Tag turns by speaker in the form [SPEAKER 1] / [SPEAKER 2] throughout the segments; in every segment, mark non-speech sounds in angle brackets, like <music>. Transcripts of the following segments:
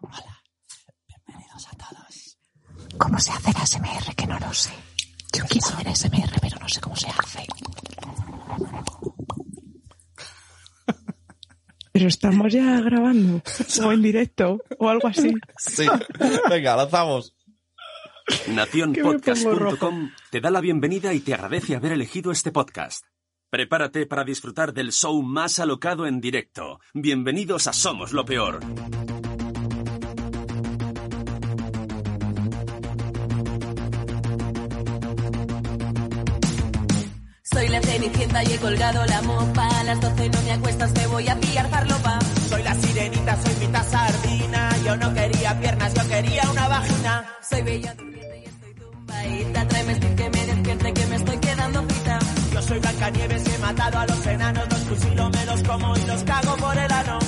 [SPEAKER 1] Hola, bienvenidos a todos. ¿Cómo se hace la SMR? Que no lo sé. Yo quiero hacer SMR, pero no sé cómo se hace.
[SPEAKER 2] Pero estamos
[SPEAKER 1] <laughs>
[SPEAKER 2] ya grabando, o en directo, o algo así.
[SPEAKER 3] <laughs>
[SPEAKER 4] Sí. Venga, lanzamos.
[SPEAKER 5] Naciónpodcast.com te da la bienvenida y te agradece haber elegido este podcast. Prepárate para disfrutar del show más alocado en directo. Bienvenidos a Somos lo Peor.
[SPEAKER 6] Soy la cenicienta y he colgado la mopa. A las 12 no me acuestas, me voy a pillar farlopa.
[SPEAKER 7] Soy la sirenita, soy mitad sardina. Yo no quería piernas, yo quería una vagina.
[SPEAKER 6] Soy bella durmiente y estoy tumbadita. Tráeme Steve que me despierte, que me estoy quedando pita.
[SPEAKER 7] Yo soy Blancanieves y he matado a los enanos. Los fusilo, me los como y los cago por el ano.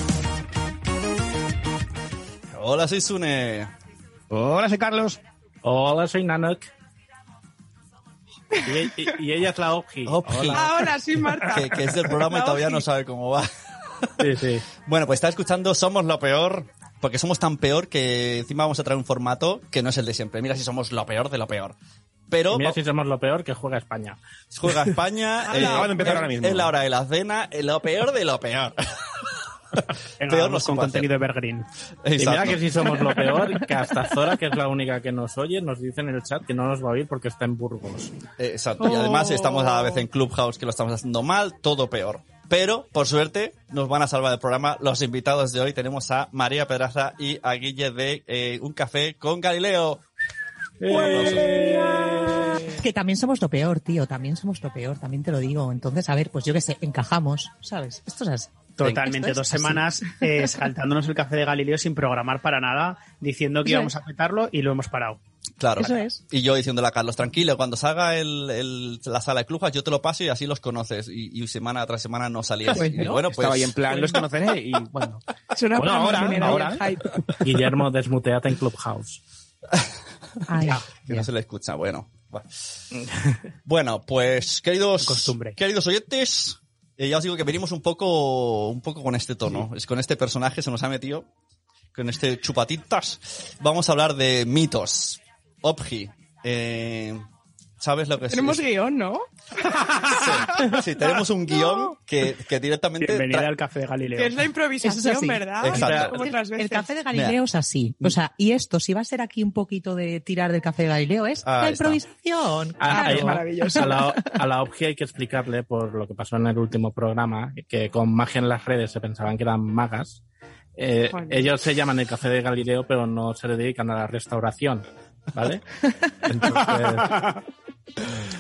[SPEAKER 4] Hola, soy Sune.
[SPEAKER 8] Hola, soy Carlos.
[SPEAKER 3] Hola, soy Nanok. Y, y- y ella es la Opji.
[SPEAKER 4] Opji.
[SPEAKER 3] Hola.
[SPEAKER 2] Ahora sí, Marta.
[SPEAKER 4] Que, que es del programa y todavía no sabe cómo va.
[SPEAKER 3] Sí, sí.
[SPEAKER 4] Bueno, pues está escuchando Somos lo Peor, porque somos tan peor que encima vamos a traer un formato que no es el de siempre. Mira si somos lo peor de lo peor. Pero
[SPEAKER 3] Mira si somos lo peor que juega España.
[SPEAKER 4] juega
[SPEAKER 3] <laughs>
[SPEAKER 4] España.
[SPEAKER 8] Hala, van a empezar
[SPEAKER 4] es-
[SPEAKER 8] ahora mismo.
[SPEAKER 4] Es la hora de la cena, eh, lo peor de lo peor.
[SPEAKER 3] Venga,
[SPEAKER 4] Peor
[SPEAKER 3] vamos
[SPEAKER 4] no se
[SPEAKER 3] con
[SPEAKER 4] puede hacer.
[SPEAKER 3] contenido Evergreen. Y
[SPEAKER 4] Exacto.
[SPEAKER 3] mira que si somos lo peor, que hasta Zora, que es la única que nos oye, nos dice en el chat que no nos va a oír porque está en Burgos.
[SPEAKER 4] Eh, Exacto. Y además estamos a la vez en Clubhouse que lo estamos haciendo mal, todo peor. Pero, por suerte, nos van a salvar del programa los invitados de hoy. Tenemos a María Pedraza y a Guille de eh, Un Café con Galileo. Eh,
[SPEAKER 1] Que también somos lo peor, tío. También somos lo peor, también te lo digo. Entonces, a ver, pues yo qué sé, encajamos, ¿sabes? Esto es así. Esto
[SPEAKER 9] Totalmente,
[SPEAKER 1] es
[SPEAKER 9] dos
[SPEAKER 1] así.
[SPEAKER 9] semanas eh, saltándonos el café de Galileo sin programar para nada, diciendo que
[SPEAKER 1] Eso
[SPEAKER 9] íbamos a petarlo y lo hemos parado.
[SPEAKER 4] Claro.
[SPEAKER 1] Eso es.
[SPEAKER 4] Y yo diciéndole a Carlos, tranquilo, cuando salga el, el- la sala de Clubhouse, yo te lo paso y así los conoces. Y, y semana tras semana no salías.
[SPEAKER 1] Bueno.
[SPEAKER 4] y bueno, pues.
[SPEAKER 8] Estaba ahí en plan, los conoceré y bueno.
[SPEAKER 2] Suena
[SPEAKER 8] Bueno,
[SPEAKER 2] para
[SPEAKER 8] ahora,
[SPEAKER 2] mantener ahí
[SPEAKER 8] ahora.
[SPEAKER 2] el hype.
[SPEAKER 3] <laughs> Guillermo, desmuteate en Clubhouse.
[SPEAKER 1] Ay,
[SPEAKER 4] Que
[SPEAKER 1] ya.
[SPEAKER 4] no se le escucha, bueno. va. <laughs> Bueno, pues queridos,
[SPEAKER 3] Costumbre.
[SPEAKER 4] queridos oyentes, eh, ya os digo que venimos un poco, un poco con este tono, es con este personaje se nos ha metido, con este chupatitas. Vamos a hablar de mitos. Obji, eh, ¿sabes lo que es?
[SPEAKER 2] Tenemos
[SPEAKER 4] es-
[SPEAKER 2] guión, ¿no?
[SPEAKER 4] sí, sí, tenemos un guión que, que directamente...
[SPEAKER 9] Bienvenida
[SPEAKER 4] tra-
[SPEAKER 9] al café de
[SPEAKER 2] Que es
[SPEAKER 9] Galileo.
[SPEAKER 2] la improvisación,
[SPEAKER 1] Eso sí.
[SPEAKER 2] ¿verdad?
[SPEAKER 4] Exacto.
[SPEAKER 2] Como otras veces.
[SPEAKER 1] El café de Galileo es así. O sea, y esto, si va a ser aquí un poquito de tirar del café de Galileo, es
[SPEAKER 4] Ahí
[SPEAKER 1] la
[SPEAKER 4] está.
[SPEAKER 1] improvisación.
[SPEAKER 3] Ah,
[SPEAKER 1] claro.
[SPEAKER 3] ahí- A la, a la Opji hay que explicarle, por lo que pasó en el último programa, que con magia en las redes se pensaban que eran magas. Eh,
[SPEAKER 2] Joder.
[SPEAKER 3] ellos se llaman el café de Galileo, pero no se le dedican a la restauración.
[SPEAKER 1] <laughs>
[SPEAKER 3] ¿Vale? Entonces,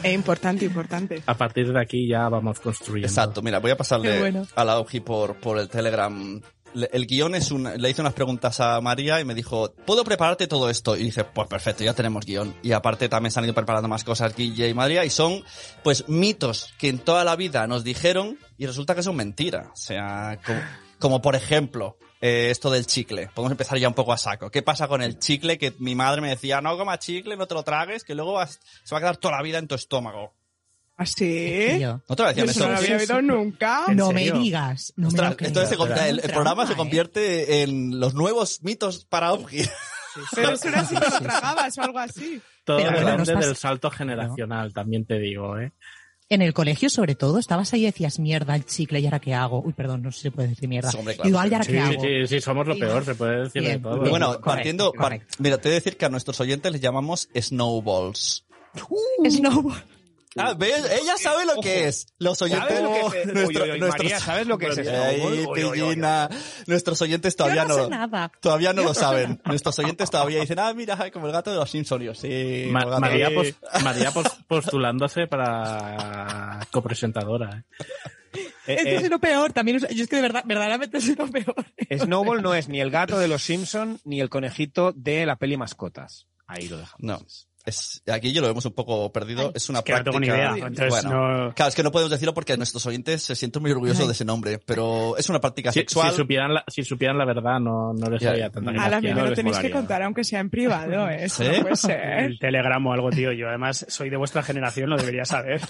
[SPEAKER 2] Eh, importante, importante.
[SPEAKER 3] a partir de aquí ya vamos construyendo.
[SPEAKER 4] Exacto, mira, voy a pasarle
[SPEAKER 2] Qué bueno.
[SPEAKER 4] a la Oji por, por el Telegram. Le- El guión es un... Le hice unas preguntas a María y me dijo, ¿puedo prepararte todo esto? Y dije, pues perfecto, ya tenemos guión. Y aparte también se han ido preparando más cosas Guille y María y son, pues, mitos que en toda la vida nos dijeron y resulta que son mentira. O sea, como, como por ejemplo... eh, esto del chicle. Podemos empezar ya un poco a saco. ¿Qué pasa con el chicle? Que mi madre me decía, no comas chicle, no te lo tragues, que luego vas- se va a quedar toda la vida en tu estómago.
[SPEAKER 2] ¿Así?
[SPEAKER 1] Tío.
[SPEAKER 4] ¿No te lo
[SPEAKER 2] Yo
[SPEAKER 4] decían
[SPEAKER 2] eso no
[SPEAKER 4] eso?
[SPEAKER 2] lo había oído nunca.
[SPEAKER 1] No me
[SPEAKER 9] serio?
[SPEAKER 1] digas. No me
[SPEAKER 4] Ostras,
[SPEAKER 1] lo creo.
[SPEAKER 4] entonces se convierte- el, el
[SPEAKER 1] Es un
[SPEAKER 4] programa
[SPEAKER 1] trauma,
[SPEAKER 4] se
[SPEAKER 1] ¿eh?
[SPEAKER 4] convierte en los nuevos mitos para
[SPEAKER 8] <laughs>
[SPEAKER 4] Obji.
[SPEAKER 2] Pero eso era si te lo tragabas o algo así.
[SPEAKER 3] Todo
[SPEAKER 1] Pero
[SPEAKER 4] bueno,
[SPEAKER 3] depende
[SPEAKER 1] nos pasa-
[SPEAKER 3] del salto generacional, también te digo, ¿eh?
[SPEAKER 1] En el colegio, sobre todo, estabas ahí y decías, mierda, el chicle, ¿y ahora qué hago? Uy, perdón, no sé si se puede decir mierda.
[SPEAKER 4] Sí, hombre, claro,
[SPEAKER 1] Digo, "Ay,
[SPEAKER 4] sí,
[SPEAKER 1] ¿y ahora
[SPEAKER 3] Sí,
[SPEAKER 1] qué hago? <laughs>
[SPEAKER 3] sí, sí, somos lo peor, se puede decir de
[SPEAKER 1] Bien,
[SPEAKER 3] todo.
[SPEAKER 1] bien.
[SPEAKER 4] bueno,
[SPEAKER 1] correcto,
[SPEAKER 4] partiendo... par-
[SPEAKER 1] correcto.
[SPEAKER 4] mira, te voy a decir que a nuestros oyentes les llamamos snowballs.
[SPEAKER 2] Snowball.
[SPEAKER 4] Ah, ¿ves? Ella sabe lo que es. Los oyentes...
[SPEAKER 8] Uh, ¿Sabes lo
[SPEAKER 4] <laughs>
[SPEAKER 8] que es?
[SPEAKER 4] nuestro-
[SPEAKER 8] Uy, uy, uy,
[SPEAKER 4] nuestros-
[SPEAKER 8] María, ¿sabes lo que es snowball?
[SPEAKER 4] Ay,
[SPEAKER 8] Uy, uy, uy, uy,
[SPEAKER 4] pillina. Nuestros oyentes todavía
[SPEAKER 1] Yo no
[SPEAKER 4] no,
[SPEAKER 1] sé nada.
[SPEAKER 4] todavía no lo saben. Nuestros oyentes todavía dicen, ah, mira, como el gato de los Simpsons. Yo, Sí,
[SPEAKER 3] Ma-
[SPEAKER 4] como el gato.
[SPEAKER 3] María,
[SPEAKER 8] pues,
[SPEAKER 4] <laughs>
[SPEAKER 3] pos- María pos- postulándose para copresentadora. ¿eh?
[SPEAKER 8] Eh,
[SPEAKER 2] Esto es lo peor. También, es- yo es que de verdad, verdaderamente es lo
[SPEAKER 4] <laughs>
[SPEAKER 2] peor.
[SPEAKER 8] eh, Snowball no es ni el gato de los Simpson ni el conejito de la peli Mascotas. Ahí lo dejamos.
[SPEAKER 4] No. Es, aquí yo lo vemos un poco perdido. es una
[SPEAKER 9] que no
[SPEAKER 4] práctica.
[SPEAKER 9] tengo ni idea, entonces
[SPEAKER 4] Bueno,
[SPEAKER 9] no-
[SPEAKER 4] Claro, es que no podemos decirlo porque nuestros oyentes se sienten muy orgullosos de ese nombre, pero es una práctica
[SPEAKER 3] Si,
[SPEAKER 4] sexual.
[SPEAKER 3] si supieran la, si supieran la verdad, no, no les
[SPEAKER 4] Ya,
[SPEAKER 3] haría tanta
[SPEAKER 2] A la
[SPEAKER 3] gracia.
[SPEAKER 2] mía
[SPEAKER 8] no
[SPEAKER 2] lo
[SPEAKER 8] les
[SPEAKER 2] tenéis que
[SPEAKER 8] molaría.
[SPEAKER 2] contar, aunque sea en privado, ¿eh? Eso
[SPEAKER 4] ¿Sí?
[SPEAKER 2] no puede ser.
[SPEAKER 4] <laughs>
[SPEAKER 9] El telegrama o algo, tío. Yo además soy de vuestra generación, lo debería saber.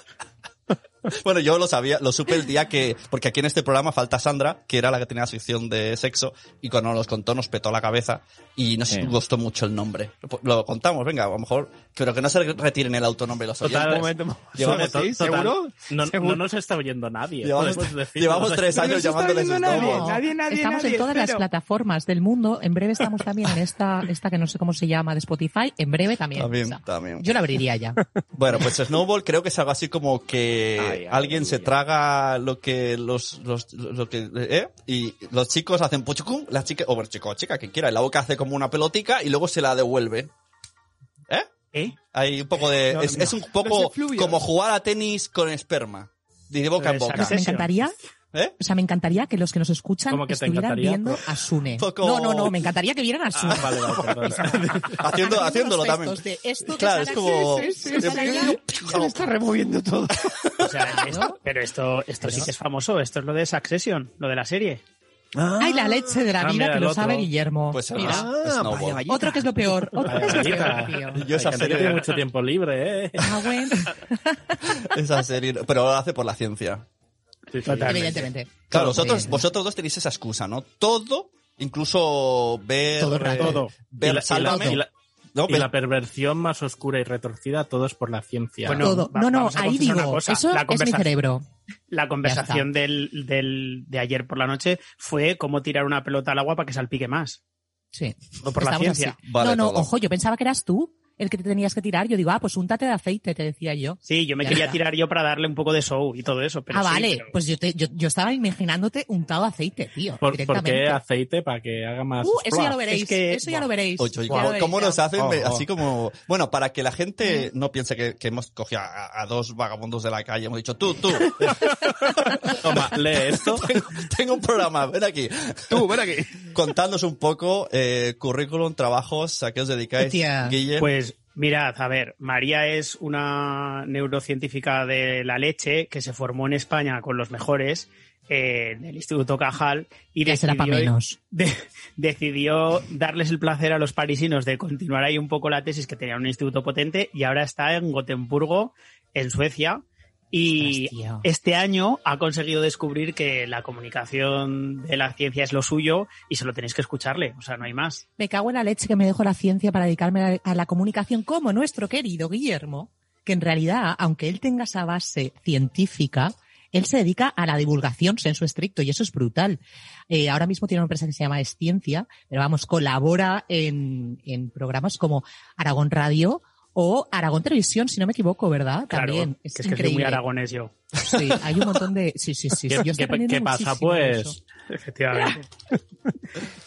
[SPEAKER 4] Bueno, yo lo sabía, lo supe el día que, porque aquí en este programa falta Sandra, que era la que tenía la sección de sexo, y cuando nos los contó nos petó la cabeza y nos
[SPEAKER 8] Sí.
[SPEAKER 4] gustó mucho el nombre. Lo, lo contamos, venga, a lo mejor, pero que no se retiren el autonombre los
[SPEAKER 3] Total,
[SPEAKER 4] oyentes.
[SPEAKER 3] un momento,
[SPEAKER 4] Llevamos,
[SPEAKER 3] to-
[SPEAKER 8] ¿Sí?
[SPEAKER 3] total,
[SPEAKER 8] ¿Seguro?
[SPEAKER 3] No,
[SPEAKER 8] ¿Seguro?
[SPEAKER 3] no nos está oyendo nadie.
[SPEAKER 4] llevamos-
[SPEAKER 3] podemos decirlo.
[SPEAKER 4] llevamos tres
[SPEAKER 2] No
[SPEAKER 4] años
[SPEAKER 2] nos está
[SPEAKER 4] llamándoles
[SPEAKER 2] viendo
[SPEAKER 4] sus
[SPEAKER 2] nadie.
[SPEAKER 4] nombres.
[SPEAKER 2] nadie, nadie,
[SPEAKER 1] Estamos
[SPEAKER 2] nadie,
[SPEAKER 1] en todas las
[SPEAKER 2] pero-
[SPEAKER 1] plataformas del mundo. En breve estamos también en esta, esta que no sé cómo se llama, de Spotify. En breve también.
[SPEAKER 4] También,
[SPEAKER 1] O sea,
[SPEAKER 4] también.
[SPEAKER 1] Yo la abriría
[SPEAKER 4] <laughs>
[SPEAKER 1] ya.
[SPEAKER 4] Bueno, pues Snowball creo que es algo así como que
[SPEAKER 8] Ay,
[SPEAKER 4] alguien se
[SPEAKER 8] aleluya.
[SPEAKER 4] traga lo que los, los lo que eh, y los chicos hacen pochucum, la chica o bueno, chico o chica quien quiera, y la boca hace como una pelotica y luego se la devuelve. ¿Eh?
[SPEAKER 9] ¿Eh?
[SPEAKER 4] Hay un poco de
[SPEAKER 9] No,
[SPEAKER 4] es,
[SPEAKER 9] no.
[SPEAKER 4] es un poco
[SPEAKER 2] Los efluvios.
[SPEAKER 4] como jugar a tenis con esperma. De boca en
[SPEAKER 9] Pero
[SPEAKER 1] O sea,
[SPEAKER 4] boca. <laughs>
[SPEAKER 1] me
[SPEAKER 9] Sesión.
[SPEAKER 1] encantaría,
[SPEAKER 4] ¿eh?
[SPEAKER 1] o sea, me encantaría que los que nos escuchan
[SPEAKER 3] ¿Cómo que te
[SPEAKER 1] estuvieran
[SPEAKER 3] encantaría?
[SPEAKER 1] viendo a Sune.
[SPEAKER 4] Poco-
[SPEAKER 1] No, no, no, me encantaría que vieran a Sune.
[SPEAKER 3] <laughs> Ah, vale, vale,
[SPEAKER 4] <laughs>
[SPEAKER 3] perdón.
[SPEAKER 4] Haciendo, haciéndolo
[SPEAKER 1] unos
[SPEAKER 4] también.
[SPEAKER 1] gestos de esto que
[SPEAKER 4] Claro, es
[SPEAKER 1] sale
[SPEAKER 4] como
[SPEAKER 1] aquí, esto que sale allá.
[SPEAKER 8] Se le está removiendo todo.
[SPEAKER 9] O sea,
[SPEAKER 1] <laughs>
[SPEAKER 9] esto- pero esto, esto sí que es famoso. Esto es lo de Succession, lo de la serie.
[SPEAKER 1] Ay, la leche de la
[SPEAKER 3] Ah,
[SPEAKER 1] vida
[SPEAKER 3] mira,
[SPEAKER 1] que
[SPEAKER 3] el
[SPEAKER 1] lo
[SPEAKER 3] otro.
[SPEAKER 1] sabe Guillermo.
[SPEAKER 4] Pues será
[SPEAKER 8] Ah,
[SPEAKER 1] Mira.
[SPEAKER 4] Snowball.
[SPEAKER 1] Otro que es lo peor. Otro que es lo
[SPEAKER 3] Vaya,
[SPEAKER 1] peor,
[SPEAKER 3] vaya.
[SPEAKER 1] tío.
[SPEAKER 4] Yo esa
[SPEAKER 3] Hay gente que
[SPEAKER 4] serie,
[SPEAKER 3] tiene mucho tiempo
[SPEAKER 4] <laughs>
[SPEAKER 3] libre, ¿eh?
[SPEAKER 1] Ah, bueno.
[SPEAKER 4] esa serie, pero lo hace por la ciencia.
[SPEAKER 3] Sí, sí.
[SPEAKER 1] Evidentemente.
[SPEAKER 4] Claro,
[SPEAKER 1] Sí.
[SPEAKER 4] vosotros, vosotros dos tenéis esa excusa, ¿no? Todo, incluso ver...
[SPEAKER 1] Todo el
[SPEAKER 4] eh,
[SPEAKER 1] rato.
[SPEAKER 3] Todo.
[SPEAKER 4] Ver
[SPEAKER 3] Y la- y la-
[SPEAKER 4] Sálvame.
[SPEAKER 3] y la-
[SPEAKER 4] no,
[SPEAKER 3] y
[SPEAKER 4] ver-
[SPEAKER 3] la perversión más oscura y retorcida, todo es por la ciencia.
[SPEAKER 9] Bueno,
[SPEAKER 1] Todo.
[SPEAKER 9] va-
[SPEAKER 1] No, no,
[SPEAKER 9] vamos a
[SPEAKER 1] ahí
[SPEAKER 9] confesar
[SPEAKER 1] digo.
[SPEAKER 9] una cosa.
[SPEAKER 1] Eso
[SPEAKER 9] La
[SPEAKER 1] es mi
[SPEAKER 9] conversa-
[SPEAKER 1] cerebro.
[SPEAKER 9] La conversación del, del- de ayer por la noche fue cómo tirar una pelota al agua para que salpique más.
[SPEAKER 1] Sí.
[SPEAKER 9] No por la
[SPEAKER 1] Estamos
[SPEAKER 9] ciencia.
[SPEAKER 1] así.
[SPEAKER 4] Vale,
[SPEAKER 1] no, no,
[SPEAKER 4] todo.
[SPEAKER 1] ojo, yo pensaba que eras tú el que te tenías que tirar. Yo digo, ah, pues úntate de aceite, te decía yo.
[SPEAKER 9] Sí, yo me
[SPEAKER 1] Ya
[SPEAKER 9] quería
[SPEAKER 1] está.
[SPEAKER 9] tirar yo para darle un poco de show y todo eso. Pero
[SPEAKER 1] ah,
[SPEAKER 9] sí,
[SPEAKER 1] vale.
[SPEAKER 9] pero-
[SPEAKER 1] Pues yo, te, yo, yo estaba imaginándote untado de aceite, tío.
[SPEAKER 3] ¿Por, por
[SPEAKER 1] directamente.
[SPEAKER 3] qué aceite? Para que haga más.
[SPEAKER 1] Uh, eso ya lo
[SPEAKER 3] splash.
[SPEAKER 1] veréis.
[SPEAKER 9] Es que-
[SPEAKER 1] Eso ya lo veréis.
[SPEAKER 4] Ocho,
[SPEAKER 1] Ya lo
[SPEAKER 4] ¿y ¿cómo,
[SPEAKER 1] veréis,
[SPEAKER 4] cómo
[SPEAKER 1] ya.
[SPEAKER 4] nos hacen
[SPEAKER 8] Oh,
[SPEAKER 4] ver-
[SPEAKER 8] oh.
[SPEAKER 4] así como... Bueno, para que la gente no piense que, que hemos cogido a, a dos vagabundos de la calle, hemos dicho,
[SPEAKER 1] <laughs>
[SPEAKER 4] tú, tú,
[SPEAKER 3] Toma, lee esto.
[SPEAKER 4] <laughs> tengo, tengo un programa, ven aquí.
[SPEAKER 8] Tú, ven aquí.
[SPEAKER 4] Contándonos un poco eh, currículum, trabajos, a qué os dedicáis,
[SPEAKER 1] Hostia.
[SPEAKER 4] Guille.
[SPEAKER 9] Pues mirad, a ver, María es una neurocientífica de la leche que se formó en España con los mejores eh, en el Instituto Cajal y
[SPEAKER 1] Ya será para
[SPEAKER 9] decidió,
[SPEAKER 1] menos.
[SPEAKER 9] de- decidió darles el placer a los parisinos de continuar ahí un poco la tesis que tenía un instituto potente y ahora está en Gotemburgo, en Suecia. Y
[SPEAKER 1] Ostras, tío.
[SPEAKER 9] este año ha conseguido descubrir que la comunicación de la ciencia es lo suyo y se lo tenéis que escucharle, o sea, no hay más.
[SPEAKER 1] Me cago en la leche que me dejó la ciencia para dedicarme a la, a la comunicación como nuestro querido Guillermo, que en realidad, aunque él tenga esa base científica, él se dedica a la divulgación senso estricto y eso es brutal. Eh, ahora mismo tiene una empresa que se llama Esciencia, pero vamos, colabora en, en programas como Aragón Radio o Aragón Televisión, si no me equivoco, ¿verdad?
[SPEAKER 9] Claro,
[SPEAKER 1] También.
[SPEAKER 9] que
[SPEAKER 1] Es,
[SPEAKER 9] es que soy muy
[SPEAKER 1] increíble.
[SPEAKER 9] aragonés yo.
[SPEAKER 1] Sí, hay un montón de... Sí, sí, sí. sí.
[SPEAKER 3] ¿Qué,
[SPEAKER 1] Yo estoy
[SPEAKER 3] qué-
[SPEAKER 1] aprendiendo
[SPEAKER 3] qué pasa,
[SPEAKER 1] muchísimo de eso.
[SPEAKER 3] pues?
[SPEAKER 8] <laughs>
[SPEAKER 9] Efectivamente.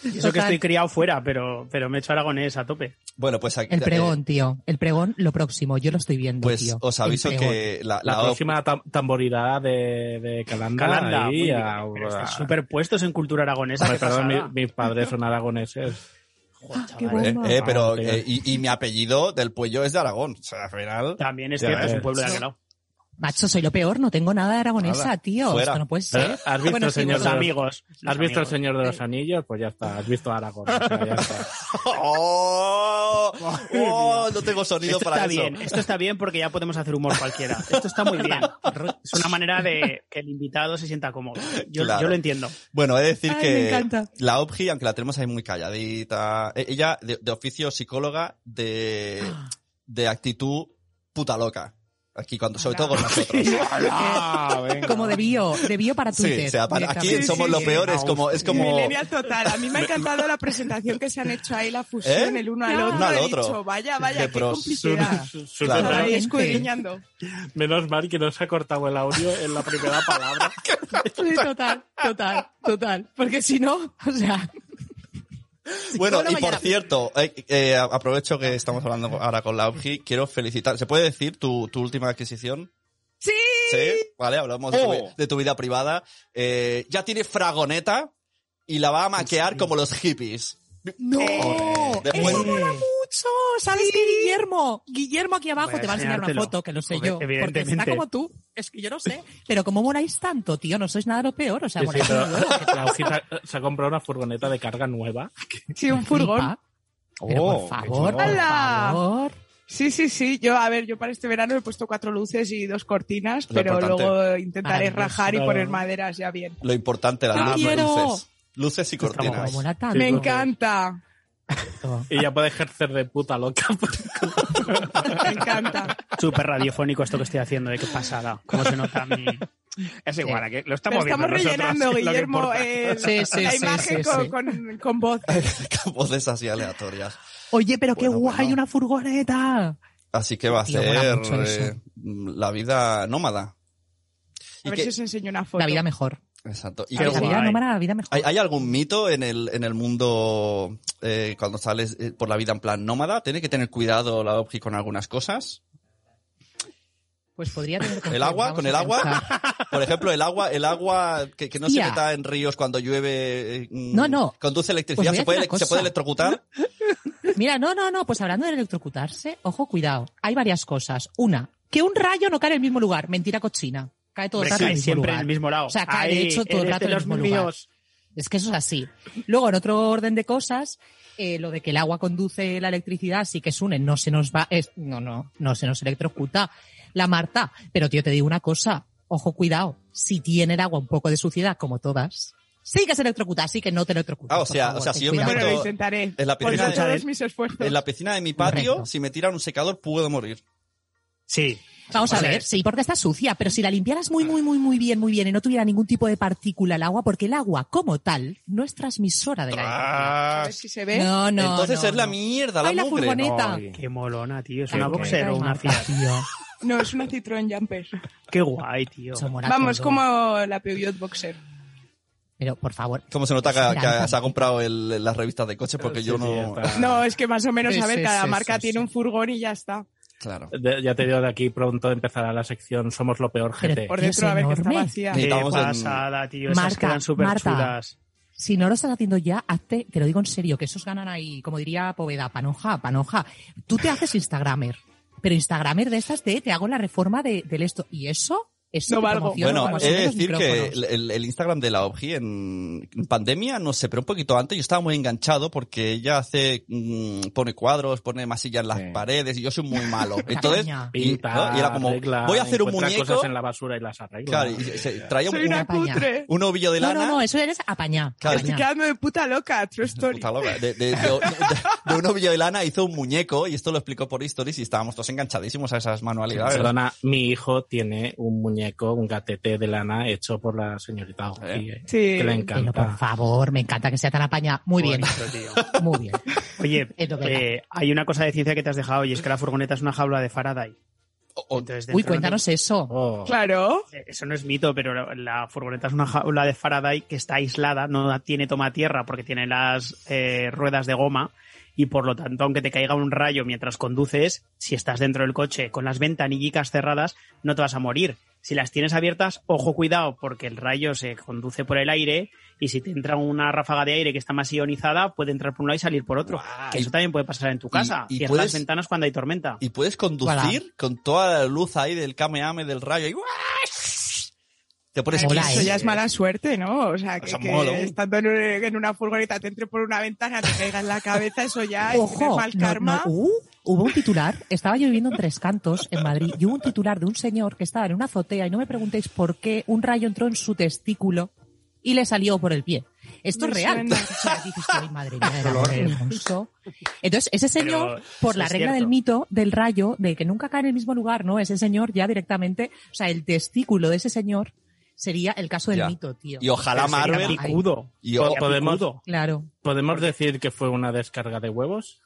[SPEAKER 9] Y eso que
[SPEAKER 1] Total.
[SPEAKER 9] estoy criado fuera, pero, pero me he hecho aragonés a tope.
[SPEAKER 4] bueno, pues aquí...
[SPEAKER 1] El
[SPEAKER 4] eh,
[SPEAKER 1] pregón, tío. El pregón, lo próximo. Yo lo estoy viendo,
[SPEAKER 4] Pues
[SPEAKER 1] tío.
[SPEAKER 4] os
[SPEAKER 1] El
[SPEAKER 4] aviso
[SPEAKER 1] pregón.
[SPEAKER 4] que la,
[SPEAKER 3] La,
[SPEAKER 4] la-
[SPEAKER 3] próxima tam- tamborirada de, de Calanda.
[SPEAKER 9] Calanda,
[SPEAKER 3] ahí,
[SPEAKER 9] muy bien,
[SPEAKER 3] a-
[SPEAKER 9] pero
[SPEAKER 3] a-
[SPEAKER 9] están superpuestos en cultura aragonesa.
[SPEAKER 3] Hombre,
[SPEAKER 9] qué
[SPEAKER 3] perdón,
[SPEAKER 9] pasada.
[SPEAKER 3] mi- mis padres son aragoneses.
[SPEAKER 9] Joder,
[SPEAKER 1] Ah, qué
[SPEAKER 9] chaval.
[SPEAKER 1] bueno.
[SPEAKER 4] eh, eh, pero,
[SPEAKER 3] Vamos,
[SPEAKER 4] eh, y, y mi apellido del Puello es de Aragón. O sea, al final... <laughs>
[SPEAKER 9] También es
[SPEAKER 3] Ya
[SPEAKER 9] cierto, es un
[SPEAKER 3] ves.
[SPEAKER 9] pueblo de aquel lado.
[SPEAKER 1] Macho, soy lo peor, no tengo nada de aragonesa,
[SPEAKER 4] Nada.
[SPEAKER 1] tío.
[SPEAKER 4] Fuera.
[SPEAKER 1] Esto no puede ser.
[SPEAKER 3] ¿Eh? ¿Has visto,
[SPEAKER 1] Bueno, sí,
[SPEAKER 3] señor,
[SPEAKER 9] Los
[SPEAKER 1] vosotros-
[SPEAKER 3] de los,
[SPEAKER 9] amigos. los
[SPEAKER 3] ¿has visto el
[SPEAKER 9] amigos.
[SPEAKER 3] señor de los anillos? Pues ya está, has visto Aragón. o sea, ya está.
[SPEAKER 4] ¡Oh! ¡Oh! No tengo sonido
[SPEAKER 9] Esto
[SPEAKER 4] para
[SPEAKER 9] está
[SPEAKER 4] eso.
[SPEAKER 9] bien, esto está bien porque ya podemos hacer humor cualquiera. Esto está muy bien. Es una manera de que el invitado se sienta cómodo. Yo,
[SPEAKER 4] Claro.
[SPEAKER 9] yo lo entiendo.
[SPEAKER 4] Bueno, he de decir
[SPEAKER 1] Ay,
[SPEAKER 4] que
[SPEAKER 1] me encanta.
[SPEAKER 4] la OPGI, aunque la tenemos ahí muy calladita, e- ella de, de oficio psicóloga de, de actitud puta loca. Aquí cuando, sobre todo con nosotros.
[SPEAKER 1] <laughs>
[SPEAKER 8] Ah, venga.
[SPEAKER 1] Como de bio, de bio para
[SPEAKER 4] <laughs> Sí,
[SPEAKER 1] Twitter.
[SPEAKER 4] o sea, para- aquí
[SPEAKER 1] directamente.
[SPEAKER 2] Sí,
[SPEAKER 4] somos
[SPEAKER 2] sí,
[SPEAKER 4] lo
[SPEAKER 2] sí.
[SPEAKER 4] peor, es como, es como,
[SPEAKER 2] Millennial total. A mí me ha encantado la presentación que se han hecho ahí, la fusión,
[SPEAKER 4] ¿Eh?
[SPEAKER 2] el uno al
[SPEAKER 1] Claro.
[SPEAKER 2] otro.
[SPEAKER 1] Uno
[SPEAKER 4] al
[SPEAKER 2] He
[SPEAKER 4] otro.
[SPEAKER 2] dicho, vaya, vaya,
[SPEAKER 4] Qué
[SPEAKER 2] qué,
[SPEAKER 4] pros. <laughs>
[SPEAKER 2] complicidad.
[SPEAKER 3] <laughs> Su- su-
[SPEAKER 2] Estaba
[SPEAKER 4] Claro.
[SPEAKER 2] ahí
[SPEAKER 1] Totalmente.
[SPEAKER 2] escudriñando.
[SPEAKER 3] Menos mal que no se ha cortado el audio en la primera palabra.
[SPEAKER 1] Sí, total, total, total. Porque si no, o sea,
[SPEAKER 4] <laughs> Bueno,
[SPEAKER 1] Psicóloga
[SPEAKER 4] y por
[SPEAKER 1] ya.
[SPEAKER 4] cierto, eh, eh, aprovecho que estamos hablando ahora con la OPGI, quiero felicitar. ¿Se puede decir tu, tu última adquisición?
[SPEAKER 1] ¡Sí!
[SPEAKER 4] Sí, vale, hablamos de, tu,
[SPEAKER 8] Oh.
[SPEAKER 4] de tu vida privada. Eh, ya tiene fragoneta y la va a maquear como los hippies.
[SPEAKER 1] no.
[SPEAKER 4] Joder.
[SPEAKER 1] Eso
[SPEAKER 4] Después-
[SPEAKER 1] mola mucho. ¿Sabes qué, Guillermo? Guillermo aquí abajo
[SPEAKER 9] Voy a
[SPEAKER 1] te va a enseñar una
[SPEAKER 9] enseñártelo.
[SPEAKER 1] foto, que lo sé
[SPEAKER 9] Joder,
[SPEAKER 1] yo. Porque está
[SPEAKER 9] evidentemente.
[SPEAKER 1] como tú. Es que yo no sé. Pero como moláis tanto, tío, no sois nada lo peor. O sea,
[SPEAKER 3] Sí, sí,
[SPEAKER 1] moláis
[SPEAKER 3] pero
[SPEAKER 1] un huevo, que
[SPEAKER 3] <laughs>
[SPEAKER 1] te
[SPEAKER 3] la hojita se ha comprado una furgoneta de carga nueva.
[SPEAKER 2] Sí, un furgón.
[SPEAKER 1] flipa. Pero
[SPEAKER 8] Oh,
[SPEAKER 1] por favor,
[SPEAKER 8] qué
[SPEAKER 1] por
[SPEAKER 2] chulo. ¡Hala!
[SPEAKER 1] favor.
[SPEAKER 2] Sí, sí, sí. Yo, a ver, yo para este verano he puesto cuatro luces y dos cortinas,
[SPEAKER 4] Lo
[SPEAKER 2] pero
[SPEAKER 4] importante.
[SPEAKER 2] luego intentaré
[SPEAKER 1] Ah, pues,
[SPEAKER 2] rajar y
[SPEAKER 3] claro.
[SPEAKER 2] poner maderas ya bien.
[SPEAKER 4] Lo importante,
[SPEAKER 2] ¡Te
[SPEAKER 4] las luces.
[SPEAKER 2] quiero!
[SPEAKER 4] Luces, Luces y <laughs> cortinas.
[SPEAKER 1] Pues Como la tarde.
[SPEAKER 2] Me
[SPEAKER 3] Sí,
[SPEAKER 2] encanta,
[SPEAKER 3] Y ya puede ejercer de puta loca.
[SPEAKER 2] me encanta.
[SPEAKER 9] Súper radiofónico esto que estoy haciendo, ¿eh? qué pasada. Cómo se nota mi...
[SPEAKER 8] Es igual, aquí lo
[SPEAKER 2] Lo
[SPEAKER 8] estamos,
[SPEAKER 2] estamos
[SPEAKER 8] viendo nosotros,
[SPEAKER 2] rellenando,
[SPEAKER 8] que es lo que
[SPEAKER 2] Guillermo,
[SPEAKER 8] importa.
[SPEAKER 2] el-
[SPEAKER 1] Sí, sí,
[SPEAKER 2] la
[SPEAKER 1] sí,
[SPEAKER 2] imagen
[SPEAKER 1] sí,
[SPEAKER 2] con,
[SPEAKER 1] sí.
[SPEAKER 2] con- con voz.
[SPEAKER 4] Voces así aleatorias.
[SPEAKER 1] Oye, pero qué
[SPEAKER 4] Bueno,
[SPEAKER 1] guay,
[SPEAKER 4] bueno.
[SPEAKER 1] una furgoneta.
[SPEAKER 4] Así que va a
[SPEAKER 1] Tío, mola
[SPEAKER 4] ser
[SPEAKER 1] mucho eso.
[SPEAKER 4] eh, la vida nómada. Y
[SPEAKER 2] A ver
[SPEAKER 4] que-
[SPEAKER 2] si os enseño una foto.
[SPEAKER 1] La vida mejor.
[SPEAKER 4] Exacto. Y
[SPEAKER 1] La
[SPEAKER 4] que-
[SPEAKER 1] vida
[SPEAKER 9] guay.
[SPEAKER 1] nómada, la vida mejor.
[SPEAKER 4] ¿Hay, hay algún mito en el, en el mundo eh, cuando sales eh, por la vida en plan nómada? ¿Tiene que tener cuidado la OPGI con algunas cosas?
[SPEAKER 1] Pues podría tener
[SPEAKER 4] ¿El agua?
[SPEAKER 1] vamos
[SPEAKER 4] ¿Con
[SPEAKER 1] a
[SPEAKER 4] el agua?
[SPEAKER 1] pensar.
[SPEAKER 4] <laughs> Por ejemplo, el agua, el agua que, que no
[SPEAKER 1] Tía.
[SPEAKER 4] se meta en ríos cuando llueve. eh, mm,
[SPEAKER 1] No, no.
[SPEAKER 4] Conduce
[SPEAKER 1] Os
[SPEAKER 4] electricidad.
[SPEAKER 1] voy a
[SPEAKER 4] ¿Se, puede,
[SPEAKER 1] decir una
[SPEAKER 4] ¿Se puede
[SPEAKER 1] cosa.
[SPEAKER 4] electrocutar?
[SPEAKER 1] Mira, no, no, no, pues hablando de electrocutarse, ojo, cuidado. Hay varias cosas. Una, que un rayo no cae en el mismo lugar. Mentira cochina. Cae todo el rato en
[SPEAKER 9] Cae
[SPEAKER 1] el mismo
[SPEAKER 9] siempre en
[SPEAKER 1] lugar.
[SPEAKER 9] el mismo lado.
[SPEAKER 1] O sea, cae, de
[SPEAKER 9] Ahí,
[SPEAKER 1] hecho, todo el
[SPEAKER 9] eres
[SPEAKER 1] rato
[SPEAKER 9] de
[SPEAKER 1] en el
[SPEAKER 9] los
[SPEAKER 1] mismo lugar.
[SPEAKER 9] míos.
[SPEAKER 1] Es que eso es así. Luego, en otro orden de cosas, eh, lo de que el agua conduce la electricidad, sí que es une, no se nos va, es, no, no, no se nos electrocuta la Marta. Pero tío, te digo una cosa, ojo, cuidado, si tiene el agua un poco de suciedad, como todas, sí que se electrocuta, así que no te electrocuta.
[SPEAKER 4] Ah, o sea, o sea, si yo me
[SPEAKER 2] Bueno, lo
[SPEAKER 4] meto-
[SPEAKER 2] intentaré.
[SPEAKER 4] en la
[SPEAKER 2] Pondré
[SPEAKER 9] piscina de-
[SPEAKER 2] todos mis esfuerzos.
[SPEAKER 4] En la piscina de mi patio,
[SPEAKER 1] Correcto.
[SPEAKER 4] si me tiran un secador, puedo morir.
[SPEAKER 9] Sí.
[SPEAKER 1] Vamos a
[SPEAKER 9] O sea,
[SPEAKER 1] ver, sí, porque está sucia, pero si la limpiaras muy, muy, muy, muy bien, muy bien y no tuviera ningún tipo de partícula el agua, porque el agua como tal no es transmisora de la
[SPEAKER 2] A
[SPEAKER 4] Ah,
[SPEAKER 2] ver si se ve.
[SPEAKER 1] electricidad. No, no.
[SPEAKER 4] Entonces
[SPEAKER 1] no,
[SPEAKER 4] es la
[SPEAKER 1] no.
[SPEAKER 4] mierda, la
[SPEAKER 1] Ay, la
[SPEAKER 4] mugre.
[SPEAKER 1] furgoneta. Neta.
[SPEAKER 8] Ay.
[SPEAKER 9] Qué molona, tío. Es
[SPEAKER 8] Qué
[SPEAKER 9] una
[SPEAKER 8] guay.
[SPEAKER 9] boxer o una
[SPEAKER 1] Marta,
[SPEAKER 9] Fiat.
[SPEAKER 1] tío.
[SPEAKER 2] No, es una Citroën Jumper.
[SPEAKER 9] Qué guay, tío.
[SPEAKER 1] Se mola
[SPEAKER 2] Vamos,
[SPEAKER 1] todo.
[SPEAKER 2] como la Peugeot Boxer.
[SPEAKER 1] Pero, por favor,
[SPEAKER 4] Como se nota que,
[SPEAKER 1] Mira,
[SPEAKER 4] que se ha comprado el- las revistas de coche porque
[SPEAKER 3] Sí,
[SPEAKER 4] yo
[SPEAKER 3] sí,
[SPEAKER 4] no.
[SPEAKER 3] ya está.
[SPEAKER 2] No, es que más o menos,
[SPEAKER 1] Sí,
[SPEAKER 2] a ver,
[SPEAKER 1] sí,
[SPEAKER 2] cada
[SPEAKER 1] sí,
[SPEAKER 2] marca
[SPEAKER 1] sí,
[SPEAKER 2] tiene
[SPEAKER 1] sí.
[SPEAKER 2] un furgón y ya está.
[SPEAKER 4] Claro.
[SPEAKER 3] De- ya te digo, de aquí pronto empezará la sección Somos lo peor,
[SPEAKER 1] Pero
[SPEAKER 3] GT.
[SPEAKER 2] Por
[SPEAKER 1] Sí, es
[SPEAKER 2] dentro, a ver, que está
[SPEAKER 1] enorme.
[SPEAKER 2] vacía.
[SPEAKER 4] Sí.
[SPEAKER 9] Qué
[SPEAKER 4] Estamos en-
[SPEAKER 9] pasada, tío. Esas
[SPEAKER 1] Marta,
[SPEAKER 9] quedan súper
[SPEAKER 1] Marta.
[SPEAKER 9] chulas.
[SPEAKER 1] Si no lo estás haciendo ya, hazte, te lo digo en serio, que esos ganan ahí, como diría Poveda, panoja, panoja. Tú te haces Instagramer, pero Instagramer de estas de te hago la reforma de, del esto. Y eso, eso
[SPEAKER 2] No
[SPEAKER 1] te
[SPEAKER 2] valgo.
[SPEAKER 1] promociona
[SPEAKER 4] Bueno,
[SPEAKER 1] como
[SPEAKER 4] he
[SPEAKER 1] son
[SPEAKER 4] de
[SPEAKER 1] los
[SPEAKER 4] decir que el,
[SPEAKER 1] micrófonos.
[SPEAKER 4] el- el Instagram de la OBGI en en pandemia, no sé, pero un poquito antes yo estaba muy enganchado porque ella hace, mm, pone cuadros, pone masillas en las
[SPEAKER 8] Sí.
[SPEAKER 4] paredes y yo soy muy
[SPEAKER 1] <laughs>
[SPEAKER 4] malo. Entonces,
[SPEAKER 1] Caña.
[SPEAKER 4] y,
[SPEAKER 3] Pinta,
[SPEAKER 4] y era como,
[SPEAKER 3] arregla,
[SPEAKER 4] voy a hacer un
[SPEAKER 3] encuentra
[SPEAKER 4] muñeco.
[SPEAKER 3] cosas en la basura y las arregla.
[SPEAKER 4] Claro, y se- se- traía un,
[SPEAKER 2] Soy una
[SPEAKER 1] una paña.
[SPEAKER 2] cutre.
[SPEAKER 4] un ovillo de
[SPEAKER 1] No,
[SPEAKER 4] lana.
[SPEAKER 1] no, no, eso eres apañar.
[SPEAKER 4] Claro,
[SPEAKER 2] Estoy quedando de puta loca, true story.
[SPEAKER 4] Puta loca. De, de- de- de- de un ovillo de lana hizo un muñeco y esto lo explicó por stories y estábamos todos enganchadísimos a esas manualidades.
[SPEAKER 3] Perdona, mi hijo tiene un muñeco, un gatete de lana hecho por la señorita Oji, eh,
[SPEAKER 2] Sí.
[SPEAKER 3] que le
[SPEAKER 1] Pero por
[SPEAKER 3] encanta.
[SPEAKER 1] favor, me encanta que sea tan apañada. Muy bien,
[SPEAKER 9] Bonito, tío.
[SPEAKER 1] muy
[SPEAKER 2] <laughs>
[SPEAKER 1] bien.
[SPEAKER 9] Oye,
[SPEAKER 1] <laughs> Es lo que
[SPEAKER 9] eh, hay una cosa de ciencia que te has dejado y es que la furgoneta es una jaula de Faraday.
[SPEAKER 4] O- o-
[SPEAKER 1] Uy,
[SPEAKER 9] Entonces, dentro no te-
[SPEAKER 1] cuéntanos eso.
[SPEAKER 3] Oh,
[SPEAKER 2] Claro.
[SPEAKER 9] Eh, Eso no es mito, pero la, la furgoneta es una jaula de Faraday que está aislada, no tiene toma tierra porque tiene las eh, ruedas de goma y por lo tanto, aunque te caiga un rayo mientras conduces, si estás dentro del coche con las ventanillicas cerradas, no te vas a morir. Si las tienes abiertas, ojo cuidado porque el rayo se conduce por el aire y si te entra una ráfaga de aire que está más ionizada, puede entrar por un lado y salir por otro.
[SPEAKER 4] Guau,
[SPEAKER 9] Que
[SPEAKER 4] y-
[SPEAKER 9] eso también puede pasar en tu casa.
[SPEAKER 4] y
[SPEAKER 9] Cierra
[SPEAKER 4] puedes-
[SPEAKER 9] las ventanas cuando hay tormenta.
[SPEAKER 4] Y puedes conducir
[SPEAKER 1] Voilà.
[SPEAKER 4] con toda la luz ahí del kameame del rayo y ¡guau! te pones
[SPEAKER 1] Mola,
[SPEAKER 2] Eso
[SPEAKER 1] ¿eh?
[SPEAKER 2] ya es mala suerte, ¿no? O sea, que,
[SPEAKER 4] Eso
[SPEAKER 2] que
[SPEAKER 4] mola.
[SPEAKER 2] estando en, un- en una furgoneta te entre por una ventana, te caiga en la cabeza, eso ya es tener
[SPEAKER 1] Ojo,
[SPEAKER 2] mal
[SPEAKER 1] no,
[SPEAKER 2] karma.
[SPEAKER 1] no, uh, hubo un titular, estaba yo viviendo en Tres Cantos, en Madrid, y hubo un titular de un señor que estaba en una azotea y no me preguntéis por qué un rayo entró en su testículo y le salió por el pie. Esto
[SPEAKER 2] Me
[SPEAKER 1] es real.
[SPEAKER 2] suena.
[SPEAKER 1] O sea, dices, "Ay, madre mía, era muy hermoso". Entonces, ese señor,
[SPEAKER 9] Pero
[SPEAKER 1] por
[SPEAKER 9] eso
[SPEAKER 1] la
[SPEAKER 9] es
[SPEAKER 1] regla
[SPEAKER 9] cierto.
[SPEAKER 1] del mito del rayo, de que nunca cae en el mismo lugar, ¿no? Ese señor ya directamente, o sea, el testículo de ese señor sería el caso del
[SPEAKER 4] Ya.
[SPEAKER 1] mito, tío.
[SPEAKER 4] Y ojalá
[SPEAKER 9] Pero sería
[SPEAKER 4] Marvel.
[SPEAKER 9] picudo.
[SPEAKER 4] Y
[SPEAKER 3] Po-
[SPEAKER 4] o-
[SPEAKER 3] ¿Podemos,
[SPEAKER 9] picudo.
[SPEAKER 1] Claro,
[SPEAKER 3] ¿Podemos decir que fue una descarga de huevos?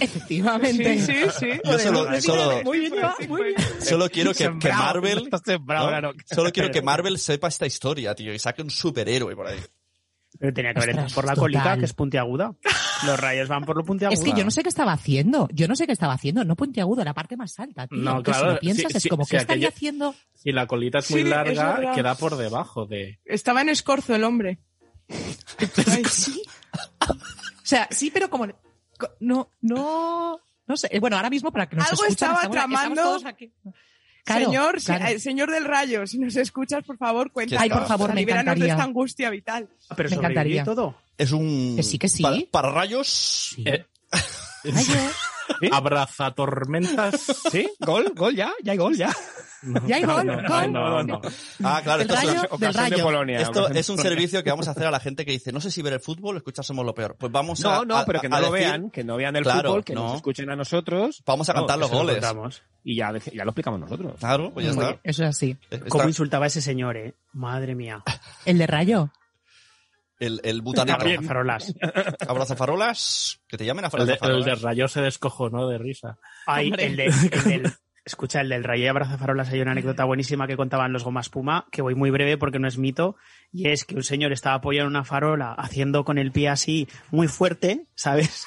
[SPEAKER 1] efectivamente.
[SPEAKER 2] Sí, sí, sí.
[SPEAKER 4] Yo solo-
[SPEAKER 2] Podemos
[SPEAKER 4] solo-
[SPEAKER 2] decir,
[SPEAKER 9] Muy bien, Iván, muy bien.
[SPEAKER 4] solo quiero que, que
[SPEAKER 8] Sembrado,
[SPEAKER 9] <laughs>
[SPEAKER 4] Marvel.
[SPEAKER 8] estás sembrado,
[SPEAKER 4] ¿no?
[SPEAKER 8] claro.
[SPEAKER 4] Solo quiero que Marvel sepa esta historia, tío, y saque un superhéroe por ahí.
[SPEAKER 9] Pero tenía que haber
[SPEAKER 1] Ostras,
[SPEAKER 9] entrado por la
[SPEAKER 1] total.
[SPEAKER 9] colica, que es puntiaguda. Los rayos van por lo puntiagudo.
[SPEAKER 1] Es que yo no sé qué estaba haciendo. Yo no sé qué estaba haciendo. No puntiagudo, la parte más alta, tío.
[SPEAKER 3] No,
[SPEAKER 1] Que
[SPEAKER 3] claro,
[SPEAKER 1] Si lo piensas,
[SPEAKER 3] sí,
[SPEAKER 1] es
[SPEAKER 3] sí,
[SPEAKER 1] como
[SPEAKER 3] sí,
[SPEAKER 1] que estaría
[SPEAKER 3] aquello-
[SPEAKER 1] haciendo.
[SPEAKER 3] Si la colita es muy
[SPEAKER 2] Sí, es
[SPEAKER 3] larga,
[SPEAKER 2] verdad.
[SPEAKER 3] queda por debajo de...
[SPEAKER 2] Estaba en escorzo el hombre. Ay,
[SPEAKER 1] <laughs> Sí. o sea, sí, pero como. co- No, no. No sé. Eh, Bueno, ahora mismo para que nos
[SPEAKER 2] Algo
[SPEAKER 1] escuchan,
[SPEAKER 2] estaba
[SPEAKER 1] estamos- estamos
[SPEAKER 2] tramando.
[SPEAKER 1] todos aquí. Claro,
[SPEAKER 2] señor, si-
[SPEAKER 1] claro.
[SPEAKER 2] eh, señor del rayo, si nos escuchas, por favor, cuéntanos.
[SPEAKER 4] Ay, por
[SPEAKER 1] favor, me
[SPEAKER 2] Libéranos de
[SPEAKER 1] encantaría.
[SPEAKER 2] esta angustia vital.
[SPEAKER 9] Pero
[SPEAKER 1] Me
[SPEAKER 9] sobreviví
[SPEAKER 1] encantaría.
[SPEAKER 9] todo.
[SPEAKER 4] Es un.
[SPEAKER 1] Que sí, que sí.
[SPEAKER 4] Para, para rayos.
[SPEAKER 1] Sí.
[SPEAKER 3] Eh,
[SPEAKER 1] Ay, yo-
[SPEAKER 8] ¿Sí?
[SPEAKER 3] Abraza
[SPEAKER 9] <laughs>
[SPEAKER 3] tormentas.
[SPEAKER 8] ¿Sí? ¿Gol? ¿Gol ya? ¿Ya hay gol ya?
[SPEAKER 1] Ya hay gol,
[SPEAKER 3] no,
[SPEAKER 1] gol.
[SPEAKER 3] No, no, no.
[SPEAKER 4] Ah, claro,
[SPEAKER 1] El
[SPEAKER 4] esto, es
[SPEAKER 1] rayo
[SPEAKER 4] una-
[SPEAKER 1] del
[SPEAKER 8] Ocasión de
[SPEAKER 1] rayo.
[SPEAKER 8] Polonia.
[SPEAKER 4] esto
[SPEAKER 8] ocasión de
[SPEAKER 4] es un
[SPEAKER 8] Polonia.
[SPEAKER 4] servicio que vamos a hacer a la gente que dice, no sé si ver el fútbol o escuchar somos lo peor. Pues vamos a.
[SPEAKER 8] No, no,
[SPEAKER 4] a-
[SPEAKER 8] pero que
[SPEAKER 4] a-
[SPEAKER 8] no
[SPEAKER 4] a
[SPEAKER 8] lo
[SPEAKER 4] decir-
[SPEAKER 8] vean, que no vean el
[SPEAKER 4] Claro,
[SPEAKER 8] fútbol, que
[SPEAKER 4] no.
[SPEAKER 8] nos escuchen a nosotros
[SPEAKER 4] Vamos a
[SPEAKER 8] No,
[SPEAKER 4] cantar los
[SPEAKER 8] eso lo
[SPEAKER 4] goles.
[SPEAKER 9] Vamos.
[SPEAKER 8] y ya, dec- ya lo explicamos nosotros.
[SPEAKER 4] Claro, pues ya
[SPEAKER 1] Oye,
[SPEAKER 4] está.
[SPEAKER 1] Eso es así.
[SPEAKER 4] Está-
[SPEAKER 9] ¿Cómo insultaba a ese señor, eh? Madre mía.
[SPEAKER 1] El de rayo.
[SPEAKER 4] el, el butanito.
[SPEAKER 9] Abraza farolas.
[SPEAKER 4] Abraza farolas. Que te llamen a
[SPEAKER 3] El,
[SPEAKER 4] farolas.
[SPEAKER 3] de, el de Rayo se descojonó de risa.
[SPEAKER 9] Ay,
[SPEAKER 1] Hombre.
[SPEAKER 9] el, de- el del- Escucha, el del Rayo y Abraza Farolas hay una anécdota buenísima que contaban los Gomas Puma, que voy muy breve porque no es mito, y es que un señor estaba apoyado en una farola, haciendo con el pie así muy fuerte, ¿sabes?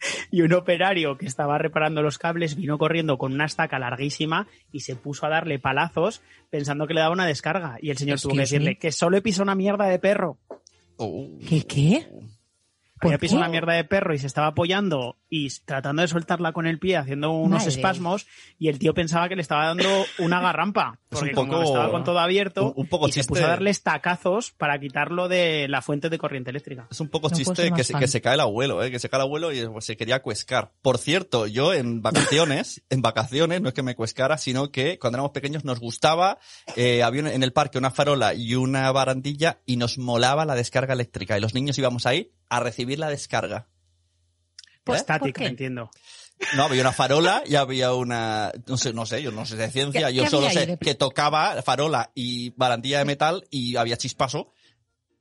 [SPEAKER 9] <laughs> Y un operario que estaba reparando los cables vino corriendo con una estaca larguísima y se puso a darle palazos pensando que le daba una descarga. Y el señor tuvo que
[SPEAKER 1] Excuse
[SPEAKER 9] decirle
[SPEAKER 1] me.
[SPEAKER 9] que solo he pisado una mierda de perro.
[SPEAKER 4] Oh.
[SPEAKER 1] ¿Qué qué?
[SPEAKER 9] Había
[SPEAKER 1] ¿Por
[SPEAKER 9] pisado
[SPEAKER 1] qué?
[SPEAKER 9] una mierda de perro y se estaba apoyando y s- tratando de soltarla con el pie, haciendo unos
[SPEAKER 1] Madre.
[SPEAKER 9] espasmos, y el tío pensaba que le estaba dando una garrampa, porque
[SPEAKER 4] un
[SPEAKER 9] como
[SPEAKER 4] poco-
[SPEAKER 9] estaba con todo abierto,
[SPEAKER 4] un- un poco
[SPEAKER 3] Pues
[SPEAKER 9] y
[SPEAKER 4] chiste.
[SPEAKER 9] se
[SPEAKER 3] este-
[SPEAKER 9] puso a darle estacazos para quitarlo de la fuente de corriente eléctrica.
[SPEAKER 4] Es un poco
[SPEAKER 1] No puedo ser
[SPEAKER 4] chiste
[SPEAKER 1] más
[SPEAKER 4] que se,
[SPEAKER 1] fan.
[SPEAKER 4] que se cae el abuelo, ¿eh? que se cae el abuelo y pues, se quería cuescar. Por cierto, yo
[SPEAKER 1] <laughs>
[SPEAKER 4] en vacaciones, en vacaciones, no es que me cuescara, sino que cuando éramos pequeños nos gustaba, eh, había una- en el parque una farola y una barandilla y nos molaba la descarga eléctrica. Y los niños íbamos ahí a recibir la descarga.
[SPEAKER 1] ¿Por- por
[SPEAKER 9] Estática,
[SPEAKER 1] qué?
[SPEAKER 9] entiendo.
[SPEAKER 4] No, había una farola y había una... No sé, no sé, yo no sé de ciencia,
[SPEAKER 1] ¿Qué-
[SPEAKER 4] yo
[SPEAKER 1] qué
[SPEAKER 4] solo
[SPEAKER 1] había ahí
[SPEAKER 4] sé
[SPEAKER 1] de-
[SPEAKER 4] que tocaba farola y barandilla de metal y había chispaso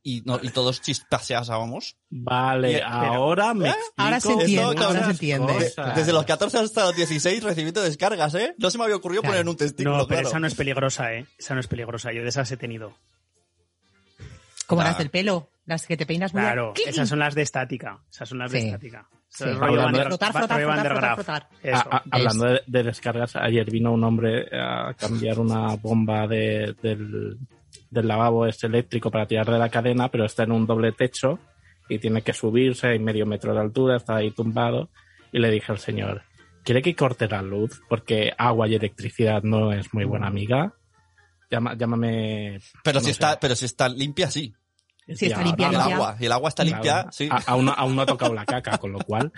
[SPEAKER 4] y, no- y todos chispaseábamos.
[SPEAKER 3] Vale,
[SPEAKER 4] Pero-
[SPEAKER 3] ahora me
[SPEAKER 4] ¿Eh?
[SPEAKER 3] explico
[SPEAKER 1] Ahora se entiende,
[SPEAKER 3] muchas
[SPEAKER 4] ahora
[SPEAKER 1] se entiende.
[SPEAKER 4] De-
[SPEAKER 3] cosas.
[SPEAKER 4] desde los 14 hasta los 16 recibiendo descargas, ¿eh? No se me había ocurrido
[SPEAKER 1] Claro.
[SPEAKER 4] poner en un testículo,
[SPEAKER 9] No, pero
[SPEAKER 4] claro.
[SPEAKER 9] esa no es peligrosa, ¿eh? Esa no es peligrosa, yo de esas he tenido.
[SPEAKER 1] Como
[SPEAKER 4] Ah.
[SPEAKER 1] las del pelo, las que te peinas muy
[SPEAKER 9] Claro,
[SPEAKER 1] bien.
[SPEAKER 9] esas son las de estática. Esas son las de
[SPEAKER 1] Sí.
[SPEAKER 9] estática. Eso
[SPEAKER 1] Sí.
[SPEAKER 9] es rollo Van der-
[SPEAKER 1] Frotar, frotar,
[SPEAKER 9] rollo Van
[SPEAKER 1] frotar,
[SPEAKER 9] der
[SPEAKER 1] frotar,
[SPEAKER 9] Graaf.
[SPEAKER 1] frotar.
[SPEAKER 9] Eso.
[SPEAKER 3] A- a- Ah, hablando de, de descargas, ayer vino un hombre a cambiar una bomba de- del, del lavabo es eléctrico para tirar de la cadena, pero está en un doble techo y tiene que subirse, hay medio metro de altura, está ahí tumbado. Y le dije al señor, ¿quiere que corte la luz? Porque agua y electricidad no es muy buena amiga. Llama- llámame...
[SPEAKER 4] Pero si
[SPEAKER 3] no
[SPEAKER 4] está,
[SPEAKER 3] sé.
[SPEAKER 4] pero si está limpia, sí.
[SPEAKER 1] Si está
[SPEAKER 3] Ya,
[SPEAKER 1] limpia,
[SPEAKER 4] el
[SPEAKER 1] limpia.
[SPEAKER 4] agua, y el agua está limpia,
[SPEAKER 3] Claro. Ah.
[SPEAKER 4] sí.
[SPEAKER 3] A- aún, no- aún no ha tocado la caca, con lo cual.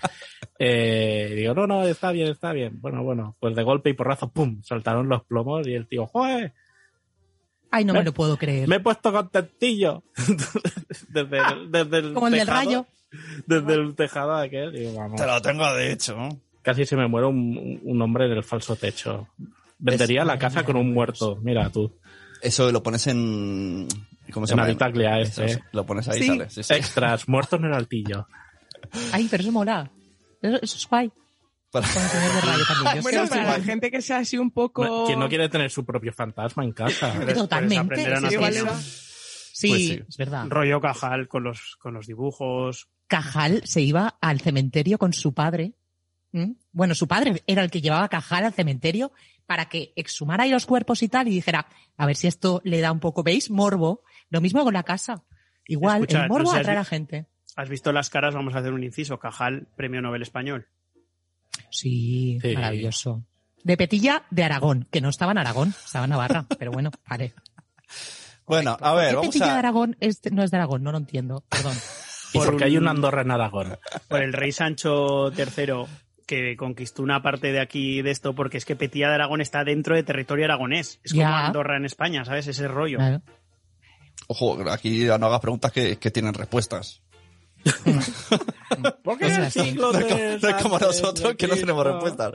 [SPEAKER 3] eh, digo, no, no, está bien, está bien. Bueno, bueno, pues de golpe y porrazo, ¡pum! Saltaron los plomos y el tío, ¡joder!
[SPEAKER 1] Ay, no me
[SPEAKER 3] Me-
[SPEAKER 1] lo puedo creer.
[SPEAKER 3] Me he puesto contentillo. <laughs> desde, el- desde el
[SPEAKER 1] Como el del
[SPEAKER 3] tejado-
[SPEAKER 1] rayo.
[SPEAKER 3] Desde el tejado aquel. Digo, vamos,
[SPEAKER 4] Te lo tengo de hecho.
[SPEAKER 3] Casi se me muere un, un hombre del falso techo. Vendería la casa con un muerto. Mira tú.
[SPEAKER 4] Eso lo pones en... ¿Cómo se
[SPEAKER 3] En
[SPEAKER 4] llama?
[SPEAKER 3] Habitaclia
[SPEAKER 4] Eso,
[SPEAKER 3] este.
[SPEAKER 4] sí, Lo pones ahí,
[SPEAKER 1] Sí.
[SPEAKER 4] sale. Sí, sí.
[SPEAKER 3] Extras, muertos en
[SPEAKER 4] <laughs>
[SPEAKER 3] el altillo.
[SPEAKER 1] Ay, pero eso mola. Eso, eso es guay.
[SPEAKER 4] Para-
[SPEAKER 1] Con el señor de rayo también. Yo es
[SPEAKER 2] <laughs> Bueno,
[SPEAKER 1] que-
[SPEAKER 2] para la gente que sea así un poco...
[SPEAKER 3] Quien no quiere tener su propio fantasma en
[SPEAKER 4] <laughs>
[SPEAKER 3] casa.
[SPEAKER 9] Puedes- puedes
[SPEAKER 1] Totalmente.
[SPEAKER 9] aprender a
[SPEAKER 1] eso
[SPEAKER 2] Sí,
[SPEAKER 1] es
[SPEAKER 9] anatomía.
[SPEAKER 2] vale,
[SPEAKER 1] eso.
[SPEAKER 2] va.
[SPEAKER 1] Sí,
[SPEAKER 4] Pues sí.
[SPEAKER 1] es verdad.
[SPEAKER 9] rollo cajal con los, con los dibujos.
[SPEAKER 1] Cajal se iba al cementerio con su padre. ¿m? Bueno, su padre era el que llevaba a Cajal al cementerio para que exhumara ahí los cuerpos y tal y dijera, a ver si esto le da un poco, ¿veis? Morbo. Lo mismo con la casa. Igual,
[SPEAKER 9] Escucha,
[SPEAKER 1] el
[SPEAKER 9] no
[SPEAKER 1] morbo
[SPEAKER 9] sé, has
[SPEAKER 1] atrae a
[SPEAKER 9] vi-
[SPEAKER 1] la gente.
[SPEAKER 9] ¿Has visto las caras? Vamos a hacer un inciso. Cajal, premio Nobel español.
[SPEAKER 1] Sí,
[SPEAKER 3] Sí.
[SPEAKER 1] maravilloso. De Petilla de Aragón, que no estaba en Aragón, estaba en Navarra, pero bueno, vale.
[SPEAKER 4] Bueno, a ver,
[SPEAKER 1] ¿Qué
[SPEAKER 4] vamos
[SPEAKER 1] Petilla de
[SPEAKER 4] a...
[SPEAKER 1] Este Aragón es de- no es de Aragón? No lo entiendo,
[SPEAKER 4] <laughs>
[SPEAKER 1] perdón.
[SPEAKER 3] Y
[SPEAKER 9] Por
[SPEAKER 3] porque hay
[SPEAKER 9] un-
[SPEAKER 3] una Andorra en Aragón.
[SPEAKER 9] Por el rey Sancho III, que conquistó una parte de aquí de esto, porque es que Petilla de Aragón está dentro de territorio aragonés. Es como
[SPEAKER 1] Ya.
[SPEAKER 9] Andorra en España, ¿sabes? Ese rollo.
[SPEAKER 1] Claro.
[SPEAKER 4] Ojo, aquí no hagas preguntas que, que tienen respuestas.
[SPEAKER 3] Porque
[SPEAKER 1] Eso es así.
[SPEAKER 4] No es como, <laughs> no es como nosotros que no tenemos respuestas.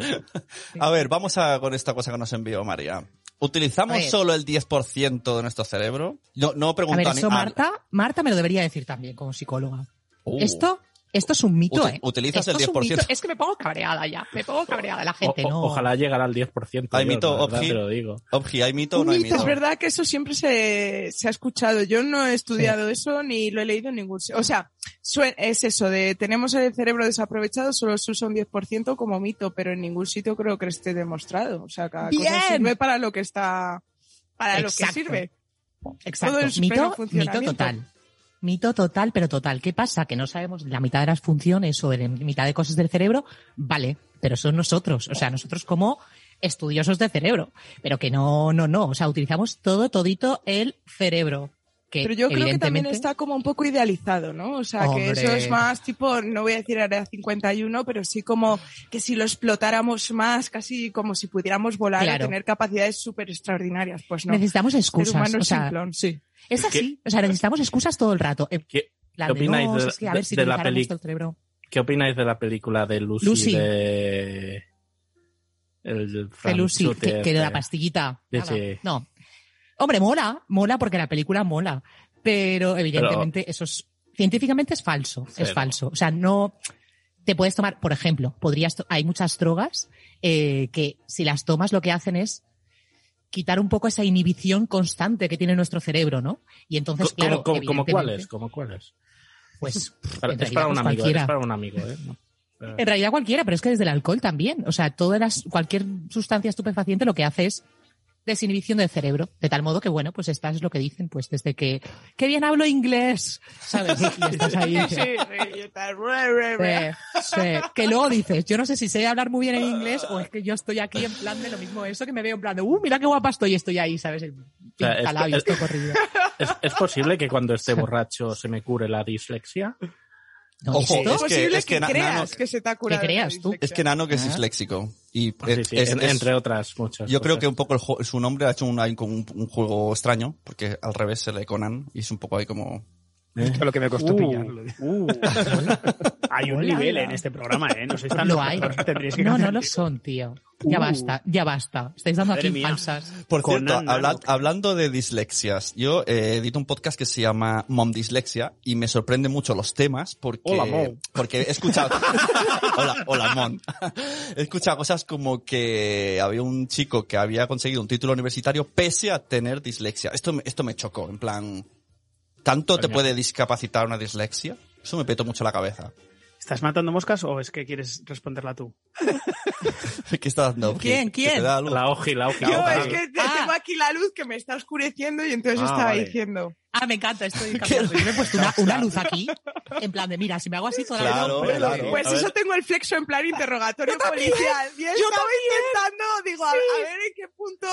[SPEAKER 4] A ver, vamos a con esta cosa que nos envió María.
[SPEAKER 1] A
[SPEAKER 4] ¿Utilizamos
[SPEAKER 1] ver.
[SPEAKER 4] solo el 10% de nuestro cerebro? No, no
[SPEAKER 1] A ver,
[SPEAKER 4] preguntan.
[SPEAKER 1] eso Marta, Marta me lo debería decir también como psicóloga.
[SPEAKER 4] Uh.
[SPEAKER 1] Esto, esto es un mito,
[SPEAKER 4] Uti-
[SPEAKER 1] ¿eh?
[SPEAKER 4] utilizas
[SPEAKER 1] Esto
[SPEAKER 4] el
[SPEAKER 1] es un
[SPEAKER 4] 10%.
[SPEAKER 1] mito. Es que me pongo cabreada ya, me pongo cabreada la gente,
[SPEAKER 3] O- o-
[SPEAKER 1] no.
[SPEAKER 3] Ojalá llegara al 10%.
[SPEAKER 4] Hay
[SPEAKER 3] yo,
[SPEAKER 4] mito,
[SPEAKER 3] la verdad
[SPEAKER 4] Obji.
[SPEAKER 3] te lo digo.
[SPEAKER 4] Obji, ¿hay mito o
[SPEAKER 2] Un
[SPEAKER 4] no hay
[SPEAKER 2] mito,
[SPEAKER 4] mito?
[SPEAKER 2] Es verdad que eso siempre se, se ha escuchado. Yo no he estudiado eso ni lo he leído en ningún sitio. O sea, suen- es eso de tenemos el cerebro desaprovechado, solo se usa un 10% como mito, pero en ningún sitio creo que esté demostrado. O sea, cada
[SPEAKER 1] Bien.
[SPEAKER 2] cosa sirve para lo que está, para lo
[SPEAKER 1] Exacto.
[SPEAKER 2] que sirve.
[SPEAKER 1] Exacto,
[SPEAKER 2] todo es pleno
[SPEAKER 1] mito, mito
[SPEAKER 2] funcionamiento.
[SPEAKER 1] total. Mito total, pero total. ¿Qué pasa? Que no sabemos la mitad de las funciones o de la mitad de cosas del cerebro. Vale, pero son nosotros. O sea, nosotros como estudiosos de cerebro. Pero que no, no, no. O sea, utilizamos todo, todito el cerebro. que
[SPEAKER 2] Pero yo creo que también
[SPEAKER 1] evidentemente-
[SPEAKER 2] está como un poco idealizado, ¿no? O sea, que eso
[SPEAKER 1] Hombre.
[SPEAKER 2] es más tipo, no voy a decir área 51, pero sí como que si lo explotáramos más, casi como si pudiéramos volar
[SPEAKER 1] Claro.
[SPEAKER 2] o tener capacidades súper extraordinarias. Pues no.
[SPEAKER 1] necesitamos
[SPEAKER 2] Ser
[SPEAKER 1] excusas.
[SPEAKER 2] humano
[SPEAKER 1] O sea,
[SPEAKER 2] simplón, sí.
[SPEAKER 1] es así. O sea, necesitamos excusas todo el rato. En
[SPEAKER 3] ¿Qué,
[SPEAKER 1] plan
[SPEAKER 3] qué
[SPEAKER 1] de,
[SPEAKER 3] opináis
[SPEAKER 1] no,
[SPEAKER 3] de-
[SPEAKER 1] es que a ver si
[SPEAKER 3] de la
[SPEAKER 1] utilizáramos
[SPEAKER 3] peli-
[SPEAKER 1] todo el cerebro.
[SPEAKER 3] qué opináis de la película de Lucy?
[SPEAKER 1] Lucy.
[SPEAKER 3] De...
[SPEAKER 1] Que
[SPEAKER 3] El Frank
[SPEAKER 1] Lucy,
[SPEAKER 3] Shooter,
[SPEAKER 1] que, que de la
[SPEAKER 3] eh.
[SPEAKER 1] pastillita.
[SPEAKER 3] Sí,
[SPEAKER 1] nada.
[SPEAKER 3] sí.
[SPEAKER 1] No. Hombre, mola, mola porque la película mola. Pero evidentemente eso es. Científicamente es falso. Es
[SPEAKER 3] Cero.
[SPEAKER 1] falso. O sea, no. Te puedes tomar, por ejemplo, podrías. to- Hay muchas drogas eh, que si las tomas lo que hacen es quitar un poco esa inhibición constante que tiene nuestro cerebro, ¿no? Y entonces,
[SPEAKER 3] Co-
[SPEAKER 1] claro,
[SPEAKER 3] como, como, como
[SPEAKER 1] evidentemente,
[SPEAKER 3] cuáles, como cuáles.
[SPEAKER 1] Pues
[SPEAKER 3] Para-
[SPEAKER 1] en
[SPEAKER 3] es
[SPEAKER 1] realidad,
[SPEAKER 3] para un
[SPEAKER 1] pues,
[SPEAKER 3] amigo,
[SPEAKER 1] cualquiera.
[SPEAKER 3] es para un amigo, ¿eh? No.
[SPEAKER 1] En realidad cualquiera, pero es que desde el alcohol también. O sea, todas las, cualquier sustancia estupefaciente lo que hace es desinhibición del cerebro. De tal modo que, bueno, pues estás es lo que dicen, pues desde que, qué bien hablo inglés, ¿sabes? Y estás ahí. eh, sí. Que luego dices, yo no sé si sé hablar muy bien en inglés o es que yo estoy aquí en plan de lo mismo eso que me veo en plan de, uh, mira qué guapa estoy, estoy ahí, ¿sabes? El
[SPEAKER 3] sea, es-
[SPEAKER 1] pintalabio,
[SPEAKER 3] es-
[SPEAKER 1] esto corrido.
[SPEAKER 3] ¿Es, es posible que cuando esté borracho se me cure la dislexia?
[SPEAKER 1] No, ¿esto?
[SPEAKER 4] Ojo,
[SPEAKER 2] Es
[SPEAKER 4] Es que-
[SPEAKER 2] posible que,
[SPEAKER 4] es que na-
[SPEAKER 2] creas
[SPEAKER 4] nano-
[SPEAKER 2] que se te ha curado.
[SPEAKER 1] creas
[SPEAKER 2] la
[SPEAKER 1] tú?
[SPEAKER 2] dislexia.
[SPEAKER 4] Es que Nano que es
[SPEAKER 1] Ah.
[SPEAKER 4] disléxico. Y
[SPEAKER 3] pues Sí,
[SPEAKER 4] es-
[SPEAKER 3] sí,
[SPEAKER 4] es-
[SPEAKER 3] en-
[SPEAKER 4] es-
[SPEAKER 3] entre otras muchas.
[SPEAKER 4] yo creo
[SPEAKER 3] cosas.
[SPEAKER 4] que un poco el ju- su nombre ha hecho un, hay como un, un juego extraño, porque al revés se le Conan y es un poco ahí como... Eh.
[SPEAKER 8] Esto es lo que me costó
[SPEAKER 9] Uh,
[SPEAKER 8] pillarlo.
[SPEAKER 9] uh. hay un
[SPEAKER 1] Hola.
[SPEAKER 9] nivel en este programa, ¿eh? No sois tan
[SPEAKER 1] Lo hay.
[SPEAKER 9] locos, tendríais que
[SPEAKER 1] No, no
[SPEAKER 9] cambiar.
[SPEAKER 1] lo son, tío. Ya
[SPEAKER 9] Uh.
[SPEAKER 1] basta, ya basta. Estáis dando
[SPEAKER 9] Madre
[SPEAKER 1] aquí
[SPEAKER 9] mía.
[SPEAKER 1] falsas.
[SPEAKER 4] Por
[SPEAKER 9] Conan,
[SPEAKER 4] cierto,
[SPEAKER 9] Nano.
[SPEAKER 4] habla- hablando de dislexias, yo eh, edito un podcast que se llama Mom Dislexia y me sorprende mucho los temas porque,
[SPEAKER 9] Hola, Mom.
[SPEAKER 4] porque he escuchado, <laughs> hola, hola, Mom. <laughs> he escuchado cosas como que había un chico que había conseguido un título universitario pese a tener dislexia. Esto, me- esto me chocó, en plan, ¿tanto te
[SPEAKER 3] Coño.
[SPEAKER 4] puede discapacitar una dislexia? Eso me petó mucho la cabeza. <laughs>
[SPEAKER 9] ¿Estás matando moscas o es que quieres responderla tú?
[SPEAKER 4] ¿Qué estás dando?
[SPEAKER 1] ¿Quién?
[SPEAKER 4] ¿Que- que
[SPEAKER 1] ¿Quién?
[SPEAKER 4] te da luz?
[SPEAKER 3] La oji, la oji.
[SPEAKER 2] Yo,
[SPEAKER 3] la
[SPEAKER 2] es
[SPEAKER 3] oji.
[SPEAKER 2] que te-
[SPEAKER 1] Ah.
[SPEAKER 2] tengo aquí la luz que me está oscureciendo y entonces
[SPEAKER 8] Ah,
[SPEAKER 2] estaba
[SPEAKER 8] vale.
[SPEAKER 2] diciendo.
[SPEAKER 1] Ah, me encanta, <laughs> estoy cambiando. Yo me he puesto una, una luz aquí, en plan de, mira, si me hago así toda la
[SPEAKER 4] Claro,
[SPEAKER 1] noche,
[SPEAKER 4] claro.
[SPEAKER 1] pero-
[SPEAKER 2] Pues
[SPEAKER 4] A ver.
[SPEAKER 2] eso tengo el flexo en plan interrogatorio policial. Y él estaba intentando, digo, a- a ver en qué punto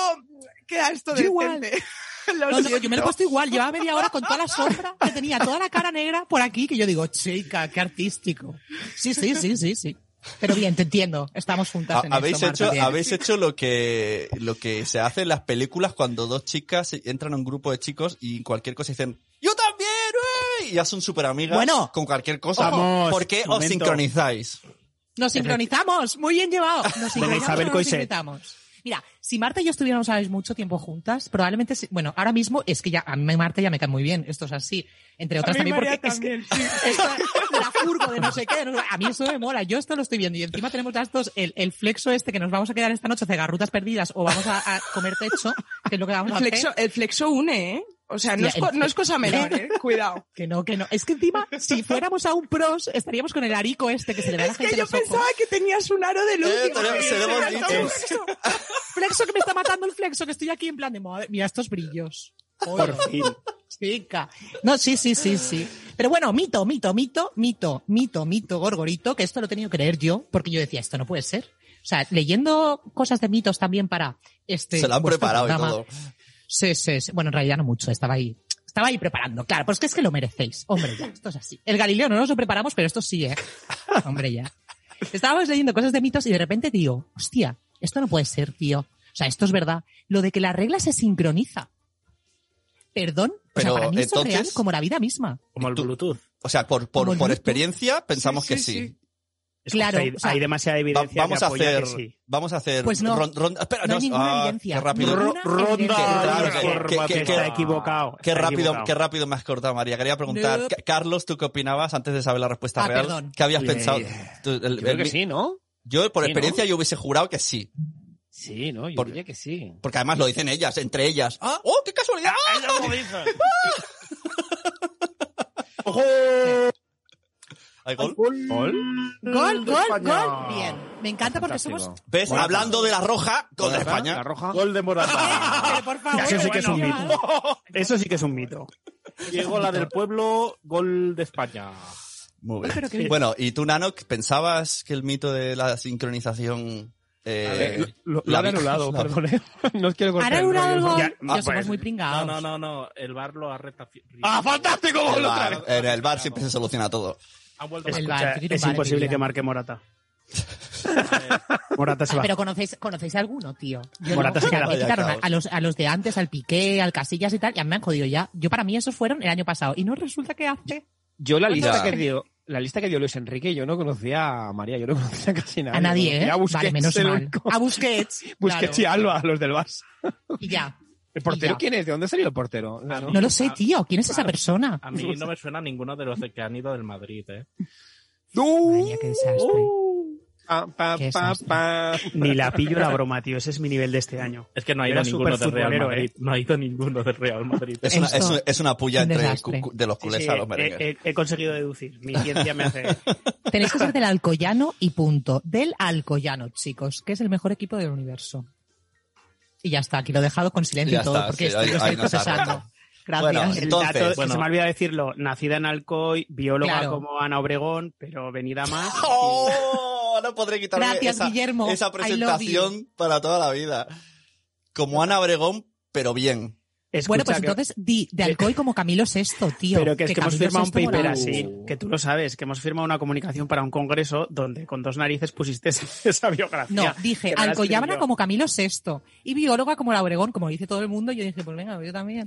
[SPEAKER 2] queda esto
[SPEAKER 1] Yo igual.
[SPEAKER 2] decente. Lo
[SPEAKER 1] No, no, yo
[SPEAKER 2] siento.
[SPEAKER 1] me lo he puesto igual, llevaba media hora con toda la sombra que tenía, toda la cara negra por aquí, que yo digo, chica, qué artístico. Sí, sí, sí, sí, sí. Pero bien, te entiendo, estamos juntas en
[SPEAKER 4] Ha- habéis
[SPEAKER 1] esto, Marta,
[SPEAKER 4] hecho
[SPEAKER 1] bien.
[SPEAKER 4] habéis hecho lo que lo que se hace en las películas cuando dos chicas entran a un grupo de chicos y cualquier cosa dicen yo también ¡eh!", y ya son súper amigas
[SPEAKER 1] Bueno.
[SPEAKER 4] con cualquier cosa
[SPEAKER 1] Ojo.
[SPEAKER 9] Vamos,
[SPEAKER 4] ¿por qué os
[SPEAKER 9] momento.
[SPEAKER 4] sincronizáis?
[SPEAKER 1] Nos sincronizamos, muy bien llevado. Nos
[SPEAKER 9] De
[SPEAKER 1] sincronizamos.
[SPEAKER 9] Isabel
[SPEAKER 1] o no nos
[SPEAKER 9] Coixet.
[SPEAKER 1] sincronizamos? Mira, si Marta y yo estuviéramos sabes mucho tiempo juntas, probablemente, sí- bueno, ahora mismo es que ya a mí Marta ya me cae muy bien, esto es así, entre otras
[SPEAKER 2] A mí
[SPEAKER 1] también porque
[SPEAKER 2] María
[SPEAKER 1] es que-
[SPEAKER 2] también, sí.
[SPEAKER 1] Esto, la furgo de no sé qué. no sé- A mí eso me mola. Yo esto lo estoy viendo. Y encima tenemos las dos el, el flexo este que nos vamos a quedar esta noche cegarrutas perdidas o vamos a, a comer techo, que es lo que vamos
[SPEAKER 2] El
[SPEAKER 1] a
[SPEAKER 2] flexo,
[SPEAKER 1] hacer.
[SPEAKER 2] el flexo une, ¿eh? O sea, no,
[SPEAKER 1] Hostia,
[SPEAKER 2] es, co-
[SPEAKER 1] el-
[SPEAKER 2] no es cosa menor, ¿eh?
[SPEAKER 1] <laughs>
[SPEAKER 2] Cuidado.
[SPEAKER 1] Que no, que no. Es que encima, si fuéramos a un pros, estaríamos con el arico este que se le ve a la
[SPEAKER 2] Es
[SPEAKER 1] gente
[SPEAKER 2] que yo
[SPEAKER 1] los ojos.
[SPEAKER 2] pensaba que tenías un aro de luz.
[SPEAKER 4] Eh,
[SPEAKER 2] Digo,
[SPEAKER 4] tenemos-
[SPEAKER 2] "Ay, se
[SPEAKER 4] tenemos
[SPEAKER 2] me ha
[SPEAKER 4] dientes".
[SPEAKER 2] tocado eso.
[SPEAKER 1] Flexo que me está matando el flexo, que estoy aquí en plan de madre. Mira estos brillos. Joder,
[SPEAKER 9] Por fin.
[SPEAKER 1] chica. No, sí, sí, sí, sí. Pero bueno, mito, mito, mito, mito, mito, mito, gorgorito, que esto lo he tenido que creer yo, porque yo decía, esto no puede ser. O sea, leyendo cosas de mitos también para este.
[SPEAKER 4] se lo han
[SPEAKER 1] vuestro
[SPEAKER 4] preparado y
[SPEAKER 1] programa.
[SPEAKER 4] todo
[SPEAKER 1] Sí, sí, sí. Bueno, en realidad no mucho, estaba ahí. Estaba ahí preparando, claro, pues que es que lo merecéis. Hombre, ya, esto es así. El Galileo no nos lo preparamos, pero esto sí, ¿eh? Hombre, ya. Estábamos leyendo cosas de mitos y de repente digo, hostia, esto no puede ser, tío. O sea, esto es verdad. Lo de que la regla se sincroniza. Perdón, o sea,
[SPEAKER 4] Pero,
[SPEAKER 1] para mí esto es real
[SPEAKER 4] entonces-
[SPEAKER 1] como la vida misma.
[SPEAKER 3] Como el
[SPEAKER 4] Tú-
[SPEAKER 3] Bluetooth.
[SPEAKER 4] o sea por,
[SPEAKER 1] Como
[SPEAKER 4] por,
[SPEAKER 1] el
[SPEAKER 4] por
[SPEAKER 1] grupo.
[SPEAKER 4] experiencia pensamos
[SPEAKER 2] Sí,
[SPEAKER 4] que
[SPEAKER 2] sí,
[SPEAKER 4] sí,
[SPEAKER 2] sí.
[SPEAKER 9] Es que
[SPEAKER 1] Claro,
[SPEAKER 9] hay,
[SPEAKER 1] o sea,
[SPEAKER 9] hay demasiada
[SPEAKER 4] Va-
[SPEAKER 9] evidencia
[SPEAKER 4] vamos
[SPEAKER 9] que
[SPEAKER 4] a
[SPEAKER 9] apoya
[SPEAKER 4] hacer
[SPEAKER 9] que sí.
[SPEAKER 4] vamos a hacer
[SPEAKER 1] Pues no.
[SPEAKER 4] ron- ron- espera,
[SPEAKER 1] No hay ninguna
[SPEAKER 4] ah,
[SPEAKER 1] evidencia.
[SPEAKER 4] qué rápido
[SPEAKER 1] Ninguna
[SPEAKER 9] Ronda
[SPEAKER 1] evidencia.
[SPEAKER 4] Claro,
[SPEAKER 9] de
[SPEAKER 4] que-
[SPEAKER 9] forma
[SPEAKER 4] que-
[SPEAKER 9] que
[SPEAKER 4] que-
[SPEAKER 9] está
[SPEAKER 4] que-
[SPEAKER 9] equivocado.
[SPEAKER 4] Qué
[SPEAKER 9] está
[SPEAKER 4] rápido,
[SPEAKER 9] equivocado.
[SPEAKER 4] qué rápido me has cortado, María. Quería preguntar,
[SPEAKER 1] Nope.
[SPEAKER 4] Ca- Carlos, ¿tú qué opinabas antes de saber la respuesta
[SPEAKER 1] Ah,
[SPEAKER 4] real?
[SPEAKER 1] perdón.
[SPEAKER 4] ¿Qué habías
[SPEAKER 8] Le-
[SPEAKER 4] pensado? Tú, el-
[SPEAKER 8] Yo creo
[SPEAKER 4] el-
[SPEAKER 8] que sí, ¿no?
[SPEAKER 4] Yo, por
[SPEAKER 8] Sí, ¿no?
[SPEAKER 4] experiencia, yo hubiese jurado que sí.
[SPEAKER 8] Sí, ¿no? Yo
[SPEAKER 4] Por-
[SPEAKER 8] diría que sí.
[SPEAKER 4] Porque además lo dicen ellas, entre ellas. ¡Ah! ¡Oh, qué casualidad! <laughs> ¿Hay gol?
[SPEAKER 1] Gol, gol, gol. Bien. Me encanta porque somos.
[SPEAKER 4] ¿Ves?
[SPEAKER 8] Morata.
[SPEAKER 4] Hablando de la roja contra
[SPEAKER 8] La
[SPEAKER 4] España.
[SPEAKER 8] roja.
[SPEAKER 3] Gol de Morata.
[SPEAKER 1] Pero por favor,
[SPEAKER 9] Eso sí que es un
[SPEAKER 1] bueno,
[SPEAKER 9] mito. Eso sí que es un mito.
[SPEAKER 3] Llegó la del pueblo, gol de España.
[SPEAKER 4] Muy bien. Bueno, ¿y tú, Nano, pensabas que el mito de la sincronización Eh,
[SPEAKER 8] Eh, lo lo
[SPEAKER 4] la
[SPEAKER 8] han
[SPEAKER 4] vi- <laughs>
[SPEAKER 8] <laughs> anulado,
[SPEAKER 4] la-
[SPEAKER 8] perdón. eh. No os quiero cortar.
[SPEAKER 1] ¿Hará
[SPEAKER 8] el
[SPEAKER 1] durado el
[SPEAKER 8] rollo.
[SPEAKER 1] gol?
[SPEAKER 8] Ya-
[SPEAKER 1] Yo
[SPEAKER 8] ah,
[SPEAKER 1] somos
[SPEAKER 8] pues.
[SPEAKER 1] muy
[SPEAKER 3] No,
[SPEAKER 1] pringados.
[SPEAKER 3] no, no, no. El bar lo ha retafi-
[SPEAKER 8] ¡Ah, fantástico!
[SPEAKER 4] el
[SPEAKER 8] Gol otra
[SPEAKER 4] VAR.
[SPEAKER 8] vez.
[SPEAKER 4] en el bar siempre se soluciona todo.
[SPEAKER 3] Han vuelto
[SPEAKER 1] El
[SPEAKER 3] a-
[SPEAKER 1] VAR,
[SPEAKER 9] Escucha,
[SPEAKER 1] chiquito,
[SPEAKER 9] es
[SPEAKER 1] vale,
[SPEAKER 9] imposible
[SPEAKER 1] mira.
[SPEAKER 9] que
[SPEAKER 1] <laughs>
[SPEAKER 9] marque Morata.
[SPEAKER 3] Eh,
[SPEAKER 9] Morata se
[SPEAKER 1] Ah,
[SPEAKER 9] va.
[SPEAKER 1] pero conocéis, conocéis alguno, tío. Yo
[SPEAKER 9] Morata se queda.
[SPEAKER 1] me quitaron a,
[SPEAKER 4] Vaya caos.
[SPEAKER 1] a los, a los de antes, al Piqué, al Casillas y tal, ya me han jodido ya. Yo para mí esos fueron el año pasado. Y no resulta que hace
[SPEAKER 8] Yo la lista
[SPEAKER 4] Ya.
[SPEAKER 8] que dio, la lista que dio Luis Enrique, yo no conocía a María, yo no <laughs> conocía casi nadie.
[SPEAKER 1] a nadie, ¿eh?
[SPEAKER 8] Ya busqué
[SPEAKER 1] vale, menos mal. A Busquets.
[SPEAKER 8] <laughs> Busquets y
[SPEAKER 1] claro.
[SPEAKER 8] Alba, los del Barça.
[SPEAKER 1] Y ya.
[SPEAKER 8] ¿El
[SPEAKER 1] Y
[SPEAKER 8] portero
[SPEAKER 1] ya.
[SPEAKER 8] quién es? ¿De dónde salió el portero?
[SPEAKER 3] Ah,
[SPEAKER 8] No,
[SPEAKER 1] No lo sé, tío. ¿Quién es esa persona?
[SPEAKER 3] a mí no me suena ninguno de los de que han ido del Madrid, ¿eh?
[SPEAKER 1] Vaya, qué desastre.
[SPEAKER 8] Pa, pa,
[SPEAKER 1] Qué
[SPEAKER 8] pa,
[SPEAKER 1] desastre.
[SPEAKER 8] pa.
[SPEAKER 9] Ni la pillo la broma, tío. Ese es mi nivel de este año.
[SPEAKER 3] Es que no ha ido
[SPEAKER 9] Era
[SPEAKER 3] ninguno del Real
[SPEAKER 9] superfutbolero,
[SPEAKER 3] Madrid. No ha ido ninguno del Real Madrid.
[SPEAKER 4] Es una,
[SPEAKER 1] Esto-
[SPEAKER 4] es, una- es una puya
[SPEAKER 1] un
[SPEAKER 4] entre
[SPEAKER 1] desastre.
[SPEAKER 4] cu- cu- de los
[SPEAKER 9] Sí, eh,
[SPEAKER 4] culés
[SPEAKER 9] sí,
[SPEAKER 4] a los merengues.
[SPEAKER 9] he, he- he conseguido deducir. Mi ciencia me hace.
[SPEAKER 1] Tenéis que ser del Alcoyano y punto. Del Alcoyano, chicos, que es el mejor equipo del universo. Y ya está, aquí lo he dejado con silencio
[SPEAKER 4] Ya
[SPEAKER 1] y todo,
[SPEAKER 4] está,
[SPEAKER 1] porque
[SPEAKER 4] sí,
[SPEAKER 1] esto
[SPEAKER 4] ahí-
[SPEAKER 1] lo
[SPEAKER 4] ahí
[SPEAKER 1] estoy
[SPEAKER 4] nos ha roto.
[SPEAKER 1] procesando. Gracias.
[SPEAKER 4] Bueno,
[SPEAKER 9] El
[SPEAKER 4] Entonces,
[SPEAKER 9] dato es que
[SPEAKER 3] bueno.
[SPEAKER 9] se me olvida decirlo. Nacida en Alcoy, bióloga
[SPEAKER 1] Claro.
[SPEAKER 9] como Ana Obregón, pero venida
[SPEAKER 1] <laughs>
[SPEAKER 9] más.
[SPEAKER 4] <laughs> ¡Oh! No podré quitarme
[SPEAKER 1] Gracias,
[SPEAKER 4] esa,
[SPEAKER 1] Guillermo.
[SPEAKER 4] esa
[SPEAKER 1] I love you.
[SPEAKER 4] presentación para toda la vida. Como Ana Obregón, pero bien.
[SPEAKER 9] Escucha,
[SPEAKER 1] Bueno, pues
[SPEAKER 9] que-
[SPEAKER 1] entonces di de Alcoy como Camilo Sexto, tío.
[SPEAKER 9] Pero que es que, hemos
[SPEAKER 1] Camilo
[SPEAKER 9] firmado un
[SPEAKER 1] Sesto
[SPEAKER 9] paper
[SPEAKER 1] mola.
[SPEAKER 9] así, que tú lo sabes, que hemos firmado una comunicación para un congreso donde con dos narices pusiste <laughs> esa, esa
[SPEAKER 1] No,
[SPEAKER 9] biografía.
[SPEAKER 1] dije
[SPEAKER 9] que me la
[SPEAKER 1] Alcoyábana
[SPEAKER 9] escribí yo.
[SPEAKER 1] como Camilo Sexto y bióloga como la Obregón, como dice todo el mundo. y Yo dije, pues venga, yo también.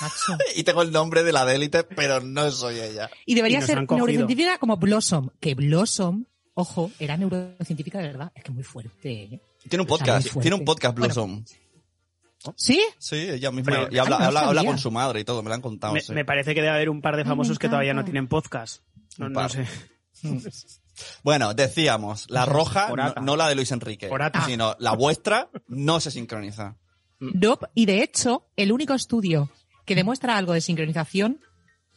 [SPEAKER 1] Macho.
[SPEAKER 4] Y tengo el nombre de la de élite, pero no soy ella.
[SPEAKER 1] Y debería
[SPEAKER 9] Y nos
[SPEAKER 1] ser
[SPEAKER 9] han cogido.
[SPEAKER 1] neurocientífica como Blossom, que Blossom, ojo, era neurocientífica de verdad. Es que muy fuerte. ¿eh?
[SPEAKER 4] Tiene un
[SPEAKER 1] Está muy
[SPEAKER 4] podcast,
[SPEAKER 1] fuerte.
[SPEAKER 4] tiene un podcast
[SPEAKER 1] Bueno.
[SPEAKER 4] Blossom.
[SPEAKER 9] Oh.
[SPEAKER 1] ¿Sí,
[SPEAKER 4] Sí, ella misma.
[SPEAKER 9] Pero-
[SPEAKER 4] y habla,
[SPEAKER 1] Ay, no
[SPEAKER 4] habla, habla
[SPEAKER 1] sabía.
[SPEAKER 4] con su madre y todo, me lo han contado.
[SPEAKER 9] Me,
[SPEAKER 4] sí.
[SPEAKER 9] me parece que debe haber un par de
[SPEAKER 1] me
[SPEAKER 9] famosos que todavía no
[SPEAKER 1] encanta.
[SPEAKER 9] tienen podcast. No,
[SPEAKER 4] Un
[SPEAKER 9] no
[SPEAKER 4] par.
[SPEAKER 9] sé.
[SPEAKER 4] Bueno, decíamos, la roja, no,
[SPEAKER 8] Morata.
[SPEAKER 4] no la de Luis Enrique,
[SPEAKER 9] Morata.
[SPEAKER 4] sino la vuestra no se sincroniza.
[SPEAKER 1] Nope. Y de hecho, el único estudio que demuestra algo de sincronización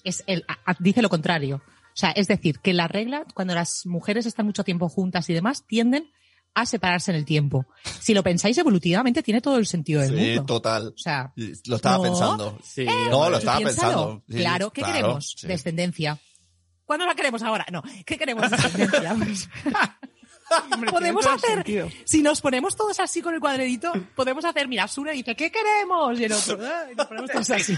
[SPEAKER 1] es el a- a- dice lo contrario. O sea, es decir, que la regla, cuando las mujeres están mucho tiempo juntas y demás, tienden a separarse en el tiempo. Si lo pensáis evolutivamente, tiene todo el sentido del
[SPEAKER 4] Sí,
[SPEAKER 1] mundo.
[SPEAKER 4] total.
[SPEAKER 1] O sea,
[SPEAKER 4] Lo estaba
[SPEAKER 1] No.
[SPEAKER 4] pensando.
[SPEAKER 3] Sí,
[SPEAKER 4] No, lo
[SPEAKER 1] tú
[SPEAKER 4] estaba
[SPEAKER 1] piénsalo.
[SPEAKER 4] pensando. Sí,
[SPEAKER 1] claro, ¿qué
[SPEAKER 4] claro,
[SPEAKER 1] queremos?
[SPEAKER 4] sí.
[SPEAKER 1] Descendencia. ¿Cuándo la queremos ahora? No, ¿qué queremos? Descendencia. <laughs> Pues,
[SPEAKER 4] <laughs>
[SPEAKER 9] Hombre,
[SPEAKER 1] Podemos
[SPEAKER 9] tiene todo el
[SPEAKER 1] hacer-
[SPEAKER 9] sentido.
[SPEAKER 1] si nos ponemos todos así con el cuadradito, podemos hacer, mira, Sura dice, ¿qué queremos? Y el otro, "Ah", y nos ponemos todos así.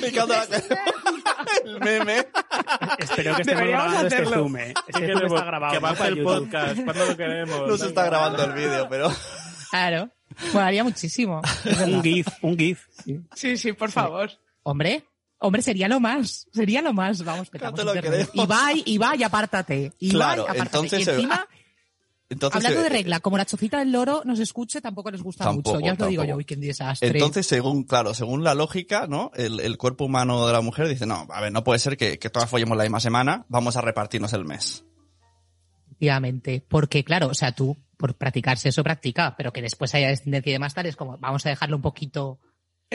[SPEAKER 4] Me encanta la- <laughs> el meme.
[SPEAKER 9] Espero que estemos Deberíamos grabando este hacerlo. Zoom, eh. Este Zoom está grabado.
[SPEAKER 3] que
[SPEAKER 9] ¿no?
[SPEAKER 3] baja
[SPEAKER 9] Para
[SPEAKER 3] el
[SPEAKER 9] YouTube.
[SPEAKER 3] podcast. ¿Cuándo lo queremos?
[SPEAKER 4] No se está grabando el vídeo, pero...
[SPEAKER 1] <laughs> Claro. Molaría muchísimo. es verdad.
[SPEAKER 9] Un GIF, un GIF.
[SPEAKER 2] Sí, sí, por favor.
[SPEAKER 1] Hombre, hombre, sería lo más. Sería lo más. Vamos, petamos
[SPEAKER 4] te lo
[SPEAKER 1] internet.
[SPEAKER 4] creemos.
[SPEAKER 1] Ibai, Ibai, apártate. Ibai,
[SPEAKER 4] Claro,
[SPEAKER 1] apártate.
[SPEAKER 4] entonces,
[SPEAKER 1] Y encima,
[SPEAKER 4] Entonces,
[SPEAKER 1] hablando de
[SPEAKER 4] eh,
[SPEAKER 1] regla, como la chocita del loro nos escuche, tampoco les gusta
[SPEAKER 4] Tampoco,
[SPEAKER 1] mucho. Ya os lo digo
[SPEAKER 4] tampoco.
[SPEAKER 1] yo, uy, qué desastre.
[SPEAKER 4] Entonces, según, claro, según la lógica, ¿no? El, el cuerpo humano de la mujer dice, no, a ver, no puede ser que, que todas follemos la misma semana, vamos a repartirnos el mes.
[SPEAKER 1] Efectivamente. Porque, claro, o sea, tú, por practicarse eso, practica, pero que después haya descendencia y demás tal, es como, vamos a dejarlo un poquito.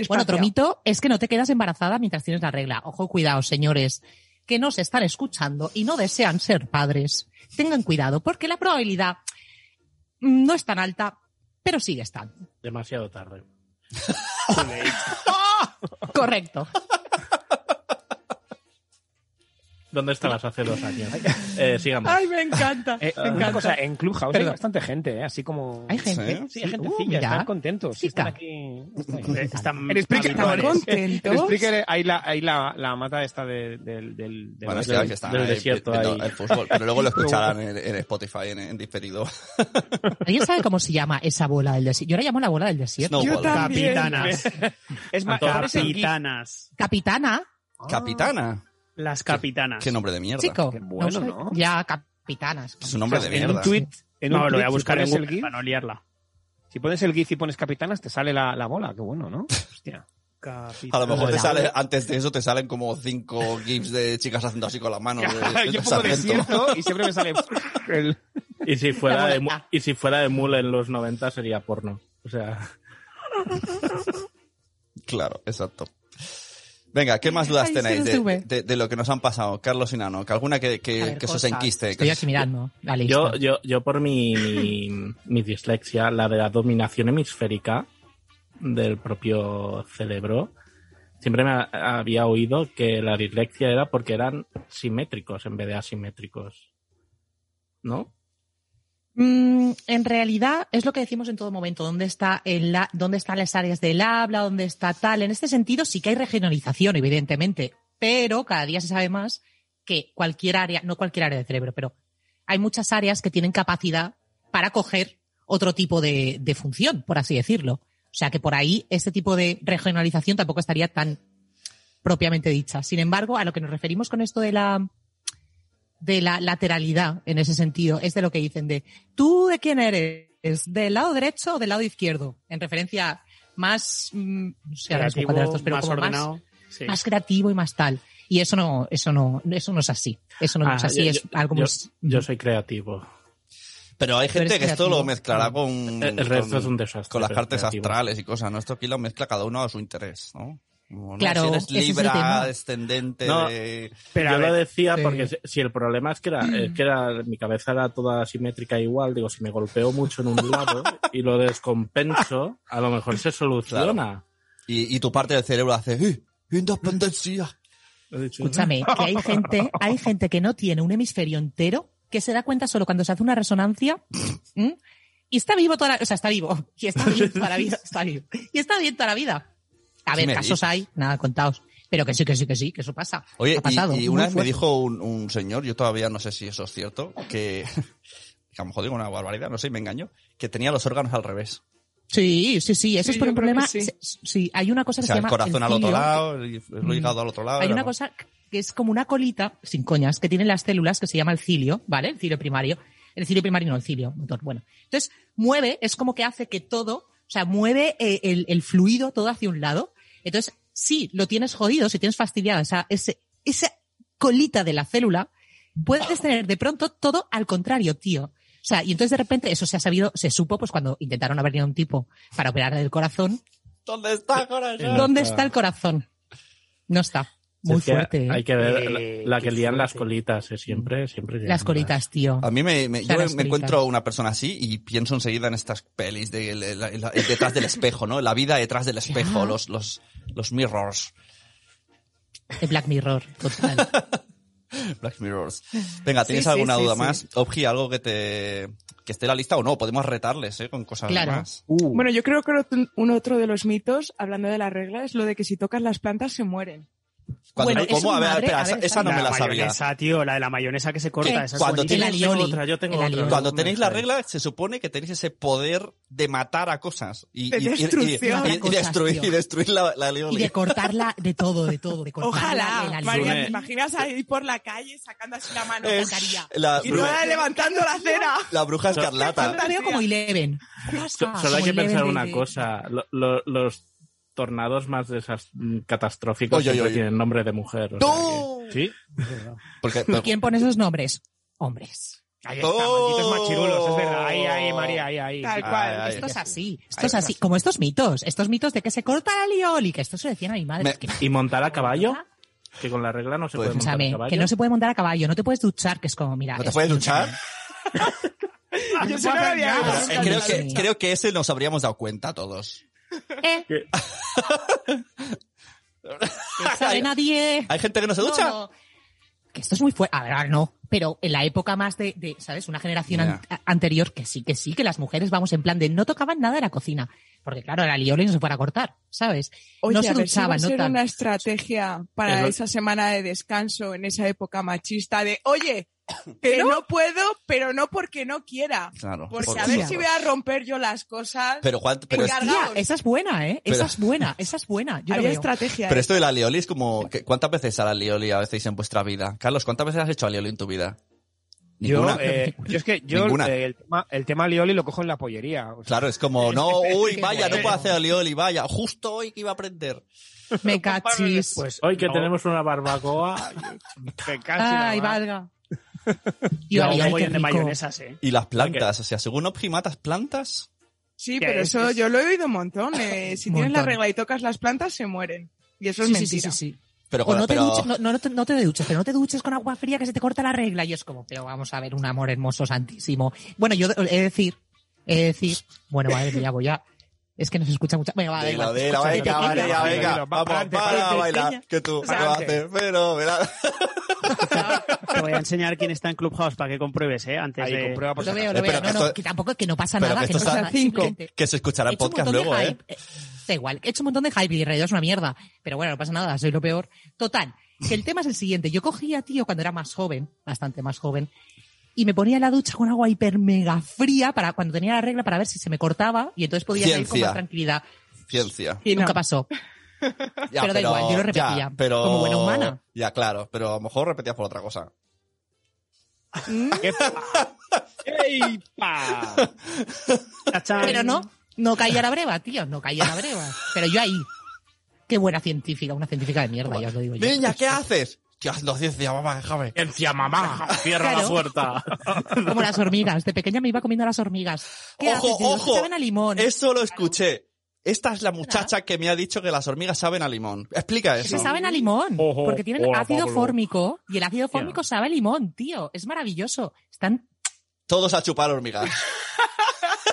[SPEAKER 1] Bueno, otro mito es que no te quedas embarazada mientras tienes la regla. Ojo, cuidado, señores, que nos están escuchando y no desean ser padres. Tengan cuidado, porque la probabilidad mm, no es tan alta, pero sigue estando.
[SPEAKER 3] Demasiado tarde.
[SPEAKER 1] Correcto.
[SPEAKER 3] ¿Dónde estabas hace dos años? Eh, sigamos.
[SPEAKER 1] Ay, me encanta.
[SPEAKER 8] Eh, una cosa, en Clubhouse hay
[SPEAKER 1] Perdón.
[SPEAKER 8] bastante gente, ¿eh? así como...
[SPEAKER 1] Hay gente.
[SPEAKER 8] Sí, hay gente,
[SPEAKER 1] Uh, mira.
[SPEAKER 8] están contentos. sí, Están
[SPEAKER 1] Chica.
[SPEAKER 8] aquí...
[SPEAKER 9] Eh, Están
[SPEAKER 8] El speaker-
[SPEAKER 9] habituales.
[SPEAKER 8] Están
[SPEAKER 2] contentos.
[SPEAKER 8] El speaker, hay la, hay la, la mata esta de- del... del, del-
[SPEAKER 4] Bueno, es que,
[SPEAKER 3] del-
[SPEAKER 4] que están
[SPEAKER 3] del
[SPEAKER 4] ahí
[SPEAKER 3] desierto
[SPEAKER 4] viendo
[SPEAKER 3] ahí.
[SPEAKER 4] el fútbol, pero luego lo escucharán en, en Spotify, en, en diferido.
[SPEAKER 1] ¿Alguien sabe cómo se llama esa bola del desierto? Yo la llamo la bola del desierto.
[SPEAKER 4] Snowball.
[SPEAKER 2] Yo también.
[SPEAKER 9] Capitanas.
[SPEAKER 8] Es más, parece un GIF.
[SPEAKER 9] Capitanas.
[SPEAKER 1] Capitana,
[SPEAKER 4] Capitana.
[SPEAKER 9] Las capitanas.
[SPEAKER 4] Qué nombre de mierda.
[SPEAKER 1] chico.
[SPEAKER 8] Qué bueno,
[SPEAKER 1] sé,
[SPEAKER 8] ¿no?
[SPEAKER 1] Ya, capitanas.
[SPEAKER 4] Es un nombre de
[SPEAKER 8] En un
[SPEAKER 4] mierda.
[SPEAKER 8] tweet... En un
[SPEAKER 9] No, lo voy
[SPEAKER 8] tuit,
[SPEAKER 9] a
[SPEAKER 8] si
[SPEAKER 9] buscar en
[SPEAKER 8] pones
[SPEAKER 9] Google
[SPEAKER 8] el GIF,
[SPEAKER 9] para no liarla.
[SPEAKER 8] Si pones el GIF y pones capitanas, te sale la, la bola. Qué bueno, <laughs> ¿no? Hostia.
[SPEAKER 4] A lo mejor te
[SPEAKER 1] Hola.
[SPEAKER 4] sale, antes de eso te salen como cinco gifs de chicas haciendo así con las
[SPEAKER 8] <laughs>
[SPEAKER 4] manos. de- de
[SPEAKER 8] Yo pongo
[SPEAKER 4] sargento.
[SPEAKER 8] desierto y siempre me sale... <laughs> el-
[SPEAKER 3] Y si fuera
[SPEAKER 1] La
[SPEAKER 3] de, Mu-
[SPEAKER 1] boleta.
[SPEAKER 3] y si fuera de Mule en los 90 sería porno. O sea,
[SPEAKER 4] Claro, exacto. Venga, ¿qué más dudas
[SPEAKER 1] Ay,
[SPEAKER 4] tenéis
[SPEAKER 1] se
[SPEAKER 4] de,
[SPEAKER 1] nos sube.
[SPEAKER 4] de- de lo que nos han pasado, Carlos y Nano? Que alguna que, que,
[SPEAKER 1] A ver,
[SPEAKER 4] que se os
[SPEAKER 1] cosa.
[SPEAKER 4] enquiste.
[SPEAKER 1] Estoy
[SPEAKER 4] que-
[SPEAKER 1] aquí mirando la lista.
[SPEAKER 3] yo, yo, yo por mi, mi, mi dislexia, la de la dominación hemisférica del propio cerebro, siempre me ha- había oído que la dislexia era porque eran simétricos en vez de asimétricos. ¿No?
[SPEAKER 1] Mm, en realidad es lo que decimos en todo momento, dónde está el la- dónde están las áreas del habla, dónde está tal. En este sentido sí que hay regionalización, evidentemente, pero cada día se sabe más que cualquier área, no cualquier área del cerebro, pero hay muchas áreas que tienen capacidad para coger otro tipo de, de función, por así decirlo. O sea que por ahí este tipo de regionalización tampoco estaría tan propiamente dicha. Sin embargo, a lo que nos referimos con esto de la de la lateralidad en ese sentido es de lo que dicen de tú de quién eres del lado derecho o del lado izquierdo en referencia más mm, no sé ahora mismo
[SPEAKER 9] Creativo,
[SPEAKER 1] cuál de las dos, pero
[SPEAKER 9] más
[SPEAKER 1] como más-
[SPEAKER 9] ordenado. sí.
[SPEAKER 1] más creativo y más tal y eso no eso no eso no es así eso no,
[SPEAKER 3] Ah,
[SPEAKER 1] es pues así
[SPEAKER 3] yo-
[SPEAKER 1] es
[SPEAKER 3] yo-
[SPEAKER 1] algo
[SPEAKER 3] yo,
[SPEAKER 1] muy- mm,
[SPEAKER 3] yo soy creativo.
[SPEAKER 4] Pero hay
[SPEAKER 1] Pero
[SPEAKER 4] gente
[SPEAKER 1] eres
[SPEAKER 4] que esto lo
[SPEAKER 1] creativo.
[SPEAKER 4] mezclará con,
[SPEAKER 3] El resto
[SPEAKER 4] con- este
[SPEAKER 3] es un desastre,
[SPEAKER 4] con las
[SPEAKER 3] pero
[SPEAKER 4] cartas
[SPEAKER 3] creativo.
[SPEAKER 4] astrales y cosas, ¿no? Esto aquí lo mezcla cada uno a su interés, ¿no? Como, no,
[SPEAKER 1] Claro,
[SPEAKER 4] si eres
[SPEAKER 1] ese es el
[SPEAKER 4] libra,
[SPEAKER 1] tema.
[SPEAKER 4] descendente
[SPEAKER 3] No.
[SPEAKER 4] de...
[SPEAKER 9] Pero a
[SPEAKER 3] yo lo
[SPEAKER 9] ver,
[SPEAKER 3] decía
[SPEAKER 1] sí.
[SPEAKER 3] porque si- si el problema es que era, es que era mi cabeza era toda asimétrica e igual, digo, si me golpeo mucho en un lado y lo descompenso, a lo mejor se soluciona.
[SPEAKER 4] Y, y tu parte del cerebro hace... "Eh,
[SPEAKER 1] Mm.
[SPEAKER 4] ¡Independencia!
[SPEAKER 3] He dicho,
[SPEAKER 1] escúchame que hay gente hay gente que no tiene un hemisferio entero que se da cuenta solo cuando se hace una resonancia ¿m? y está vivo toda la, o sea está vivo <laughs> y está bien toda la vida está vivo y está bien toda la vida a
[SPEAKER 4] ¿Qué
[SPEAKER 1] ver
[SPEAKER 4] me
[SPEAKER 1] casos
[SPEAKER 4] dices?
[SPEAKER 1] hay nada contados pero que sí que sí que sí que eso pasa
[SPEAKER 4] Oye,
[SPEAKER 1] ha
[SPEAKER 4] y-
[SPEAKER 1] pasado
[SPEAKER 4] y,
[SPEAKER 1] muy
[SPEAKER 4] una vez me
[SPEAKER 1] fuerte.
[SPEAKER 4] dijo un, un señor, yo todavía no sé si eso es cierto, que, <laughs> que a lo mejor digo una barbaridad, no sé, y me engaño, que tenía los órganos al revés.
[SPEAKER 1] Sí, sí, sí, eso
[SPEAKER 2] Sí,
[SPEAKER 1] es por
[SPEAKER 2] yo
[SPEAKER 1] un
[SPEAKER 2] creo que
[SPEAKER 1] problema.
[SPEAKER 2] sí.
[SPEAKER 1] se- Sí, hay una cosa
[SPEAKER 4] O
[SPEAKER 1] que
[SPEAKER 4] sea,
[SPEAKER 1] se
[SPEAKER 4] el
[SPEAKER 1] llama.
[SPEAKER 4] corazón al
[SPEAKER 1] cilio.
[SPEAKER 4] otro lado, el el hígado al otro lado...
[SPEAKER 1] Hay
[SPEAKER 4] era
[SPEAKER 1] una
[SPEAKER 4] como-
[SPEAKER 1] cosa que es como una colita, sin coñas, que tienen las células que se llama el cilio, ¿vale? El cilio primario. El cilio primario no, el cilio motor. Bueno, entonces mueve, es como que hace que todo, o sea, mueve eh, el, el fluido todo hacia un lado. Entonces, si lo tienes jodido, si tienes fastidiada esa, ese- esa colita de la célula, puedes tener de pronto todo al contrario, tío. O sea, y entonces de repente eso se ha sabido, se supo pues cuando intentaron haber ido a un tipo para operar el corazón,
[SPEAKER 4] ¿Dónde está el corazón?
[SPEAKER 1] ¿Dónde está el corazón? No está. Muy
[SPEAKER 3] Es que
[SPEAKER 1] fuerte. ¿eh?
[SPEAKER 3] Hay que ver la-
[SPEAKER 9] Eh,
[SPEAKER 3] la, que
[SPEAKER 9] qué
[SPEAKER 3] lían las
[SPEAKER 9] fuerte.
[SPEAKER 3] colitas, eh, siempre, siempre. lían
[SPEAKER 1] Las colitas, tío.
[SPEAKER 4] A mí me, me- yo
[SPEAKER 1] Claro, es
[SPEAKER 4] me
[SPEAKER 1] bonita.
[SPEAKER 4] encuentro una persona así y pienso enseguida en estas pelis de el- el- el- el detrás del espejo, ¿no? La vida detrás del espejo,
[SPEAKER 1] Claro.
[SPEAKER 4] los, los, los mirrors,
[SPEAKER 1] De Black Mirror,
[SPEAKER 3] <laughs>
[SPEAKER 1] total.
[SPEAKER 4] black mirrors. Venga, ¿tienes
[SPEAKER 2] Sí, sí,
[SPEAKER 4] alguna
[SPEAKER 2] sí,
[SPEAKER 4] duda
[SPEAKER 2] sí.
[SPEAKER 4] más? Obji, algo que te que esté en la lista o no, podemos retarles, ¿eh? Con cosas
[SPEAKER 1] Claro.
[SPEAKER 4] más.
[SPEAKER 8] Uh,
[SPEAKER 2] Bueno, yo creo que otro- un otro de los mitos, hablando de la regla, es lo de que si tocas las plantas se mueren.
[SPEAKER 4] Cuando-
[SPEAKER 1] Bueno,
[SPEAKER 4] ¿cómo?
[SPEAKER 1] eso,
[SPEAKER 4] A ver,
[SPEAKER 1] madre,
[SPEAKER 4] espera,
[SPEAKER 1] a
[SPEAKER 4] esa,
[SPEAKER 1] ver,
[SPEAKER 4] esa no
[SPEAKER 1] sale.
[SPEAKER 4] me la sabía.
[SPEAKER 9] mayonesa, tío, la de la mayonesa que se corta.
[SPEAKER 1] ¿Qué?
[SPEAKER 9] esa es
[SPEAKER 4] Cuando
[SPEAKER 9] buenísima.
[SPEAKER 1] tienes- El
[SPEAKER 3] Tengo
[SPEAKER 1] alioli.
[SPEAKER 3] otra, yo tengo
[SPEAKER 1] El
[SPEAKER 3] otra.
[SPEAKER 1] alioli.
[SPEAKER 4] Cuando tenéis la regla, se supone que tenéis ese poder de matar a cosas y,
[SPEAKER 2] De
[SPEAKER 4] y- y- y-
[SPEAKER 2] destrucción.
[SPEAKER 4] y- y- y
[SPEAKER 1] Cosas,
[SPEAKER 4] destruir,
[SPEAKER 1] tío.
[SPEAKER 4] y destruir la, la alioli.
[SPEAKER 1] Y de cortarla de todo, de todo. De cortarla
[SPEAKER 2] Ojalá,
[SPEAKER 1] el
[SPEAKER 2] María,
[SPEAKER 1] alioli.
[SPEAKER 2] ¿te imaginas ahí por la calle sacando así la mano?
[SPEAKER 4] Eh,
[SPEAKER 1] tocaría.
[SPEAKER 4] la,
[SPEAKER 2] y toda levantando la cera.
[SPEAKER 4] la bruja escarlata.
[SPEAKER 1] La veo como Eleven.
[SPEAKER 3] So-
[SPEAKER 1] Ah,
[SPEAKER 3] Solo hay que pensar una cosa. lo- lo- los tornados más desas- mm, catastróficos
[SPEAKER 4] Oye, oye,
[SPEAKER 3] siempre
[SPEAKER 4] oye.
[SPEAKER 3] tienen nombre de mujer. o sea
[SPEAKER 4] ¡No!
[SPEAKER 3] que- Sí.
[SPEAKER 4] Porque,
[SPEAKER 1] ¿Quién pone esos nombres? Hombres.
[SPEAKER 9] Ahí está,
[SPEAKER 4] Oh.
[SPEAKER 9] malditos machirulos, es verdad. Ahí, ahí, María, ahí, ahí.
[SPEAKER 2] Tal
[SPEAKER 9] Sí.
[SPEAKER 2] cual.
[SPEAKER 4] Ay, ay.
[SPEAKER 1] Esto es así. Esto
[SPEAKER 4] Ay,
[SPEAKER 1] es así. Como estos mitos. Estos mitos de que se corta el alioli. Que esto se lo decían a mi madre.
[SPEAKER 4] Me-
[SPEAKER 1] es que-
[SPEAKER 3] Y montar a caballo, que con la regla no se
[SPEAKER 4] Pues,
[SPEAKER 3] puede montar a
[SPEAKER 1] Escúchame,
[SPEAKER 3] caballo.
[SPEAKER 1] que no se puede montar a caballo, no te puedes duchar, que es como, mira.
[SPEAKER 4] ¿No te
[SPEAKER 1] es-
[SPEAKER 4] puedes duchar?
[SPEAKER 1] <laughs>
[SPEAKER 2] Yo eso no lo había
[SPEAKER 9] Pero
[SPEAKER 2] visto.
[SPEAKER 4] Eh,
[SPEAKER 1] Claro,
[SPEAKER 4] creo,
[SPEAKER 1] sí.
[SPEAKER 4] que, creo que ese nos habríamos dado cuenta todos.
[SPEAKER 1] Eh, que sabe nadie.
[SPEAKER 4] ¿Hay gente que no se ducha?
[SPEAKER 1] No, no. Que esto es muy fuerte. A ver, ahora no. Pero en la época más de, de, ¿sabes? Una generación an- a- anterior que sí, que sí, que las mujeres vamos en plan de no tocaban nada en la cocina. Porque claro, la lioli no se fuera a cortar, ¿sabes?
[SPEAKER 2] Oye,
[SPEAKER 1] no se
[SPEAKER 2] a ver si va
[SPEAKER 1] duchaban,
[SPEAKER 2] a
[SPEAKER 1] no
[SPEAKER 2] ser
[SPEAKER 1] tal.
[SPEAKER 2] una estrategia
[SPEAKER 3] Es
[SPEAKER 2] para
[SPEAKER 3] lo-
[SPEAKER 2] esa semana de descanso en esa época machista de, oye, que no, puedo, pero no porque no quiera.
[SPEAKER 4] Claro.
[SPEAKER 2] Porque
[SPEAKER 4] por-
[SPEAKER 2] a ver
[SPEAKER 4] por-
[SPEAKER 2] si voy a romper yo las cosas.
[SPEAKER 4] Pero, Juan, pero,
[SPEAKER 2] Venga,
[SPEAKER 4] es-
[SPEAKER 1] Tía, esa es buena, ¿eh?
[SPEAKER 4] Pero-
[SPEAKER 1] Esa es buena, esa es buena. Yo lo
[SPEAKER 2] Había
[SPEAKER 1] veo.
[SPEAKER 2] estrategia.
[SPEAKER 4] pero
[SPEAKER 2] ¿eh?
[SPEAKER 4] esto del alioli es como... que- ¿Cuántas veces al alioli hacéis en vuestra vida? Carlos, ¿cuántas veces has hecho alioli en tu vida?
[SPEAKER 8] yo,
[SPEAKER 4] Ninguna.
[SPEAKER 8] eh, yo es que yo
[SPEAKER 4] Ninguna.
[SPEAKER 8] eh, el, tema, el tema Lioli lo cojo en la pollería. o sea,
[SPEAKER 4] Claro, es como, no, uy, vaya, no
[SPEAKER 1] bueno.
[SPEAKER 4] puedo hacer alioli, vaya, justo hoy que iba a aprender.
[SPEAKER 1] Me cachis.
[SPEAKER 8] Pues
[SPEAKER 3] Hoy que
[SPEAKER 8] no,
[SPEAKER 3] tenemos una barbacoa,
[SPEAKER 8] que casi la
[SPEAKER 1] Ay,
[SPEAKER 8] va.
[SPEAKER 1] valga.
[SPEAKER 9] Yo
[SPEAKER 1] Tío, alioli,
[SPEAKER 9] voy
[SPEAKER 1] qué
[SPEAKER 9] de
[SPEAKER 1] rico.
[SPEAKER 9] mayonesas, eh.
[SPEAKER 4] Y las plantas, o sea, según Opjimatas, plantas...
[SPEAKER 2] Sí,
[SPEAKER 9] Ya,
[SPEAKER 2] pero
[SPEAKER 9] es-
[SPEAKER 2] eso
[SPEAKER 9] es-
[SPEAKER 2] yo lo he oído un montón.
[SPEAKER 1] <laughs>
[SPEAKER 2] eh, si tienes la
[SPEAKER 1] Montón.
[SPEAKER 2] regla y tocas las plantas, se mueren. Y eso es
[SPEAKER 1] Sí, sí, sí,
[SPEAKER 2] mentira.
[SPEAKER 1] sí, sí. O
[SPEAKER 4] Pero, con-
[SPEAKER 1] Pues no te,
[SPEAKER 4] pero-
[SPEAKER 1] duches, no, no, no te, no te duches, pero no te duches con agua fría que se te corta la regla. Y es como, pero vamos a ver, un amor hermoso, santísimo. Bueno, yo he de decir, he de decir, bueno, madre mía, voy a, Es que nos escucha mucha. Ah, Venga, va, da
[SPEAKER 4] Dila,
[SPEAKER 1] igual.
[SPEAKER 4] dila,
[SPEAKER 1] Escucha,
[SPEAKER 4] venga,
[SPEAKER 1] pequeña,
[SPEAKER 4] vale, ya,
[SPEAKER 1] va,
[SPEAKER 4] venga.
[SPEAKER 8] dilo, va,
[SPEAKER 4] Vamos,
[SPEAKER 8] adelante,
[SPEAKER 4] para a
[SPEAKER 1] adelante,
[SPEAKER 4] bailar,
[SPEAKER 1] pequeña.
[SPEAKER 4] que tú
[SPEAKER 1] sea,
[SPEAKER 4] lo haces, pero, ¿verdad?
[SPEAKER 9] Te voy a enseñar quién está en Clubhouse para que compruebes, ¿eh? Antes
[SPEAKER 8] Ahí,
[SPEAKER 9] de...
[SPEAKER 8] comprueba por si
[SPEAKER 1] Lo
[SPEAKER 8] acaso.
[SPEAKER 1] veo, lo
[SPEAKER 4] Eh, pero
[SPEAKER 1] veo. No,
[SPEAKER 4] que
[SPEAKER 1] no,
[SPEAKER 4] esto-
[SPEAKER 1] que tampoco, que no pasa
[SPEAKER 4] pero
[SPEAKER 1] nada.
[SPEAKER 4] que
[SPEAKER 1] Que,
[SPEAKER 4] esto
[SPEAKER 1] no pasa
[SPEAKER 4] está-
[SPEAKER 1] nada.
[SPEAKER 2] cinco.
[SPEAKER 1] simplemente-
[SPEAKER 4] Que se escuchará
[SPEAKER 1] He
[SPEAKER 4] en
[SPEAKER 1] hecho un
[SPEAKER 4] podcast
[SPEAKER 1] montón de
[SPEAKER 4] luego, ¿eh?
[SPEAKER 1] hype, Da igual, he hecho un montón de hype y en realidad es una mierda. Pero bueno, no pasa nada, soy lo peor. Total, que el tema es el siguiente. Yo cogía, tío, cuando era más joven, bastante más joven, y me ponía en la ducha con agua hiper mega fría para cuando tenía la regla para ver si se me cortaba y entonces podía salir con
[SPEAKER 4] Ciencia.
[SPEAKER 1] más tranquilidad.
[SPEAKER 4] Ciencia.
[SPEAKER 2] Y no.
[SPEAKER 1] Nunca pasó.
[SPEAKER 4] Ya,
[SPEAKER 1] <laughs> Pero da igual, yo lo repetía,
[SPEAKER 4] ya, pero-
[SPEAKER 1] como buena humana.
[SPEAKER 4] Ya, claro, pero a lo mejor repetías por otra cosa.
[SPEAKER 8] ¡Epa!
[SPEAKER 9] Tachán.
[SPEAKER 1] Pero no, no caía a la breva, tío, no caía a la breva. Pero yo ahí. Qué buena científica, una científica de mierda, ya os lo digo yo.
[SPEAKER 4] Niña, ¿qué haces? Tío, hazlo ciencia, mamá, déjame.
[SPEAKER 3] ¡Ciencia, mamá! ¡Cierra
[SPEAKER 1] Claro.
[SPEAKER 3] la puerta!
[SPEAKER 1] Como las hormigas. De pequeña me iba comiendo las hormigas. ¿Qué
[SPEAKER 4] Ojo,
[SPEAKER 1] haces? Digo,
[SPEAKER 4] ojo.
[SPEAKER 1] Saben a limón.
[SPEAKER 4] Eso lo escuché. Esta es la muchacha que me ha dicho que las hormigas saben a limón. Explica
[SPEAKER 1] Que se
[SPEAKER 4] eso.
[SPEAKER 1] saben a limón.
[SPEAKER 3] Ojo,
[SPEAKER 1] porque tienen
[SPEAKER 3] hola,
[SPEAKER 1] ácido
[SPEAKER 3] Pablo.
[SPEAKER 1] fórmico. Y el ácido fórmico sabe a limón, tío. Es maravilloso. Están.
[SPEAKER 4] Todos a chupar hormigas.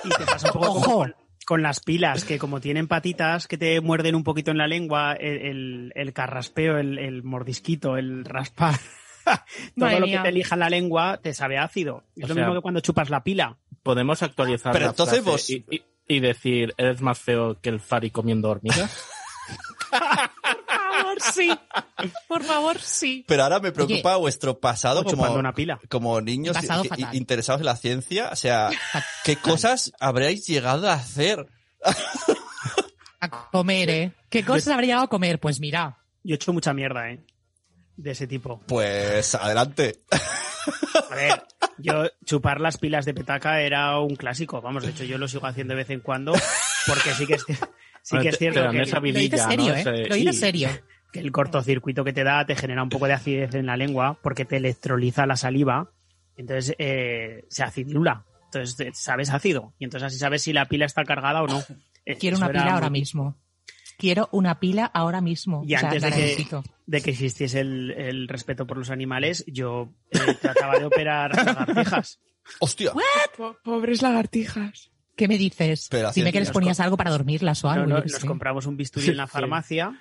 [SPEAKER 9] Y te pasa un poco como
[SPEAKER 1] Ojo.
[SPEAKER 9] con, con las pilas, que como tienen patitas que te muerden un poquito en la lengua, el, el- el carraspeo, el, el mordisquito, el raspar, <laughs> todo
[SPEAKER 1] Madre
[SPEAKER 9] lo que
[SPEAKER 1] mía.
[SPEAKER 9] te elija la lengua te sabe a ácido. Es
[SPEAKER 3] O
[SPEAKER 9] lo
[SPEAKER 3] sea,
[SPEAKER 9] mismo que cuando chupas la pila.
[SPEAKER 3] Podemos actualizar
[SPEAKER 4] Pero
[SPEAKER 3] la
[SPEAKER 4] entonces
[SPEAKER 3] frase
[SPEAKER 4] vos-
[SPEAKER 3] y, y- y decir, ¿eres más feo que el Fari comiendo hormigas?
[SPEAKER 1] Por favor, sí. Por favor, sí.
[SPEAKER 4] Pero ahora me preocupa vuestro pasado
[SPEAKER 9] O chupando
[SPEAKER 4] como,
[SPEAKER 9] una pila.
[SPEAKER 4] como niños
[SPEAKER 1] Pasado
[SPEAKER 4] i- i-
[SPEAKER 1] fatal.
[SPEAKER 4] interesados en la ciencia.
[SPEAKER 1] <laughs>
[SPEAKER 4] O sea, ¿qué cosas habréis llegado a hacer?
[SPEAKER 1] A comer, ¿eh? ¿Qué cosas habría llegado a comer? Pues mira.
[SPEAKER 9] Yo he hecho mucha mierda, ¿eh? De ese tipo.
[SPEAKER 4] Pues adelante. <laughs>
[SPEAKER 9] A ver, yo chupar las pilas de petaca era un clásico. Vamos, de hecho, yo lo sigo haciendo de vez en cuando, porque sí que es, cier- sí que es cierto
[SPEAKER 3] Pero en
[SPEAKER 9] que,
[SPEAKER 3] esa
[SPEAKER 1] Lo hice
[SPEAKER 3] vidilla, ¿no?
[SPEAKER 1] serio, ¿eh?
[SPEAKER 3] Ese-
[SPEAKER 1] Lo
[SPEAKER 3] y-
[SPEAKER 1] hice
[SPEAKER 9] <laughs>
[SPEAKER 1] serio.
[SPEAKER 9] que el cortocircuito que te da te genera un poco de acidez en la lengua, porque te electroliza la saliva, entonces eh, se acidula. Entonces te- sabes ácido, y entonces así sabes si la pila está cargada o no. Eh,
[SPEAKER 1] Quiero
[SPEAKER 9] eso
[SPEAKER 1] una
[SPEAKER 9] era
[SPEAKER 1] pila ahora
[SPEAKER 9] muy-
[SPEAKER 1] mismo. Quiero una pila ahora mismo.
[SPEAKER 9] Y
[SPEAKER 1] O sea,
[SPEAKER 9] antes de que-
[SPEAKER 1] garantito.
[SPEAKER 9] de que existiese el, el respeto por los animales, yo eh, trataba de
[SPEAKER 1] <laughs>
[SPEAKER 9] operar lagartijas.
[SPEAKER 4] Hostia.
[SPEAKER 2] Po- pobres lagartijas.
[SPEAKER 1] ¿Qué me dices?
[SPEAKER 4] Pero así
[SPEAKER 1] Dime
[SPEAKER 4] es,
[SPEAKER 1] que les
[SPEAKER 4] nos
[SPEAKER 1] ponías algo para dormirlas o
[SPEAKER 9] No,
[SPEAKER 1] algo.
[SPEAKER 9] no,
[SPEAKER 1] yo qué
[SPEAKER 9] nos
[SPEAKER 1] sé.
[SPEAKER 9] compramos un bisturí en la
[SPEAKER 3] Sí.
[SPEAKER 9] farmacia.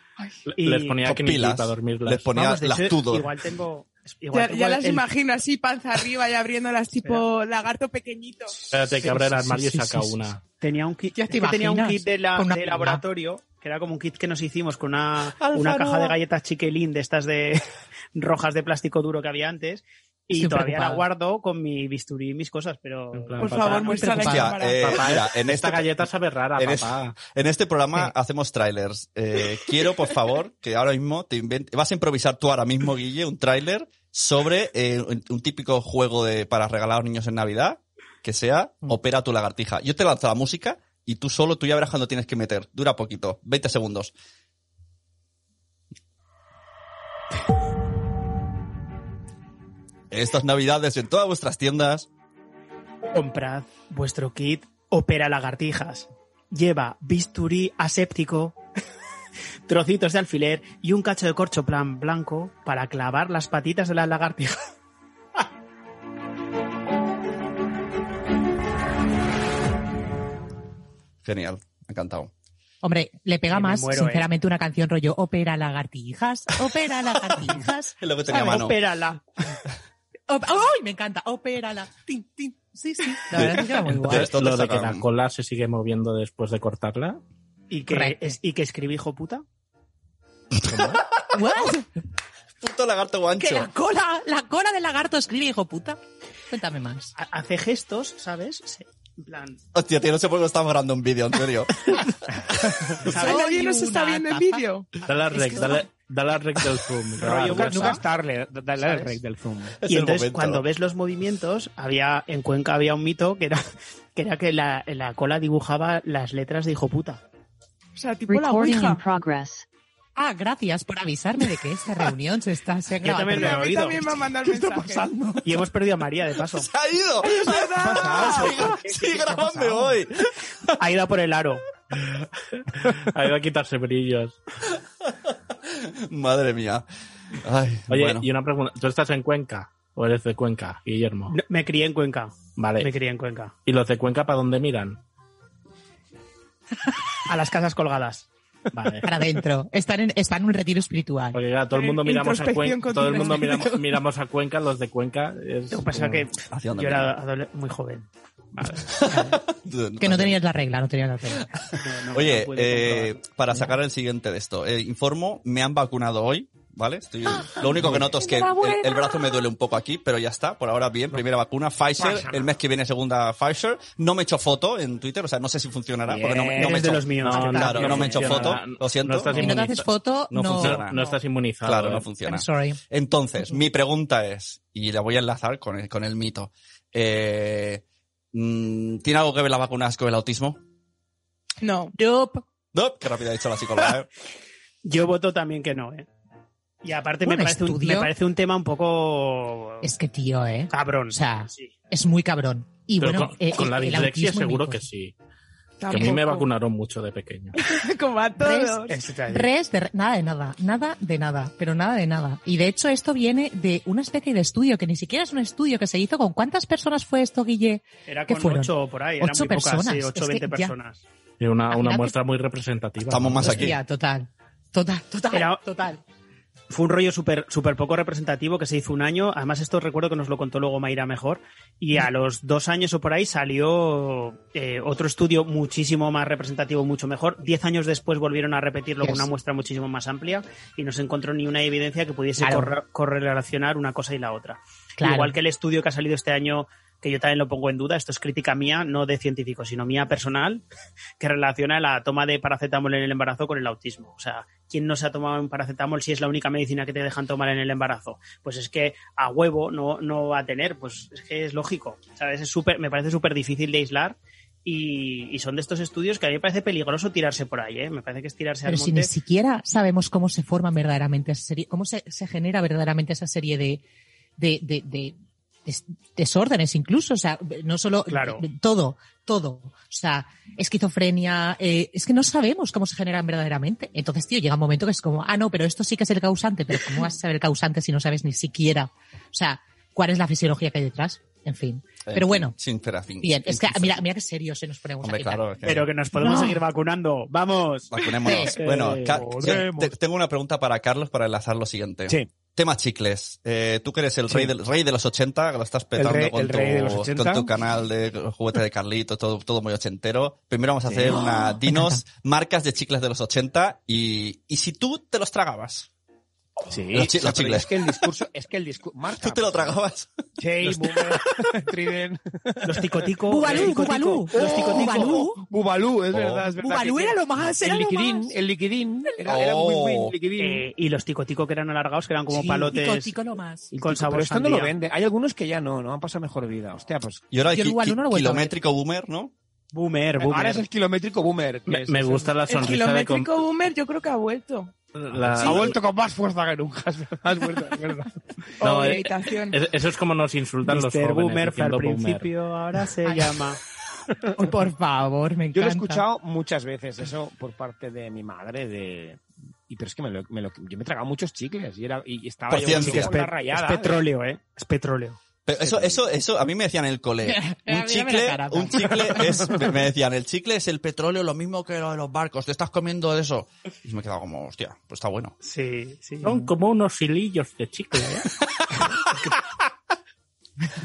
[SPEAKER 9] y-
[SPEAKER 3] Les ponía
[SPEAKER 4] Con
[SPEAKER 3] que
[SPEAKER 4] pues pilas.
[SPEAKER 3] para dormirlas.
[SPEAKER 4] Les ponía
[SPEAKER 9] Vamos, de
[SPEAKER 4] las
[SPEAKER 9] hecho,
[SPEAKER 4] Tudor.
[SPEAKER 9] Igual tengo. igual
[SPEAKER 2] Ya,
[SPEAKER 9] tengo
[SPEAKER 2] ya las
[SPEAKER 9] el-
[SPEAKER 2] imagino así, panza arriba y abriéndolas tipo lagarto pequeñito.
[SPEAKER 3] Espérate que abre el armario y saca una.
[SPEAKER 9] Tenía un kit,
[SPEAKER 1] Ya
[SPEAKER 9] es
[SPEAKER 1] te
[SPEAKER 9] que tenía un
[SPEAKER 1] imaginas,
[SPEAKER 9] kit de, la-
[SPEAKER 1] con una
[SPEAKER 9] de
[SPEAKER 1] pila.
[SPEAKER 9] laboratorio, que era como un kit que nos hicimos con una, una caja de galletas chiquelín de estas de <laughs> rojas de plástico duro que había antes. Y
[SPEAKER 1] Estoy
[SPEAKER 9] todavía la
[SPEAKER 1] preocupada.
[SPEAKER 9] guardo con mi bisturí y mis cosas, pero.
[SPEAKER 3] En plan,
[SPEAKER 2] Por
[SPEAKER 3] papá,
[SPEAKER 2] favor,
[SPEAKER 3] muy
[SPEAKER 2] muestra la
[SPEAKER 1] preocupada.
[SPEAKER 4] Hostia,
[SPEAKER 2] cámara.
[SPEAKER 4] eh,
[SPEAKER 3] Papá,
[SPEAKER 4] mira, en
[SPEAKER 3] Esta
[SPEAKER 4] este,
[SPEAKER 3] galleta sabe rara,
[SPEAKER 4] eres-
[SPEAKER 3] papá.
[SPEAKER 4] en este programa
[SPEAKER 1] Ah, Sí.
[SPEAKER 4] hacemos trailers.
[SPEAKER 1] <laughs>
[SPEAKER 4] Eh, quiero, por favor, que ahora mismo te inventes. Vas a improvisar tú ahora mismo, Guille, un trailer sobre eh, un, un típico juego de, para regalar a niños en Navidad, que sea
[SPEAKER 1] Mm.
[SPEAKER 4] Opera tu lagartija. Yo te lanzo la música y tú solo, tú ya verás cuando tienes que meter. Dura poquito, 20 segundos. Estas navidades en todas vuestras tiendas.
[SPEAKER 9] Comprad vuestro kit Opera Lagartijas. Lleva bisturí aséptico, <laughs> trocitos de alfiler y un cacho de corcho plan blanco para clavar las patitas de las lagartijas.
[SPEAKER 4] Genial, encantado.
[SPEAKER 1] Hombre, le pega
[SPEAKER 9] Eh, me
[SPEAKER 1] más,
[SPEAKER 9] muero,
[SPEAKER 1] sinceramente, una canción rollo ópera lagartijas, ópera
[SPEAKER 9] <laughs>
[SPEAKER 1] lagartijas.
[SPEAKER 4] Es lo que tenía a
[SPEAKER 9] Ah,
[SPEAKER 4] mano.
[SPEAKER 9] Opérala.
[SPEAKER 1] op- ¡Ay, me encanta! Ópera la... tin, tin. Sí, sí, la verdad es que era muy guay.
[SPEAKER 4] Entonces,
[SPEAKER 3] Entonces, lo de que
[SPEAKER 4] sacan-
[SPEAKER 3] la cola se sigue moviendo después de cortarla.
[SPEAKER 9] Y que,
[SPEAKER 1] Correcto.
[SPEAKER 9] es- y que escribí hijo puta.
[SPEAKER 1] ¿What?
[SPEAKER 4] Puto lagarto
[SPEAKER 1] Que la
[SPEAKER 4] guancho.
[SPEAKER 1] cola, la cola del lagarto escribe, hijo puta. Cuéntame más.
[SPEAKER 9] Ha- Hace gestos, ¿sabes? Se- en plan,
[SPEAKER 4] Hostia, tío, no sé por qué lo estamos grabando un vídeo, en <laughs> serio.
[SPEAKER 9] ¿sabes?
[SPEAKER 1] Soy
[SPEAKER 2] ¿Alguien nos está
[SPEAKER 1] una
[SPEAKER 2] viendo en
[SPEAKER 1] taza.
[SPEAKER 2] vídeo?
[SPEAKER 3] Dale al rec,
[SPEAKER 1] que-
[SPEAKER 3] dale, dale al rec del zoom.
[SPEAKER 9] Rollo
[SPEAKER 3] grabar,
[SPEAKER 9] Lucas-
[SPEAKER 3] WhatsApp.
[SPEAKER 8] Lucas Tarle, dale al
[SPEAKER 9] ¿Sabes?
[SPEAKER 8] rey del zoom.
[SPEAKER 4] Ah, Es
[SPEAKER 9] y
[SPEAKER 4] el
[SPEAKER 9] entonces
[SPEAKER 4] momento.
[SPEAKER 9] cuando ves los movimientos, había en Cuenca había un mito que era que, era que la, la cola dibujaba las letras de hijo puta.
[SPEAKER 2] O sea, tipo la ouija.
[SPEAKER 6] progress.
[SPEAKER 1] Ah, gracias por avisarme de que <laughs> esta reunión se está se ha
[SPEAKER 9] Yo
[SPEAKER 1] grabado.
[SPEAKER 9] también
[SPEAKER 2] Pero
[SPEAKER 9] lo
[SPEAKER 2] a mí
[SPEAKER 9] oído.
[SPEAKER 2] también me han mandado el mensaje.
[SPEAKER 9] Y hemos perdido a María de paso.
[SPEAKER 4] ¡Se ha <laughs> ido!
[SPEAKER 2] ¡Es verdad!
[SPEAKER 4] Ah, Sí, sí, grabando hoy.
[SPEAKER 9] Ha ido a por el aro.
[SPEAKER 3] Ha ido a quitarse brillos.
[SPEAKER 4] Madre mía. Ay,
[SPEAKER 3] Oye,
[SPEAKER 4] bueno.
[SPEAKER 3] y una pregunta. ¿Tú estás en Cuenca? ¿O eres de Cuenca, Guillermo?
[SPEAKER 9] No, Me crié en Cuenca.
[SPEAKER 3] Vale.
[SPEAKER 9] Me crié en Cuenca.
[SPEAKER 3] ¿Y los de Cuenca para dónde miran?
[SPEAKER 9] A las casas colgadas.
[SPEAKER 3] Vale.
[SPEAKER 1] Para adentro. Están en, están en un retiro espiritual.
[SPEAKER 3] Porque claro, todo el mundo miramos a
[SPEAKER 2] Introspección
[SPEAKER 3] Cuenca, todo el mundo
[SPEAKER 2] continua.
[SPEAKER 3] miramos, miramos a Cuenca, los de Cuenca. Es,
[SPEAKER 9] Lo que pasa es que
[SPEAKER 4] ¿Hacia dónde
[SPEAKER 9] yo era adole- muy joven.
[SPEAKER 3] Vale.
[SPEAKER 1] Que no tenías la regla, no tenías la regla.
[SPEAKER 9] No, no
[SPEAKER 4] Oye,
[SPEAKER 9] pude
[SPEAKER 4] eh,
[SPEAKER 9] comprobar.
[SPEAKER 4] para sacar el siguiente de esto, eh, informo, me han vacunado hoy, ¿vale? Estoy- lo único que noto es que el, el brazo me duele un poco aquí, pero ya está, por ahora bien, primera vacuna, Pfizer, el mes que viene segunda Pfizer, no me he hecho foto en Twitter, o sea, no sé si funcionará, porque no, me- no
[SPEAKER 9] Eres
[SPEAKER 4] me he
[SPEAKER 9] de
[SPEAKER 4] hecho-
[SPEAKER 9] los míos.
[SPEAKER 3] Ah, No,
[SPEAKER 9] ¿qué tal?
[SPEAKER 4] Claro, no, me he hecho
[SPEAKER 3] funciona.
[SPEAKER 4] foto, lo siento.
[SPEAKER 3] No estás
[SPEAKER 1] Si no te haces foto,
[SPEAKER 4] No
[SPEAKER 1] no.
[SPEAKER 4] funciona.
[SPEAKER 3] No estás inmunizado.
[SPEAKER 4] Claro, no
[SPEAKER 3] eh.
[SPEAKER 4] funciona.
[SPEAKER 1] I'm sorry.
[SPEAKER 4] Entonces, mi pregunta es, y la voy a enlazar con el, con el mito, eh, mm, ¿tiene algo que ver la vacuna con el autismo?
[SPEAKER 2] No.
[SPEAKER 1] Nope.
[SPEAKER 4] No, qué rápido ha dicho
[SPEAKER 1] <laughs>
[SPEAKER 4] la psicóloga. ¿eh?
[SPEAKER 9] Yo voto también que no, ¿eh? Y aparte me
[SPEAKER 1] Un
[SPEAKER 9] parece, un,
[SPEAKER 1] estudio.
[SPEAKER 9] me parece un tema un poco
[SPEAKER 1] Es que tío, ¿eh?
[SPEAKER 9] cabrón.
[SPEAKER 1] O sea,
[SPEAKER 9] Sí.
[SPEAKER 1] es muy cabrón. Y
[SPEAKER 3] Pero
[SPEAKER 1] bueno,
[SPEAKER 3] con,
[SPEAKER 1] eh,
[SPEAKER 3] con la
[SPEAKER 1] el
[SPEAKER 3] dislexia
[SPEAKER 1] autismo
[SPEAKER 3] seguro
[SPEAKER 1] mico.
[SPEAKER 3] que sí. Que a
[SPEAKER 2] Tampoco.
[SPEAKER 3] mí me vacunaron mucho de pequeño.
[SPEAKER 2] <laughs> Como a todos.
[SPEAKER 9] Eso te iba a decir.
[SPEAKER 1] Res de re- nada de nada, nada de nada, pero nada de nada. Y de hecho esto viene de una especie de estudio que ni siquiera es un estudio que se hizo con cuántas personas fue esto, Guille.
[SPEAKER 9] Era
[SPEAKER 1] ¿qué
[SPEAKER 9] con
[SPEAKER 1] fueron?
[SPEAKER 9] ocho por ahí, eran
[SPEAKER 1] Ocho
[SPEAKER 9] muy pocas,
[SPEAKER 1] personas,
[SPEAKER 9] sí,
[SPEAKER 1] es
[SPEAKER 9] ocho,
[SPEAKER 1] que
[SPEAKER 9] veinte
[SPEAKER 1] ya.
[SPEAKER 9] personas.
[SPEAKER 3] Y una, una
[SPEAKER 1] Imagínate-
[SPEAKER 3] muestra muy representativa.
[SPEAKER 4] Estamos más aquí.
[SPEAKER 1] Hostia, total. Total, total,
[SPEAKER 9] Era-
[SPEAKER 1] total.
[SPEAKER 9] Fue un rollo súper super poco representativo que se hizo un año. Además, esto recuerdo que nos lo contó luego Mayra mejor. Y a los dos años o por ahí salió eh, otro estudio muchísimo más representativo, mucho mejor. Diez años después volvieron a repetirlo con
[SPEAKER 1] Yes.
[SPEAKER 9] una muestra muchísimo más amplia y no se encontró ni una evidencia que pudiese
[SPEAKER 1] Claro.
[SPEAKER 9] corre- correlacionar una cosa y la otra.
[SPEAKER 1] Claro.
[SPEAKER 9] Igual que el estudio que ha salido este año, que yo también lo pongo en duda, esto es crítica mía, no de científicos, sino mía personal, <laughs> que relaciona la toma de paracetamol en el embarazo con el autismo. O sea, ¿quién no se ha tomado un paracetamol si es la única medicina que te dejan tomar en el embarazo? Pues es que a huevo no, no va a tener, pues es que es lógico. ¿Sabes? Es súper, me parece súper difícil de aislar. Y, y son de estos estudios que a mí me parece peligroso tirarse por ahí, ¿eh? Me parece que es tirarse
[SPEAKER 1] Pero
[SPEAKER 9] al
[SPEAKER 1] si
[SPEAKER 9] monte.
[SPEAKER 1] ni siquiera sabemos cómo se forman verdaderamente esa serie, cómo se, se genera verdaderamente esa serie de, de, de- de- des- desórdenes incluso, o sea, no solo
[SPEAKER 9] Claro.
[SPEAKER 1] todo, todo, o sea, esquizofrenia, eh, es que no sabemos cómo se generan verdaderamente. Entonces, tío, llega un momento que es como, ah, no, pero esto sí que es el causante, pero ¿cómo vas a saber el causante si no sabes ni siquiera, o sea, cuál es la fisiología que hay detrás? En fin.
[SPEAKER 4] Eh,
[SPEAKER 1] Pero bueno,
[SPEAKER 4] Sin terapia.
[SPEAKER 1] bien, es que mira, mira qué serio se nos ponemos
[SPEAKER 4] Hombre,
[SPEAKER 1] aquí.
[SPEAKER 4] claro. es que-
[SPEAKER 9] Pero que nos podemos
[SPEAKER 1] No.
[SPEAKER 9] seguir vacunando. ¡Vamos!
[SPEAKER 4] Vacunémonos.
[SPEAKER 1] Sí.
[SPEAKER 4] bueno, Ca-
[SPEAKER 9] Podemos.
[SPEAKER 4] te- tengo una pregunta para Carlos para enlazar lo siguiente.
[SPEAKER 8] Sí.
[SPEAKER 4] Tema chicles. Eh, tú que eres el
[SPEAKER 8] Sí.
[SPEAKER 4] rey, del, rey de los 80, que lo estás petando
[SPEAKER 8] rey-
[SPEAKER 4] con,
[SPEAKER 8] el
[SPEAKER 4] tu,
[SPEAKER 8] rey de los
[SPEAKER 4] con
[SPEAKER 8] 80.
[SPEAKER 4] tu canal de juguete de Carlitos, todo, todo muy ochentero. Primero vamos a hacer una... Dinos marcas de chicles de los 80 y, y si tú te los tragabas.
[SPEAKER 8] Sí,
[SPEAKER 4] Los chi- los
[SPEAKER 8] pero
[SPEAKER 4] chicles.
[SPEAKER 8] Es que el discurso, es que el <laughs> discurso,
[SPEAKER 4] ¿Tú
[SPEAKER 8] marca.
[SPEAKER 4] te lo tragabas?
[SPEAKER 8] Che, Boomer, <laughs> Trident,
[SPEAKER 9] Los ticotico.
[SPEAKER 1] Bubalú,
[SPEAKER 9] los ticotico,
[SPEAKER 1] Bubalú.
[SPEAKER 9] Los ticotico.
[SPEAKER 1] Oh, Bubalú.
[SPEAKER 8] Bubalú, es
[SPEAKER 4] Oh.
[SPEAKER 8] verdad, es verdad.
[SPEAKER 1] Bubalú
[SPEAKER 8] que-
[SPEAKER 1] era lo más, era
[SPEAKER 8] el
[SPEAKER 1] lo
[SPEAKER 8] liquidín,
[SPEAKER 1] más.
[SPEAKER 8] el liquidín, era, era
[SPEAKER 4] Oh.
[SPEAKER 8] win-win, liquidín.
[SPEAKER 9] Eh, y los ticotico que eran alargados, que eran como
[SPEAKER 8] Sí,
[SPEAKER 9] palotes.
[SPEAKER 1] Tico, tico lo más.
[SPEAKER 9] Y con sabor
[SPEAKER 8] Pero esto no
[SPEAKER 9] sandía.
[SPEAKER 8] lo venden. Hay algunos que ya no, no han pasado mejor vida. Hostia, pues.
[SPEAKER 4] Y ahora el
[SPEAKER 1] Yo
[SPEAKER 4] ki-
[SPEAKER 1] igual
[SPEAKER 4] ki-
[SPEAKER 1] no lo he vuelto a ver.
[SPEAKER 4] kilométrico boomer, ¿no?
[SPEAKER 9] Boomer, boomer.
[SPEAKER 8] Ahora es el kilométrico boomer. que
[SPEAKER 3] Me,
[SPEAKER 8] es-
[SPEAKER 3] me
[SPEAKER 8] es el-
[SPEAKER 3] gusta la
[SPEAKER 2] El
[SPEAKER 3] sonrisa de... com-
[SPEAKER 2] kilométrico boomer yo creo que ha vuelto.
[SPEAKER 3] la-
[SPEAKER 8] Ha vuelto con más fuerza que nunca. <laughs> es verdad, es verdad, es verdad.
[SPEAKER 3] No,
[SPEAKER 2] o
[SPEAKER 3] eh,
[SPEAKER 2] meditación.
[SPEAKER 3] es- Eso es como nos insultan los
[SPEAKER 9] Mr.
[SPEAKER 3] jóvenes.
[SPEAKER 9] Boomer, que
[SPEAKER 3] diciendo
[SPEAKER 9] al
[SPEAKER 3] boomer.
[SPEAKER 9] principio, ahora se
[SPEAKER 1] Ay.
[SPEAKER 9] llama.
[SPEAKER 1] Uy, por favor, me encanta.
[SPEAKER 8] Yo lo he escuchado muchas veces eso por parte de mi madre de y pero es que me lo, me lo- yo me tragaba muchos chicles y era y estaba yo
[SPEAKER 4] Paciencia.
[SPEAKER 8] así con la rayada.
[SPEAKER 9] es petróleo, ¿eh? Es petróleo.
[SPEAKER 4] Pero eso, eso, eso, a mí me decían en el cole.
[SPEAKER 1] Mírame
[SPEAKER 4] Un
[SPEAKER 1] la
[SPEAKER 4] chicle,
[SPEAKER 1] cara, pa.
[SPEAKER 4] un chicle es, me me decían, el chicle es el petróleo, lo mismo que lo de los barcos, te estás comiendo de eso. Y me he quedado como, hostia, pues está bueno.
[SPEAKER 9] Sí, sí.
[SPEAKER 3] Son como unos hilillos de chicle,
[SPEAKER 9] <laughs>
[SPEAKER 3] ¿eh?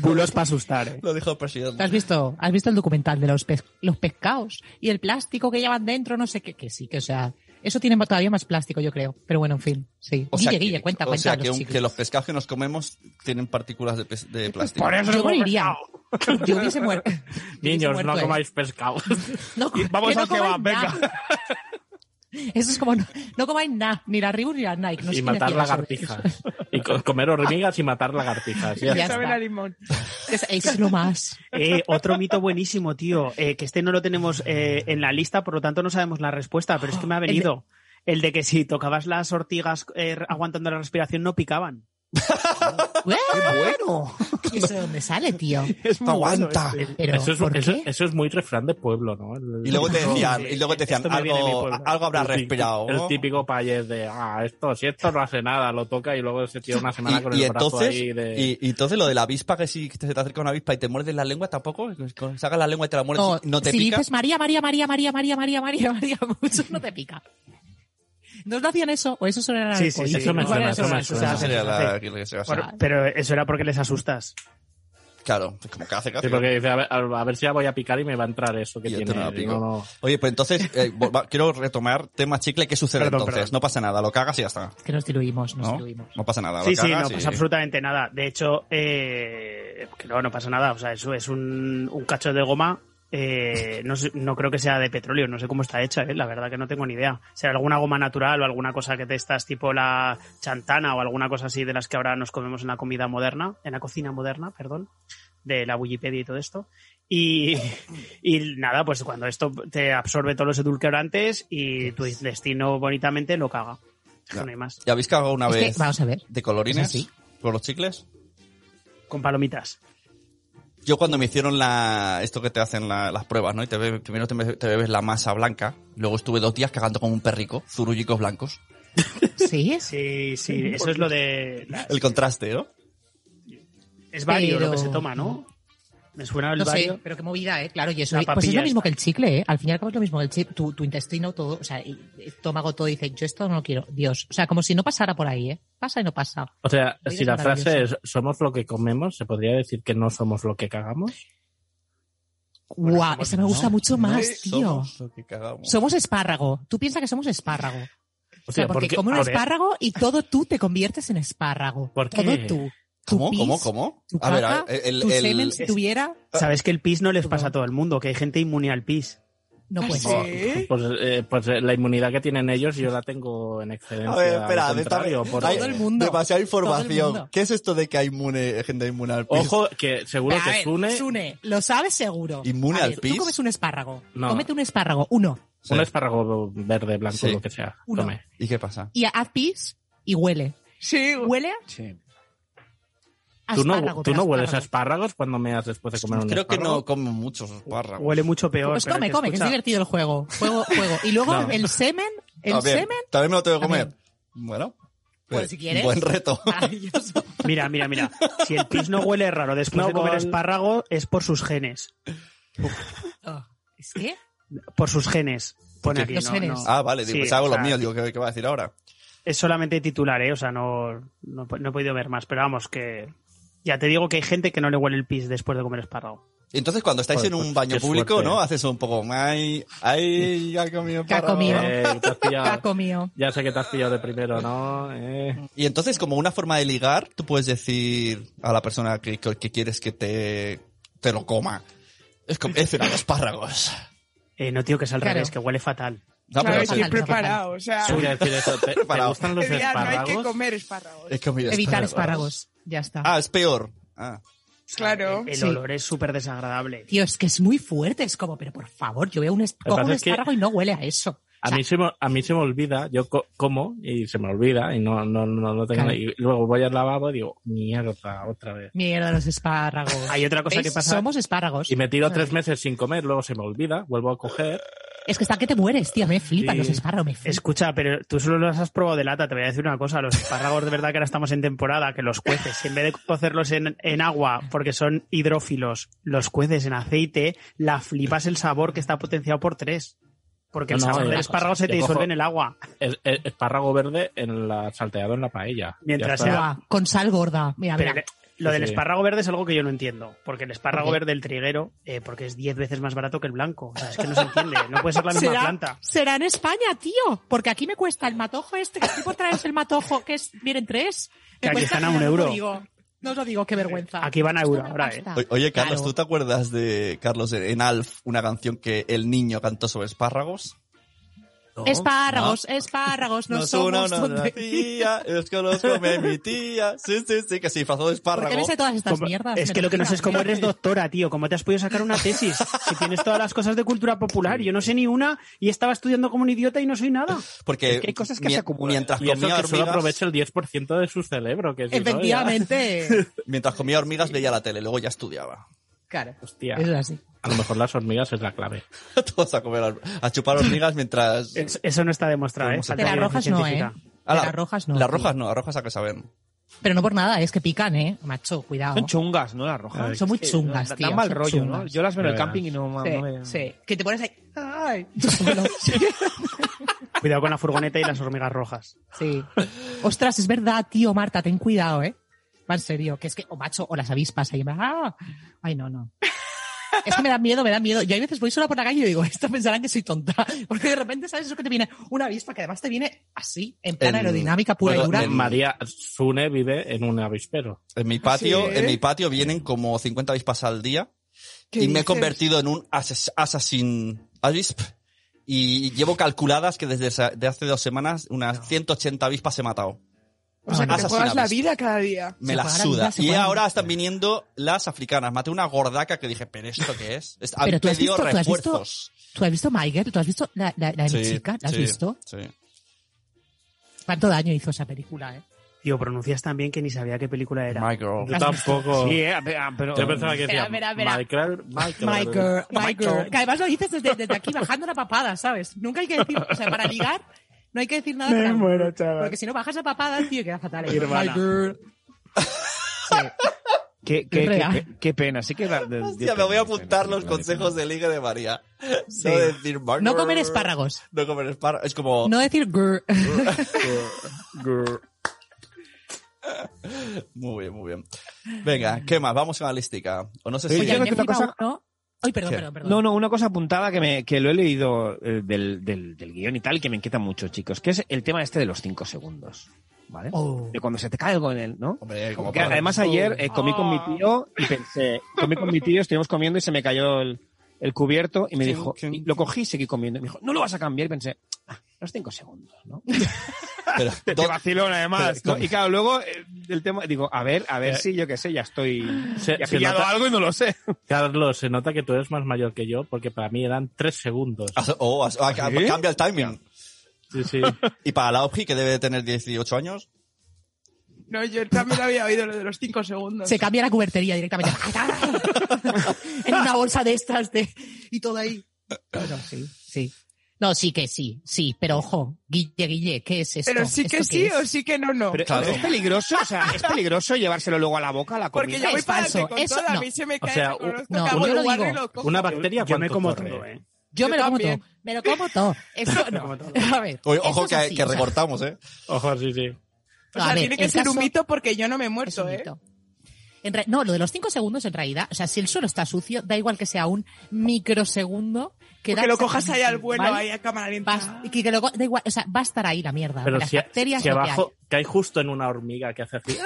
[SPEAKER 9] bulos para asustar, ¿eh?
[SPEAKER 4] Lo dijo el
[SPEAKER 1] ¿Te
[SPEAKER 4] presidente.
[SPEAKER 1] ¿Has visto, has visto el documental de los, pes- los pescados y el plástico que llevan dentro? No sé qué, que sí, que o sea, eso tiene todavía más plástico, yo creo. Pero bueno, en fin, sí.
[SPEAKER 4] O
[SPEAKER 1] Guille,
[SPEAKER 4] sea, que-
[SPEAKER 1] Guille, cuenta,
[SPEAKER 4] o
[SPEAKER 1] cuenta.
[SPEAKER 4] sea,
[SPEAKER 1] los
[SPEAKER 4] que, un-
[SPEAKER 1] chicles.
[SPEAKER 4] que los pescados que nos comemos tienen partículas de, pes- de plástico.
[SPEAKER 8] Por eso
[SPEAKER 1] Yo
[SPEAKER 8] como
[SPEAKER 1] moriría. <laughs> Yo hubiese muerto.
[SPEAKER 3] Niños, no
[SPEAKER 1] comáis
[SPEAKER 3] comáis pescado.
[SPEAKER 1] ¿eh? No,
[SPEAKER 8] Y vamos
[SPEAKER 1] que no
[SPEAKER 8] al que va,
[SPEAKER 1] comáis nada. <laughs> Eso es como, no, no comáis nada, ni la Ribus ni la Nike. No sé
[SPEAKER 3] <laughs> y
[SPEAKER 1] quién
[SPEAKER 3] matar
[SPEAKER 1] decía eso.
[SPEAKER 3] lagartijas. y co- comer hormigas y matar lagartijas.
[SPEAKER 1] Ya
[SPEAKER 2] Ya
[SPEAKER 1] está.
[SPEAKER 2] saben a limón.
[SPEAKER 1] Es, es lo
[SPEAKER 4] <laughs>
[SPEAKER 1] más.
[SPEAKER 9] Eh, otro mito buenísimo, tío. eh, que este no lo tenemos eh, en la lista, por lo tanto no sabemos la respuesta, pero es <gasps> que me ha
[SPEAKER 1] El de-
[SPEAKER 9] venido. El de que si tocabas las ortigas eh, aguantando la respiración no picaban.
[SPEAKER 8] Ah,
[SPEAKER 1] bueno! ¿Eso de dónde sale, tío?
[SPEAKER 9] Es muy bueno
[SPEAKER 4] Aguanta.
[SPEAKER 9] este.
[SPEAKER 1] Pero,
[SPEAKER 3] eso, es,
[SPEAKER 1] ¿por
[SPEAKER 3] eso-
[SPEAKER 1] qué?
[SPEAKER 3] eso es muy refrán de pueblo, ¿no? El-
[SPEAKER 4] Y luego te
[SPEAKER 3] No,
[SPEAKER 4] decían,
[SPEAKER 3] sí,
[SPEAKER 4] y luego te decían
[SPEAKER 3] esto me viene de mi
[SPEAKER 4] algo,
[SPEAKER 3] pueblo".
[SPEAKER 4] algo habrá
[SPEAKER 3] El típico-
[SPEAKER 4] respirado. ¿no?
[SPEAKER 3] El típico payés de, ah, esto, si esto no hace nada, lo toca y luego se tira una semana con
[SPEAKER 4] Y, y
[SPEAKER 3] el brazo
[SPEAKER 4] entonces,
[SPEAKER 3] ahí de...
[SPEAKER 4] y, y entonces lo de la avispa, que si te te acerca una avispa y te muerdes la lengua tampoco, que sacas la lengua y te la muerdes,
[SPEAKER 1] O,
[SPEAKER 4] no te
[SPEAKER 1] si
[SPEAKER 4] pica.
[SPEAKER 1] dices María, María, María, María, María, María, María, María, <laughs> mucho no te pica. ¿Nos lo hacían eso? ¿O eso solo era
[SPEAKER 9] Sí, sí,
[SPEAKER 1] alcohol?
[SPEAKER 9] sí,
[SPEAKER 3] eso me
[SPEAKER 1] ¿No?
[SPEAKER 3] suena,
[SPEAKER 1] Era
[SPEAKER 3] eso me
[SPEAKER 1] solo
[SPEAKER 3] suena.
[SPEAKER 4] Esa
[SPEAKER 1] alcohol.
[SPEAKER 4] sería la-
[SPEAKER 9] sí.
[SPEAKER 4] la que se va a hacer.
[SPEAKER 9] Por- pero eso era porque les asustas.
[SPEAKER 4] Claro, es como que hace
[SPEAKER 3] Sí,
[SPEAKER 4] gracia.
[SPEAKER 3] porque dice, a ver, a ver si ya voy a picar y me va a entrar eso que
[SPEAKER 4] Y yo
[SPEAKER 3] tiene.
[SPEAKER 4] te la pico.
[SPEAKER 3] No, no.
[SPEAKER 4] Oye, pues entonces, eh, volva- quiero retomar tema chicle. ¿Qué sucede
[SPEAKER 9] Perdón,
[SPEAKER 4] entonces?
[SPEAKER 9] perdón.
[SPEAKER 4] No pasa nada, lo cagas y ya está.
[SPEAKER 1] Que nos diluimos, nos
[SPEAKER 4] No,
[SPEAKER 1] diluimos.
[SPEAKER 4] No pasa nada.
[SPEAKER 9] Sí,
[SPEAKER 4] lo
[SPEAKER 9] sí,
[SPEAKER 4] cagas
[SPEAKER 9] no pues
[SPEAKER 4] y-
[SPEAKER 9] pasa absolutamente nada. De hecho, eh, que no, no pasa nada. O sea, eso es un, un cacho de goma. eh, no, sé- no creo que sea de petróleo, no sé cómo está hecha, eh, la verdad que no tengo ni idea. Será alguna goma natural o alguna cosa que te estás tipo la chantana o alguna cosa así de las que ahora nos comemos en la comida moderna, en la cocina moderna, perdón, de la Wikipedia y todo esto. Y, y nada, pues cuando esto te absorbe todos los edulcorantes y tu destino bonitamente lo caga. Es que
[SPEAKER 4] Ya.
[SPEAKER 9] No hay más.
[SPEAKER 4] ¿Y habéis cagado una
[SPEAKER 1] Es que,
[SPEAKER 4] vez
[SPEAKER 1] vamos a
[SPEAKER 4] <laughs>
[SPEAKER 1] ver.
[SPEAKER 4] de colorines
[SPEAKER 1] Es así.
[SPEAKER 4] por los chicles?
[SPEAKER 9] Con palomitas.
[SPEAKER 4] Yo cuando me hicieron la, esto que te hacen la- las pruebas, ¿no? Y te bebe- primero te, be- te bebes la masa blanca, luego estuve dos días cagando como un perrico, zurullicos blancos.
[SPEAKER 1] Sí,
[SPEAKER 9] Sí, sí, eso es lo de. la-
[SPEAKER 4] El contraste, ¿no?
[SPEAKER 9] es vario
[SPEAKER 1] Pero-
[SPEAKER 9] lo que se toma, ¿no? Me suena el
[SPEAKER 1] No
[SPEAKER 9] vario.
[SPEAKER 1] sé, pero qué movida, ¿eh? Claro, y eso.
[SPEAKER 9] La
[SPEAKER 1] Pues es
[SPEAKER 9] papilla
[SPEAKER 1] lo mismo
[SPEAKER 9] esta.
[SPEAKER 1] que el chicle, ¿eh? Al fin y al cabo es lo mismo que el chicle. Tu, tu intestino, todo, o sea, el estómago, todo dice, yo esto no lo quiero. Dios. O sea, como si no pasara por ahí, ¿eh? Pasa y no pasa.
[SPEAKER 3] O sea,
[SPEAKER 1] Mira,
[SPEAKER 3] si
[SPEAKER 1] es
[SPEAKER 3] la frase es
[SPEAKER 1] maravilloso.
[SPEAKER 3] somos lo que comemos, ¿se podría decir que no somos lo que cagamos?
[SPEAKER 1] Guau, esa me gusta mucho más,
[SPEAKER 4] No
[SPEAKER 1] tío. Somos...
[SPEAKER 4] somos lo que cagamos.
[SPEAKER 1] espárrago. Tú piensas que somos espárrago.
[SPEAKER 3] O
[SPEAKER 1] O sea,
[SPEAKER 3] sea,
[SPEAKER 1] porque
[SPEAKER 3] porque,
[SPEAKER 1] como un
[SPEAKER 3] a ver,
[SPEAKER 1] espárrago y todo tú te conviertes en espárrago.
[SPEAKER 3] ¿Por qué?
[SPEAKER 1] Todo tú. Tu
[SPEAKER 4] ¿Cómo?
[SPEAKER 1] pis,
[SPEAKER 4] ¿Cómo? ¿Cómo?
[SPEAKER 1] Tu
[SPEAKER 4] A ver,
[SPEAKER 1] caca,
[SPEAKER 4] el,
[SPEAKER 1] tu
[SPEAKER 4] el-
[SPEAKER 1] semen, si tuviera,
[SPEAKER 9] ¿Sabes que el pis no les pasa a todo el mundo? Que hay gente inmune al pis.
[SPEAKER 1] no
[SPEAKER 2] Ah,
[SPEAKER 1] puede
[SPEAKER 2] sí.
[SPEAKER 1] ser.
[SPEAKER 3] pues, eh, pues, eh, la inmunidad que tienen ellos yo la tengo en excedencia.
[SPEAKER 4] A ver,
[SPEAKER 3] al
[SPEAKER 4] espera,
[SPEAKER 3] contrario,
[SPEAKER 4] déjame-
[SPEAKER 3] porque-
[SPEAKER 4] hay
[SPEAKER 1] Todo el mundo.
[SPEAKER 4] demasiada
[SPEAKER 1] Todo el mundo.
[SPEAKER 4] información. ¿Qué es esto de que hay inmune, gente inmune al pis?
[SPEAKER 3] Ojo, que seguro
[SPEAKER 1] A
[SPEAKER 3] que
[SPEAKER 1] ver,
[SPEAKER 3] Sune,
[SPEAKER 1] Sune, lo sabes seguro.
[SPEAKER 4] Inmune
[SPEAKER 1] A
[SPEAKER 4] al
[SPEAKER 1] ver,
[SPEAKER 4] pis.
[SPEAKER 1] Tú comes un espárrago.
[SPEAKER 3] No.
[SPEAKER 1] Cómete un espárrago, uno.
[SPEAKER 4] Sí.
[SPEAKER 3] un espárrago verde, blanco,
[SPEAKER 4] Sí.
[SPEAKER 3] lo que sea.
[SPEAKER 1] Uno.
[SPEAKER 3] Tome.
[SPEAKER 4] ¿Y qué pasa?
[SPEAKER 1] Y haz pis y huele.
[SPEAKER 2] Sí,
[SPEAKER 1] Huele
[SPEAKER 8] Sí.
[SPEAKER 1] a
[SPEAKER 3] ¿Tú
[SPEAKER 1] espárrago.
[SPEAKER 3] no, tú
[SPEAKER 1] pero
[SPEAKER 3] no hueles a
[SPEAKER 1] espárrago.
[SPEAKER 3] espárragos cuando meas después de comer un
[SPEAKER 4] Creo que
[SPEAKER 3] espárrago?
[SPEAKER 4] no como muchos espárragos.
[SPEAKER 9] Huele mucho peor.
[SPEAKER 1] Pues
[SPEAKER 9] pero
[SPEAKER 1] come,
[SPEAKER 9] que
[SPEAKER 1] come, que es
[SPEAKER 9] escucha-
[SPEAKER 1] divertido el juego.
[SPEAKER 3] <laughs>
[SPEAKER 1] Juego, juego. Y luego
[SPEAKER 3] No.
[SPEAKER 1] el semen, el
[SPEAKER 4] Ah, bien. <laughs>
[SPEAKER 1] semen,
[SPEAKER 4] También me lo tengo que
[SPEAKER 1] También.
[SPEAKER 4] comer. Bueno.
[SPEAKER 1] Pues
[SPEAKER 4] eh,
[SPEAKER 1] si quieres.
[SPEAKER 4] Buen reto.
[SPEAKER 1] maravilloso.
[SPEAKER 9] Mira, mira, mira. Si el pis no huele raro después
[SPEAKER 3] No
[SPEAKER 9] de comer
[SPEAKER 3] gol.
[SPEAKER 9] espárrago, es por sus genes.
[SPEAKER 1] Oh, <laughs> es que,
[SPEAKER 9] Por sus genes. Pone aquí,
[SPEAKER 1] Los
[SPEAKER 9] no,
[SPEAKER 1] genes.
[SPEAKER 9] no.
[SPEAKER 4] Ah, vale, digo,
[SPEAKER 9] Sí,
[SPEAKER 4] pues hago
[SPEAKER 9] o
[SPEAKER 4] los
[SPEAKER 9] sea,
[SPEAKER 4] míos, digo, ¿qué, qué va a decir ahora?
[SPEAKER 9] Es solamente titular, ¿eh? O sea, no, no, no he podido ver más. Pero vamos, que. Ya te digo que hay gente que no le huele el pis después de comer espárrago.
[SPEAKER 4] Entonces, cuando estáis
[SPEAKER 3] Joder,
[SPEAKER 4] en un
[SPEAKER 3] pues,
[SPEAKER 4] baño
[SPEAKER 3] qué
[SPEAKER 4] público,
[SPEAKER 3] suerte.
[SPEAKER 4] ¿no? Haces un poco, ay, ay, ya comido
[SPEAKER 1] ¿Qué ha
[SPEAKER 4] espárrago".
[SPEAKER 1] comido?
[SPEAKER 3] Eh, te has pillado-
[SPEAKER 1] caco mío.
[SPEAKER 3] ya sé que te has pillado de primero, ¿no?
[SPEAKER 1] Mm.
[SPEAKER 3] Eh,
[SPEAKER 4] Y entonces, como una forma de ligar, tú puedes decir a la persona que, que- que quieres que te, te lo coma. Es como, he cenado espárragos.
[SPEAKER 9] Eh, no, tío, que es al
[SPEAKER 1] Claro.
[SPEAKER 9] revés, que huele fatal.
[SPEAKER 4] No,
[SPEAKER 2] claro,
[SPEAKER 4] pero
[SPEAKER 2] hay
[SPEAKER 1] sí.
[SPEAKER 2] que ir preparado. O sea,
[SPEAKER 3] voy a decir eso. ¿Te, te
[SPEAKER 4] <laughs> Preparado.
[SPEAKER 3] gustan los
[SPEAKER 2] este día no hay que
[SPEAKER 3] espárragos?
[SPEAKER 2] comer espárragos.
[SPEAKER 4] he comido
[SPEAKER 1] Evitar espárragos. Ya está.
[SPEAKER 4] Ah, es peor. Ah.
[SPEAKER 2] Claro.
[SPEAKER 9] El, el
[SPEAKER 1] Sí.
[SPEAKER 9] olor es súper desagradable.
[SPEAKER 1] Tío, es que es muy fuerte. Es como, pero por favor, yo veo un, es-
[SPEAKER 3] que
[SPEAKER 1] cojo un
[SPEAKER 3] pasa es que-
[SPEAKER 1] espárrago y no huele a eso.
[SPEAKER 3] A mí, se me, a mí se me olvida, yo co- como y se me olvida y no, no, no, no tengo...
[SPEAKER 1] Claro.
[SPEAKER 3] Y luego voy al lavabo y digo, mierda, otra vez.
[SPEAKER 1] Mierda, los espárragos.
[SPEAKER 9] Hay otra cosa
[SPEAKER 1] ¿Veis?
[SPEAKER 9] que pasa.
[SPEAKER 1] Somos espárragos.
[SPEAKER 3] Y me tiro tres meses sin comer, luego se me olvida, vuelvo a coger.
[SPEAKER 1] Es que está que te mueres, tío. Me flipan
[SPEAKER 3] Sí.
[SPEAKER 1] los espárragos, me flipan.
[SPEAKER 9] Escucha, pero tú solo los has probado de lata. Te voy a decir una cosa: los espárragos de verdad que ahora estamos en temporada, que los cueces, en vez de cocerlos en, en agua porque son hidrófilos, los cueces en aceite, la flipas el sabor que está potenciado por tres. Porque el
[SPEAKER 3] No, no,
[SPEAKER 9] sabor
[SPEAKER 3] yo-
[SPEAKER 9] del espárrago se
[SPEAKER 3] yo
[SPEAKER 9] te disuelve
[SPEAKER 3] cojo-
[SPEAKER 9] en el agua.
[SPEAKER 3] Es- es- espárrago verde en la, salteado en la paella.
[SPEAKER 9] Mientras
[SPEAKER 3] Ya está.
[SPEAKER 9] sea-
[SPEAKER 1] Buah, con sal gorda. Mira,
[SPEAKER 9] Pero
[SPEAKER 1] Ah, mira.
[SPEAKER 9] el- lo
[SPEAKER 3] Sí,
[SPEAKER 9] del
[SPEAKER 3] sí.
[SPEAKER 9] espárrago verde es algo que yo no entiendo. Porque el espárrago
[SPEAKER 1] ¿Por qué?
[SPEAKER 9] verde, el triguero, eh, porque es 10 veces más barato que el blanco. O sea, es que no se entiende. No puede ser la misma
[SPEAKER 1] ¿Será,
[SPEAKER 9] planta.
[SPEAKER 1] será en España, tío. Porque aquí me cuesta el matojo este. Que estoy por traerse el matojo, que es, miren, tres. Me
[SPEAKER 9] Que aquí
[SPEAKER 1] cuesta-
[SPEAKER 9] están a un
[SPEAKER 1] no os lo
[SPEAKER 9] euro.
[SPEAKER 1] digo, no os lo digo, qué vergüenza.
[SPEAKER 9] Aquí van a euro
[SPEAKER 1] Una
[SPEAKER 9] ahora, ¿eh?
[SPEAKER 1] pasta.
[SPEAKER 4] O- Oye, Carlos,
[SPEAKER 1] Ah, Claro.
[SPEAKER 4] ¿tú te acuerdas de Carlos en Alf, una canción que el niño cantó sobre espárragos?
[SPEAKER 1] Espárragos, espárragos, no, somos tonterías.
[SPEAKER 4] tía, es que los come mi tía. Sí, sí, sí, que se disfrazó de
[SPEAKER 1] ¿Por qué me
[SPEAKER 4] espárrago.
[SPEAKER 1] sé todas estas
[SPEAKER 9] Como-
[SPEAKER 1] mierdas?
[SPEAKER 9] Es
[SPEAKER 1] Me
[SPEAKER 9] que lo que no sé es
[SPEAKER 1] refiero. <laughs>
[SPEAKER 9] cómo eres doctora, tío. ¿Cómo te has podido sacar una tesis? Si tienes todas las cosas de cultura popular. Yo no sé ni una y estaba estudiando como un idiota y no soy nada.
[SPEAKER 4] Porque
[SPEAKER 8] Es que hay cosas que
[SPEAKER 4] mien-
[SPEAKER 8] se acumulan.
[SPEAKER 4] mientras
[SPEAKER 3] Y eso
[SPEAKER 4] comía,
[SPEAKER 3] que solo
[SPEAKER 4] hormigas,
[SPEAKER 3] aprovecha el 10% de su cerebro. Que si no,
[SPEAKER 8] Pues
[SPEAKER 3] ya-
[SPEAKER 1] Efectivamente.
[SPEAKER 4] mientras comía hormigas veía la tele, luego ya estudiaba. <laughs>
[SPEAKER 8] <laughs>
[SPEAKER 1] Claro.
[SPEAKER 3] Hostia.
[SPEAKER 1] Eso es así.
[SPEAKER 3] A lo mejor las hormigas es la clave.
[SPEAKER 4] Todos a comer, hor- a chupar hormigas mientras...
[SPEAKER 9] Es- Eso no está demostrado, ¿eh? Falta
[SPEAKER 1] De las
[SPEAKER 9] evidencia
[SPEAKER 1] rojas no, ¿eh?
[SPEAKER 9] científica.
[SPEAKER 4] Ah,
[SPEAKER 1] De
[SPEAKER 4] la-
[SPEAKER 1] las rojas no.
[SPEAKER 4] Las rojas no, las rojas a que saben.
[SPEAKER 1] Pero no por nada, es que pican, ¿eh? Macho, cuidado.
[SPEAKER 8] Son chungas, ¿no? Las rojas.
[SPEAKER 1] Son muy
[SPEAKER 8] Es que
[SPEAKER 1] chungas,
[SPEAKER 8] dan-
[SPEAKER 1] tío,
[SPEAKER 8] Dan mal
[SPEAKER 1] son
[SPEAKER 8] rollo, ¿no?
[SPEAKER 1] chungas.
[SPEAKER 8] Yo las veo en el
[SPEAKER 3] De verdad.
[SPEAKER 8] camping y no, ma-
[SPEAKER 1] Sí,
[SPEAKER 8] no me...
[SPEAKER 1] sí. Que te pones ahí. ¡Ay! <laughs> Bueno, sí. ¿eh?
[SPEAKER 9] Cuidado con la furgoneta y las hormigas rojas.
[SPEAKER 1] Sí. Ostras, es verdad, tío, Marta, ten cuidado, ¿eh? Va en serio, que es que, o macho, o las avispas ahí. en plan, ¡ah! Ay, no,
[SPEAKER 8] <laughs>
[SPEAKER 1] no. Es que me da miedo, me da miedo. Yo hay veces voy sola por la calle y digo, esto pensarán que soy tonta. <laughs> Porque de repente, ¿sabes eso que te viene? Una avispa que además te viene así, en plan
[SPEAKER 4] En-
[SPEAKER 1] aerodinámica pura y
[SPEAKER 4] Bueno,
[SPEAKER 1] dura.
[SPEAKER 4] en-
[SPEAKER 3] María Sune vive en un avispero.
[SPEAKER 4] En mi patio,
[SPEAKER 2] Sí.
[SPEAKER 4] en mi patio vienen como 50 avispas al día y
[SPEAKER 2] ¿Qué
[SPEAKER 4] me he
[SPEAKER 2] dices?
[SPEAKER 4] convertido en un ases- assassin avisp y llevo calculadas que desde esa- de hace dos semanas unas 180 avispas he matado.
[SPEAKER 2] O sea,
[SPEAKER 1] Ah,
[SPEAKER 2] que te
[SPEAKER 4] no.
[SPEAKER 2] juegas la
[SPEAKER 4] Asesinadas.
[SPEAKER 2] vida cada día.
[SPEAKER 4] Me
[SPEAKER 1] Se
[SPEAKER 4] las
[SPEAKER 1] juega la
[SPEAKER 4] suda.
[SPEAKER 1] vida, se
[SPEAKER 4] Y
[SPEAKER 1] juega la
[SPEAKER 4] ahora
[SPEAKER 1] vida.
[SPEAKER 4] están viniendo las africanas. Maté una gordaca que dije, pero ¿esto qué es? Est- Han
[SPEAKER 1] Pero tú has
[SPEAKER 4] pedido
[SPEAKER 1] visto- tú has visto-
[SPEAKER 4] refuerzos.
[SPEAKER 1] ¿Tú has visto Michael? ¿Tú has visto la, la, la de mi
[SPEAKER 4] Sí,
[SPEAKER 1] chica? ¿La has
[SPEAKER 4] sí,
[SPEAKER 1] visto?
[SPEAKER 4] sí.
[SPEAKER 1] ¿Cuánto daño hizo esa película, eh?
[SPEAKER 9] Tío, pronuncias tan bien que ni sabía qué película era.
[SPEAKER 4] My girl.
[SPEAKER 3] Yo tampoco.
[SPEAKER 8] Ah, Sí, eh, pe- ah, pero...
[SPEAKER 3] Yo pensaba que decía
[SPEAKER 1] Espera, espera, espera.
[SPEAKER 3] Michael, Michael.
[SPEAKER 1] Michael, Michael. Que además lo dices desde, desde aquí, bajando la papada, ¿sabes? Nunca hay que decir, o sea, para ligar, no hay que decir nada. para- Porque si no bajas la papada, tío, queda fatal. eh. ahí.
[SPEAKER 9] Nirvana.
[SPEAKER 1] Michael.
[SPEAKER 8] Qué, qué,
[SPEAKER 1] Real.
[SPEAKER 8] qué, qué- qué pena. Sí que da- de-
[SPEAKER 4] Hostia,
[SPEAKER 8] de-
[SPEAKER 4] me voy a
[SPEAKER 8] de-
[SPEAKER 4] apuntar
[SPEAKER 8] de-
[SPEAKER 4] los
[SPEAKER 8] de-
[SPEAKER 4] consejos de Liga de María.
[SPEAKER 1] Sí.
[SPEAKER 4] No decir my
[SPEAKER 1] No
[SPEAKER 4] girl.
[SPEAKER 1] comer espárragos.
[SPEAKER 4] No comer espárragos. Es
[SPEAKER 8] Oh.
[SPEAKER 4] como...
[SPEAKER 1] No decir grr.
[SPEAKER 4] Muy bien, muy bien. Venga, ¿qué más? Vamos con la lística. O no sé
[SPEAKER 8] Oye,
[SPEAKER 4] si...
[SPEAKER 1] Oye,
[SPEAKER 8] yo
[SPEAKER 1] a mí
[SPEAKER 8] creo que
[SPEAKER 1] me
[SPEAKER 8] otra
[SPEAKER 1] flipa
[SPEAKER 8] cosa-
[SPEAKER 1] uno- Ay, perdón,
[SPEAKER 4] ¿Qué?
[SPEAKER 1] perdón, perdón.
[SPEAKER 8] No, no, una cosa apuntada que, me, que lo he leído eh, del, del, del guión y tal, que me inquieta mucho, chicos, que es el tema este de los cinco segundos. ¿Vale?
[SPEAKER 1] Oh.
[SPEAKER 8] De cuando se te cae algo en él, ¿no?
[SPEAKER 4] Hombre, como
[SPEAKER 8] Porque
[SPEAKER 4] para-
[SPEAKER 8] además ayer eh, comí con mi tío y pensé, comí con mi tío, estuvimos comiendo y se me cayó el, el cubierto y me
[SPEAKER 4] Chin,
[SPEAKER 8] dijo,
[SPEAKER 4] chin.
[SPEAKER 8] y lo cogí y seguí comiendo. Y me dijo, no lo vas a cambiar. Y pensé, ah, los cinco segundos,
[SPEAKER 4] <laughs>
[SPEAKER 8] ¿no?
[SPEAKER 4] Pero,
[SPEAKER 8] Te,
[SPEAKER 4] do-
[SPEAKER 8] vacilón además.
[SPEAKER 4] Pero,
[SPEAKER 8] ¿no? Y claro, luego eh, el tema, digo, a ver, a ver
[SPEAKER 3] Eh,
[SPEAKER 8] si yo qué sé, ya estoy...
[SPEAKER 3] Se-
[SPEAKER 8] Ya he
[SPEAKER 3] se
[SPEAKER 8] pillado
[SPEAKER 3] nota-
[SPEAKER 8] algo y no lo sé.
[SPEAKER 3] Carlos, se nota que tú eres más mayor que yo, porque para mí eran tres segundos.
[SPEAKER 4] Ah, oh, ah, ah,
[SPEAKER 8] ¿Sí?
[SPEAKER 4] cambia el timing. <laughs>
[SPEAKER 3] Sí, sí.
[SPEAKER 4] Y para la OPGI, que debe de tener 18 años,
[SPEAKER 2] No, yo también había oído lo de los cinco segundos.
[SPEAKER 1] Se cambia la cubertería directamente. en una bolsa de estas de... y todo ahí. Bueno, sí, sí. No, sí que sí, sí, pero ojo, Guille, Guille, ¿qué es esto?
[SPEAKER 2] Pero sí
[SPEAKER 1] ¿Esto
[SPEAKER 2] que
[SPEAKER 1] qué
[SPEAKER 2] sí
[SPEAKER 1] es?
[SPEAKER 2] o sí que no, no.
[SPEAKER 8] Pero es peligroso, o sea, es peligroso llevárselo luego a la boca, a la comida.
[SPEAKER 2] Porque yo voy
[SPEAKER 1] es
[SPEAKER 2] para
[SPEAKER 1] falso,
[SPEAKER 2] adelante con
[SPEAKER 1] eso
[SPEAKER 2] todo, a
[SPEAKER 1] no.
[SPEAKER 2] mí se me
[SPEAKER 3] O
[SPEAKER 2] cae,
[SPEAKER 3] sea,
[SPEAKER 2] me
[SPEAKER 3] u-
[SPEAKER 2] conozco,
[SPEAKER 1] no,
[SPEAKER 2] acabo
[SPEAKER 1] yo lo
[SPEAKER 2] lugar
[SPEAKER 1] digo.
[SPEAKER 2] y lo cojo.
[SPEAKER 3] Una bacteria,
[SPEAKER 9] Yo me
[SPEAKER 3] ¿cuánto
[SPEAKER 9] como
[SPEAKER 3] corre?
[SPEAKER 9] todo, ¿eh?
[SPEAKER 1] Yo me
[SPEAKER 2] Yo
[SPEAKER 1] lo como
[SPEAKER 2] también.
[SPEAKER 1] todo. Me lo como todo.
[SPEAKER 2] <laughs>
[SPEAKER 1] Esto no. A ver.
[SPEAKER 4] Oye,
[SPEAKER 1] esto
[SPEAKER 4] ojo
[SPEAKER 1] es
[SPEAKER 4] que,
[SPEAKER 1] así,
[SPEAKER 4] que
[SPEAKER 1] o sea,
[SPEAKER 4] recortamos, ¿eh?
[SPEAKER 3] Ojo, sí, sí.
[SPEAKER 2] O
[SPEAKER 1] a
[SPEAKER 2] sea,
[SPEAKER 1] ver,
[SPEAKER 2] tiene que
[SPEAKER 1] el
[SPEAKER 2] ser un
[SPEAKER 1] caso
[SPEAKER 2] mito porque yo no me he
[SPEAKER 1] es un
[SPEAKER 2] muerto, ¿eh?
[SPEAKER 1] mito. En re- no, lo de los cinco segundos en realidad, o sea, si el suelo está sucio, da igual que sea un microsegundo. Que da
[SPEAKER 2] Que lo cojas ahí al
[SPEAKER 1] exactamente
[SPEAKER 2] bueno,
[SPEAKER 1] igual,
[SPEAKER 2] ahí a cámara
[SPEAKER 1] va-
[SPEAKER 2] lenta.
[SPEAKER 1] y que, que lo co- da igual, o sea, va a estar ahí la mierda.
[SPEAKER 3] Pero
[SPEAKER 1] las
[SPEAKER 3] si,
[SPEAKER 1] bacterias
[SPEAKER 3] si
[SPEAKER 1] lo que
[SPEAKER 3] abajo cae justo en una hormiga que hace así.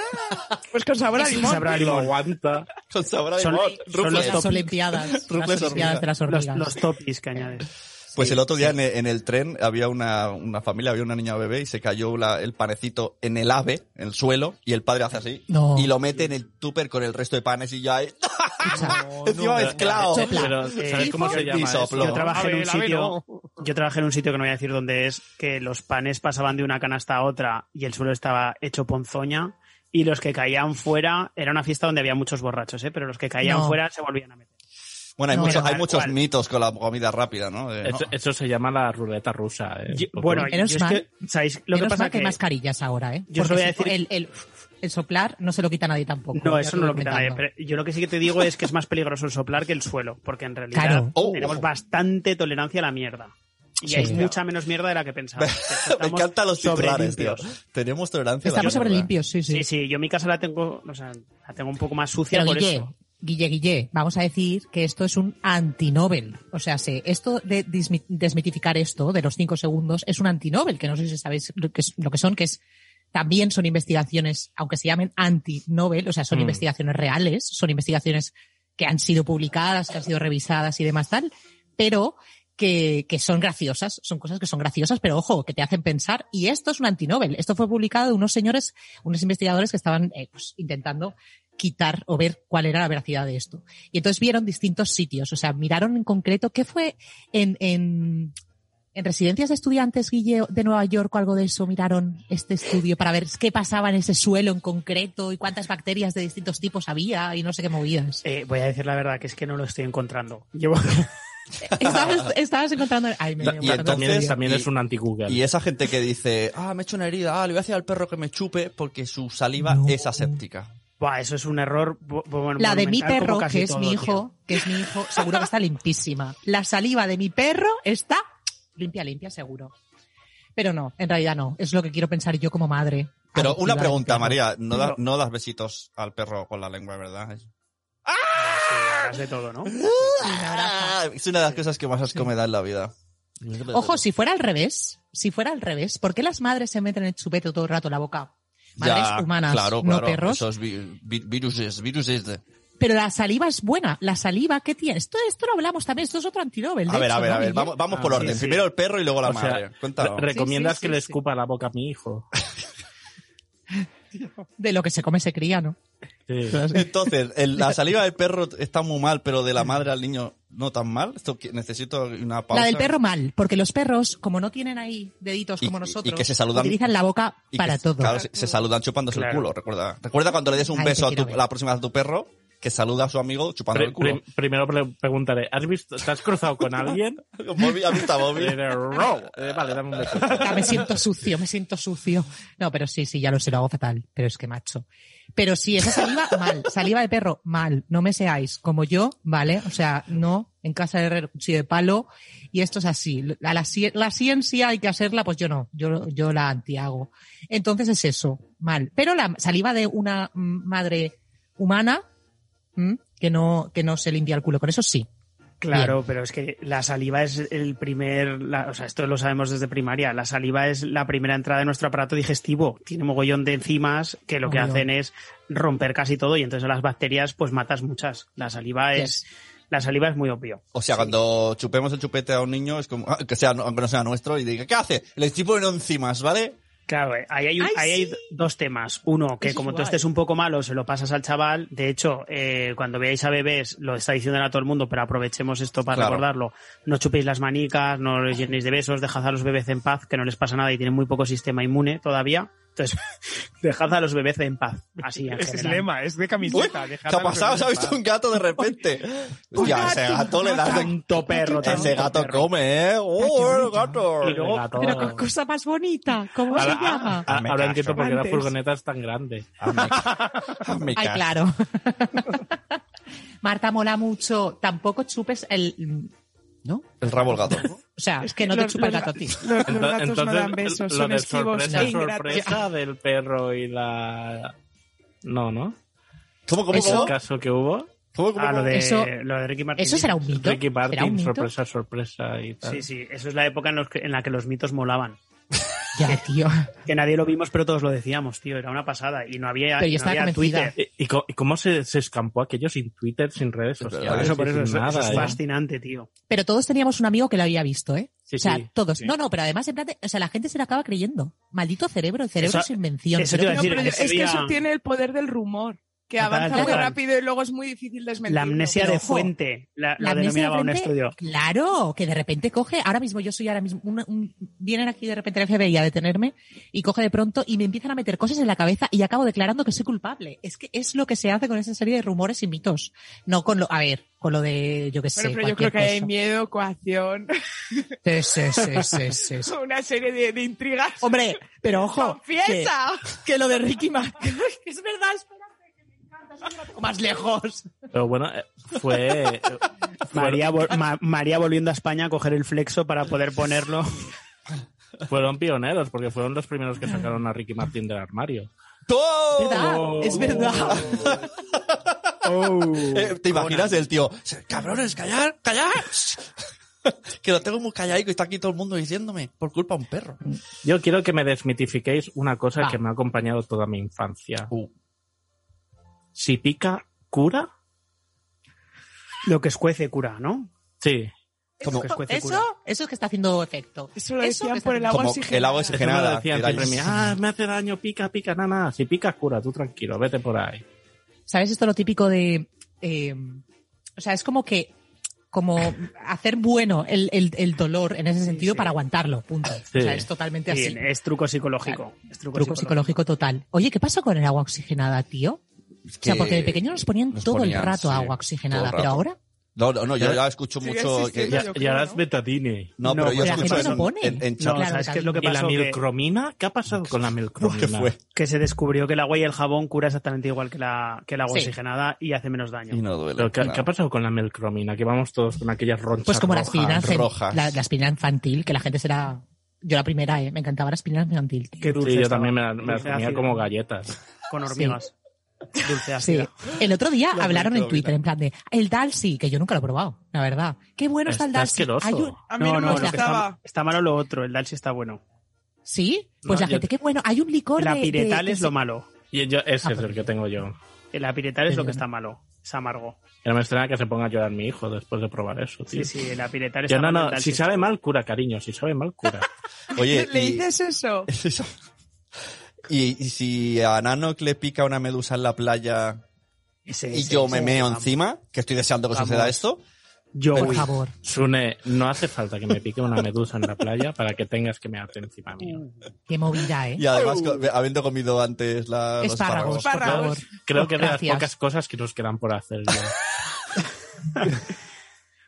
[SPEAKER 2] Pues con sabor a limón.
[SPEAKER 3] Y lo aguanta.
[SPEAKER 4] Con sabor a
[SPEAKER 3] Son-
[SPEAKER 4] limón.
[SPEAKER 3] son
[SPEAKER 1] hay.
[SPEAKER 4] Rufles.
[SPEAKER 1] Las olimpiadas.
[SPEAKER 4] Rufles
[SPEAKER 1] las olimpiadas
[SPEAKER 4] hormigas.
[SPEAKER 1] de las
[SPEAKER 9] Los,
[SPEAKER 1] hormigas.
[SPEAKER 9] los topis que añades.
[SPEAKER 4] Pues el otro día en, en el tren había una, una familia, había una niña bebé y se cayó la- el panecito en el ave, en el suelo, y el padre hace así.
[SPEAKER 1] No.
[SPEAKER 4] Y lo mete en el tupper con el resto de panes y yo ahí... <laughs>
[SPEAKER 1] Ah,
[SPEAKER 4] Encima mezclado.
[SPEAKER 1] Sopla.
[SPEAKER 3] Pero, ¿sabes
[SPEAKER 1] Sí,
[SPEAKER 3] cómo se
[SPEAKER 4] sí,
[SPEAKER 3] llama?
[SPEAKER 4] soplo. Lo-
[SPEAKER 3] eso?
[SPEAKER 9] Yo trabajé en un
[SPEAKER 8] Ave, ave,
[SPEAKER 9] sitio, yo trabajé en un sitio que no voy a decir dónde es, que los panes pasaban de una canasta a otra y el suelo estaba hecho ponzoña y los que caían fuera, era una fiesta donde había muchos borrachos, ¿eh? pero los que caían
[SPEAKER 1] No.
[SPEAKER 9] fuera se volvían a meter.
[SPEAKER 4] Bueno, hay,
[SPEAKER 1] No,
[SPEAKER 4] muchos,
[SPEAKER 1] pero
[SPEAKER 4] hay
[SPEAKER 9] tal
[SPEAKER 4] muchos
[SPEAKER 9] cual.
[SPEAKER 4] mitos con la comida rápida, ¿no? De, <laughs>
[SPEAKER 3] Eso,
[SPEAKER 4] no,
[SPEAKER 3] eso se llama la ruleta rusa. ¿eh?
[SPEAKER 9] Yo-
[SPEAKER 3] Porque-
[SPEAKER 9] bueno,
[SPEAKER 1] Menos
[SPEAKER 9] yo es
[SPEAKER 1] mal-
[SPEAKER 9] que, ¿sabéis? Lo que
[SPEAKER 1] Menos
[SPEAKER 9] pasa
[SPEAKER 1] mal que
[SPEAKER 9] que
[SPEAKER 1] mascarillas ahora, ¿eh?
[SPEAKER 9] Yo os
[SPEAKER 1] Porque
[SPEAKER 9] voy a
[SPEAKER 1] si no, el, el- el soplar no se lo quita nadie tampoco.
[SPEAKER 9] No,
[SPEAKER 1] Ya te
[SPEAKER 9] eso no lo quita nadie.
[SPEAKER 1] comentando.
[SPEAKER 9] pero yo lo que sí que te digo es que es más peligroso el soplar que el suelo, porque en realidad
[SPEAKER 1] Claro.
[SPEAKER 4] Oh,
[SPEAKER 9] tenemos
[SPEAKER 4] ojo.
[SPEAKER 9] bastante tolerancia a la mierda. Y
[SPEAKER 1] Sí.
[SPEAKER 9] hay mucha menos mierda de la que pensamos.
[SPEAKER 4] <laughs> me
[SPEAKER 9] Estamos
[SPEAKER 4] encantan los
[SPEAKER 9] sobre
[SPEAKER 4] titulares, tío.
[SPEAKER 9] limpios.
[SPEAKER 4] Tenemos tolerancia. a la
[SPEAKER 1] Estamos sobre
[SPEAKER 4] mierda.
[SPEAKER 1] limpios, sí, sí.
[SPEAKER 9] Sí, sí, yo mi casa la tengo, o sea, la tengo un poco más sucia
[SPEAKER 1] Pero
[SPEAKER 9] por
[SPEAKER 1] Guille,
[SPEAKER 9] eso.
[SPEAKER 1] Guille, Guille, vamos a decir que esto es un antinobel. O sea, se- esto de dismi- desmitificar esto de los cinco segundos es un antinobel, que no sé si sabéis lo que, es- lo que son, que es también son investigaciones, aunque se llamen antinobel, o sea, son
[SPEAKER 3] Mm.
[SPEAKER 1] investigaciones reales, son investigaciones que han sido publicadas, que han sido revisadas y demás tal, pero que, que son graciosas, son cosas que son graciosas, pero ojo, que te hacen pensar. Y esto es un antinovel. Esto fue publicado de unos señores, unos investigadores que estaban eh, pues, intentando quitar o ver cuál era la veracidad de esto. Y entonces vieron distintos sitios, o sea, miraron en concreto qué fue en, en, en residencias de estudiantes, Guille, de Nueva York o algo de eso, miraron este estudio para ver qué pasaba en ese suelo en concreto y cuántas bacterias de distintos tipos había y no sé qué movidas.
[SPEAKER 9] Eh, voy a decir la verdad, que es que no lo estoy encontrando. Llevo... <laughs>
[SPEAKER 1] estabas, estabas encontrando... Ay, me
[SPEAKER 4] Y
[SPEAKER 1] me acuerdo
[SPEAKER 4] entonces-
[SPEAKER 1] de
[SPEAKER 3] También,
[SPEAKER 1] ello.
[SPEAKER 3] también
[SPEAKER 4] y-
[SPEAKER 3] es un anti-Google.
[SPEAKER 4] Y esa gente que dice, ah, me he hecho una herida, ah, le voy a decir al perro que me chupe porque su saliva es aséptica.
[SPEAKER 9] Buah, eso es un error. bu- bu-
[SPEAKER 1] La de
[SPEAKER 9] monumental,
[SPEAKER 1] mi
[SPEAKER 9] como
[SPEAKER 1] perro,
[SPEAKER 9] casi
[SPEAKER 1] que es
[SPEAKER 9] todo,
[SPEAKER 1] mi hijo,
[SPEAKER 9] tío.
[SPEAKER 1] que es mi hijo, seguro que está limpísima. La saliva de mi perro está limpia, limpia, seguro. Pero no, en realidad no. Es lo que quiero pensar yo como madre.
[SPEAKER 4] Pero
[SPEAKER 1] Adoptiva
[SPEAKER 4] una
[SPEAKER 1] del
[SPEAKER 4] pregunta,
[SPEAKER 1] perro.
[SPEAKER 4] María, no, da-
[SPEAKER 9] Pero-
[SPEAKER 4] no das besitos al perro con la lengua, ¿verdad?
[SPEAKER 9] Sí, hablas de todo, ¿no?
[SPEAKER 4] Ah, es una de las cosas que más asco me da en la vida.
[SPEAKER 1] Ojo, si fuera al revés, si fuera al revés, ¿por qué las madres se meten el chupete todo el rato en la boca? Madres
[SPEAKER 4] Ya,
[SPEAKER 1] humanas,
[SPEAKER 4] claro,
[SPEAKER 1] no
[SPEAKER 4] claro,
[SPEAKER 1] perros.
[SPEAKER 4] Esos vi- vi- viruses, viruses de...
[SPEAKER 1] Pero la saliva es buena. La saliva, ¿qué tiene? Esto, esto lo hablamos también. Esto es otro antinobel. de
[SPEAKER 4] A ver, a
[SPEAKER 1] hecho,
[SPEAKER 4] ver,
[SPEAKER 1] ¿no,
[SPEAKER 4] a ver,
[SPEAKER 1] Guille?
[SPEAKER 4] vamos, vamos
[SPEAKER 3] Ah,
[SPEAKER 4] por
[SPEAKER 3] sí,
[SPEAKER 4] orden.
[SPEAKER 3] sí.
[SPEAKER 4] Primero el perro y luego la
[SPEAKER 3] O sea,
[SPEAKER 4] madre.
[SPEAKER 3] Re-
[SPEAKER 4] Cuéntanos.
[SPEAKER 3] ¿Recomiendas
[SPEAKER 1] Sí, sí,
[SPEAKER 3] que le
[SPEAKER 1] sí, sí.
[SPEAKER 3] escupa la boca a mi hijo?
[SPEAKER 1] De lo que se come se cría, ¿no?
[SPEAKER 3] Sí.
[SPEAKER 4] Entonces, el-
[SPEAKER 3] <laughs>
[SPEAKER 4] la saliva del perro está muy mal, pero de la madre al niño no tan mal. Esto que- necesito una pausa.
[SPEAKER 1] La del perro mal, porque los perros, como no tienen ahí deditos
[SPEAKER 4] Y-
[SPEAKER 1] como
[SPEAKER 4] y-
[SPEAKER 1] nosotros,
[SPEAKER 4] y que se saludan-
[SPEAKER 1] utilizan la boca
[SPEAKER 4] Y que-
[SPEAKER 1] para todo.
[SPEAKER 4] Claro, se, se saludan chupándose el
[SPEAKER 9] Claro.
[SPEAKER 4] culo, recuerda. Recuerda cuando le des un
[SPEAKER 1] Ay, te
[SPEAKER 4] beso a tu,
[SPEAKER 1] quiero ver.
[SPEAKER 4] la próxima vez a tu perro, que saluda a su amigo chupando
[SPEAKER 3] Pri-
[SPEAKER 4] el culo.
[SPEAKER 3] pri- primero le preguntaré, ¿has visto, te has cruzado con
[SPEAKER 4] <laughs>
[SPEAKER 3] alguien?
[SPEAKER 4] Bobby, ¿has visto a
[SPEAKER 3] Y
[SPEAKER 4] Bobby?
[SPEAKER 3] diré, "Row". Eh, vale, dame un beso.
[SPEAKER 1] Ah, me siento sucio, me siento sucio. No, pero sí, sí, ya lo sé, lo hago fatal, pero es que macho. Pero sí, esa saliva, mal. Saliva de perro, mal. No me seáis como yo, ¿vale? O sea, no, en casa de herrero, cuchillo de palo. Y esto es así. La, la, ci- la ciencia hay que hacerla, pues yo no. Yo, yo la antihago. Entonces es eso, mal. Pero la saliva de una mm, madre humana, ¿m? que no, que no se limpia el culo. Con eso sí.
[SPEAKER 9] Claro, pero es que la saliva es el primer, la- o sea, esto lo sabemos desde primaria, la saliva es la primera entrada de nuestro aparato digestivo, tiene mogollón de enzimas que lo que
[SPEAKER 1] Mogollón.
[SPEAKER 9] hacen es romper casi todo y entonces las bacterias pues matas muchas. La saliva es la saliva es muy obvio.
[SPEAKER 4] O sea, cuando chupemos el chupete a un niño, es como, ah, que sea, no- aunque no sea nuestro, y diga, ¿qué hace? Le estoy poniendo encimas, ¿vale?
[SPEAKER 9] Claro, eh, ahí hay, un-
[SPEAKER 1] ¡Ay,
[SPEAKER 9] ahí hay
[SPEAKER 1] sí!
[SPEAKER 9] dos temas. Uno, que
[SPEAKER 1] Eso es
[SPEAKER 9] como tú
[SPEAKER 1] guay.
[SPEAKER 9] estés un poco malo, se lo pasas al chaval. De hecho, eh, cuando veáis a bebés, lo está diciendo a todo el mundo, pero aprovechemos esto para
[SPEAKER 4] Claro.
[SPEAKER 9] recordarlo. No chupéis las manicas, no los llenéis de besos, dejad a los bebés en paz, que no les pasa nada y tienen muy poco sistema inmune todavía. Entonces, <laughs> dejad a los bebés en paz. Así, en
[SPEAKER 8] <laughs> Ese es
[SPEAKER 9] general.
[SPEAKER 8] lema, es de
[SPEAKER 4] Uy,
[SPEAKER 8] camiseta.
[SPEAKER 4] ¿Qué ha pasado? ¿Se ha visto un gato de repente? Hostia, ese gato le das de...
[SPEAKER 9] Tanto perro, tanto
[SPEAKER 4] Ese gato
[SPEAKER 9] perro.
[SPEAKER 4] come, ¿eh? ¡Oh, el gato!
[SPEAKER 3] Y luego- Gato.
[SPEAKER 1] Pero qué cosa más bonita. ¿Cómo se
[SPEAKER 3] Ahora,
[SPEAKER 1] llama?
[SPEAKER 3] a-
[SPEAKER 4] Ah, Me
[SPEAKER 3] ahora
[SPEAKER 4] caso.
[SPEAKER 3] entiendo por qué la
[SPEAKER 2] Antes.
[SPEAKER 3] furgoneta es tan grande.
[SPEAKER 4] Hazme ca- hazme
[SPEAKER 1] Ay,
[SPEAKER 4] caso.
[SPEAKER 1] claro. Marta mola mucho. Tampoco chupes el. ¿No?
[SPEAKER 4] El rabo el gato.
[SPEAKER 1] O sea,
[SPEAKER 2] Es
[SPEAKER 1] que,
[SPEAKER 2] que
[SPEAKER 1] no te
[SPEAKER 2] los-
[SPEAKER 1] chupa el
[SPEAKER 2] los-
[SPEAKER 1] gato a ti.
[SPEAKER 2] Los, los
[SPEAKER 3] Ento-
[SPEAKER 2] gatos no dan besos,
[SPEAKER 3] lo
[SPEAKER 2] son
[SPEAKER 3] de
[SPEAKER 2] esquivos
[SPEAKER 3] sorpresa,
[SPEAKER 2] e ingratos.
[SPEAKER 3] sorpresa del perro y la... No, ¿no?
[SPEAKER 4] ¿Cómo, cómo,
[SPEAKER 1] Eso-
[SPEAKER 4] cómo?
[SPEAKER 3] El caso que hubo,
[SPEAKER 4] ¿Cómo, cómo,
[SPEAKER 9] Ah, lo
[SPEAKER 4] cómo?
[SPEAKER 9] de,
[SPEAKER 1] Eso-
[SPEAKER 9] lo de Ricky Martin.
[SPEAKER 1] ¿Eso será un mito?
[SPEAKER 3] Ricky
[SPEAKER 1] ¿Será un
[SPEAKER 3] Martin,
[SPEAKER 1] mito?
[SPEAKER 3] sorpresa, sorpresa y tal.
[SPEAKER 9] Sí, sí, eso es la época en, los que- en la que los mitos molaban.
[SPEAKER 1] Ya, tío.
[SPEAKER 9] Que nadie lo vimos, pero todos lo decíamos, tío. Era una pasada. Y no había,
[SPEAKER 1] Pero yo
[SPEAKER 9] no
[SPEAKER 1] estaba
[SPEAKER 9] había
[SPEAKER 1] convencida.
[SPEAKER 9] Twitter.
[SPEAKER 3] ¿Y, y co- y cómo se, se escampó aquello sin Twitter, sin redes
[SPEAKER 4] Pero
[SPEAKER 3] sociales?
[SPEAKER 4] por eso,
[SPEAKER 3] y
[SPEAKER 9] Por eso,
[SPEAKER 3] sin
[SPEAKER 9] eso- eso
[SPEAKER 3] nada,
[SPEAKER 9] es
[SPEAKER 3] ¿eh?
[SPEAKER 9] fascinante, tío.
[SPEAKER 1] Pero todos teníamos un amigo que lo había visto, ¿eh?
[SPEAKER 3] Sí,
[SPEAKER 1] o sea,
[SPEAKER 3] sí,
[SPEAKER 1] todos.
[SPEAKER 8] sí.
[SPEAKER 1] No, no, pero además, en plan, de- o sea, la gente se lo acaba creyendo. Maldito cerebro, el cerebro
[SPEAKER 9] Eso-
[SPEAKER 1] es invención.
[SPEAKER 9] eso te
[SPEAKER 1] Creo
[SPEAKER 9] iba a
[SPEAKER 2] No,
[SPEAKER 1] que-
[SPEAKER 9] decir,
[SPEAKER 2] pero
[SPEAKER 9] ese
[SPEAKER 2] es que
[SPEAKER 9] día-
[SPEAKER 2] eso tiene el poder del rumor, que
[SPEAKER 9] Total,
[SPEAKER 2] avanza muy
[SPEAKER 9] total.
[SPEAKER 2] rápido y luego es muy difícil desmentirlo.
[SPEAKER 9] La amnesia
[SPEAKER 1] pero
[SPEAKER 9] de
[SPEAKER 1] ojo,
[SPEAKER 9] fuente. La,
[SPEAKER 1] la
[SPEAKER 9] lo
[SPEAKER 1] amnesia de
[SPEAKER 9] denominaba un
[SPEAKER 1] repente-
[SPEAKER 9] estudio.
[SPEAKER 1] Claro, que de repente coge, ahora mismo yo soy ahora mismo, una- un- vienen aquí de repente el FBI a detenerme y coge de pronto y me empiezan a meter cosas en la cabeza y acabo declarando que soy culpable. Es que es lo que se hace con esa serie de rumores y mitos. No con lo, a ver, con lo de, yo qué sé.
[SPEAKER 2] Bueno, pero yo creo
[SPEAKER 1] cualquier
[SPEAKER 2] que hay
[SPEAKER 1] cosa.
[SPEAKER 2] miedo, coacción,
[SPEAKER 1] Sí, sí, sí, sí, sí.
[SPEAKER 2] una serie de, de intrigas.
[SPEAKER 1] <laughs> Hombre, pero ojo, que,
[SPEAKER 2] ¡Confiesa!
[SPEAKER 1] que lo de Ricky
[SPEAKER 2] <laughs>
[SPEAKER 1] Martin, es verdad, espérate, que me encanta, es un poco más lejos.
[SPEAKER 3] Pero bueno, eh, fue... eh,
[SPEAKER 9] María, vol- Ma- María volviendo a España a coger el flexo para poder <laughs> ponerlo.
[SPEAKER 3] Fueron pioneros, porque fueron los primeros que sacaron a Ricky Martin del armario.
[SPEAKER 4] ¡Oh!
[SPEAKER 1] ¿Verdad? Es verdad.
[SPEAKER 4] Eh, ¿Te imaginas el tío? Cabrones, callar, callar. <laughs> que lo tengo muy calladico y está aquí todo el mundo diciéndome por culpa de un perro.
[SPEAKER 3] Yo quiero que me desmitifiquéis una cosa
[SPEAKER 1] Ah.
[SPEAKER 3] que me ha acompañado toda mi infancia.
[SPEAKER 4] Uh.
[SPEAKER 3] Si pica, cura.
[SPEAKER 9] Lo que escuece cura, ¿no?
[SPEAKER 3] Sí.
[SPEAKER 4] Como-
[SPEAKER 9] que escuece
[SPEAKER 1] ¿Eso?
[SPEAKER 9] cura.
[SPEAKER 1] Eso es que está haciendo efecto.
[SPEAKER 2] Eso lo
[SPEAKER 1] Eso
[SPEAKER 2] decían
[SPEAKER 1] que
[SPEAKER 2] por el
[SPEAKER 1] está-
[SPEAKER 2] agua
[SPEAKER 4] Como el agua
[SPEAKER 2] oxigenada.
[SPEAKER 3] Eso me
[SPEAKER 4] oxigenada.
[SPEAKER 3] lo decían
[SPEAKER 4] tiráis-
[SPEAKER 3] siempre, mi, ah, me hace daño, pica, pica, nada, si picas cura, tú tranquilo, vete por ahí.
[SPEAKER 1] ¿Sabes esto lo típico de... eh, o sea, es como que... Como hacer bueno el, el- el dolor en ese sentido para aguantarlo, punto.
[SPEAKER 3] Sí.
[SPEAKER 1] O sea, es totalmente
[SPEAKER 9] Sí,
[SPEAKER 1] así.
[SPEAKER 9] es truco psicológico. Es truco,
[SPEAKER 1] Truco
[SPEAKER 9] psicológico.
[SPEAKER 1] psicológico total. Oye, ¿qué pasó con el agua oxigenada, tío? O sea,
[SPEAKER 4] que
[SPEAKER 1] porque de pequeño nos ponían
[SPEAKER 4] nos
[SPEAKER 1] todo
[SPEAKER 4] ponían,
[SPEAKER 1] el rato
[SPEAKER 4] sí,
[SPEAKER 1] agua
[SPEAKER 4] todo
[SPEAKER 1] oxigenada,
[SPEAKER 4] el
[SPEAKER 1] pero
[SPEAKER 4] rato.
[SPEAKER 1] ahora
[SPEAKER 4] No, no, no, yo ya escucho
[SPEAKER 2] Sigue
[SPEAKER 4] mucho.
[SPEAKER 2] existiendo,
[SPEAKER 4] que-
[SPEAKER 2] yo
[SPEAKER 3] Y
[SPEAKER 2] creo,
[SPEAKER 3] ahora es
[SPEAKER 2] ¿no?
[SPEAKER 3] betadine.
[SPEAKER 4] no,
[SPEAKER 9] No,
[SPEAKER 4] pero yo
[SPEAKER 9] pero la
[SPEAKER 4] escucho
[SPEAKER 9] gente
[SPEAKER 4] eso
[SPEAKER 1] no
[SPEAKER 4] en-
[SPEAKER 1] pone.
[SPEAKER 4] en, en
[SPEAKER 1] No,
[SPEAKER 9] No,
[SPEAKER 4] chat.
[SPEAKER 1] Claro,
[SPEAKER 9] ¿sabes qué es lo que
[SPEAKER 3] ¿Y la
[SPEAKER 9] pasó? Que,
[SPEAKER 3] milcromina? ¿Qué ha pasado con la milcromina?
[SPEAKER 4] ¿Qué fue?
[SPEAKER 9] que se descubrió que el agua y el jabón cura exactamente igual que, la, que el agua
[SPEAKER 1] Sí.
[SPEAKER 9] oxigenada y hace menos daño.
[SPEAKER 4] Y no duele.
[SPEAKER 3] Pero, ¿qué,
[SPEAKER 4] nada.
[SPEAKER 3] qué ha pasado con la melcromina? Que vamos todos con aquellas ronchas
[SPEAKER 1] Pues como la
[SPEAKER 3] rojas.
[SPEAKER 1] aspirina, infen-
[SPEAKER 4] rojas.
[SPEAKER 1] la, la aspirina infantil, que la gente será. Yo la primera, ¿eh? me encantaba la aspirina infantil. tío.
[SPEAKER 9] Qué dulce
[SPEAKER 3] Sí, yo
[SPEAKER 9] estaba.
[SPEAKER 3] también me, la- me las
[SPEAKER 9] Dulce
[SPEAKER 3] comía
[SPEAKER 9] ácida,
[SPEAKER 3] como galletas.
[SPEAKER 9] Con hormigas. Dulce
[SPEAKER 1] Sí.
[SPEAKER 9] ácida.
[SPEAKER 1] El otro día hablaron en
[SPEAKER 4] microbitas.
[SPEAKER 1] Twitter en plan de el Dalsy, que yo nunca lo he probado, la verdad. Qué bueno está, el
[SPEAKER 3] Está
[SPEAKER 1] Dalsy.
[SPEAKER 3] asqueroso.
[SPEAKER 1] Hay un-
[SPEAKER 2] A mí
[SPEAKER 1] no,
[SPEAKER 2] no, me
[SPEAKER 1] no,
[SPEAKER 9] lo que está,
[SPEAKER 2] gustaba.
[SPEAKER 9] está malo lo otro, el Dalsi está bueno.
[SPEAKER 1] Sí, pues
[SPEAKER 3] No,
[SPEAKER 1] la
[SPEAKER 3] yo-
[SPEAKER 1] gente, qué bueno. Hay un licor
[SPEAKER 9] La
[SPEAKER 1] de- de-
[SPEAKER 9] piretal
[SPEAKER 1] que
[SPEAKER 9] es
[SPEAKER 1] se-
[SPEAKER 9] lo malo.
[SPEAKER 3] Y yo, ese
[SPEAKER 1] Ah,
[SPEAKER 3] es el que tengo yo.
[SPEAKER 9] La piretal es
[SPEAKER 1] Sí,
[SPEAKER 9] lo que
[SPEAKER 1] yo
[SPEAKER 9] está malo. Es amargo.
[SPEAKER 3] Que no me extraña que se ponga a llorar mi hijo después de probar eso, tío.
[SPEAKER 9] Sí, sí, la
[SPEAKER 3] Yo,
[SPEAKER 9] piretal está
[SPEAKER 3] no,
[SPEAKER 9] malo.
[SPEAKER 3] no,
[SPEAKER 9] el
[SPEAKER 3] si
[SPEAKER 9] Dalsy
[SPEAKER 3] sabe
[SPEAKER 9] está bueno.
[SPEAKER 3] mal, cura, cariño, si sabe mal,
[SPEAKER 9] <laughs>
[SPEAKER 3] cura.
[SPEAKER 4] Oye,
[SPEAKER 2] ¿Le
[SPEAKER 4] y-
[SPEAKER 2] dices eso?
[SPEAKER 4] <laughs> Y, y si a Nanoc le pica una medusa en la playa
[SPEAKER 9] Ese-
[SPEAKER 4] y
[SPEAKER 9] ese-
[SPEAKER 4] yo
[SPEAKER 9] ese-
[SPEAKER 4] me meo
[SPEAKER 9] vamos.
[SPEAKER 4] encima, que estoy deseando que suceda esto,
[SPEAKER 9] Yo,
[SPEAKER 1] Por favor.
[SPEAKER 3] Sune, no hace falta que me pique una medusa en la playa para que tengas que mearte encima mío.
[SPEAKER 9] Mm.
[SPEAKER 1] Qué movida, ¿eh?
[SPEAKER 4] y además co- habiendo comido antes la, los
[SPEAKER 1] Espárragos,
[SPEAKER 4] espárragos.
[SPEAKER 1] por
[SPEAKER 2] Espárragos.
[SPEAKER 1] favor.
[SPEAKER 3] Creo que es de las
[SPEAKER 1] Gracias.
[SPEAKER 3] pocas cosas que nos quedan por hacer. ya.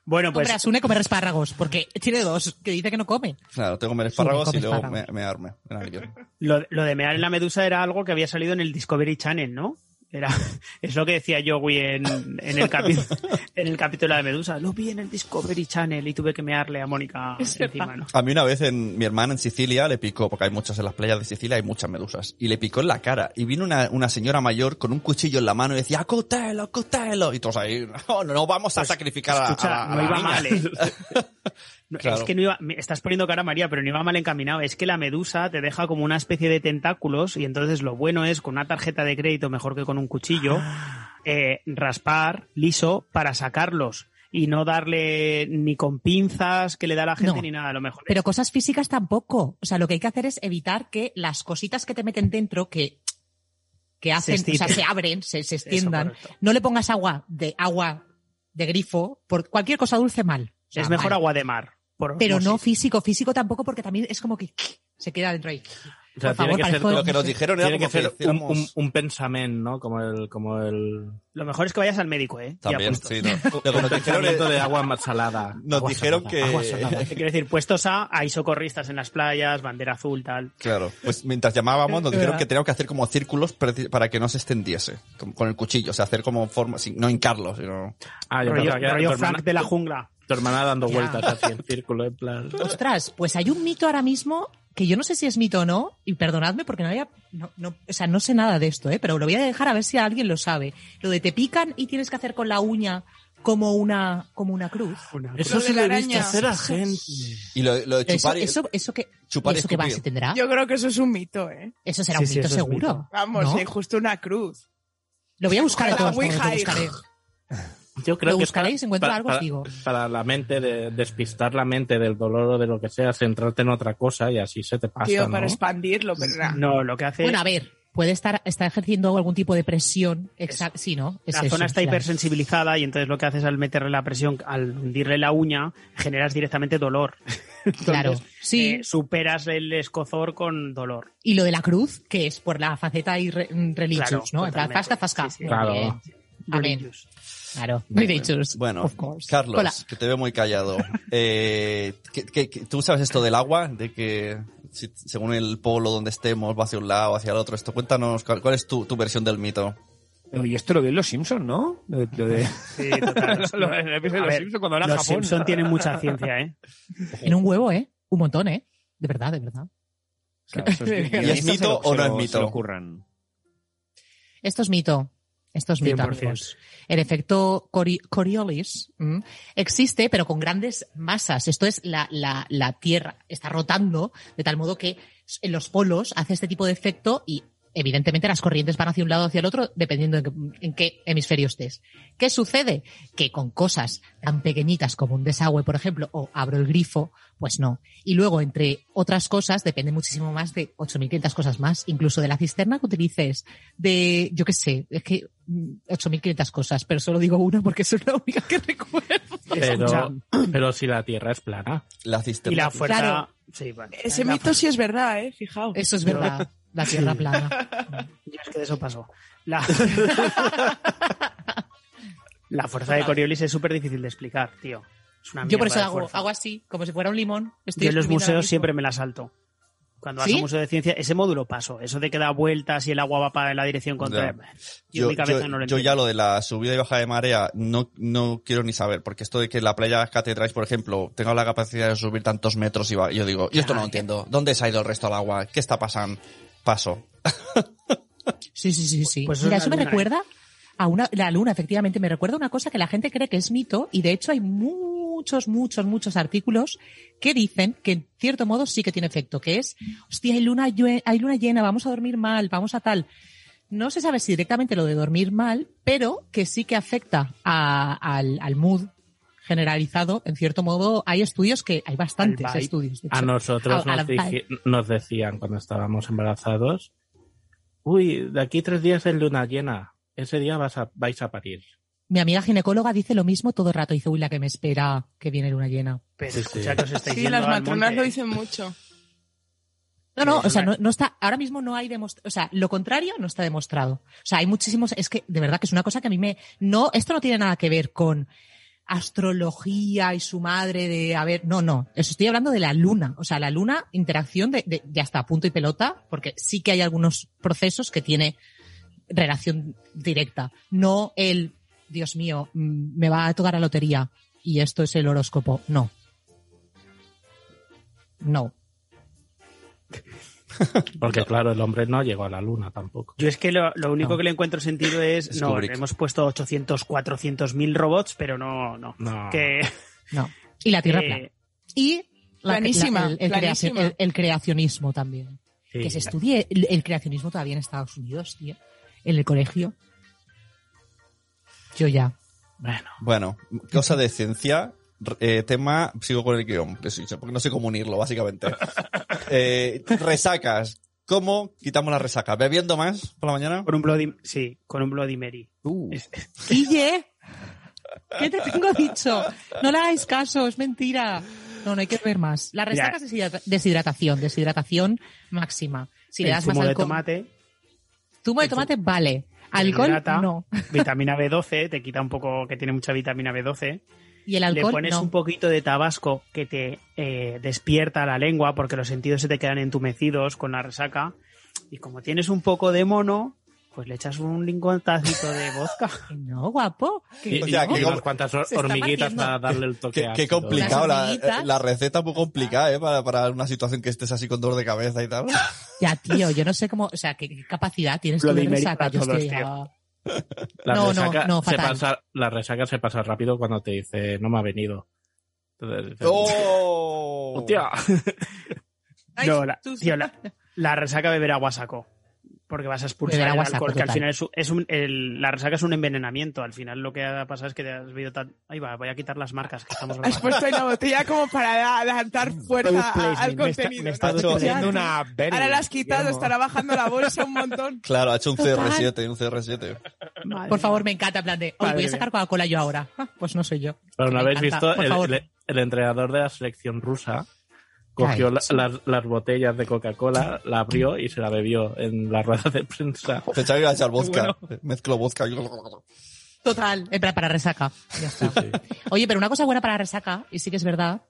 [SPEAKER 9] bueno, pues
[SPEAKER 1] Hombre, Asune comer espárragos, porque tiene dos, que dice que no come.
[SPEAKER 4] Claro, tengo que comer espárragos
[SPEAKER 1] come
[SPEAKER 4] y luego me,
[SPEAKER 1] espárragos.
[SPEAKER 4] mearme. Era yo.
[SPEAKER 9] Lo, lo de mear en la medusa era algo que había salido en el Discovery Channel, ¿no? Era, <laughs> es lo que decía Joey en, en el, capi-
[SPEAKER 3] <laughs>
[SPEAKER 9] en el capítulo de la medusa. Lo vi en el Discovery Channel y tuve que mearle a Mónica encima, ¿no?
[SPEAKER 4] A mí una vez en mi hermana en Sicilia le picó, porque hay muchas en las playas de Sicilia, hay muchas medusas, y le picó en la cara. Y vino una, una señora mayor con un cuchillo en la mano y decía, acótelo, acótelo. Y todos ahí, no, no vamos a sacrificar a- a,
[SPEAKER 9] Escucha,
[SPEAKER 4] a
[SPEAKER 9] no
[SPEAKER 4] la
[SPEAKER 9] iba
[SPEAKER 4] niña".
[SPEAKER 9] mal, ¿eh? No,
[SPEAKER 4] ah, Claro.
[SPEAKER 9] Es que no iba, me estás poniendo cara María, pero no iba mal encaminado. Es que la medusa te deja como una especie de tentáculos y entonces lo bueno es con una tarjeta de crédito mejor que con un cuchillo
[SPEAKER 4] Ah.
[SPEAKER 9] eh, raspar liso para sacarlos y no darle ni con pinzas que le da la gente
[SPEAKER 1] No.
[SPEAKER 9] ni nada. A lo mejor
[SPEAKER 1] Pero cosas físicas tampoco. O sea, lo que hay que hacer es evitar que las cositas que te meten dentro, que, que hacen,
[SPEAKER 9] Se
[SPEAKER 1] o sea,
[SPEAKER 9] exciten.
[SPEAKER 1] se abren, se, se
[SPEAKER 9] Eso,
[SPEAKER 1] extiendan,
[SPEAKER 9] correcto.
[SPEAKER 1] no le pongas agua de agua de grifo, por cualquier cosa dulce mal. O sea,
[SPEAKER 9] es mejor
[SPEAKER 1] mal.
[SPEAKER 9] agua de mar. por
[SPEAKER 1] Pero no
[SPEAKER 9] osmosis.
[SPEAKER 1] físico, físico tampoco, porque también es como que se queda dentro ahí.
[SPEAKER 3] O sea,
[SPEAKER 1] Por favor,
[SPEAKER 3] tiene que ser,
[SPEAKER 1] parezco-
[SPEAKER 4] Lo que nos dijeron era
[SPEAKER 3] tiene que
[SPEAKER 4] como que
[SPEAKER 3] ser un,
[SPEAKER 4] hiciéramos-
[SPEAKER 3] un- un pensamiento, ¿no? Como el, como el,
[SPEAKER 9] Lo mejor es que vayas al médico, ¿eh? Ya
[SPEAKER 4] También,
[SPEAKER 9] puestos.
[SPEAKER 4] sí, no. Lo que
[SPEAKER 3] el <laughs>
[SPEAKER 4] nos dijeron
[SPEAKER 3] pensamiento
[SPEAKER 4] es-
[SPEAKER 3] de agua más salada.
[SPEAKER 4] Nos
[SPEAKER 3] Agua
[SPEAKER 4] dijeron
[SPEAKER 3] salada,
[SPEAKER 4] que-
[SPEAKER 3] agua salada.
[SPEAKER 9] Quiero decir, puestos a, hay socorristas en las playas, bandera azul, tal.
[SPEAKER 4] Claro, pues mientras llamábamos nos
[SPEAKER 1] Es
[SPEAKER 4] dijeron
[SPEAKER 1] verdad.
[SPEAKER 4] que teníamos que hacer como círculos preci- para que no se extendiese con, con el cuchillo, o sea, hacer como forma, sin- no hincarlo, sino...
[SPEAKER 3] Ah, yo
[SPEAKER 9] Rollo,
[SPEAKER 3] pensaba que era
[SPEAKER 9] rollo
[SPEAKER 3] tu,
[SPEAKER 9] Frank
[SPEAKER 3] hermana,
[SPEAKER 9] de la jungla.
[SPEAKER 3] tu hermana dando
[SPEAKER 1] Ya.
[SPEAKER 3] vueltas así en círculo, en plan...
[SPEAKER 1] Ostras, pues hay un mito ahora mismo que yo no sé si es mito o no, y perdonadme porque no había, no, no- o sea, no sé nada de esto, ¿eh? pero lo voy a dejar a ver si alguien lo sabe. Lo de te pican y tienes que hacer con la uña como una, como una cruz.
[SPEAKER 2] Eso Lo de sí la lo he visto araña. hacer
[SPEAKER 3] a gente.
[SPEAKER 4] Y lo, lo de
[SPEAKER 1] Eso,
[SPEAKER 4] chupar y-
[SPEAKER 1] eso, eso que,
[SPEAKER 4] chupar y
[SPEAKER 1] eso que va,
[SPEAKER 4] escupir.
[SPEAKER 1] se tendrá.
[SPEAKER 2] Yo creo que eso es un mito, ¿eh?
[SPEAKER 1] Eso será
[SPEAKER 9] Sí,
[SPEAKER 1] un
[SPEAKER 9] sí,
[SPEAKER 1] mito
[SPEAKER 9] eso es
[SPEAKER 1] seguro.
[SPEAKER 9] mito.
[SPEAKER 2] Vamos,
[SPEAKER 1] ¿no?
[SPEAKER 2] hay justo una cruz.
[SPEAKER 1] Lo voy a buscar de
[SPEAKER 2] Ojalá
[SPEAKER 1] todas formas,
[SPEAKER 2] Ouija
[SPEAKER 1] lo
[SPEAKER 2] y-
[SPEAKER 1] buscaré.
[SPEAKER 3] Yo creo
[SPEAKER 1] Lo
[SPEAKER 3] que
[SPEAKER 1] buscaré y si encuentro algo os digo.
[SPEAKER 3] Para la mente, de, despistar la mente del dolor o de lo que sea, centrarte en otra cosa y así se te pasa,
[SPEAKER 2] Tío,
[SPEAKER 3] ¿no?
[SPEAKER 2] para expandirlo, pero nada.
[SPEAKER 9] No, lo que hace
[SPEAKER 1] Bueno, a ver, puede estar, está ejerciendo algún tipo de presión. Exacto, sí, ¿no? Es
[SPEAKER 9] la
[SPEAKER 1] eso,
[SPEAKER 9] zona está
[SPEAKER 1] claro.
[SPEAKER 9] hipersensibilizada y entonces lo que haces al meterle la presión, al hundirle la uña, generas directamente dolor. <laughs> Entonces,
[SPEAKER 1] Claro, sí.
[SPEAKER 9] eh, superas el escozor con dolor.
[SPEAKER 1] Y lo de la cruz, que es por la faceta y re- mm, religious,
[SPEAKER 9] Claro,
[SPEAKER 1] ¿no? En plan,
[SPEAKER 9] totalmente.
[SPEAKER 1] zasca, zasca.
[SPEAKER 9] Sí, sí.
[SPEAKER 1] Muy
[SPEAKER 3] Claro.
[SPEAKER 1] bien. Amén.
[SPEAKER 9] Religious.
[SPEAKER 1] Claro, religious.
[SPEAKER 4] Bueno,
[SPEAKER 1] of course.
[SPEAKER 4] Carlos,
[SPEAKER 1] Hola.
[SPEAKER 4] que te veo muy callado. Eh, ¿qué- qué- qué- tú sabes esto del agua? De que si- según el polo donde estemos va hacia un lado, hacia el otro. Esto, cuéntanos, ¿cuál, cuál es tu, tu versión del mito?
[SPEAKER 8] Y esto lo vi en Los Simpsons, ¿no? Lo, lo de...
[SPEAKER 9] Sí, total.
[SPEAKER 8] <laughs> lo de- lo de
[SPEAKER 9] A
[SPEAKER 8] Los
[SPEAKER 9] ver,
[SPEAKER 8] Simpsons cuando era
[SPEAKER 9] Los
[SPEAKER 8] Japón.
[SPEAKER 9] Simpson tienen
[SPEAKER 8] <laughs>
[SPEAKER 9] mucha ciencia, ¿eh?
[SPEAKER 1] En un huevo, ¿eh? Un montón, ¿eh? De verdad, de verdad.
[SPEAKER 8] O sea, <laughs> eso es que
[SPEAKER 4] ¿Y es
[SPEAKER 8] guionistas se lo-
[SPEAKER 4] mito o
[SPEAKER 8] se
[SPEAKER 4] no
[SPEAKER 8] lo-
[SPEAKER 4] es mito?
[SPEAKER 8] Se lo curran.
[SPEAKER 1] Esto es mito. Esto es mito, amigos.
[SPEAKER 9] 100%.
[SPEAKER 1] El efecto Cori- Coriolis ¿m? existe, pero con grandes masas. Esto es la, la- la Tierra. Está rotando de tal modo que en los polos hace este tipo de efecto y evidentemente las corrientes van hacia un lado o hacia el otro dependiendo en qué, en qué hemisferio estés. ¿Qué sucede? Que con cosas tan pequeñitas como un desagüe, por ejemplo, o abro el grifo, pues no. Y luego, entre otras cosas, depende muchísimo más de 8.500 cosas más, incluso de la cisterna que utilices, de, yo qué sé, es que mm, 8.500 cosas, pero solo digo una porque es la única que recuerdo.
[SPEAKER 3] Pero, pero si la Tierra es plana.
[SPEAKER 4] La
[SPEAKER 9] Y
[SPEAKER 4] cisterna.
[SPEAKER 9] la fuerza.
[SPEAKER 1] Claro.
[SPEAKER 9] Sí, bueno.
[SPEAKER 2] Ese
[SPEAKER 9] La
[SPEAKER 2] mito sí es verdad, ¿eh? Fijaos.
[SPEAKER 1] Eso es verdad, la Tierra plana.
[SPEAKER 9] <laughs> Yo es que de eso pasó.
[SPEAKER 1] <laughs>
[SPEAKER 9] La, <laughs> la fuerza de Coriolis es súper difícil de explicar, tío. Es una
[SPEAKER 1] Yo por
[SPEAKER 9] mierda
[SPEAKER 1] eso
[SPEAKER 9] de
[SPEAKER 1] hago,
[SPEAKER 9] fuerza.
[SPEAKER 1] hago así, como si fuera un limón. Estoy
[SPEAKER 9] Yo en
[SPEAKER 1] escribiendo
[SPEAKER 9] los
[SPEAKER 1] ahora
[SPEAKER 9] museos
[SPEAKER 1] mismo.
[SPEAKER 9] siempre me la salto. Cuando vas a
[SPEAKER 1] ¿Sí?
[SPEAKER 9] un museo de ciencia, ese módulo paso. Eso de que da vueltas y el agua va para en la dirección contraria. Yo, en mi cabeza no lo
[SPEAKER 4] yo
[SPEAKER 9] entiendo.
[SPEAKER 4] ya lo de la subida y bajada de marea no, no quiero ni saber, porque esto de que la playa Catedrais, por ejemplo, tenga la capacidad de subir tantos metros y va, yo digo, yo esto no lo entiendo. ¿Dónde se ha ido el resto del agua? ¿Qué está pasando? Paso.
[SPEAKER 1] Sí, sí, sí, sí.
[SPEAKER 9] Pues eso
[SPEAKER 1] Mira,
[SPEAKER 9] es
[SPEAKER 1] eso
[SPEAKER 9] la
[SPEAKER 1] me
[SPEAKER 9] luna, ¿eh?
[SPEAKER 1] recuerda a una, la luna, efectivamente, me recuerda a una cosa que la gente cree que es mito y de hecho hay muchos, muchos, muchos artículos que dicen que en cierto modo sí que tiene efecto, que es, hostia, hay luna, llue- hay luna llena, vamos a dormir mal, vamos a tal. No se sabe si directamente lo de dormir mal, pero que sí que afecta a- al, al mood generalizado. En cierto modo, hay estudios que, hay bastantes
[SPEAKER 9] vibe.
[SPEAKER 1] estudios. de
[SPEAKER 3] A
[SPEAKER 1] hecho.
[SPEAKER 3] nosotros
[SPEAKER 1] A- a
[SPEAKER 3] nos,
[SPEAKER 1] la-
[SPEAKER 3] dije- nos decían cuando estábamos embarazados, uy, de aquí tres días es luna llena, ese día vas a- vais a parir.
[SPEAKER 1] Mi amiga ginecóloga dice lo mismo todo el rato. Dice, uy, la que me espera, que viene luna llena.
[SPEAKER 9] Pero
[SPEAKER 3] Sí, sí.
[SPEAKER 9] escucha que os estáis
[SPEAKER 2] Sí,
[SPEAKER 9] yendo
[SPEAKER 2] las
[SPEAKER 9] al
[SPEAKER 2] matronas
[SPEAKER 9] monte.
[SPEAKER 2] lo dicen mucho.
[SPEAKER 1] No, no,
[SPEAKER 9] Pero
[SPEAKER 1] o sea,
[SPEAKER 9] una-
[SPEAKER 1] no, no está, ahora mismo no hay demostrado, o sea, lo contrario no está demostrado. O sea, hay muchísimos, es que de verdad que es una cosa que a mí me, no, esto no tiene nada que ver con astrología y su madre de, a ver, no, no, eso estoy hablando de la luna, o sea, la luna, interacción de, de, de hasta punto y pelota, porque sí que hay algunos procesos que tiene relación directa, no el, Dios mío, mm, me va a tocar la lotería y esto es el horóscopo, no. No,
[SPEAKER 3] Porque claro, el hombre no llegó a la luna tampoco.
[SPEAKER 9] Yo es que lo, lo único
[SPEAKER 1] No.
[SPEAKER 9] que le encuentro sentido es,
[SPEAKER 4] Es
[SPEAKER 9] no,
[SPEAKER 4] Kubrick.
[SPEAKER 9] hemos puesto 800, 400 mil robots, pero no, no.
[SPEAKER 3] No.
[SPEAKER 9] Que,
[SPEAKER 1] no. Y la Tierra
[SPEAKER 9] eh,
[SPEAKER 1] plana. y la-
[SPEAKER 2] Planísima,
[SPEAKER 1] la- el, el
[SPEAKER 2] planísima.
[SPEAKER 1] creaci- el- el creacionismo también.
[SPEAKER 3] Sí.
[SPEAKER 1] Que se estudie el, el creacionismo todavía en Estados Unidos, tío, en el colegio. Yo ya.
[SPEAKER 9] bueno,
[SPEAKER 4] Bueno, cosa de ciencia, eh, tema, sigo con el guión, que sí, porque no sé cómo unirlo, básicamente. Eh, resacas. ¿Cómo quitamos las resacas? ¿Bebiendo más por la mañana?
[SPEAKER 9] con un Bloody, sí, con un Bloody Mary. Es-
[SPEAKER 1] Guille, ¿qué te tengo dicho? No le hagáis caso, es mentira. No, no hay que ver más. La resaca
[SPEAKER 9] Ya.
[SPEAKER 1] es deshidrata- deshidratación, deshidratación máxima. Si le
[SPEAKER 9] el
[SPEAKER 1] das
[SPEAKER 9] zumo
[SPEAKER 1] más
[SPEAKER 9] de
[SPEAKER 1] alcohol,
[SPEAKER 9] tomate,
[SPEAKER 1] zumo de tomate vale. Alcohol
[SPEAKER 9] hidrata.
[SPEAKER 1] no.
[SPEAKER 9] vitamina B12, te quita un poco, que tiene mucha vitamina B12.
[SPEAKER 1] Y el
[SPEAKER 9] Le
[SPEAKER 1] alcohol
[SPEAKER 9] pones
[SPEAKER 1] no.
[SPEAKER 9] un poquito de tabasco que te eh, despierta la lengua porque los sentidos se te quedan entumecidos con la resaca. Y como tienes un poco de mono, pues le echas un lingoncito de vodka.
[SPEAKER 1] <laughs> Que No, guapo. que
[SPEAKER 3] Y,
[SPEAKER 4] O
[SPEAKER 3] y-
[SPEAKER 4] sea,
[SPEAKER 3] y
[SPEAKER 4] que
[SPEAKER 3] unas
[SPEAKER 4] como-
[SPEAKER 3] cuantas hor-
[SPEAKER 1] se está
[SPEAKER 3] hormiguitas
[SPEAKER 1] batiendo.
[SPEAKER 3] para darle el toque
[SPEAKER 4] Qué, qué
[SPEAKER 3] ácido.
[SPEAKER 4] complicado,
[SPEAKER 1] Las
[SPEAKER 4] la, eh,
[SPEAKER 1] hormiguitas.
[SPEAKER 4] la receta es muy complicada, ¿eh? Para, para una situación que estés así con dolor de cabeza y tal.
[SPEAKER 1] Ya, tío, yo no sé cómo, o sea, qué, qué capacidad tienes tú
[SPEAKER 9] Bloody
[SPEAKER 1] de
[SPEAKER 9] Mary
[SPEAKER 1] resaca.
[SPEAKER 9] para
[SPEAKER 1] Yo
[SPEAKER 9] todos,
[SPEAKER 1] estoy
[SPEAKER 9] tío.
[SPEAKER 1] ya-
[SPEAKER 3] La,
[SPEAKER 1] No, no,
[SPEAKER 3] resaca
[SPEAKER 1] no,
[SPEAKER 3] se
[SPEAKER 1] fatal.
[SPEAKER 3] pasa, la resaca se pasa rápido cuando te dice, no me ha venido. Entonces dices,
[SPEAKER 4] ¡Oh!
[SPEAKER 3] ¡Hostia!
[SPEAKER 2] Ay,
[SPEAKER 9] No, la,
[SPEAKER 2] tú-
[SPEAKER 9] tío, la- la resaca beber agua a saco. Porque vas a expulsar
[SPEAKER 1] Beber
[SPEAKER 9] el
[SPEAKER 1] agua a saco,
[SPEAKER 9] alcohol, que al
[SPEAKER 1] total.
[SPEAKER 9] final es, un- es un- el- la resaca es un envenenamiento. Al final lo que ha pasado es que te has bebido tan... Ahí va, voy a quitar las marcas que
[SPEAKER 1] <laughs>
[SPEAKER 9] estamos
[SPEAKER 2] Has
[SPEAKER 9] grabando.
[SPEAKER 2] puesto ahí la botella como para adelantar fuerza a- al
[SPEAKER 8] Me está,
[SPEAKER 2] contenido.
[SPEAKER 8] me está
[SPEAKER 2] ¿no?
[SPEAKER 4] Nacho,
[SPEAKER 8] haciendo
[SPEAKER 2] Ya,
[SPEAKER 8] una verga,
[SPEAKER 2] Ahora la has quitado,
[SPEAKER 8] Guillermo.
[SPEAKER 2] estará bajando la bolsa un
[SPEAKER 4] <laughs>
[SPEAKER 2] montón.
[SPEAKER 4] Claro, ha hecho un
[SPEAKER 1] Total.
[SPEAKER 4] CR7, un CR7.
[SPEAKER 9] Madre
[SPEAKER 1] Por favor, me encanta, en plan de, "Oye,
[SPEAKER 9] Madre
[SPEAKER 1] voy a
[SPEAKER 9] mía.
[SPEAKER 1] sacar Coca-Cola yo ahora. Ah, pues no soy yo.
[SPEAKER 3] Pero no
[SPEAKER 1] Me
[SPEAKER 3] habéis
[SPEAKER 1] encanta,
[SPEAKER 3] visto
[SPEAKER 1] por
[SPEAKER 3] el,
[SPEAKER 1] favor.
[SPEAKER 3] el- el entrenador de la selección rusa cogió
[SPEAKER 1] Ay,
[SPEAKER 3] la- las, las botellas de Coca-Cola, la abrió y se la bebió en la rueda de prensa.
[SPEAKER 4] Pensaba que iba a echar vodka. Mezclo vodka.
[SPEAKER 1] Total, en plan, para resaca. Ya está. Oye, pero una cosa buena para resaca, y sí que es verdad,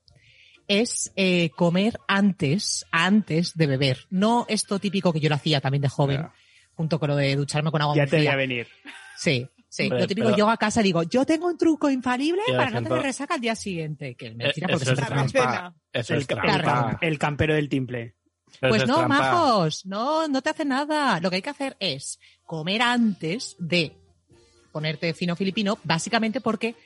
[SPEAKER 1] es eh, comer antes, antes de beber. No esto típico que yo lo hacía también de joven,
[SPEAKER 3] Ya.
[SPEAKER 1] junto con lo de ducharme con agua
[SPEAKER 9] <laughs> Ya
[SPEAKER 1] muy
[SPEAKER 9] te voy
[SPEAKER 1] fría.
[SPEAKER 9] a venir.
[SPEAKER 1] Sí, sí.
[SPEAKER 3] Hombre,
[SPEAKER 1] lo típico,
[SPEAKER 3] pero-
[SPEAKER 1] yo a casa y digo, yo tengo un truco infalible
[SPEAKER 3] Ya,
[SPEAKER 1] para no
[SPEAKER 3] siento-
[SPEAKER 1] tener resaca al día siguiente. Que es mentira,
[SPEAKER 3] Eh,
[SPEAKER 1] porque
[SPEAKER 3] eso
[SPEAKER 1] eso
[SPEAKER 3] es
[SPEAKER 1] es
[SPEAKER 2] La
[SPEAKER 3] trampa.
[SPEAKER 1] trampa.
[SPEAKER 2] cena.
[SPEAKER 3] Eso
[SPEAKER 9] El,
[SPEAKER 3] es
[SPEAKER 9] ca-
[SPEAKER 3] trampa.
[SPEAKER 9] el cam- el campero del timple.
[SPEAKER 3] Eso
[SPEAKER 1] Pues
[SPEAKER 3] es
[SPEAKER 1] no,
[SPEAKER 3] trampa.
[SPEAKER 1] majos, no, no te hace nada. Lo que hay que hacer es comer antes de ponerte fino filipino, básicamente porque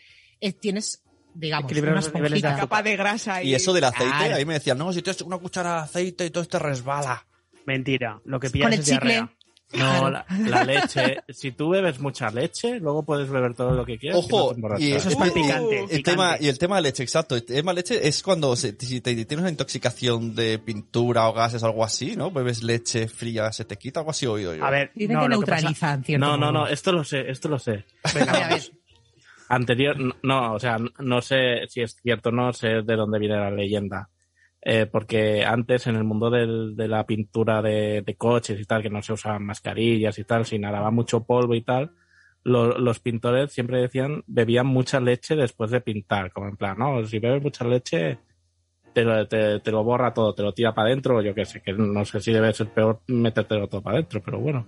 [SPEAKER 1] eh, tienes, digamos,
[SPEAKER 9] Equilibrar
[SPEAKER 1] una
[SPEAKER 9] los niveles de
[SPEAKER 1] esponjita.
[SPEAKER 9] azúcar.
[SPEAKER 2] Capa de grasa ahí.
[SPEAKER 4] Y eso del aceite,
[SPEAKER 1] Claro.
[SPEAKER 4] ahí me este decían, no, si te echas una cuchara de aceite y todo esto resbala.
[SPEAKER 9] Mentira. Lo que pillas
[SPEAKER 1] con el
[SPEAKER 9] es
[SPEAKER 1] chicle.
[SPEAKER 9] diarrea.
[SPEAKER 3] No, la, la leche. Si tú bebes mucha leche, luego puedes beber todo lo que quieras. y no
[SPEAKER 4] Ojo,
[SPEAKER 3] te emborrachas.
[SPEAKER 4] y,
[SPEAKER 9] Eso es
[SPEAKER 4] y-
[SPEAKER 9] más
[SPEAKER 4] y-
[SPEAKER 9] picante,
[SPEAKER 4] el
[SPEAKER 9] picante.
[SPEAKER 4] tema y el tema de leche, exacto. El tema de leche es cuando se- si te, tienes una intoxicación de pintura o gases o algo así, ¿no? Bebes leche fría, se te quita, algo así he oído yo.
[SPEAKER 9] A ver,
[SPEAKER 1] Dicen
[SPEAKER 9] no,
[SPEAKER 1] que
[SPEAKER 9] lo que pasa-
[SPEAKER 1] neutralizan, ¿cierto?
[SPEAKER 3] No, no, no, esto lo sé, esto lo sé.
[SPEAKER 9] Venga, vamos.
[SPEAKER 3] Anterior, no, no, o sea, no sé si es cierto, no sé de dónde viene la leyenda. Eh, porque antes en el mundo del- de la pintura de, de coches y tal, que no se usaban mascarillas y tal, se inhalaba mucho polvo y tal, lo- los pintores siempre decían bebían mucha leche después de pintar, como en plan, no, si bebes mucha leche te lo, te, te lo borra todo, te lo tira para adentro, o yo qué sé, que no sé si debe ser peor metértelo todo para adentro, pero bueno.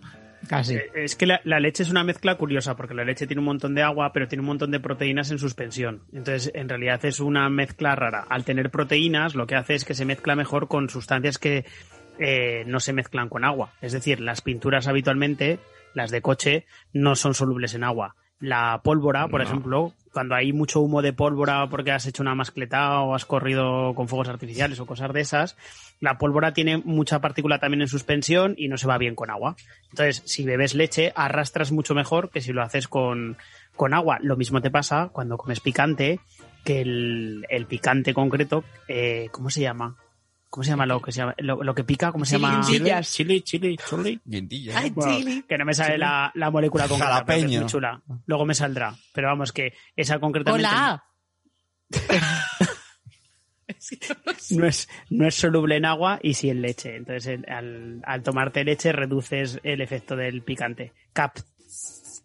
[SPEAKER 1] Casi.
[SPEAKER 9] Eh, Es que la, la leche es una mezcla curiosa, porque la leche tiene un montón de agua, pero tiene un montón de proteínas en suspensión. Entonces, en realidad es una mezcla rara. Al tener proteínas, lo que hace es que se mezcla mejor con sustancias que eh, no se mezclan con agua. Es decir, las pinturas habitualmente, las de coche, no son solubles en agua. La pólvora, por
[SPEAKER 3] No.
[SPEAKER 9] ejemplo, cuando hay mucho humo de pólvora porque has hecho una mascleta o has corrido con fuegos artificiales o cosas de esas, la pólvora tiene mucha partícula también en suspensión y no se va bien con agua. Entonces, si bebes leche, arrastras mucho mejor que si lo haces con, con agua. Lo mismo te pasa cuando comes picante, que el, el picante concreto, eh, ¿cómo se llama? ¿Cómo se llama lo que se llama? Lo, lo que pica, ¿cómo se
[SPEAKER 2] Sí,
[SPEAKER 9] llama?
[SPEAKER 2] sí.
[SPEAKER 3] Chile,
[SPEAKER 2] Sillas.
[SPEAKER 3] chile, chile, chile.
[SPEAKER 4] Guindilla.
[SPEAKER 1] Ay,
[SPEAKER 9] Bueno,
[SPEAKER 1] chili.
[SPEAKER 9] que no me sale la, la molécula concreta, pero que es
[SPEAKER 4] Jalapeño.
[SPEAKER 9] muy chula. Luego me saldrá. Pero vamos, que esa concretamente
[SPEAKER 1] Hola.
[SPEAKER 9] no es, no es soluble en agua y sí en leche. Entonces, el- al, al tomarte leche reduces el efecto del picante. Cap.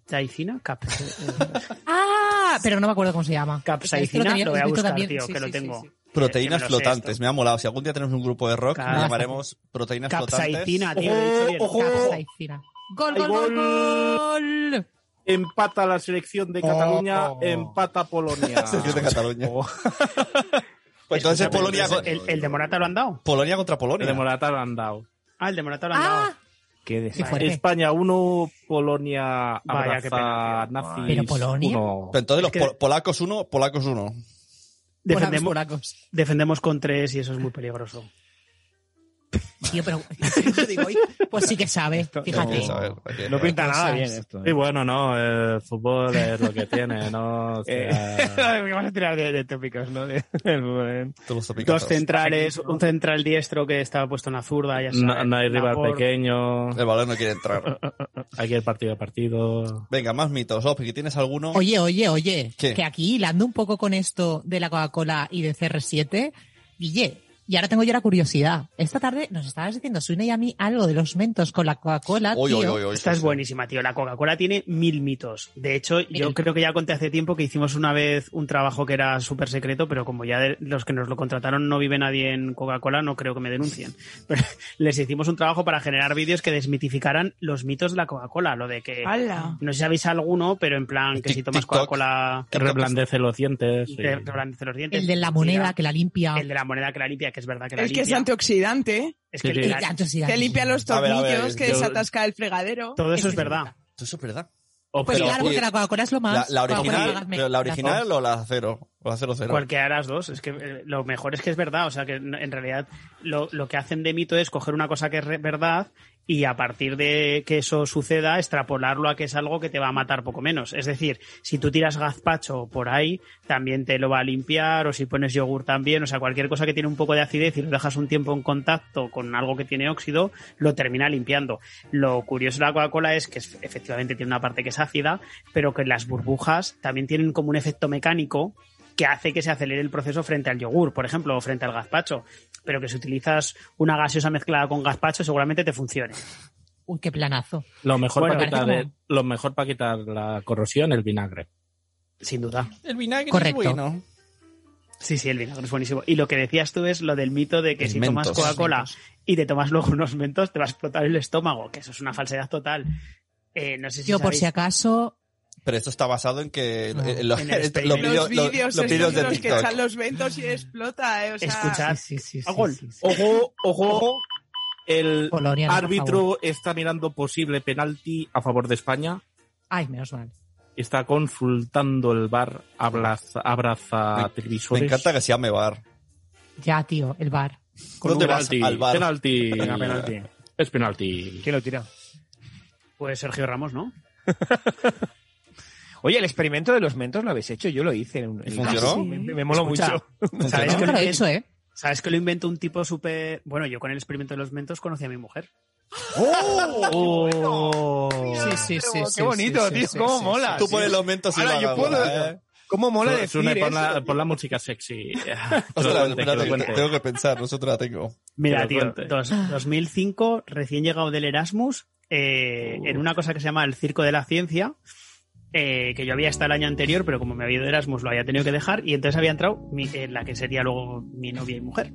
[SPEAKER 9] ¿Capsaicina?
[SPEAKER 1] <laughs>
[SPEAKER 9] Cap, eh,
[SPEAKER 1] Ah, pero no me acuerdo cómo se llama. Es que
[SPEAKER 9] capsaicina,
[SPEAKER 1] tenía-
[SPEAKER 9] lo voy
[SPEAKER 1] es
[SPEAKER 9] a
[SPEAKER 1] que
[SPEAKER 9] buscar,
[SPEAKER 1] también-
[SPEAKER 9] tío,
[SPEAKER 1] sí,
[SPEAKER 9] que
[SPEAKER 1] sí,
[SPEAKER 9] lo
[SPEAKER 1] sí,
[SPEAKER 9] tengo. Eh,
[SPEAKER 1] sí.
[SPEAKER 4] Proteínas
[SPEAKER 9] que me lo sé
[SPEAKER 4] flotantes,
[SPEAKER 9] esto.
[SPEAKER 4] me ha molado. Si algún día tenemos un grupo de rock,
[SPEAKER 9] Claro.
[SPEAKER 4] lo llamaremos Proteínas
[SPEAKER 9] Capsaicina,
[SPEAKER 4] flotantes.
[SPEAKER 9] tío, lo he dicho bien. Oh.
[SPEAKER 1] Capsaicina. Gol,
[SPEAKER 3] Ay,
[SPEAKER 1] gol, gol, gol.
[SPEAKER 3] empata la selección de Cataluña,
[SPEAKER 4] <laughs>
[SPEAKER 3] empata Polonia.
[SPEAKER 4] Selección de Cataluña. Pues entonces
[SPEAKER 9] Escúchame,
[SPEAKER 4] Polonia,
[SPEAKER 9] entonces, ¿El, el de Morata lo han dado?
[SPEAKER 4] Polonia contra
[SPEAKER 3] El de
[SPEAKER 4] Polonia.
[SPEAKER 3] Morata lo han dado.
[SPEAKER 9] Ah, el de Morata lo han
[SPEAKER 1] Ah,
[SPEAKER 9] dado.
[SPEAKER 8] Qué desastre.
[SPEAKER 1] fuerte.
[SPEAKER 3] España 1, Polonia
[SPEAKER 9] Vaya,
[SPEAKER 3] abraza
[SPEAKER 9] qué pena, tío.
[SPEAKER 3] nazis
[SPEAKER 1] Pero Polonia.
[SPEAKER 3] uno.
[SPEAKER 4] Pero entonces los
[SPEAKER 9] Es que-
[SPEAKER 4] pol- polacos uno, polacos uno.
[SPEAKER 1] polacos,
[SPEAKER 9] Defendemos,
[SPEAKER 1] polacos.
[SPEAKER 9] defendemos con tres y eso es
[SPEAKER 1] <laughs>
[SPEAKER 9] muy peligroso.
[SPEAKER 1] Tío,
[SPEAKER 9] <laughs>
[SPEAKER 1] pero <laughs> yo digo, "Ay, pues sí que sabe, fíjate.
[SPEAKER 4] Hay que saber, hay que
[SPEAKER 8] No
[SPEAKER 4] saber.
[SPEAKER 8] pinta nada
[SPEAKER 1] Cosas.
[SPEAKER 8] bien esto.
[SPEAKER 3] Y bueno, no, el fútbol es lo que tiene, ¿no? O sea,
[SPEAKER 8] Vamos a tirar de, de tópicos, ¿no? De- del fútbol, ¿eh?
[SPEAKER 4] Todos los
[SPEAKER 9] Dos
[SPEAKER 4] topicazos.
[SPEAKER 9] centrales, un central diestro que estaba puesto en la zurda, ya sabes.
[SPEAKER 3] <laughs> no, no hay rival
[SPEAKER 9] Laporte.
[SPEAKER 3] pequeño,
[SPEAKER 4] El balón no quiere
[SPEAKER 9] <laughs>
[SPEAKER 4] entrar.
[SPEAKER 3] hay que ir partido a partido.
[SPEAKER 4] Venga, más mitos. Opi, ¿tienes alguno?
[SPEAKER 1] Oye, oye, oye,
[SPEAKER 4] ¿Qué?
[SPEAKER 1] que aquí hilando un poco con esto de la Coca-Cola y de CR7, Guille, y ahora tengo yo la curiosidad. Esta tarde nos estabas diciendo, Suina y a mí, algo de los mentos con la Coca-Cola,
[SPEAKER 4] Oy,
[SPEAKER 1] tío.
[SPEAKER 4] oy, oy, oy,
[SPEAKER 9] Esta
[SPEAKER 4] sí,
[SPEAKER 9] es
[SPEAKER 4] sí.
[SPEAKER 9] buenísima, tío. La Coca-Cola tiene mil mitos. De hecho, yo
[SPEAKER 1] Mil.
[SPEAKER 9] creo que ya conté hace tiempo que hicimos una vez un trabajo que era súper secreto, pero como ya de- los que nos lo contrataron no vive nadie en Coca-Cola, no creo que me denuncien. <laughs> Pero les hicimos un trabajo para generar vídeos que desmitificaran los mitos de la Coca-Cola. Lo de que,
[SPEAKER 2] ¡Hala!
[SPEAKER 9] no sé si sabéis alguno, pero en plan que si tomas
[SPEAKER 4] TikTok.
[SPEAKER 9] Coca-Cola
[SPEAKER 4] Que
[SPEAKER 3] Que reblandece los dientes. sí.
[SPEAKER 9] te reblandece los dientes.
[SPEAKER 1] El de la
[SPEAKER 9] Mira,
[SPEAKER 1] moneda que la limpia.
[SPEAKER 9] El de la moneda que la limpia, que es verdad que la
[SPEAKER 2] Es que
[SPEAKER 9] limpia.
[SPEAKER 2] es antioxidante, ¿eh?
[SPEAKER 9] Es
[SPEAKER 3] Sí, sí.
[SPEAKER 1] Y
[SPEAKER 9] la-
[SPEAKER 1] ya, entonces, ya,
[SPEAKER 2] que limpia los
[SPEAKER 4] A ver, a
[SPEAKER 2] tornillos,
[SPEAKER 4] ver,
[SPEAKER 2] que
[SPEAKER 3] yo-
[SPEAKER 2] desatasca el fregadero.
[SPEAKER 9] todo eso es
[SPEAKER 1] Es
[SPEAKER 9] verdad.
[SPEAKER 4] Tú eso es verdad.
[SPEAKER 3] O
[SPEAKER 1] Pues
[SPEAKER 4] Pero,
[SPEAKER 1] claro,
[SPEAKER 4] oye,
[SPEAKER 1] porque la Coca-Cola es lo
[SPEAKER 4] La,
[SPEAKER 1] más.
[SPEAKER 4] la
[SPEAKER 1] Coca-Cola,
[SPEAKER 4] original,
[SPEAKER 1] pagadme.
[SPEAKER 4] pero la
[SPEAKER 1] Las
[SPEAKER 4] original
[SPEAKER 1] dos.
[SPEAKER 4] o la cero, o la cero cero.
[SPEAKER 9] Cualquiera de las dos. Es que eh, lo mejor es que es verdad. O sea, que en en realidad lo, lo que hacen de mito es coger una cosa que es re- verdad y a partir de que eso suceda, extrapolarlo a que es algo que te va a matar poco menos. Es decir, si tú tiras gazpacho por ahí, también te lo va a limpiar, o si pones yogur también, o sea, cualquier cosa que tiene un poco de acidez y lo dejas un tiempo en contacto con algo que tiene óxido, lo termina limpiando. Lo curioso de la Coca-Cola es que es- efectivamente tiene una parte que es ácida, pero que las burbujas también tienen como un efecto mecánico que hace que se acelere el proceso frente al yogur, por ejemplo, o frente al gazpacho. Pero que si utilizas una gaseosa mezclada con gazpacho, seguramente te funcione.
[SPEAKER 1] Uy, qué planazo.
[SPEAKER 3] lo, mejor
[SPEAKER 9] Bueno,
[SPEAKER 3] para quitar
[SPEAKER 1] parece
[SPEAKER 3] el- lo mejor para quitar la corrosión, el vinagre.
[SPEAKER 9] Sin duda.
[SPEAKER 4] El vinagre
[SPEAKER 1] Correcto.
[SPEAKER 4] bueno.
[SPEAKER 9] Sí, sí, el vinagre es buenísimo. Y lo que decías tú es lo del mito de que
[SPEAKER 4] El
[SPEAKER 9] si
[SPEAKER 4] Mentos.
[SPEAKER 9] tomas Coca-Cola y te tomas luego unos mentos, te va a explotar el estómago, que eso es una falsedad total. Eh, no sé si
[SPEAKER 1] Yo, por
[SPEAKER 9] sabéis-
[SPEAKER 1] si acaso,
[SPEAKER 4] Pero esto está basado en que
[SPEAKER 1] No.
[SPEAKER 4] eh, los, <laughs>
[SPEAKER 9] En el
[SPEAKER 4] los
[SPEAKER 9] experimento.
[SPEAKER 4] vídeos-
[SPEAKER 2] los
[SPEAKER 4] los-
[SPEAKER 2] vídeos,
[SPEAKER 4] los
[SPEAKER 2] estos
[SPEAKER 4] vídeos
[SPEAKER 2] de
[SPEAKER 4] de
[SPEAKER 2] los que echan
[SPEAKER 4] TikTok.
[SPEAKER 2] los ventos y explota, eh, o sea,
[SPEAKER 9] Escuchad,
[SPEAKER 1] Sí, sí, sí,
[SPEAKER 9] a gol.
[SPEAKER 1] sí, sí.
[SPEAKER 3] Ojo, ojo, el
[SPEAKER 1] Polonia, no, por favor.
[SPEAKER 3] árbitro está mirando posible penalti a favor de España.
[SPEAKER 1] Ay, menos mal.
[SPEAKER 3] está consultando el bar abraza,
[SPEAKER 4] Me
[SPEAKER 3] abraza televisores.
[SPEAKER 4] encanta que se llame bar.
[SPEAKER 1] Ya, tío, el bar.
[SPEAKER 3] Con
[SPEAKER 4] ¿Dónde
[SPEAKER 3] un
[SPEAKER 4] vas?
[SPEAKER 3] penalti,
[SPEAKER 4] Al bar.
[SPEAKER 3] Penalti.
[SPEAKER 8] Venga, penalti.
[SPEAKER 3] Es penalti.
[SPEAKER 8] ¿Quién lo tira?
[SPEAKER 9] Pues Sergio Ramos, ¿no?
[SPEAKER 8] Oye, el experimento de los mentos lo habéis hecho, yo lo hice. en- en-
[SPEAKER 4] ¿Funcionó?
[SPEAKER 8] Me, me- me moló
[SPEAKER 9] Escucha,
[SPEAKER 8] mucho. <laughs>
[SPEAKER 9] ¿Sabes que,
[SPEAKER 1] Nunca
[SPEAKER 9] lo
[SPEAKER 1] lo he hecho,
[SPEAKER 9] inventó-
[SPEAKER 1] ¿eh?
[SPEAKER 9] ¿Sabes que lo inventó un tipo súper... Bueno, yo con el experimento de los mentos conocí a mi mujer. Oh.
[SPEAKER 1] Sí, sí, sí.
[SPEAKER 8] Qué
[SPEAKER 1] sí, sí,
[SPEAKER 8] bonito,
[SPEAKER 1] sí,
[SPEAKER 8] tío,
[SPEAKER 1] sí,
[SPEAKER 8] cómo
[SPEAKER 1] sí,
[SPEAKER 3] Ah,
[SPEAKER 8] mola.
[SPEAKER 4] Tú pones los mentos y
[SPEAKER 8] Ahora,
[SPEAKER 4] lo
[SPEAKER 8] yo
[SPEAKER 4] hago,
[SPEAKER 8] puedo-
[SPEAKER 4] ¿eh?
[SPEAKER 8] ¿Cómo mola
[SPEAKER 3] Su- Sune,
[SPEAKER 8] decir
[SPEAKER 3] pon, la,
[SPEAKER 8] eso?
[SPEAKER 3] pon la música <laughs> sexy. Que lo
[SPEAKER 4] Ostras,
[SPEAKER 3] cuente, que lo
[SPEAKER 4] espérate, que
[SPEAKER 3] cuente.
[SPEAKER 4] tengo que pensar, nosotros la tengo.
[SPEAKER 9] Mira,
[SPEAKER 3] Que lo
[SPEAKER 9] tío,
[SPEAKER 3] cuente.
[SPEAKER 9] dos- 2005, recién llegado del Erasmus, eh, en una cosa que se llama el Circo de la Ciencia, eh, que yo había estado el año anterior, pero como me había ido de Erasmus lo había tenido que dejar, y entonces había entrado mi- eh, la que sería luego mi novia y mujer.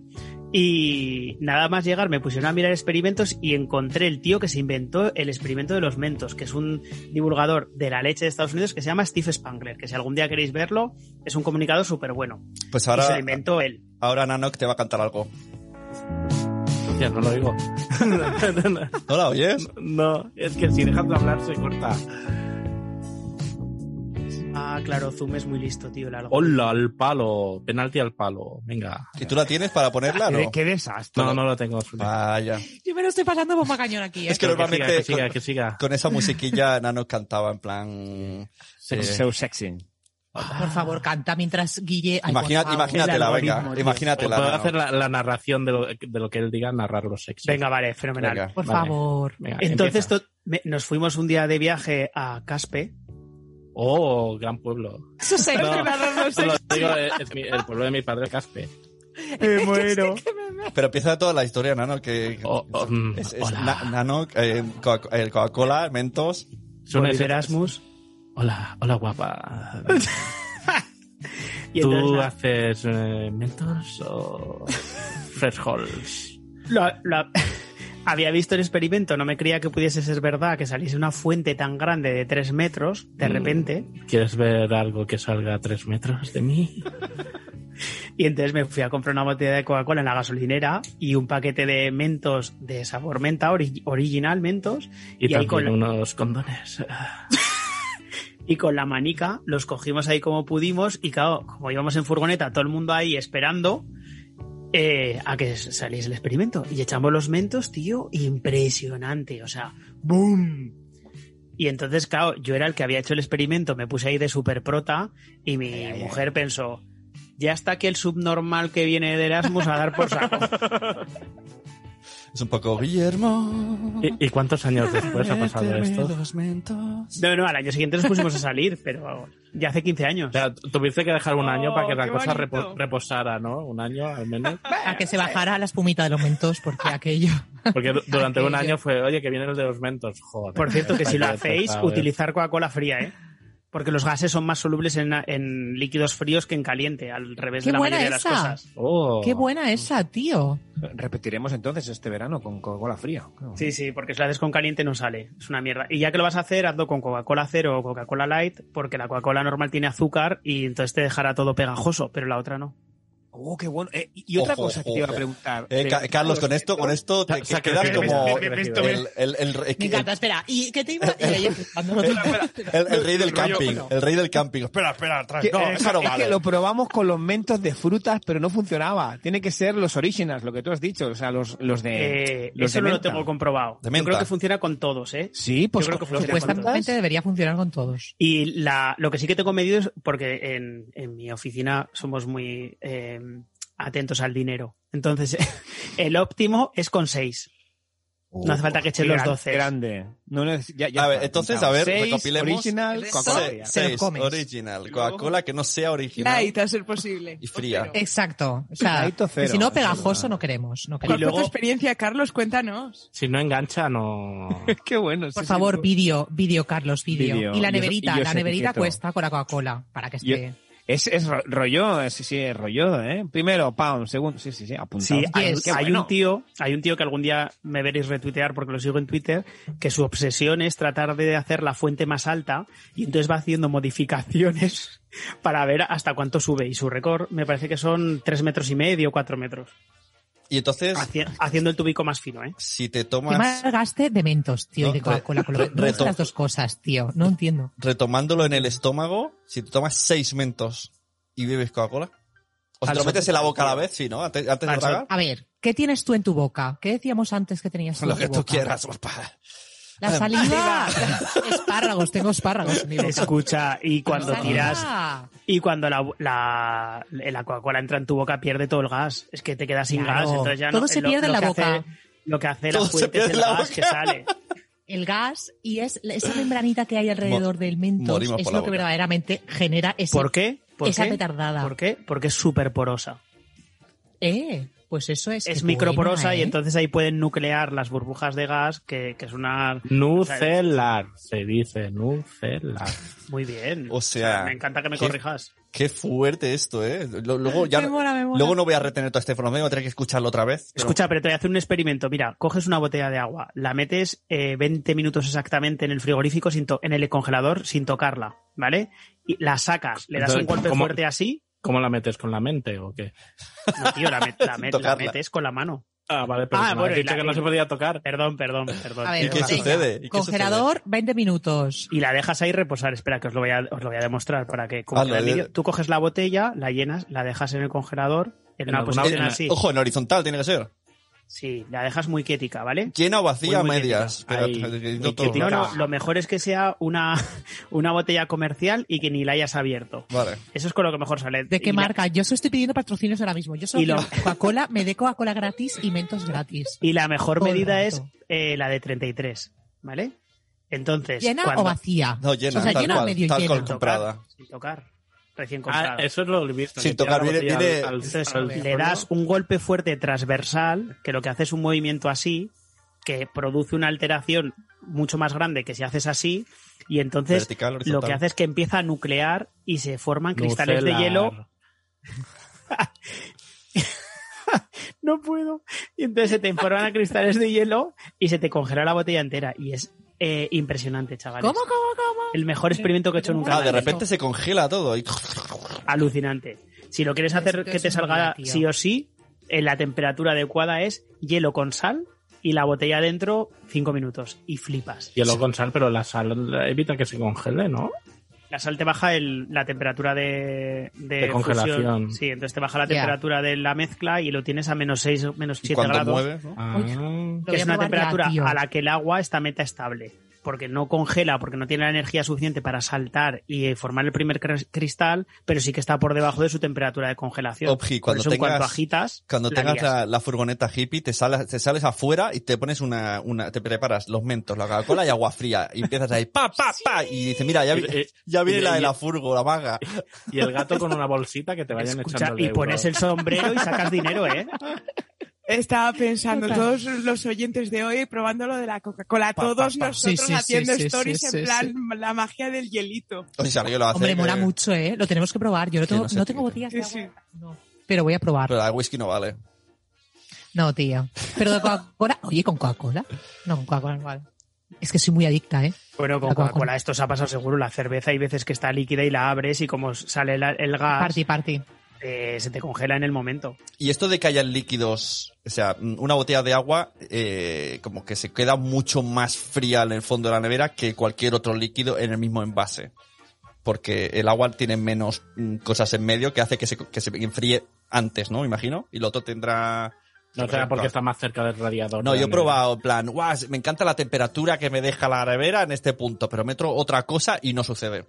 [SPEAKER 9] Y nada más llegar me pusieron a mirar experimentos y encontré el tío que se inventó el experimento de los mentos, que es un divulgador de la leche de Estados Unidos que se llama Steve Spangler, que si algún día queréis verlo, es un comunicador súper bueno.
[SPEAKER 4] Pues
[SPEAKER 9] Y se
[SPEAKER 4] ahora,
[SPEAKER 9] lo inventó él.
[SPEAKER 4] ahora Nanok te va a cantar algo.
[SPEAKER 3] Hostia, no lo digo.
[SPEAKER 4] ¿No la oyes?
[SPEAKER 3] no, es que si dejas de hablar se corta.
[SPEAKER 9] Ah, claro, Zoom es muy listo, tío, el algoritmo.
[SPEAKER 3] Hola, al palo. Penalti al palo. Venga.
[SPEAKER 4] ¿Y tú la tienes para ponerla? No.
[SPEAKER 8] Qué- Qué desastre.
[SPEAKER 3] No, no lo tengo. Sune.
[SPEAKER 4] Vaya.
[SPEAKER 1] Yo me lo estoy pasando bomba cañón aquí, ¿eh?
[SPEAKER 4] Es que
[SPEAKER 3] Pero
[SPEAKER 4] normalmente
[SPEAKER 3] Que siga, que siga.
[SPEAKER 4] con esa musiquilla Nanok cantaba en plan...
[SPEAKER 8] So-
[SPEAKER 4] eh,
[SPEAKER 8] So sexy.
[SPEAKER 1] Por favor, canta mientras Guille... Ay,
[SPEAKER 4] imagina-
[SPEAKER 1] por favor.
[SPEAKER 4] imagínatela,
[SPEAKER 9] el
[SPEAKER 4] venga.
[SPEAKER 9] algoritmo, tío.
[SPEAKER 3] Pues Puedo
[SPEAKER 4] Imagínatela. Nanok.
[SPEAKER 3] hacer la, la narración de lo, de lo que él diga, narrar lo sexy.
[SPEAKER 9] Venga, vale, fenomenal.
[SPEAKER 4] Venga.
[SPEAKER 1] Por
[SPEAKER 3] Vale.
[SPEAKER 1] favor.
[SPEAKER 3] Venga,
[SPEAKER 9] Entonces
[SPEAKER 3] empieza.
[SPEAKER 9] to- me- nos fuimos un día de viaje a Caspe.
[SPEAKER 3] Oh, gran pueblo.
[SPEAKER 2] Eso se
[SPEAKER 3] No.
[SPEAKER 2] no sé.
[SPEAKER 3] Lo digo, eh, es mi- el pueblo de mi padre, Caspe.
[SPEAKER 4] <laughs>
[SPEAKER 9] bueno.
[SPEAKER 4] Pero empieza toda la historia, Nano, que...
[SPEAKER 3] Oh, oh, mm,
[SPEAKER 4] es, es
[SPEAKER 3] hola.
[SPEAKER 4] Na- Nano, eh, Coca- el Coca-Cola, Mentos...
[SPEAKER 3] Sune,
[SPEAKER 9] de
[SPEAKER 3] sí,
[SPEAKER 9] Erasmus.
[SPEAKER 3] Hola, hola guapa.
[SPEAKER 9] <laughs> Y
[SPEAKER 3] ¿Tú
[SPEAKER 9] entonces,
[SPEAKER 3] haces eh, mentos o
[SPEAKER 9] <laughs>
[SPEAKER 3] freshols?
[SPEAKER 9] la- la- ah, <laughs> había visto el experimento, no me creía que pudiese ser verdad que saliese una fuente tan grande de tres metros de
[SPEAKER 3] Mm.
[SPEAKER 9] repente.
[SPEAKER 3] ¿Quieres ver algo que salga a tres metros de mí?
[SPEAKER 9] Y entonces me fui a comprar una botella de Coca-Cola en la gasolinera y un paquete de mentos de sabor menta, ori- original mentos,
[SPEAKER 3] Y,
[SPEAKER 9] Y ahí
[SPEAKER 3] también
[SPEAKER 9] con la-
[SPEAKER 3] unos condones.
[SPEAKER 9] y con la manica los cogimos ahí como pudimos y claro, como íbamos en furgoneta, todo el mundo ahí esperando eh, a que s- saliese el experimento. Y echamos los mentos, tío, impresionante, o sea, ¡boom! Y entonces, claro, yo era el que había hecho el experimento, me puse ahí de super prota y mi mujer pensó, ya está aquí el subnormal que viene de Erasmus a dar por saco.
[SPEAKER 4] Es un poco Guillermo.
[SPEAKER 3] ¿Y, y cuántos años después ha pasado esto?
[SPEAKER 9] No, no, al año siguiente nos pusimos a salir, pero ya hace 15 años.
[SPEAKER 3] O sea, tuviste que dejar un año para que la
[SPEAKER 2] Oh, qué
[SPEAKER 3] cosa
[SPEAKER 2] bonito.
[SPEAKER 3] repo- reposara, ¿no? Un año
[SPEAKER 2] <laughs>
[SPEAKER 3] al menos.
[SPEAKER 1] A que se bajara la espumita de los mentos, porque aquello...
[SPEAKER 3] Porque du- durante un
[SPEAKER 1] Aquello.
[SPEAKER 3] año fue, oye, que vienen los de los mentos. Joder.
[SPEAKER 9] Por cierto, que si lo
[SPEAKER 3] Está
[SPEAKER 9] hacéis,
[SPEAKER 3] empezado, ¿eh?
[SPEAKER 9] utilizar Coca-Cola fría, ¿eh? Porque los gases son más solubles en, en líquidos fríos que en caliente, al revés
[SPEAKER 1] ¡Qué
[SPEAKER 9] de la
[SPEAKER 1] buena
[SPEAKER 9] mayoría de las
[SPEAKER 1] esa!
[SPEAKER 9] cosas.
[SPEAKER 3] Oh.
[SPEAKER 1] ¡Qué buena esa, tío!
[SPEAKER 8] Repetiremos entonces este verano con Coca-Cola fría. claro.
[SPEAKER 9] Sí, sí, porque si lo haces con caliente no sale, es una mierda. Y ya que lo vas a hacer, hazlo con Coca-Cola cero o Coca-Cola light, porque la Coca-Cola normal tiene azúcar y entonces te dejará todo pegajoso, pero la otra no.
[SPEAKER 8] Oh, qué bueno. Eh, y otra
[SPEAKER 4] Ojo,
[SPEAKER 8] cosa que te iba a
[SPEAKER 4] ojo.
[SPEAKER 8] preguntar.
[SPEAKER 4] Eh,
[SPEAKER 8] Te-
[SPEAKER 4] Ca- Carlos, con esto, con esto te
[SPEAKER 3] Sa-
[SPEAKER 4] que quedas
[SPEAKER 3] sacrificio.
[SPEAKER 4] como
[SPEAKER 3] Ve- ve- ve esto, ve.
[SPEAKER 4] el, el, el, re-
[SPEAKER 1] Me encanta, espera. ¿Y qué te iba a
[SPEAKER 4] el- el rey del
[SPEAKER 3] Rollo,
[SPEAKER 4] camping.
[SPEAKER 3] bueno.
[SPEAKER 4] El rey del camping. Espera, espera, trae.
[SPEAKER 8] que-
[SPEAKER 4] No,
[SPEAKER 8] eh,
[SPEAKER 4] eso no
[SPEAKER 8] es
[SPEAKER 4] vale.
[SPEAKER 8] que lo probamos con los mentos de frutas, pero no funcionaba. Tiene que ser los originals, lo que tú has dicho. O sea, los, los de.
[SPEAKER 9] Eh,
[SPEAKER 8] los
[SPEAKER 9] eso
[SPEAKER 8] de
[SPEAKER 9] no lo
[SPEAKER 8] menta.
[SPEAKER 9] tengo comprobado.
[SPEAKER 4] De
[SPEAKER 9] Yo
[SPEAKER 4] menta.
[SPEAKER 9] creo que funciona con todos, ¿eh?
[SPEAKER 8] Sí, pues
[SPEAKER 9] Yo creo que
[SPEAKER 8] con los de
[SPEAKER 1] Supuestamente
[SPEAKER 8] frutas.
[SPEAKER 1] debería funcionar con todos.
[SPEAKER 9] Y la, lo que sí que tengo medido es porque en, en mi oficina somos muy eh, atentos al dinero. Entonces, <laughs> el óptimo es con 6. No hace falta que echen los
[SPEAKER 8] Gran-
[SPEAKER 9] 12.
[SPEAKER 8] Grande. No, no, es- ya- ya
[SPEAKER 4] A ver,
[SPEAKER 8] está,
[SPEAKER 4] entonces,
[SPEAKER 8] pintado.
[SPEAKER 4] a ver,
[SPEAKER 8] Seis,
[SPEAKER 4] recopilemos.
[SPEAKER 8] Original,
[SPEAKER 2] Se-
[SPEAKER 8] Coca-Cola
[SPEAKER 4] Se-
[SPEAKER 8] fría.
[SPEAKER 1] se
[SPEAKER 4] seis,
[SPEAKER 1] los comes.
[SPEAKER 4] original. Coca-Cola que no sea original.
[SPEAKER 2] Light a ser posible.
[SPEAKER 4] Y fría.
[SPEAKER 2] Pero-
[SPEAKER 1] Exacto. O sea,
[SPEAKER 8] Laito cero,
[SPEAKER 1] que si no
[SPEAKER 8] eso
[SPEAKER 1] pegajoso
[SPEAKER 8] no.
[SPEAKER 1] no queremos. No
[SPEAKER 2] ¿Cuál
[SPEAKER 1] queremos.
[SPEAKER 2] fue tu experiencia, Carlos? Cuéntanos.
[SPEAKER 3] Si no engancha, <laughs> no.
[SPEAKER 8] Qué bueno.
[SPEAKER 1] Por
[SPEAKER 8] sí,
[SPEAKER 1] favor,
[SPEAKER 8] sí.
[SPEAKER 1] vídeo, vídeo, Carlos, vídeo.
[SPEAKER 8] Vídeo.
[SPEAKER 1] Y la
[SPEAKER 8] Yo-
[SPEAKER 1] neverita,
[SPEAKER 8] y yo
[SPEAKER 1] la
[SPEAKER 8] sé
[SPEAKER 1] neverita
[SPEAKER 8] etiqueto.
[SPEAKER 1] cuesta con la Coca-Cola para que esté.
[SPEAKER 8] Yo- Es, es ro- rollo, eh, sí, sí, es rollo, ¿eh? Primero, pound, segundo, sí, sí, sí, apuntado.
[SPEAKER 9] Sí, hay,
[SPEAKER 1] Yes.
[SPEAKER 8] qué
[SPEAKER 9] hay
[SPEAKER 8] bueno.
[SPEAKER 9] un tío, hay un tío que algún día me veréis retuitear porque lo sigo en Twitter, que su obsesión es tratar de hacer la fuente más alta y entonces va haciendo modificaciones <laughs> para ver hasta cuánto sube. Y su récord me parece que son 3 metros y medio, 4 metros.
[SPEAKER 4] Y entonces,
[SPEAKER 9] Haci- haciendo el tubico más fino, ¿eh?
[SPEAKER 4] si te
[SPEAKER 1] Qué
[SPEAKER 4] tomas,
[SPEAKER 1] mal gaste de mentos, tío,
[SPEAKER 4] No,
[SPEAKER 1] y de Coca-Cola. Con lo
[SPEAKER 4] re-
[SPEAKER 1] que no
[SPEAKER 4] reto.
[SPEAKER 1] las dos cosas, tío. No entiendo.
[SPEAKER 4] retomándolo en el estómago, si te tomas seis mentos y bebes Coca-Cola. O si te lo
[SPEAKER 9] Al
[SPEAKER 4] metes
[SPEAKER 9] sol.
[SPEAKER 4] en la boca a la vez, sí, ¿no? Antes, antes de
[SPEAKER 9] Al sol.
[SPEAKER 4] tragar.
[SPEAKER 1] A ver, ¿qué tienes tú en tu boca? ¿Qué decíamos antes que tenías tú
[SPEAKER 4] Lo
[SPEAKER 1] en
[SPEAKER 4] que
[SPEAKER 1] tu
[SPEAKER 4] tú
[SPEAKER 1] boca?
[SPEAKER 4] quieras, papá.
[SPEAKER 1] La saliva. <laughs> espárragos, tengo espárragos en mi boca.
[SPEAKER 9] Escucha, y cuando
[SPEAKER 1] Saliva.
[SPEAKER 9] tiras, y cuando la, la, la Coca-Cola entra en tu boca, pierde todo el gas. Es que te quedas sin
[SPEAKER 1] Claro.
[SPEAKER 9] gas. Entonces ya
[SPEAKER 1] Todo
[SPEAKER 9] no,
[SPEAKER 1] se
[SPEAKER 9] lo-
[SPEAKER 1] pierde
[SPEAKER 9] lo
[SPEAKER 1] en la
[SPEAKER 9] que
[SPEAKER 1] boca.
[SPEAKER 9] hace- lo que hace la
[SPEAKER 4] Todo se
[SPEAKER 9] fuente
[SPEAKER 4] pierde
[SPEAKER 9] es el
[SPEAKER 4] en la
[SPEAKER 9] gas que
[SPEAKER 4] boca.
[SPEAKER 1] <laughs>
[SPEAKER 9] sale.
[SPEAKER 1] El gas y es esa membranita que hay alrededor del mentos
[SPEAKER 4] morimos
[SPEAKER 1] es
[SPEAKER 4] por la
[SPEAKER 1] lo que
[SPEAKER 4] boca.
[SPEAKER 1] verdaderamente genera ese,
[SPEAKER 9] ¿Por qué? ¿Por
[SPEAKER 1] esa
[SPEAKER 9] qué?
[SPEAKER 1] petardada.
[SPEAKER 9] ¿Por qué? Porque es súper porosa.
[SPEAKER 1] Eh, pues eso es.
[SPEAKER 9] Es
[SPEAKER 1] que
[SPEAKER 9] microporosa
[SPEAKER 1] buena,
[SPEAKER 9] y
[SPEAKER 1] ¿eh?
[SPEAKER 9] entonces ahí pueden nuclear las burbujas de gas, que, que es una...
[SPEAKER 3] Nucelar, se dice, nucelar.
[SPEAKER 9] Muy bien.
[SPEAKER 4] O sea,
[SPEAKER 9] me encanta que me
[SPEAKER 4] ¿qué?
[SPEAKER 9] corrijas.
[SPEAKER 4] Qué fuerte esto, ¿eh? Lo- Luego ya
[SPEAKER 1] Me mola, me mola.
[SPEAKER 4] luego no voy a retener toda esta información, voy a tener que escucharlo otra vez. pero-
[SPEAKER 9] Escucha, pero te voy a hacer un experimento. Mira, coges una botella de agua, la metes eh, 20 minutos exactamente en el frigorífico, sin to- en el congelador, sin tocarla, ¿vale? Y la sacas, le das
[SPEAKER 3] Entonces,
[SPEAKER 9] un golpe
[SPEAKER 3] ¿cómo-
[SPEAKER 9] fuerte así.
[SPEAKER 3] ¿Cómo la metes con la mente o qué?
[SPEAKER 9] No, tío,
[SPEAKER 4] <laughs>
[SPEAKER 9] la, met- la met- la
[SPEAKER 4] tocarla.
[SPEAKER 9] metes con la mano.
[SPEAKER 3] Ah, vale, pero
[SPEAKER 9] Ah,
[SPEAKER 3] me has
[SPEAKER 9] bueno, y
[SPEAKER 3] dicho
[SPEAKER 9] la-
[SPEAKER 3] que no se podía tocar.
[SPEAKER 9] Perdón, perdón, perdón.
[SPEAKER 1] A ver,
[SPEAKER 4] ¿Y qué
[SPEAKER 1] venga.
[SPEAKER 4] sucede? ¿Y qué
[SPEAKER 1] Congelador, 20 minutos.
[SPEAKER 9] y la dejas ahí reposar. Espera, que os lo voy a, os lo voy a demostrar para que como
[SPEAKER 4] Ah,
[SPEAKER 9] que
[SPEAKER 4] lo
[SPEAKER 9] el
[SPEAKER 4] de-
[SPEAKER 9] vídeo- Tú coges la botella, la llenas, la dejas en el congelador,
[SPEAKER 3] En
[SPEAKER 9] en, una
[SPEAKER 3] alguna-
[SPEAKER 9] posición
[SPEAKER 3] en-
[SPEAKER 9] así.
[SPEAKER 4] Ojo, en horizontal tiene que ser.
[SPEAKER 9] Sí, la dejas muy quietica, ¿vale?
[SPEAKER 4] Llena o vacía,
[SPEAKER 9] Muy, muy
[SPEAKER 4] medias.
[SPEAKER 3] bien,
[SPEAKER 4] Espérate,
[SPEAKER 3] ahí.
[SPEAKER 4] que-
[SPEAKER 3] Muy
[SPEAKER 4] no todo.
[SPEAKER 3] bien.
[SPEAKER 9] No, no, lo mejor es que sea una, <laughs> una botella comercial y que ni la hayas abierto.
[SPEAKER 4] Vale.
[SPEAKER 9] Eso es con lo que mejor sale.
[SPEAKER 1] ¿De qué
[SPEAKER 9] Y la-
[SPEAKER 1] marca? Yo solo estoy pidiendo patrocinios ahora mismo. Yo solo
[SPEAKER 9] Y lo-
[SPEAKER 1] quiero Coca-Cola, me dé Coca-Cola gratis y mentos gratis.
[SPEAKER 9] Y la mejor
[SPEAKER 1] Todo el
[SPEAKER 9] medida es
[SPEAKER 1] rato.
[SPEAKER 9] eh, la de 33, ¿vale? Entonces,
[SPEAKER 1] ¿Llena
[SPEAKER 9] cuando-
[SPEAKER 1] o vacía?
[SPEAKER 4] No, llena,
[SPEAKER 1] O sea,
[SPEAKER 4] tal
[SPEAKER 1] llena o
[SPEAKER 4] cual,
[SPEAKER 1] medio
[SPEAKER 4] tal
[SPEAKER 1] llena.
[SPEAKER 4] cual. comprada.
[SPEAKER 9] Sin tocar, recién comprada.
[SPEAKER 3] Ah, eso es lo que he visto.
[SPEAKER 4] Sin
[SPEAKER 3] que tira
[SPEAKER 4] tocar,
[SPEAKER 3] la
[SPEAKER 4] viene-
[SPEAKER 3] botella
[SPEAKER 4] viene-
[SPEAKER 3] al- al-
[SPEAKER 9] Entonces
[SPEAKER 3] al
[SPEAKER 9] le
[SPEAKER 3] suelo.
[SPEAKER 9] das un golpe fuerte transversal, que lo que hace es un movimiento así, que produce una alteración mucho más grande que si haces así, y entonces
[SPEAKER 4] Vertical,
[SPEAKER 9] lo
[SPEAKER 4] horizontal.
[SPEAKER 9] que hace es que empieza a nuclear y se forman cristales de
[SPEAKER 3] Nucelar.
[SPEAKER 9] hielo. No puedo. Y entonces se te forman cristales de hielo y se te congela la botella entera. Y es eh, impresionante, chavales.
[SPEAKER 1] ¿Cómo, cómo, cómo?
[SPEAKER 9] El mejor experimento que he hecho nunca. en
[SPEAKER 4] Ah,
[SPEAKER 9] la
[SPEAKER 4] de
[SPEAKER 9] vida.
[SPEAKER 4] repente se congela todo. y-
[SPEAKER 9] alucinante. Si lo quieres hacer
[SPEAKER 1] Esto
[SPEAKER 9] que
[SPEAKER 1] es
[SPEAKER 9] te
[SPEAKER 1] un
[SPEAKER 9] salga
[SPEAKER 1] día, tío.
[SPEAKER 9] sí o sí, en la temperatura adecuada es hielo con sal y la botella dentro 5 minutos y flipas.
[SPEAKER 3] Hielo con sal, pero la sal evita que se congele, ¿no?
[SPEAKER 9] La sal te baja el- la temperatura de, de
[SPEAKER 3] De congelación.
[SPEAKER 9] fusión. Sí, entonces te baja la
[SPEAKER 1] Ya.
[SPEAKER 9] temperatura de la mezcla y lo tienes a menos 6, menos
[SPEAKER 4] Y
[SPEAKER 9] 7
[SPEAKER 4] cuando
[SPEAKER 9] grados.
[SPEAKER 4] mueves, ¿no?
[SPEAKER 3] Ah,
[SPEAKER 1] Lo
[SPEAKER 9] que
[SPEAKER 1] voy
[SPEAKER 9] es
[SPEAKER 1] a
[SPEAKER 9] una
[SPEAKER 1] probar ya,
[SPEAKER 9] temperatura
[SPEAKER 1] tío.
[SPEAKER 9] a la que el agua está meta estable, porque no congela, porque no tiene la energía suficiente para saltar y eh, formar el primer cr- cristal, pero sí que está por debajo de su temperatura de congelación.
[SPEAKER 4] Obji,
[SPEAKER 9] Por
[SPEAKER 4] cuando
[SPEAKER 9] eso, en cuanto
[SPEAKER 4] tengas-
[SPEAKER 9] agitas,
[SPEAKER 4] Cuando
[SPEAKER 9] la
[SPEAKER 4] tengas
[SPEAKER 9] lías.
[SPEAKER 4] la, la furgoneta hippie, te sales, te sales afuera y te pones una, una, te preparas los mentos, la Coca-Cola y agua fría. Y empiezas ahí, pa, pa, pa. Y dices, mira, ya, vi-
[SPEAKER 3] Eh, eh,
[SPEAKER 4] ya viene
[SPEAKER 3] y-
[SPEAKER 4] la de
[SPEAKER 3] y-
[SPEAKER 4] la furgo, la
[SPEAKER 3] <laughs>
[SPEAKER 4] maga.
[SPEAKER 3] Y el gato con una bolsita que te vayan
[SPEAKER 9] Escucha,
[SPEAKER 3] echando
[SPEAKER 9] y pones el sombrero y sacas dinero, ¿eh?
[SPEAKER 2] Estaba pensando todos los oyentes de hoy probando lo de la Coca-Cola. Todos nosotros
[SPEAKER 1] Sí, sí,
[SPEAKER 2] haciendo
[SPEAKER 1] sí, sí,
[SPEAKER 2] stories
[SPEAKER 1] sí,
[SPEAKER 2] en
[SPEAKER 1] sí,
[SPEAKER 2] plan la magia del hielito.
[SPEAKER 4] O sea, yo lo hace.
[SPEAKER 1] Hombre, mola
[SPEAKER 4] eh,
[SPEAKER 1] mucho, ¿eh? Lo tenemos que probar. Yo no
[SPEAKER 4] Sí,
[SPEAKER 1] tengo,
[SPEAKER 4] no sé,
[SPEAKER 1] no
[SPEAKER 4] tío.
[SPEAKER 1] tengo botellas de agua.
[SPEAKER 2] Sí, sí.
[SPEAKER 1] No, pero voy a probar.
[SPEAKER 4] Pero la whisky no vale.
[SPEAKER 1] No, tío. Pero de Coca-Cola. Oye, ¿con Coca-Cola? No, con Coca-Cola igual. Es que soy muy adicta, ¿eh?
[SPEAKER 9] <laughs> Bueno, con
[SPEAKER 1] La Coca-Cola.
[SPEAKER 9] Coca-Cola esto se ha pasado seguro. La cerveza hay veces que está líquida y la abres y como sale la- el gas,
[SPEAKER 1] Party, party.
[SPEAKER 9] eh, se te congela en el momento.
[SPEAKER 4] Y esto de que hayan líquidos, o sea, una botella de agua, eh, como que se queda mucho más fría en el fondo de la nevera que cualquier otro líquido en el mismo envase. Porque el agua tiene menos mm, cosas en medio que hace que se, que se enfríe antes, ¿no? Me imagino. Y lo otro tendrá...
[SPEAKER 3] No será porque está más cerca del radiador.
[SPEAKER 4] No,
[SPEAKER 3] de la
[SPEAKER 4] yo he
[SPEAKER 3] nevera.
[SPEAKER 4] probado, en plan, guau, me encanta la temperatura que me deja la nevera en este punto, pero meto otra cosa y no sucede.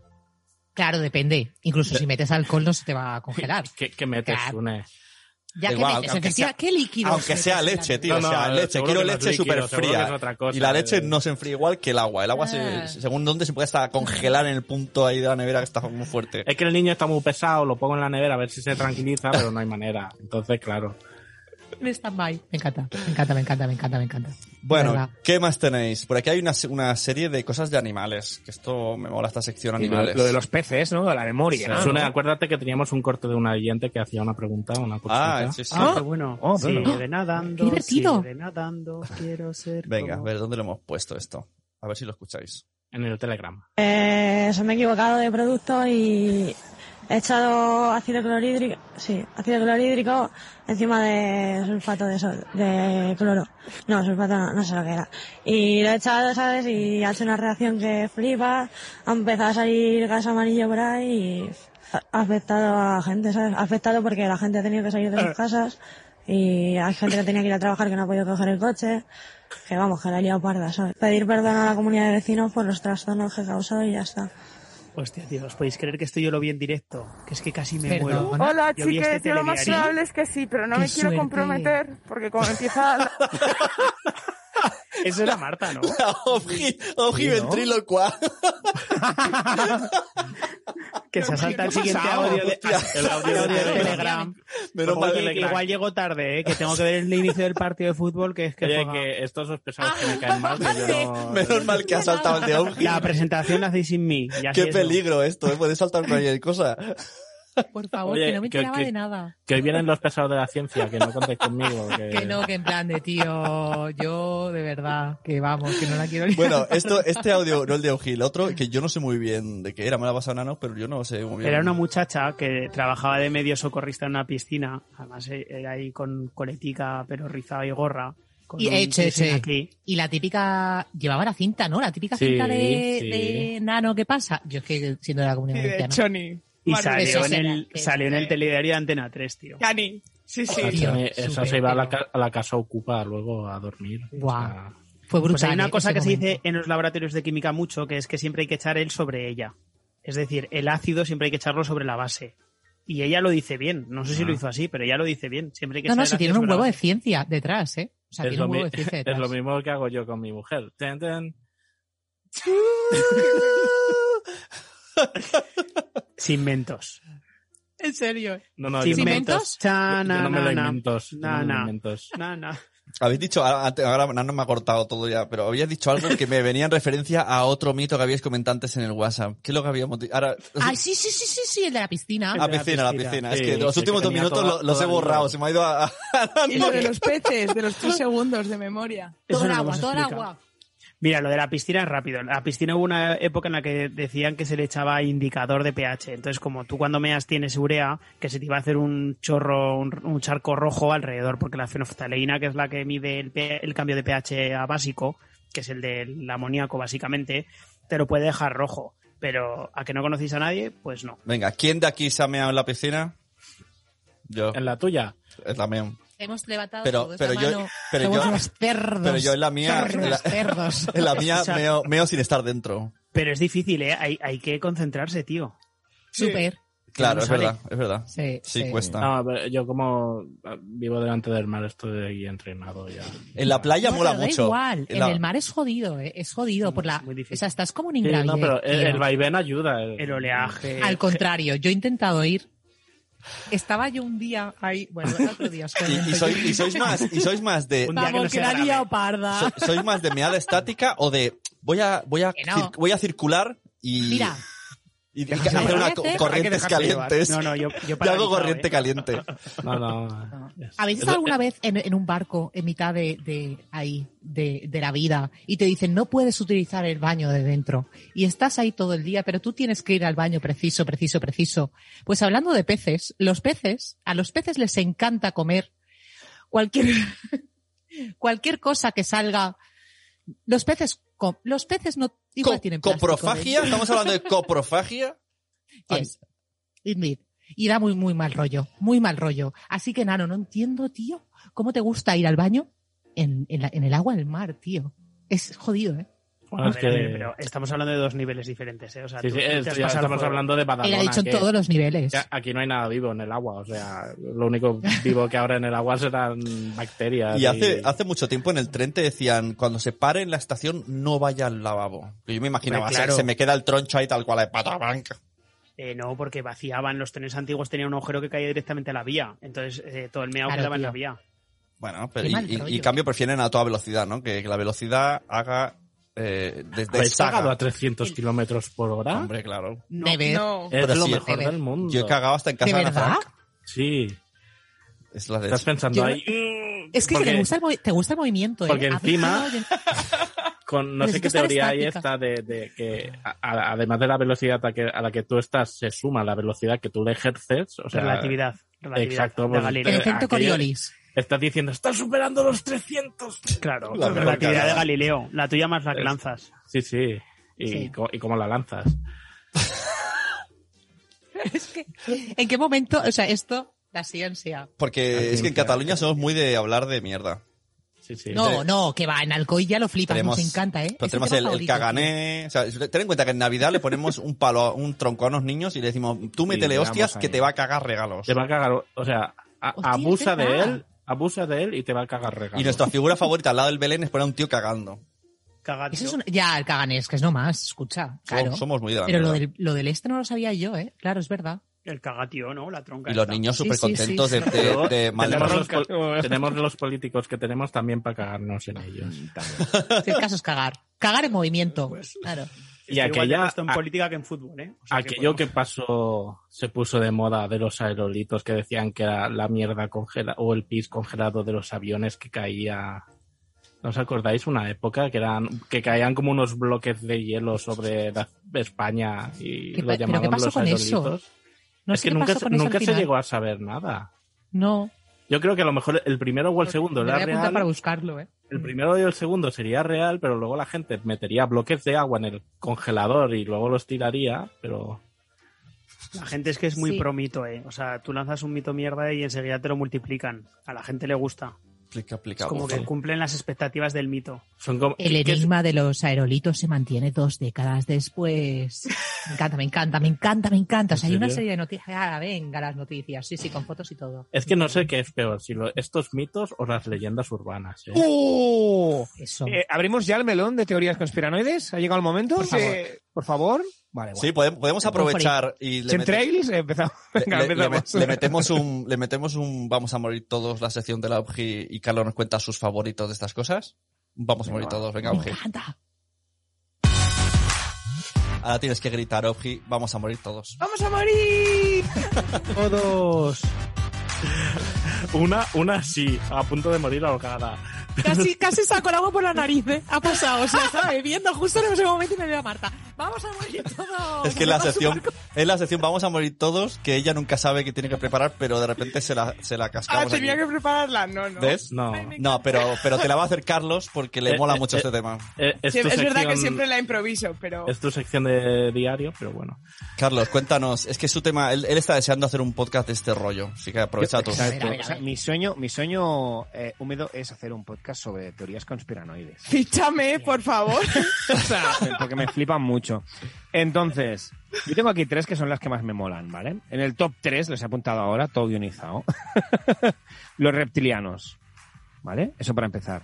[SPEAKER 1] Claro, depende. Incluso si metes alcohol no se te va a congelar.
[SPEAKER 3] ¿Qué, qué metes,
[SPEAKER 1] Claro.
[SPEAKER 3] Une?
[SPEAKER 1] Ya
[SPEAKER 4] Da
[SPEAKER 1] que
[SPEAKER 4] igual,
[SPEAKER 1] metes,
[SPEAKER 4] aunque
[SPEAKER 1] efectiva-
[SPEAKER 4] sea-
[SPEAKER 1] ¿qué líquido?
[SPEAKER 4] Aunque sea leche, tío,
[SPEAKER 3] No,
[SPEAKER 4] o sea,
[SPEAKER 3] no,
[SPEAKER 4] leche,
[SPEAKER 3] seguro
[SPEAKER 4] quiero
[SPEAKER 3] que no es
[SPEAKER 4] leche
[SPEAKER 3] líquido,
[SPEAKER 4] súper
[SPEAKER 3] seguro que
[SPEAKER 4] fría.
[SPEAKER 3] es otra cosa,
[SPEAKER 4] y la leche
[SPEAKER 3] eh.
[SPEAKER 4] no se enfría igual que el agua. El agua,
[SPEAKER 1] Ah.
[SPEAKER 4] se, según dónde se puede hasta congelar en el punto ahí de la nevera que está muy fuerte.
[SPEAKER 3] Es que el niño está muy pesado, lo pongo en la nevera a ver si
[SPEAKER 4] <laughs>
[SPEAKER 3] se tranquiliza, pero no hay manera. Entonces, claro.
[SPEAKER 1] Me stand-by. Me encanta, me encanta, me encanta, me encanta, me encanta.
[SPEAKER 4] Bueno,
[SPEAKER 1] Verdad.
[SPEAKER 4] ¿qué más tenéis? Por aquí hay una, se- una serie de cosas de animales, que esto me mola esta sección
[SPEAKER 8] Y Lo,
[SPEAKER 4] animales.
[SPEAKER 8] lo de los peces, ¿no? La memoria. ¿no?
[SPEAKER 3] Sune, acuérdate que teníamos un corte de una oyente que hacía una pregunta, una consulta.
[SPEAKER 4] Ah, sí, sí.
[SPEAKER 9] Ah, qué bueno.
[SPEAKER 8] Oh,
[SPEAKER 9] sigue
[SPEAKER 8] bueno.
[SPEAKER 9] nadando,
[SPEAKER 1] Qué divertido.
[SPEAKER 9] sigue nadando, quiero ser
[SPEAKER 4] Venga, a
[SPEAKER 9] como-
[SPEAKER 4] ver, ¿dónde lo hemos puesto esto? A ver si lo escucháis.
[SPEAKER 3] En el Telegram.
[SPEAKER 10] Eh, se me ha equivocado de producto y he echado ácido clorhídrico, sí, ácido clorhídrico encima de sulfato de, sol- de cloro. No, sulfato no, no sé lo que era. Y lo he echado, ¿sabes? Y ha hecho una reacción que flipa, ha empezado a salir gas amarillo por ahí y ha afectado a gente, ¿sabes? Ha afectado porque la gente ha tenido que salir de sus casas y hay gente que tenía que ir a trabajar que no ha podido coger el coche. Que vamos, que la he liado parda, ¿sabes? Pedir perdón a la comunidad de vecinos por los trastornos que he causado y ya está.
[SPEAKER 9] Hostia, tío, os podéis creer que esto yo lo vi en directo, que es que casi me
[SPEAKER 2] Perdón.
[SPEAKER 9] muero.
[SPEAKER 2] Hola,
[SPEAKER 9] Yo vi
[SPEAKER 2] chiques,
[SPEAKER 9] este
[SPEAKER 2] yo lo más
[SPEAKER 9] telediario.
[SPEAKER 2] probable es que sí, pero no
[SPEAKER 9] Qué
[SPEAKER 2] me quiero
[SPEAKER 9] suerte.
[SPEAKER 2] comprometer porque como <laughs> empieza... la-
[SPEAKER 9] Eso era Marta,
[SPEAKER 4] <laughs>
[SPEAKER 9] ¿no?
[SPEAKER 4] <laughs> Oji, oji ventrílocua.
[SPEAKER 9] Que se asalta el
[SPEAKER 4] ¿Qué ha
[SPEAKER 9] siguiente
[SPEAKER 4] pasado?
[SPEAKER 9] audio de,
[SPEAKER 4] Hostia.
[SPEAKER 9] el audio de
[SPEAKER 4] Menos
[SPEAKER 9] Telegram.
[SPEAKER 4] Menos mal.
[SPEAKER 9] Oye, que igual llego tarde, ¿eh? que tengo que ver el inicio del partido de fútbol, que es que,
[SPEAKER 3] Oye,
[SPEAKER 9] juega.
[SPEAKER 3] que estos sospechosos que
[SPEAKER 1] Ah,
[SPEAKER 3] me caen mal, que yo no...
[SPEAKER 4] Menos mal que ha saltado el de Oji.
[SPEAKER 9] la presentación la hacéis sin mí. y así
[SPEAKER 4] Qué
[SPEAKER 9] es, ¿no?
[SPEAKER 4] peligro esto, ¿eh? puedes saltar cualquier cosa.
[SPEAKER 1] Por favor,
[SPEAKER 3] Oye,
[SPEAKER 1] que no me
[SPEAKER 3] que-
[SPEAKER 1] enteraba
[SPEAKER 3] que-
[SPEAKER 1] de nada.
[SPEAKER 3] Que hoy vienen los pesados de la ciencia, que no contéis conmigo. Que...
[SPEAKER 1] Que no, que en plan de tío, yo de verdad, que vamos, que no la quiero liar.
[SPEAKER 4] Bueno, esto, este audio, no el de Oji, el otro, que yo no sé muy bien de qué era, me la ha pasado Nano, pero yo no sé muy bien.
[SPEAKER 9] Era una muchacha que trabajaba de medio socorrista en una piscina, además eh, era ahí con coletica, pero rizada y gorra. Con
[SPEAKER 1] Y
[SPEAKER 9] un
[SPEAKER 1] eche,
[SPEAKER 9] piercing
[SPEAKER 1] eche.
[SPEAKER 9] aquí.
[SPEAKER 1] Y la típica, llevaba la cinta, ¿no? La típica
[SPEAKER 3] Sí,
[SPEAKER 1] cinta de,
[SPEAKER 3] sí.
[SPEAKER 1] de nano, ¿qué pasa? Yo es que siendo de la
[SPEAKER 2] Sí,
[SPEAKER 1] comunidad
[SPEAKER 2] de
[SPEAKER 1] valenciana.
[SPEAKER 2] Choni.
[SPEAKER 9] Y
[SPEAKER 2] Bueno,
[SPEAKER 9] salió,
[SPEAKER 1] eso
[SPEAKER 9] en el,
[SPEAKER 1] será, que-
[SPEAKER 9] salió en el telediario de Antena 3, tío.
[SPEAKER 2] Cani. Sí, sí.
[SPEAKER 3] Ah,
[SPEAKER 1] Tío,
[SPEAKER 3] Choni, Eso
[SPEAKER 1] súper
[SPEAKER 3] se iba a la,
[SPEAKER 1] pelo.
[SPEAKER 3] ca- a la casa ocupa luego a dormir.
[SPEAKER 1] Guau.
[SPEAKER 3] O sea,
[SPEAKER 1] Fue brutal.
[SPEAKER 9] Pues hay una
[SPEAKER 1] ¿eh?
[SPEAKER 9] cosa
[SPEAKER 1] ese
[SPEAKER 9] que se dice
[SPEAKER 1] momento.
[SPEAKER 9] en los laboratorios de química mucho, que es que siempre hay que echar él sobre ella. Es decir, el ácido siempre hay que echarlo sobre la base. Y ella lo dice bien. No sé si
[SPEAKER 3] Ah.
[SPEAKER 9] lo hizo así, pero ella lo dice bien. Siempre hay que
[SPEAKER 1] No,
[SPEAKER 9] echar
[SPEAKER 1] no,
[SPEAKER 9] el
[SPEAKER 1] si
[SPEAKER 9] ácido
[SPEAKER 1] tienen un
[SPEAKER 9] sobre la
[SPEAKER 1] huevo de
[SPEAKER 9] base.
[SPEAKER 1] ciencia detrás, ¿eh? O sea,
[SPEAKER 3] es,
[SPEAKER 1] tiene
[SPEAKER 3] lo
[SPEAKER 1] un
[SPEAKER 3] mi-
[SPEAKER 1] huevo de ciencia detrás.
[SPEAKER 3] <laughs> es lo mismo que hago yo con mi mujer. Ten, ten.
[SPEAKER 9] Sin mentos.
[SPEAKER 1] En serio.
[SPEAKER 3] No, no,
[SPEAKER 9] Sin
[SPEAKER 3] yo no,
[SPEAKER 1] mentos?
[SPEAKER 9] mentos. Cha,
[SPEAKER 3] yo- yo
[SPEAKER 9] na,
[SPEAKER 3] no me
[SPEAKER 9] na,
[SPEAKER 3] lo
[SPEAKER 9] na.
[SPEAKER 3] invento. yo no me lo
[SPEAKER 9] Na, na.
[SPEAKER 3] invento. <laughs>
[SPEAKER 9] Na, na.
[SPEAKER 4] Habéis dicho, ahora, antes- ahora Nano me ha cortado todo ya, pero habías dicho algo que me venía en referencia a otro mito que habíais comentado antes en el WhatsApp. ¿Qué es lo que habíamos dicho? Ahora,
[SPEAKER 1] Ah, sí, sí, sí, sí, sí, el de la piscina.
[SPEAKER 4] a piscina, a la
[SPEAKER 9] piscina.
[SPEAKER 4] piscina.
[SPEAKER 3] Sí,
[SPEAKER 4] es que
[SPEAKER 3] el
[SPEAKER 4] los
[SPEAKER 3] que
[SPEAKER 4] últimos dos
[SPEAKER 3] tenía
[SPEAKER 4] minutos
[SPEAKER 3] toda-
[SPEAKER 4] lo- los he
[SPEAKER 3] toda la-
[SPEAKER 4] borrado, se me ha ido a... a- a-
[SPEAKER 2] Y lo de los peces, de los tres segundos de memoria.
[SPEAKER 9] Eso
[SPEAKER 1] todo el
[SPEAKER 9] no lo
[SPEAKER 1] agua,
[SPEAKER 9] hemos
[SPEAKER 1] todo el
[SPEAKER 9] explicado.
[SPEAKER 1] agua.
[SPEAKER 9] Mira, lo de la piscina es rápido. La piscina hubo una época en la que decían que se le echaba indicador de pH. Entonces, como tú cuando meas tienes urea, que se te iba a hacer un chorro, un, un charco rojo alrededor, porque la fenoftaleína, que es la que mide el, P- el cambio de pH a básico, que es el del amoníaco básicamente, te lo puede dejar rojo. Pero a que no conocéis a nadie, pues no.
[SPEAKER 4] Venga, ¿quién de aquí se ha meado en la piscina? Yo,
[SPEAKER 3] En la tuya.
[SPEAKER 4] es la mía.
[SPEAKER 1] Hemos levantado
[SPEAKER 4] Pero-
[SPEAKER 1] todo esta
[SPEAKER 4] pero yo-
[SPEAKER 1] mano.
[SPEAKER 4] pero
[SPEAKER 1] Somos
[SPEAKER 4] yo-
[SPEAKER 1] unos cerdos.
[SPEAKER 4] pero yo en la mía-
[SPEAKER 1] Cerdos,
[SPEAKER 4] en la- <laughs>
[SPEAKER 1] cerdos.
[SPEAKER 4] En la mía
[SPEAKER 9] Escucha.
[SPEAKER 4] meo, meo sin estar dentro.
[SPEAKER 9] Pero es difícil, ¿eh? Hay, hay que concentrarse, tío.
[SPEAKER 1] Súper.
[SPEAKER 4] Claro,
[SPEAKER 9] no
[SPEAKER 4] es
[SPEAKER 9] sale.
[SPEAKER 4] verdad, es verdad.
[SPEAKER 1] Sí,
[SPEAKER 4] Sí, pues,
[SPEAKER 1] sí.
[SPEAKER 4] cuesta.
[SPEAKER 3] No, pero yo como ah, vivo delante del mar estoy ahí entrenado ya.
[SPEAKER 4] En la playa
[SPEAKER 1] Bueno,
[SPEAKER 4] mola
[SPEAKER 1] da
[SPEAKER 4] mucho.
[SPEAKER 1] igual.
[SPEAKER 4] En
[SPEAKER 1] En
[SPEAKER 4] la-
[SPEAKER 1] el mar es jodido, ¿eh? Es jodido. Por la...
[SPEAKER 9] Mm, muy difícil.
[SPEAKER 1] O sea, estás como un
[SPEAKER 3] Sí,
[SPEAKER 1] ingravidez.
[SPEAKER 3] no, pero el,
[SPEAKER 1] tío.
[SPEAKER 3] el vaivén ayuda. eh.
[SPEAKER 9] El oleaje.
[SPEAKER 1] Al contrario, yo he intentado ir. Estaba yo un día ahí, bueno, el otro
[SPEAKER 9] <laughs>
[SPEAKER 1] día. os cuento.
[SPEAKER 4] Y, y sois, y sois más, y sois más de...
[SPEAKER 1] <laughs>
[SPEAKER 9] Un día que no
[SPEAKER 1] Vamos, que
[SPEAKER 9] sea
[SPEAKER 1] la
[SPEAKER 9] grave.
[SPEAKER 1] liado parda.
[SPEAKER 4] so- ¿Sois más de meada estática o de voy a, voy a,
[SPEAKER 1] Que no.
[SPEAKER 4] cir- voy a circular y...
[SPEAKER 1] Mira,
[SPEAKER 4] Y y
[SPEAKER 1] Déjate
[SPEAKER 4] hacer una
[SPEAKER 1] llevar,
[SPEAKER 4] co-
[SPEAKER 1] ¿eh?
[SPEAKER 4] corrientes
[SPEAKER 9] Hay que dejarse
[SPEAKER 4] calientes. <laughs>
[SPEAKER 9] llevar. No, no, yo, yo
[SPEAKER 4] Yo hago
[SPEAKER 9] paralizado,
[SPEAKER 4] corriente
[SPEAKER 9] ¿eh?
[SPEAKER 4] caliente.
[SPEAKER 3] No, no.
[SPEAKER 1] ¿habéis estado alguna vez en, en un barco en mitad de, de ahí, de, de la vida, y te dicen no puedes utilizar el baño de dentro? Y estás ahí todo el día, pero tú tienes que ir al baño preciso, preciso, preciso. Pues hablando de peces, los peces, a los peces les encanta comer cualquier, <laughs> cualquier cosa que salga. Los peces, com- los peces no, igual
[SPEAKER 4] Co-
[SPEAKER 1] tienen plástico
[SPEAKER 4] coprofagia, estamos hablando de coprofagia.
[SPEAKER 1] Yes. Indeed. Y da muy, muy mal rollo, muy mal rollo. Así que, Nano, no entiendo, tío, cómo te gusta ir al baño en, en la- en el agua del mar, tío. Es jodido, ¿eh?
[SPEAKER 3] Bueno,
[SPEAKER 9] A
[SPEAKER 3] es
[SPEAKER 9] ver,
[SPEAKER 3] que...
[SPEAKER 9] a ver, pero estamos hablando de dos niveles diferentes, ¿eh? O sea,
[SPEAKER 3] Sí,
[SPEAKER 9] tú-
[SPEAKER 3] sí,
[SPEAKER 9] tú te
[SPEAKER 3] esto
[SPEAKER 9] has
[SPEAKER 3] ya
[SPEAKER 9] pasado el
[SPEAKER 3] estamos
[SPEAKER 9] juego.
[SPEAKER 3] hablando de
[SPEAKER 1] Él
[SPEAKER 3] Badalona.
[SPEAKER 1] ha dicho en
[SPEAKER 3] que-
[SPEAKER 1] todos los niveles.
[SPEAKER 3] que aquí no hay nada vivo en el agua, o sea, lo único vivo que ahora en el agua serán bacterias.
[SPEAKER 4] Y hace, hace mucho tiempo en el tren te decían, cuando se pare en la estación, no vaya al lavabo. Y yo me imaginaba,
[SPEAKER 9] Hombre,
[SPEAKER 4] se-
[SPEAKER 9] claro.
[SPEAKER 4] se, me queda el troncho ahí tal cual de pata blanca.
[SPEAKER 9] Eh, no, porque vaciaban, los trenes antiguos tenían un agujero que caía directamente a la vía. Entonces, eh, todo el meao
[SPEAKER 1] Claro,
[SPEAKER 9] quedaba en
[SPEAKER 1] tío.
[SPEAKER 9] la vía.
[SPEAKER 4] Bueno, pero
[SPEAKER 1] Qué
[SPEAKER 4] y,
[SPEAKER 1] mal
[SPEAKER 4] y-
[SPEAKER 1] rollo.
[SPEAKER 4] y cambio prefieren a toda velocidad, ¿no? Que, que la velocidad haga eh, desde
[SPEAKER 3] ¿Habéis cagado a
[SPEAKER 4] saga.
[SPEAKER 3] 300 kilómetros por hora?
[SPEAKER 4] Hombre, claro.
[SPEAKER 1] De ver.
[SPEAKER 2] No.
[SPEAKER 3] es
[SPEAKER 4] pero
[SPEAKER 3] lo
[SPEAKER 4] sí,
[SPEAKER 3] mejor
[SPEAKER 1] de ver.
[SPEAKER 3] del mundo.
[SPEAKER 4] Yo he cagado hasta en
[SPEAKER 1] ¿De
[SPEAKER 4] casa de Ana
[SPEAKER 1] verdad?
[SPEAKER 4] Frank.
[SPEAKER 3] Sí,
[SPEAKER 4] Es la de...
[SPEAKER 3] estás pensando
[SPEAKER 1] Yo-
[SPEAKER 3] ahí.
[SPEAKER 1] Es que
[SPEAKER 3] Porque-
[SPEAKER 1] te, gusta el movi- te gusta el movimiento, ¿eh?
[SPEAKER 3] porque
[SPEAKER 1] A mí <laughs>
[SPEAKER 3] encima-
[SPEAKER 1] no, yo-
[SPEAKER 3] con no sé qué
[SPEAKER 1] Necesito estar
[SPEAKER 3] teoría hay
[SPEAKER 1] estática.
[SPEAKER 3] esta de, de que a- a- además de la velocidad a, que- a la que tú estás se suma la velocidad que tú le ejerces o sea
[SPEAKER 9] relatividad. relatividad
[SPEAKER 3] exacto,
[SPEAKER 9] de
[SPEAKER 3] pues,
[SPEAKER 1] El
[SPEAKER 9] Galileo.
[SPEAKER 3] eh,
[SPEAKER 1] efecto
[SPEAKER 3] aquello-
[SPEAKER 1] Coriolis.
[SPEAKER 3] estás diciendo estás superando los 300
[SPEAKER 9] Claro,
[SPEAKER 4] La
[SPEAKER 9] la
[SPEAKER 4] mejor
[SPEAKER 9] relatividad
[SPEAKER 4] cagada.
[SPEAKER 9] de Galileo. La tuya más la que
[SPEAKER 3] Es-
[SPEAKER 9] lanzas.
[SPEAKER 3] sí sí y,
[SPEAKER 1] Sí.
[SPEAKER 3] co- y cómo la lanzas
[SPEAKER 1] ¿En qué momento? O sea, esto, la ciencia.
[SPEAKER 4] Porque es que en Cataluña somos muy de hablar de mierda.
[SPEAKER 3] Sí, sí.
[SPEAKER 1] No, no, que va, en Alcoy ya lo flipas,
[SPEAKER 4] Tenemos-
[SPEAKER 1] nos encanta, ¿eh?
[SPEAKER 4] Pero
[SPEAKER 1] Es
[SPEAKER 4] tenemos
[SPEAKER 1] tema
[SPEAKER 4] el, el
[SPEAKER 1] favorito.
[SPEAKER 4] cagané. O sea, ten en cuenta que en Navidad le ponemos un palo, a- un tronco a unos niños y le decimos, tú métele
[SPEAKER 3] le damos
[SPEAKER 4] hostias
[SPEAKER 3] ahí.
[SPEAKER 4] que te va a cagar regalos.
[SPEAKER 3] Te va a cagar, o sea, a-
[SPEAKER 1] Hostia,
[SPEAKER 3] abusa
[SPEAKER 1] es
[SPEAKER 3] de
[SPEAKER 1] verdad.
[SPEAKER 3] él, abusa de él y te va a cagar regalos.
[SPEAKER 4] Y nuestra figura favorita al lado del Belén es poner a un tío cagando.
[SPEAKER 1] Eso es un- ya, el caganés, que es nomás, escucha. Claro.
[SPEAKER 4] Somos, somos muy de la
[SPEAKER 1] Pero lo
[SPEAKER 4] mierda.
[SPEAKER 1] del, lo del este no lo sabía yo, ¿eh? Claro, es verdad.
[SPEAKER 9] El cagatío, ¿no? La tronca.
[SPEAKER 4] Y los
[SPEAKER 9] esta.
[SPEAKER 4] niños
[SPEAKER 1] Sí,
[SPEAKER 4] súper contentos
[SPEAKER 1] sí, sí.
[SPEAKER 4] de,
[SPEAKER 3] Luego
[SPEAKER 4] de, de
[SPEAKER 3] tenemos, los,
[SPEAKER 4] maltratar-
[SPEAKER 3] pol- tenemos los políticos que tenemos también para cagarnos en ellos.
[SPEAKER 1] Sí, el caso es cagar. Cagar en movimiento.
[SPEAKER 3] Pues,
[SPEAKER 1] Claro.
[SPEAKER 3] Y
[SPEAKER 9] Estoy igual de
[SPEAKER 3] aquella,
[SPEAKER 9] puesto en
[SPEAKER 3] a-
[SPEAKER 9] política que en fútbol, ¿eh? O sea que,
[SPEAKER 3] aquello
[SPEAKER 9] bueno.
[SPEAKER 3] que pasó, se puso de moda de los aerolitos que decían que era la mierda congelada o el pis congelado de los aviones que caía. ¿No os acordáis una época que eran que caían como unos bloques de hielo sobre la- España y
[SPEAKER 1] ¿Qué
[SPEAKER 3] lo
[SPEAKER 1] pa- pero
[SPEAKER 3] llamaban
[SPEAKER 1] qué pasó
[SPEAKER 3] los
[SPEAKER 1] con eso?
[SPEAKER 3] aerolitos?
[SPEAKER 1] No
[SPEAKER 3] es
[SPEAKER 1] sé
[SPEAKER 3] que
[SPEAKER 1] qué
[SPEAKER 3] nunca,
[SPEAKER 1] pasó
[SPEAKER 3] se-
[SPEAKER 1] con eso al
[SPEAKER 3] nunca se
[SPEAKER 1] final.
[SPEAKER 3] llegó a saber nada.
[SPEAKER 1] No.
[SPEAKER 3] Yo creo que a lo mejor el primero o el segundo
[SPEAKER 1] Me
[SPEAKER 3] era
[SPEAKER 1] voy a apuntar
[SPEAKER 3] real.
[SPEAKER 1] para buscarlo, ¿eh?
[SPEAKER 3] El primero y el segundo sería real, pero luego la gente metería bloques de agua en el congelador y luego los tiraría, pero
[SPEAKER 9] La gente es que es muy
[SPEAKER 1] Sí.
[SPEAKER 9] promito, ¿eh? O sea, tú lanzas un mito mierda y enseguida te lo multiplican. A la gente le gusta.
[SPEAKER 4] Aplica, aplica,
[SPEAKER 9] Es como
[SPEAKER 4] por
[SPEAKER 9] que
[SPEAKER 4] favor.
[SPEAKER 9] cumplen las expectativas del mito.
[SPEAKER 3] son como...
[SPEAKER 1] El
[SPEAKER 3] que- que-
[SPEAKER 1] enigma de los aerolitos se mantiene dos décadas después. Me encanta, me encanta, me encanta, me encanta. O sea,
[SPEAKER 3] ¿En
[SPEAKER 1] hay una
[SPEAKER 3] serio?
[SPEAKER 1] serie de noticias. Ah, venga, las noticias. Sí, sí, con fotos y todo.
[SPEAKER 3] Es que no sé qué es peor, si lo- estos mitos o las leyendas urbanas. ¿eh?
[SPEAKER 8] ¡Oh!
[SPEAKER 1] Eso.
[SPEAKER 8] Eh, ¿Abrimos ya el melón de teorías conspiranoides? ¿Ha llegado el momento? Por favor. Por favor. Vale, guay.
[SPEAKER 4] Sí, podemos, podemos aprovechar y le, mete-
[SPEAKER 8] Chemtrails, empezamos.
[SPEAKER 4] le-
[SPEAKER 8] Venga,
[SPEAKER 4] le- le-
[SPEAKER 8] empezamos.
[SPEAKER 4] le
[SPEAKER 8] <laughs>
[SPEAKER 4] metemos un le metemos un vamos a morir todos la sección de la UGI y Carlos nos cuenta sus favoritos de estas cosas. Vamos a morir todos, venga,
[SPEAKER 1] Me
[SPEAKER 4] UGI.
[SPEAKER 1] encanta.
[SPEAKER 4] Ahora tienes que gritar, Obji, vamos a morir todos.
[SPEAKER 2] ¡Vamos a morir!
[SPEAKER 9] Todos.
[SPEAKER 3] Una, una sí, a punto de morir ahogada.
[SPEAKER 1] Casi, casi saco el agua por la nariz, ¿eh? Ha pasado, o sea, estaba bebiendo justo en ese momento y me veo a Marta. Vamos a morir todos.
[SPEAKER 4] Es que en la sección, en la sección vamos a morir todos, que ella nunca sabe qué tiene que preparar, pero de repente se la, se la
[SPEAKER 2] Ah,
[SPEAKER 4] cascamos.
[SPEAKER 2] tenía
[SPEAKER 4] aquí.
[SPEAKER 2] que prepararla. No, no.
[SPEAKER 4] ¿Ves?
[SPEAKER 3] No.
[SPEAKER 4] No, pero, pero te la va a hacer Carlos porque le
[SPEAKER 3] Eh,
[SPEAKER 4] mola
[SPEAKER 3] eh,
[SPEAKER 4] mucho
[SPEAKER 3] eh,
[SPEAKER 4] este tema.
[SPEAKER 3] Eh, es, tu
[SPEAKER 2] Siem- es verdad que
[SPEAKER 3] sección-
[SPEAKER 2] siempre la improviso, pero...
[SPEAKER 3] es tu sección de diario, pero bueno.
[SPEAKER 4] Carlos, cuéntanos, es que su tema, él, él está deseando hacer un podcast de este rollo, así que aprovecha tu.
[SPEAKER 1] Exacto. A ver, a ver, a
[SPEAKER 8] O sea,
[SPEAKER 1] ver.
[SPEAKER 8] mi sueño, mi sueño eh, húmedo es hacer un podcast sobre teorías conspiranoides.
[SPEAKER 2] Fíchame, por favor.
[SPEAKER 8] <laughs> O sea, porque me flipan mucho. Entonces, yo tengo aquí tres que son las que más me molan, ¿vale? En el top tres, les he apuntado ahora, todo guionizado. <laughs> los reptilianos, ¿vale? Eso para empezar.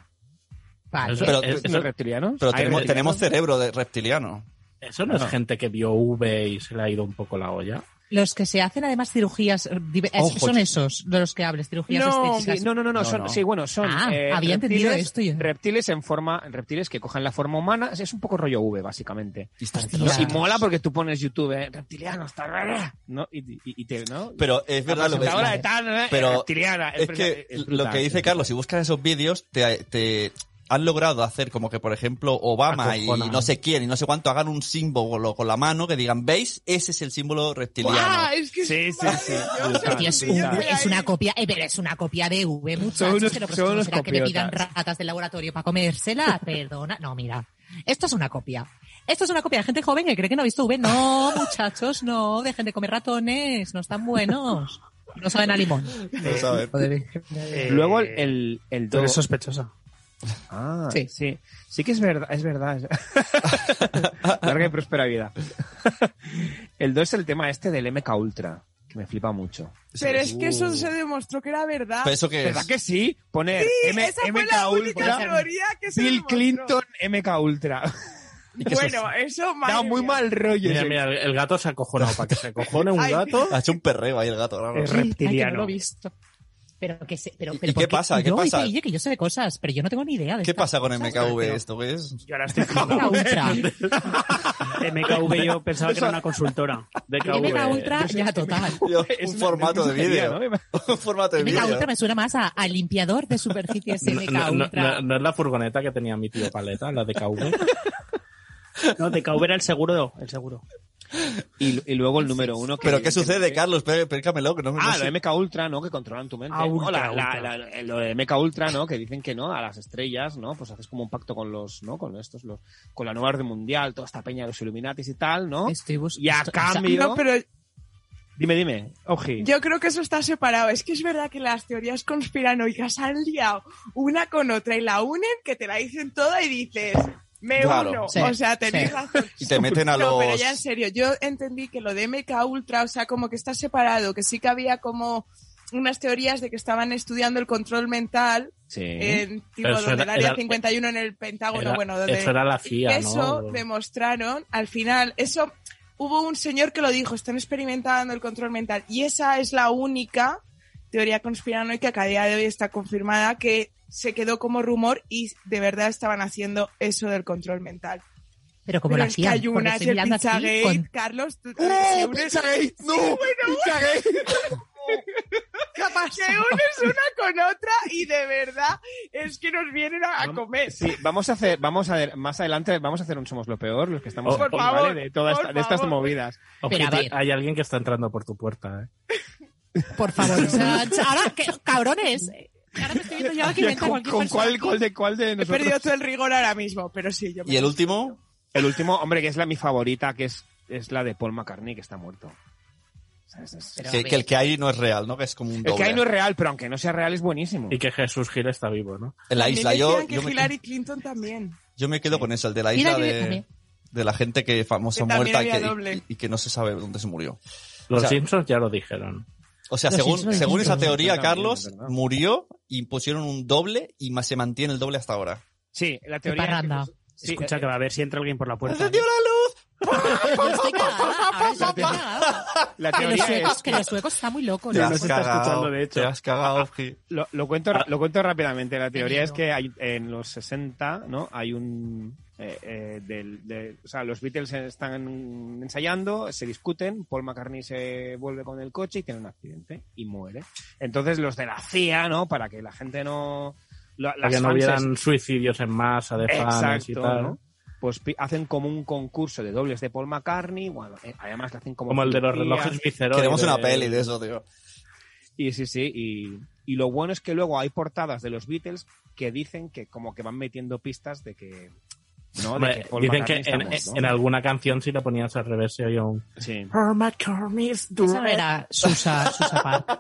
[SPEAKER 1] Vale.
[SPEAKER 3] Eso-
[SPEAKER 4] Pero-
[SPEAKER 3] es-
[SPEAKER 8] ¿Los
[SPEAKER 3] eso-
[SPEAKER 8] reptilianos?
[SPEAKER 4] Pero
[SPEAKER 8] ¿Hay
[SPEAKER 4] tenemos,
[SPEAKER 8] reptilianos?
[SPEAKER 4] tenemos cerebro de reptiliano.
[SPEAKER 3] eso no es
[SPEAKER 8] Claro.
[SPEAKER 3] gente que vio V y se le ha ido un poco la olla.
[SPEAKER 1] Los que se hacen además cirugías, eh, dive- es-
[SPEAKER 8] Ojo,
[SPEAKER 1] son
[SPEAKER 8] yo-
[SPEAKER 1] esos de los que hables, cirugías
[SPEAKER 2] No,
[SPEAKER 1] estéticas.
[SPEAKER 8] Sí, no, no, no, no,
[SPEAKER 4] No,
[SPEAKER 8] son,
[SPEAKER 4] no.
[SPEAKER 8] sí, bueno, son
[SPEAKER 1] Ah,
[SPEAKER 8] eh,
[SPEAKER 1] había entendido
[SPEAKER 8] reptiles,
[SPEAKER 1] esto yo.
[SPEAKER 8] reptiles en forma, reptiles que cojan la forma humana, es- es un poco rollo V, básicamente.
[SPEAKER 4] Y está entre
[SPEAKER 1] Hostia.
[SPEAKER 8] ¿no? Y
[SPEAKER 4] nosotros.
[SPEAKER 8] mola porque tú pones YouTube, eh, reptilianos, tal, ¿no? Y, y- y te, ¿no?
[SPEAKER 4] Pero es verdad lo que
[SPEAKER 8] ahora de tal, eh,
[SPEAKER 4] pero
[SPEAKER 8] reptiliana.
[SPEAKER 4] Es
[SPEAKER 8] presa-
[SPEAKER 4] que
[SPEAKER 8] es
[SPEAKER 4] lo
[SPEAKER 8] brutal,
[SPEAKER 4] que dice
[SPEAKER 8] es
[SPEAKER 4] Carlos, si buscas esos vídeos, te, te han logrado hacer como que, por ejemplo, Obama y
[SPEAKER 3] Acojonan.
[SPEAKER 4] no sé quién y no sé cuánto hagan un símbolo con la mano que digan, ¿veis? Ese es el
[SPEAKER 2] <laughs>
[SPEAKER 4] símbolo reptiliano.
[SPEAKER 2] ¡Guau! Ah, Es que
[SPEAKER 8] Sí, sí, sí.
[SPEAKER 2] maravilloso.
[SPEAKER 1] Pero, tío, es, un-
[SPEAKER 2] Yo estoy
[SPEAKER 1] es una
[SPEAKER 2] ahí.
[SPEAKER 1] copia, eh, pero es una copia de V,
[SPEAKER 8] Son
[SPEAKER 1] muchachos.
[SPEAKER 8] unos-
[SPEAKER 1] pero pues,
[SPEAKER 8] son
[SPEAKER 1] ¿cómo
[SPEAKER 8] unos
[SPEAKER 1] será que le pidan
[SPEAKER 8] copiotas.
[SPEAKER 1] ratas del laboratorio para
[SPEAKER 8] <laughs>
[SPEAKER 1] comérsela? Perdona. No, mira. Esto es una copia. Esto es una copia de gente joven que cree que no ha visto V. No,
[SPEAKER 8] <laughs>
[SPEAKER 1] muchachos, no. Dejen de comer ratones. No están buenos. No saben a limón.
[SPEAKER 4] Vamos a ver.
[SPEAKER 9] Eh,
[SPEAKER 8] Luego el, el, el
[SPEAKER 9] Tú
[SPEAKER 8] do-
[SPEAKER 9] eres sospechosa.
[SPEAKER 8] Ah,
[SPEAKER 1] Sí.
[SPEAKER 8] sí. sí. que es verdad, es verdad. <laughs> Larga y próspera vida. <laughs> el 2 es el tema este del MK Ultra, que me flipa mucho.
[SPEAKER 2] Pero es que eso se demostró que era verdad.
[SPEAKER 4] Pero eso que es.
[SPEAKER 8] ¿Verdad que sí? Poner
[SPEAKER 2] Sí,
[SPEAKER 8] M-
[SPEAKER 2] esa fue la
[SPEAKER 8] MK
[SPEAKER 2] única
[SPEAKER 8] Ultra,
[SPEAKER 2] teoría que se
[SPEAKER 8] Bill
[SPEAKER 2] demostró.
[SPEAKER 8] Clinton MK Ultra.
[SPEAKER 4] y que
[SPEAKER 2] Bueno, eso madre
[SPEAKER 8] da muy
[SPEAKER 2] mía.
[SPEAKER 8] mal rollo.
[SPEAKER 3] Mira,
[SPEAKER 8] ese.
[SPEAKER 3] mira, el- el gato se ha acojonado. Para que se acojone un
[SPEAKER 2] Ay.
[SPEAKER 3] gato,
[SPEAKER 4] se- <laughs> Ha hecho un perreo ahí el gato. claro.
[SPEAKER 8] Es
[SPEAKER 1] Ay, que no lo
[SPEAKER 8] reptiliano.
[SPEAKER 1] he visto. Pero que se, pero,
[SPEAKER 4] ¿Y-
[SPEAKER 1] pero
[SPEAKER 4] y qué
[SPEAKER 1] ¿por
[SPEAKER 4] pasa? ¿Qué
[SPEAKER 1] yo,
[SPEAKER 4] pasa?
[SPEAKER 1] oye, que yo sé de cosas, pero yo no tengo ni idea de
[SPEAKER 4] ¿Qué
[SPEAKER 1] estas
[SPEAKER 4] pasa con
[SPEAKER 1] cosas,
[SPEAKER 4] MKV
[SPEAKER 1] pero-
[SPEAKER 4] esto? ¿Qué
[SPEAKER 8] <laughs>
[SPEAKER 4] es?
[SPEAKER 9] Yo
[SPEAKER 1] <laughs>
[SPEAKER 9] ahora estoy
[SPEAKER 1] Era ultra.
[SPEAKER 9] Eh, MKV yo pensaba que era una consultora.
[SPEAKER 3] de
[SPEAKER 1] MK Ultra,
[SPEAKER 8] Eso
[SPEAKER 1] ya
[SPEAKER 8] es
[SPEAKER 1] total.
[SPEAKER 4] Yo,
[SPEAKER 8] <laughs> Es
[SPEAKER 4] un
[SPEAKER 8] una-
[SPEAKER 4] formato
[SPEAKER 8] es
[SPEAKER 4] de
[SPEAKER 8] una
[SPEAKER 4] vídeo.
[SPEAKER 8] tontería,
[SPEAKER 4] <laughs> Un formato de
[SPEAKER 1] MK
[SPEAKER 4] vídeo.
[SPEAKER 1] Ultra me suena más a, a limpiador de superficies MK
[SPEAKER 3] No, no,
[SPEAKER 1] Ultra.
[SPEAKER 3] no- no es la furgoneta que tenía mi tío Paleta, la de KV.
[SPEAKER 9] No, TKV era el seguro, el seguro.
[SPEAKER 8] Y, y luego el número uno. que-
[SPEAKER 4] Pero ¿qué
[SPEAKER 8] que-
[SPEAKER 4] sucede, Carlos? Pe- Pécamelo, que no me no
[SPEAKER 8] Ah,
[SPEAKER 4] sé.
[SPEAKER 8] lo de MK Ultra, ¿no? Que controlan tu mente.
[SPEAKER 9] Ah, ultra,
[SPEAKER 8] No, la- la-
[SPEAKER 9] ultra.
[SPEAKER 8] la- lo de MK Ultra, ¿no? Que dicen que no, a las estrellas, ¿no? Pues haces como un pacto con los, ¿no? Con estos, los, con la nueva orden mundial, toda esta peña de los Illuminatis y tal, ¿no?
[SPEAKER 1] Estoy bus-
[SPEAKER 8] Y a
[SPEAKER 1] esto- o sea,
[SPEAKER 8] cambio.
[SPEAKER 2] No, pero
[SPEAKER 8] Dime, dime, Oji.
[SPEAKER 2] Yo creo que eso está separado. Es que es verdad que las teorías conspiranoicas han liado una con otra y la unen, que te la dicen toda y dices, me
[SPEAKER 4] Claro.
[SPEAKER 2] uno.
[SPEAKER 4] Sí,
[SPEAKER 2] o sea, tenéis
[SPEAKER 4] sí.
[SPEAKER 2] razón.
[SPEAKER 4] Y te meten a
[SPEAKER 2] No, pero
[SPEAKER 4] los-
[SPEAKER 2] ya en serio, yo entendí que lo de MK Ultra, o sea, como que está separado, que sí que había como unas teorías de que estaban estudiando el control mental
[SPEAKER 8] Sí.
[SPEAKER 2] en tipo
[SPEAKER 3] Pero eso
[SPEAKER 2] donde el
[SPEAKER 3] era-
[SPEAKER 2] área
[SPEAKER 3] era-
[SPEAKER 2] 51 en el Pentágono,
[SPEAKER 3] era-
[SPEAKER 2] eh, bueno, donde
[SPEAKER 3] eso era la CIA, ¿no?
[SPEAKER 2] eso demostraron al final, eso hubo un señor que lo dijo, están experimentando el control mental y esa es la única teoría conspiranoica que a día de hoy está confirmada que se quedó como rumor y de verdad estaban haciendo eso del control mental.
[SPEAKER 1] Pero como
[SPEAKER 2] Pero
[SPEAKER 1] lo
[SPEAKER 2] es que
[SPEAKER 1] hacían,
[SPEAKER 2] hay
[SPEAKER 1] porque
[SPEAKER 2] una
[SPEAKER 1] estoy
[SPEAKER 2] que
[SPEAKER 1] mirando aquí
[SPEAKER 2] Pizzagate,
[SPEAKER 1] con-
[SPEAKER 2] Carlos.
[SPEAKER 1] <laughs>
[SPEAKER 2] tú-
[SPEAKER 1] ¡Oh,
[SPEAKER 2] te unes-
[SPEAKER 1] Pizzagate! ¡No!
[SPEAKER 2] Sí, bueno,
[SPEAKER 1] Pizzagate.
[SPEAKER 8] <laughs>
[SPEAKER 2] <laughs> Te unes una con otra y de verdad es que nos vienen a, a comer.
[SPEAKER 8] Sí, vamos a hacer, vamos a ver, más adelante vamos a hacer un Somos lo Peor, los que estamos
[SPEAKER 3] Oh, por
[SPEAKER 8] ¿vale?
[SPEAKER 3] favor,
[SPEAKER 8] de, todas
[SPEAKER 3] por
[SPEAKER 8] esta- de estas
[SPEAKER 3] favor.
[SPEAKER 8] movidas.
[SPEAKER 3] Ojito,
[SPEAKER 1] Pero a ver.
[SPEAKER 3] hay alguien que está entrando por tu puerta, ¿eh?
[SPEAKER 1] Por favor, o sea, ahora, que, cabrones. Ahora me estoy viendo yo aquí
[SPEAKER 8] Ya,
[SPEAKER 1] inventa
[SPEAKER 8] <laughs> ¿Con,
[SPEAKER 1] cualquier
[SPEAKER 8] con
[SPEAKER 1] persona
[SPEAKER 8] cuál,
[SPEAKER 1] aquí.
[SPEAKER 8] cuál de cuál de
[SPEAKER 2] He
[SPEAKER 8] nosotros?
[SPEAKER 2] perdido todo el rigor ahora mismo, pero sí, yo me-
[SPEAKER 4] ¿Y el último?
[SPEAKER 8] El último, hombre, que es la mi favorita, que es, es la de Paul McCartney, que está muerto. O sea, es- es-
[SPEAKER 1] Pero, a
[SPEAKER 4] Que,
[SPEAKER 1] ver,
[SPEAKER 4] que el que hay no es real, ¿no? Que es como un
[SPEAKER 8] el que
[SPEAKER 4] doble.
[SPEAKER 8] hay no es real, pero aunque no sea real es buenísimo.
[SPEAKER 3] Y que Jesús Gil está vivo, ¿no?
[SPEAKER 4] En la
[SPEAKER 2] También
[SPEAKER 4] isla,
[SPEAKER 2] decían
[SPEAKER 4] yo,
[SPEAKER 2] que
[SPEAKER 4] yo, me,
[SPEAKER 2] Hillary Clinton también.
[SPEAKER 4] yo me quedo con eso, el de la
[SPEAKER 1] Mira,
[SPEAKER 4] isla
[SPEAKER 1] yo
[SPEAKER 4] de,
[SPEAKER 1] también.
[SPEAKER 4] de la gente que famosa
[SPEAKER 2] Que también
[SPEAKER 4] muerta y
[SPEAKER 2] había
[SPEAKER 4] que,
[SPEAKER 2] doble.
[SPEAKER 4] y- y que no se sabe dónde se murió.
[SPEAKER 3] Los
[SPEAKER 4] O sea-
[SPEAKER 3] Simpsons ya lo dijeron.
[SPEAKER 4] O sea,
[SPEAKER 1] Los
[SPEAKER 4] según,
[SPEAKER 1] Simpsons
[SPEAKER 4] según esa
[SPEAKER 1] dicen que
[SPEAKER 4] teoría,
[SPEAKER 8] murieron,
[SPEAKER 4] Carlos
[SPEAKER 8] ¿verdad?
[SPEAKER 4] murió y pusieron un doble y ma- se mantiene el doble hasta ahora.
[SPEAKER 8] Sí, la
[SPEAKER 1] Qué
[SPEAKER 8] teoría.
[SPEAKER 1] parranda.
[SPEAKER 8] Sí,
[SPEAKER 9] Escucha
[SPEAKER 8] eh,
[SPEAKER 9] que va a ver si entra alguien por la puerta. ¿eh?
[SPEAKER 4] ¡Encendió
[SPEAKER 1] Yo estoy
[SPEAKER 4] <laughs>
[SPEAKER 1] cagada, ahora yo estoy cagada.
[SPEAKER 8] eh, la
[SPEAKER 1] Que los
[SPEAKER 8] teoría
[SPEAKER 1] suecos,
[SPEAKER 8] es,
[SPEAKER 1] que los suecos está muy loco, ¿no?
[SPEAKER 4] la luz! Te has
[SPEAKER 3] se está
[SPEAKER 4] cagado,
[SPEAKER 3] escuchando, de hecho.
[SPEAKER 4] te has
[SPEAKER 1] Ah,
[SPEAKER 4] cagado, Oji.
[SPEAKER 8] lo, lo cuento,
[SPEAKER 3] Ah.
[SPEAKER 8] lo cuento rápidamente. La teoría
[SPEAKER 1] miedo.
[SPEAKER 8] es que hay, en los 60, ¿no? Hay un. eh, eh, del- de- o sea, los Beatles están ensayando, se discuten, Paul McCartney se vuelve con el coche y tiene un accidente y muere. Entonces, los de la CIA, ¿no? Para que la gente no. la-
[SPEAKER 3] Para
[SPEAKER 8] las
[SPEAKER 3] que no
[SPEAKER 8] fans se-
[SPEAKER 3] hubieran suicidios en masa de fans y
[SPEAKER 8] Exacto,
[SPEAKER 3] tal.
[SPEAKER 8] ¿no? Pues pi- hacen como un concurso de dobles de Paul McCartney, bueno, eh, además lo hacen como...
[SPEAKER 3] Como el de los
[SPEAKER 8] fotografías,
[SPEAKER 3] relojes viceroides.
[SPEAKER 4] Queremos una peli de eso, tío.
[SPEAKER 8] Y sí, sí, y, y lo bueno es que luego hay portadas de los Beatles que dicen que como que van metiendo pistas de que... ¿no? De
[SPEAKER 3] Hombre,
[SPEAKER 8] que Paul
[SPEAKER 3] dicen que
[SPEAKER 8] McCartney
[SPEAKER 3] en,
[SPEAKER 8] está
[SPEAKER 3] en
[SPEAKER 8] muerto.
[SPEAKER 3] alguna canción si la ponías al revés se oía un...
[SPEAKER 2] <laughs>
[SPEAKER 8] Sí.
[SPEAKER 3] Paul McCartney's
[SPEAKER 1] Esa no era Susa, Susa Park.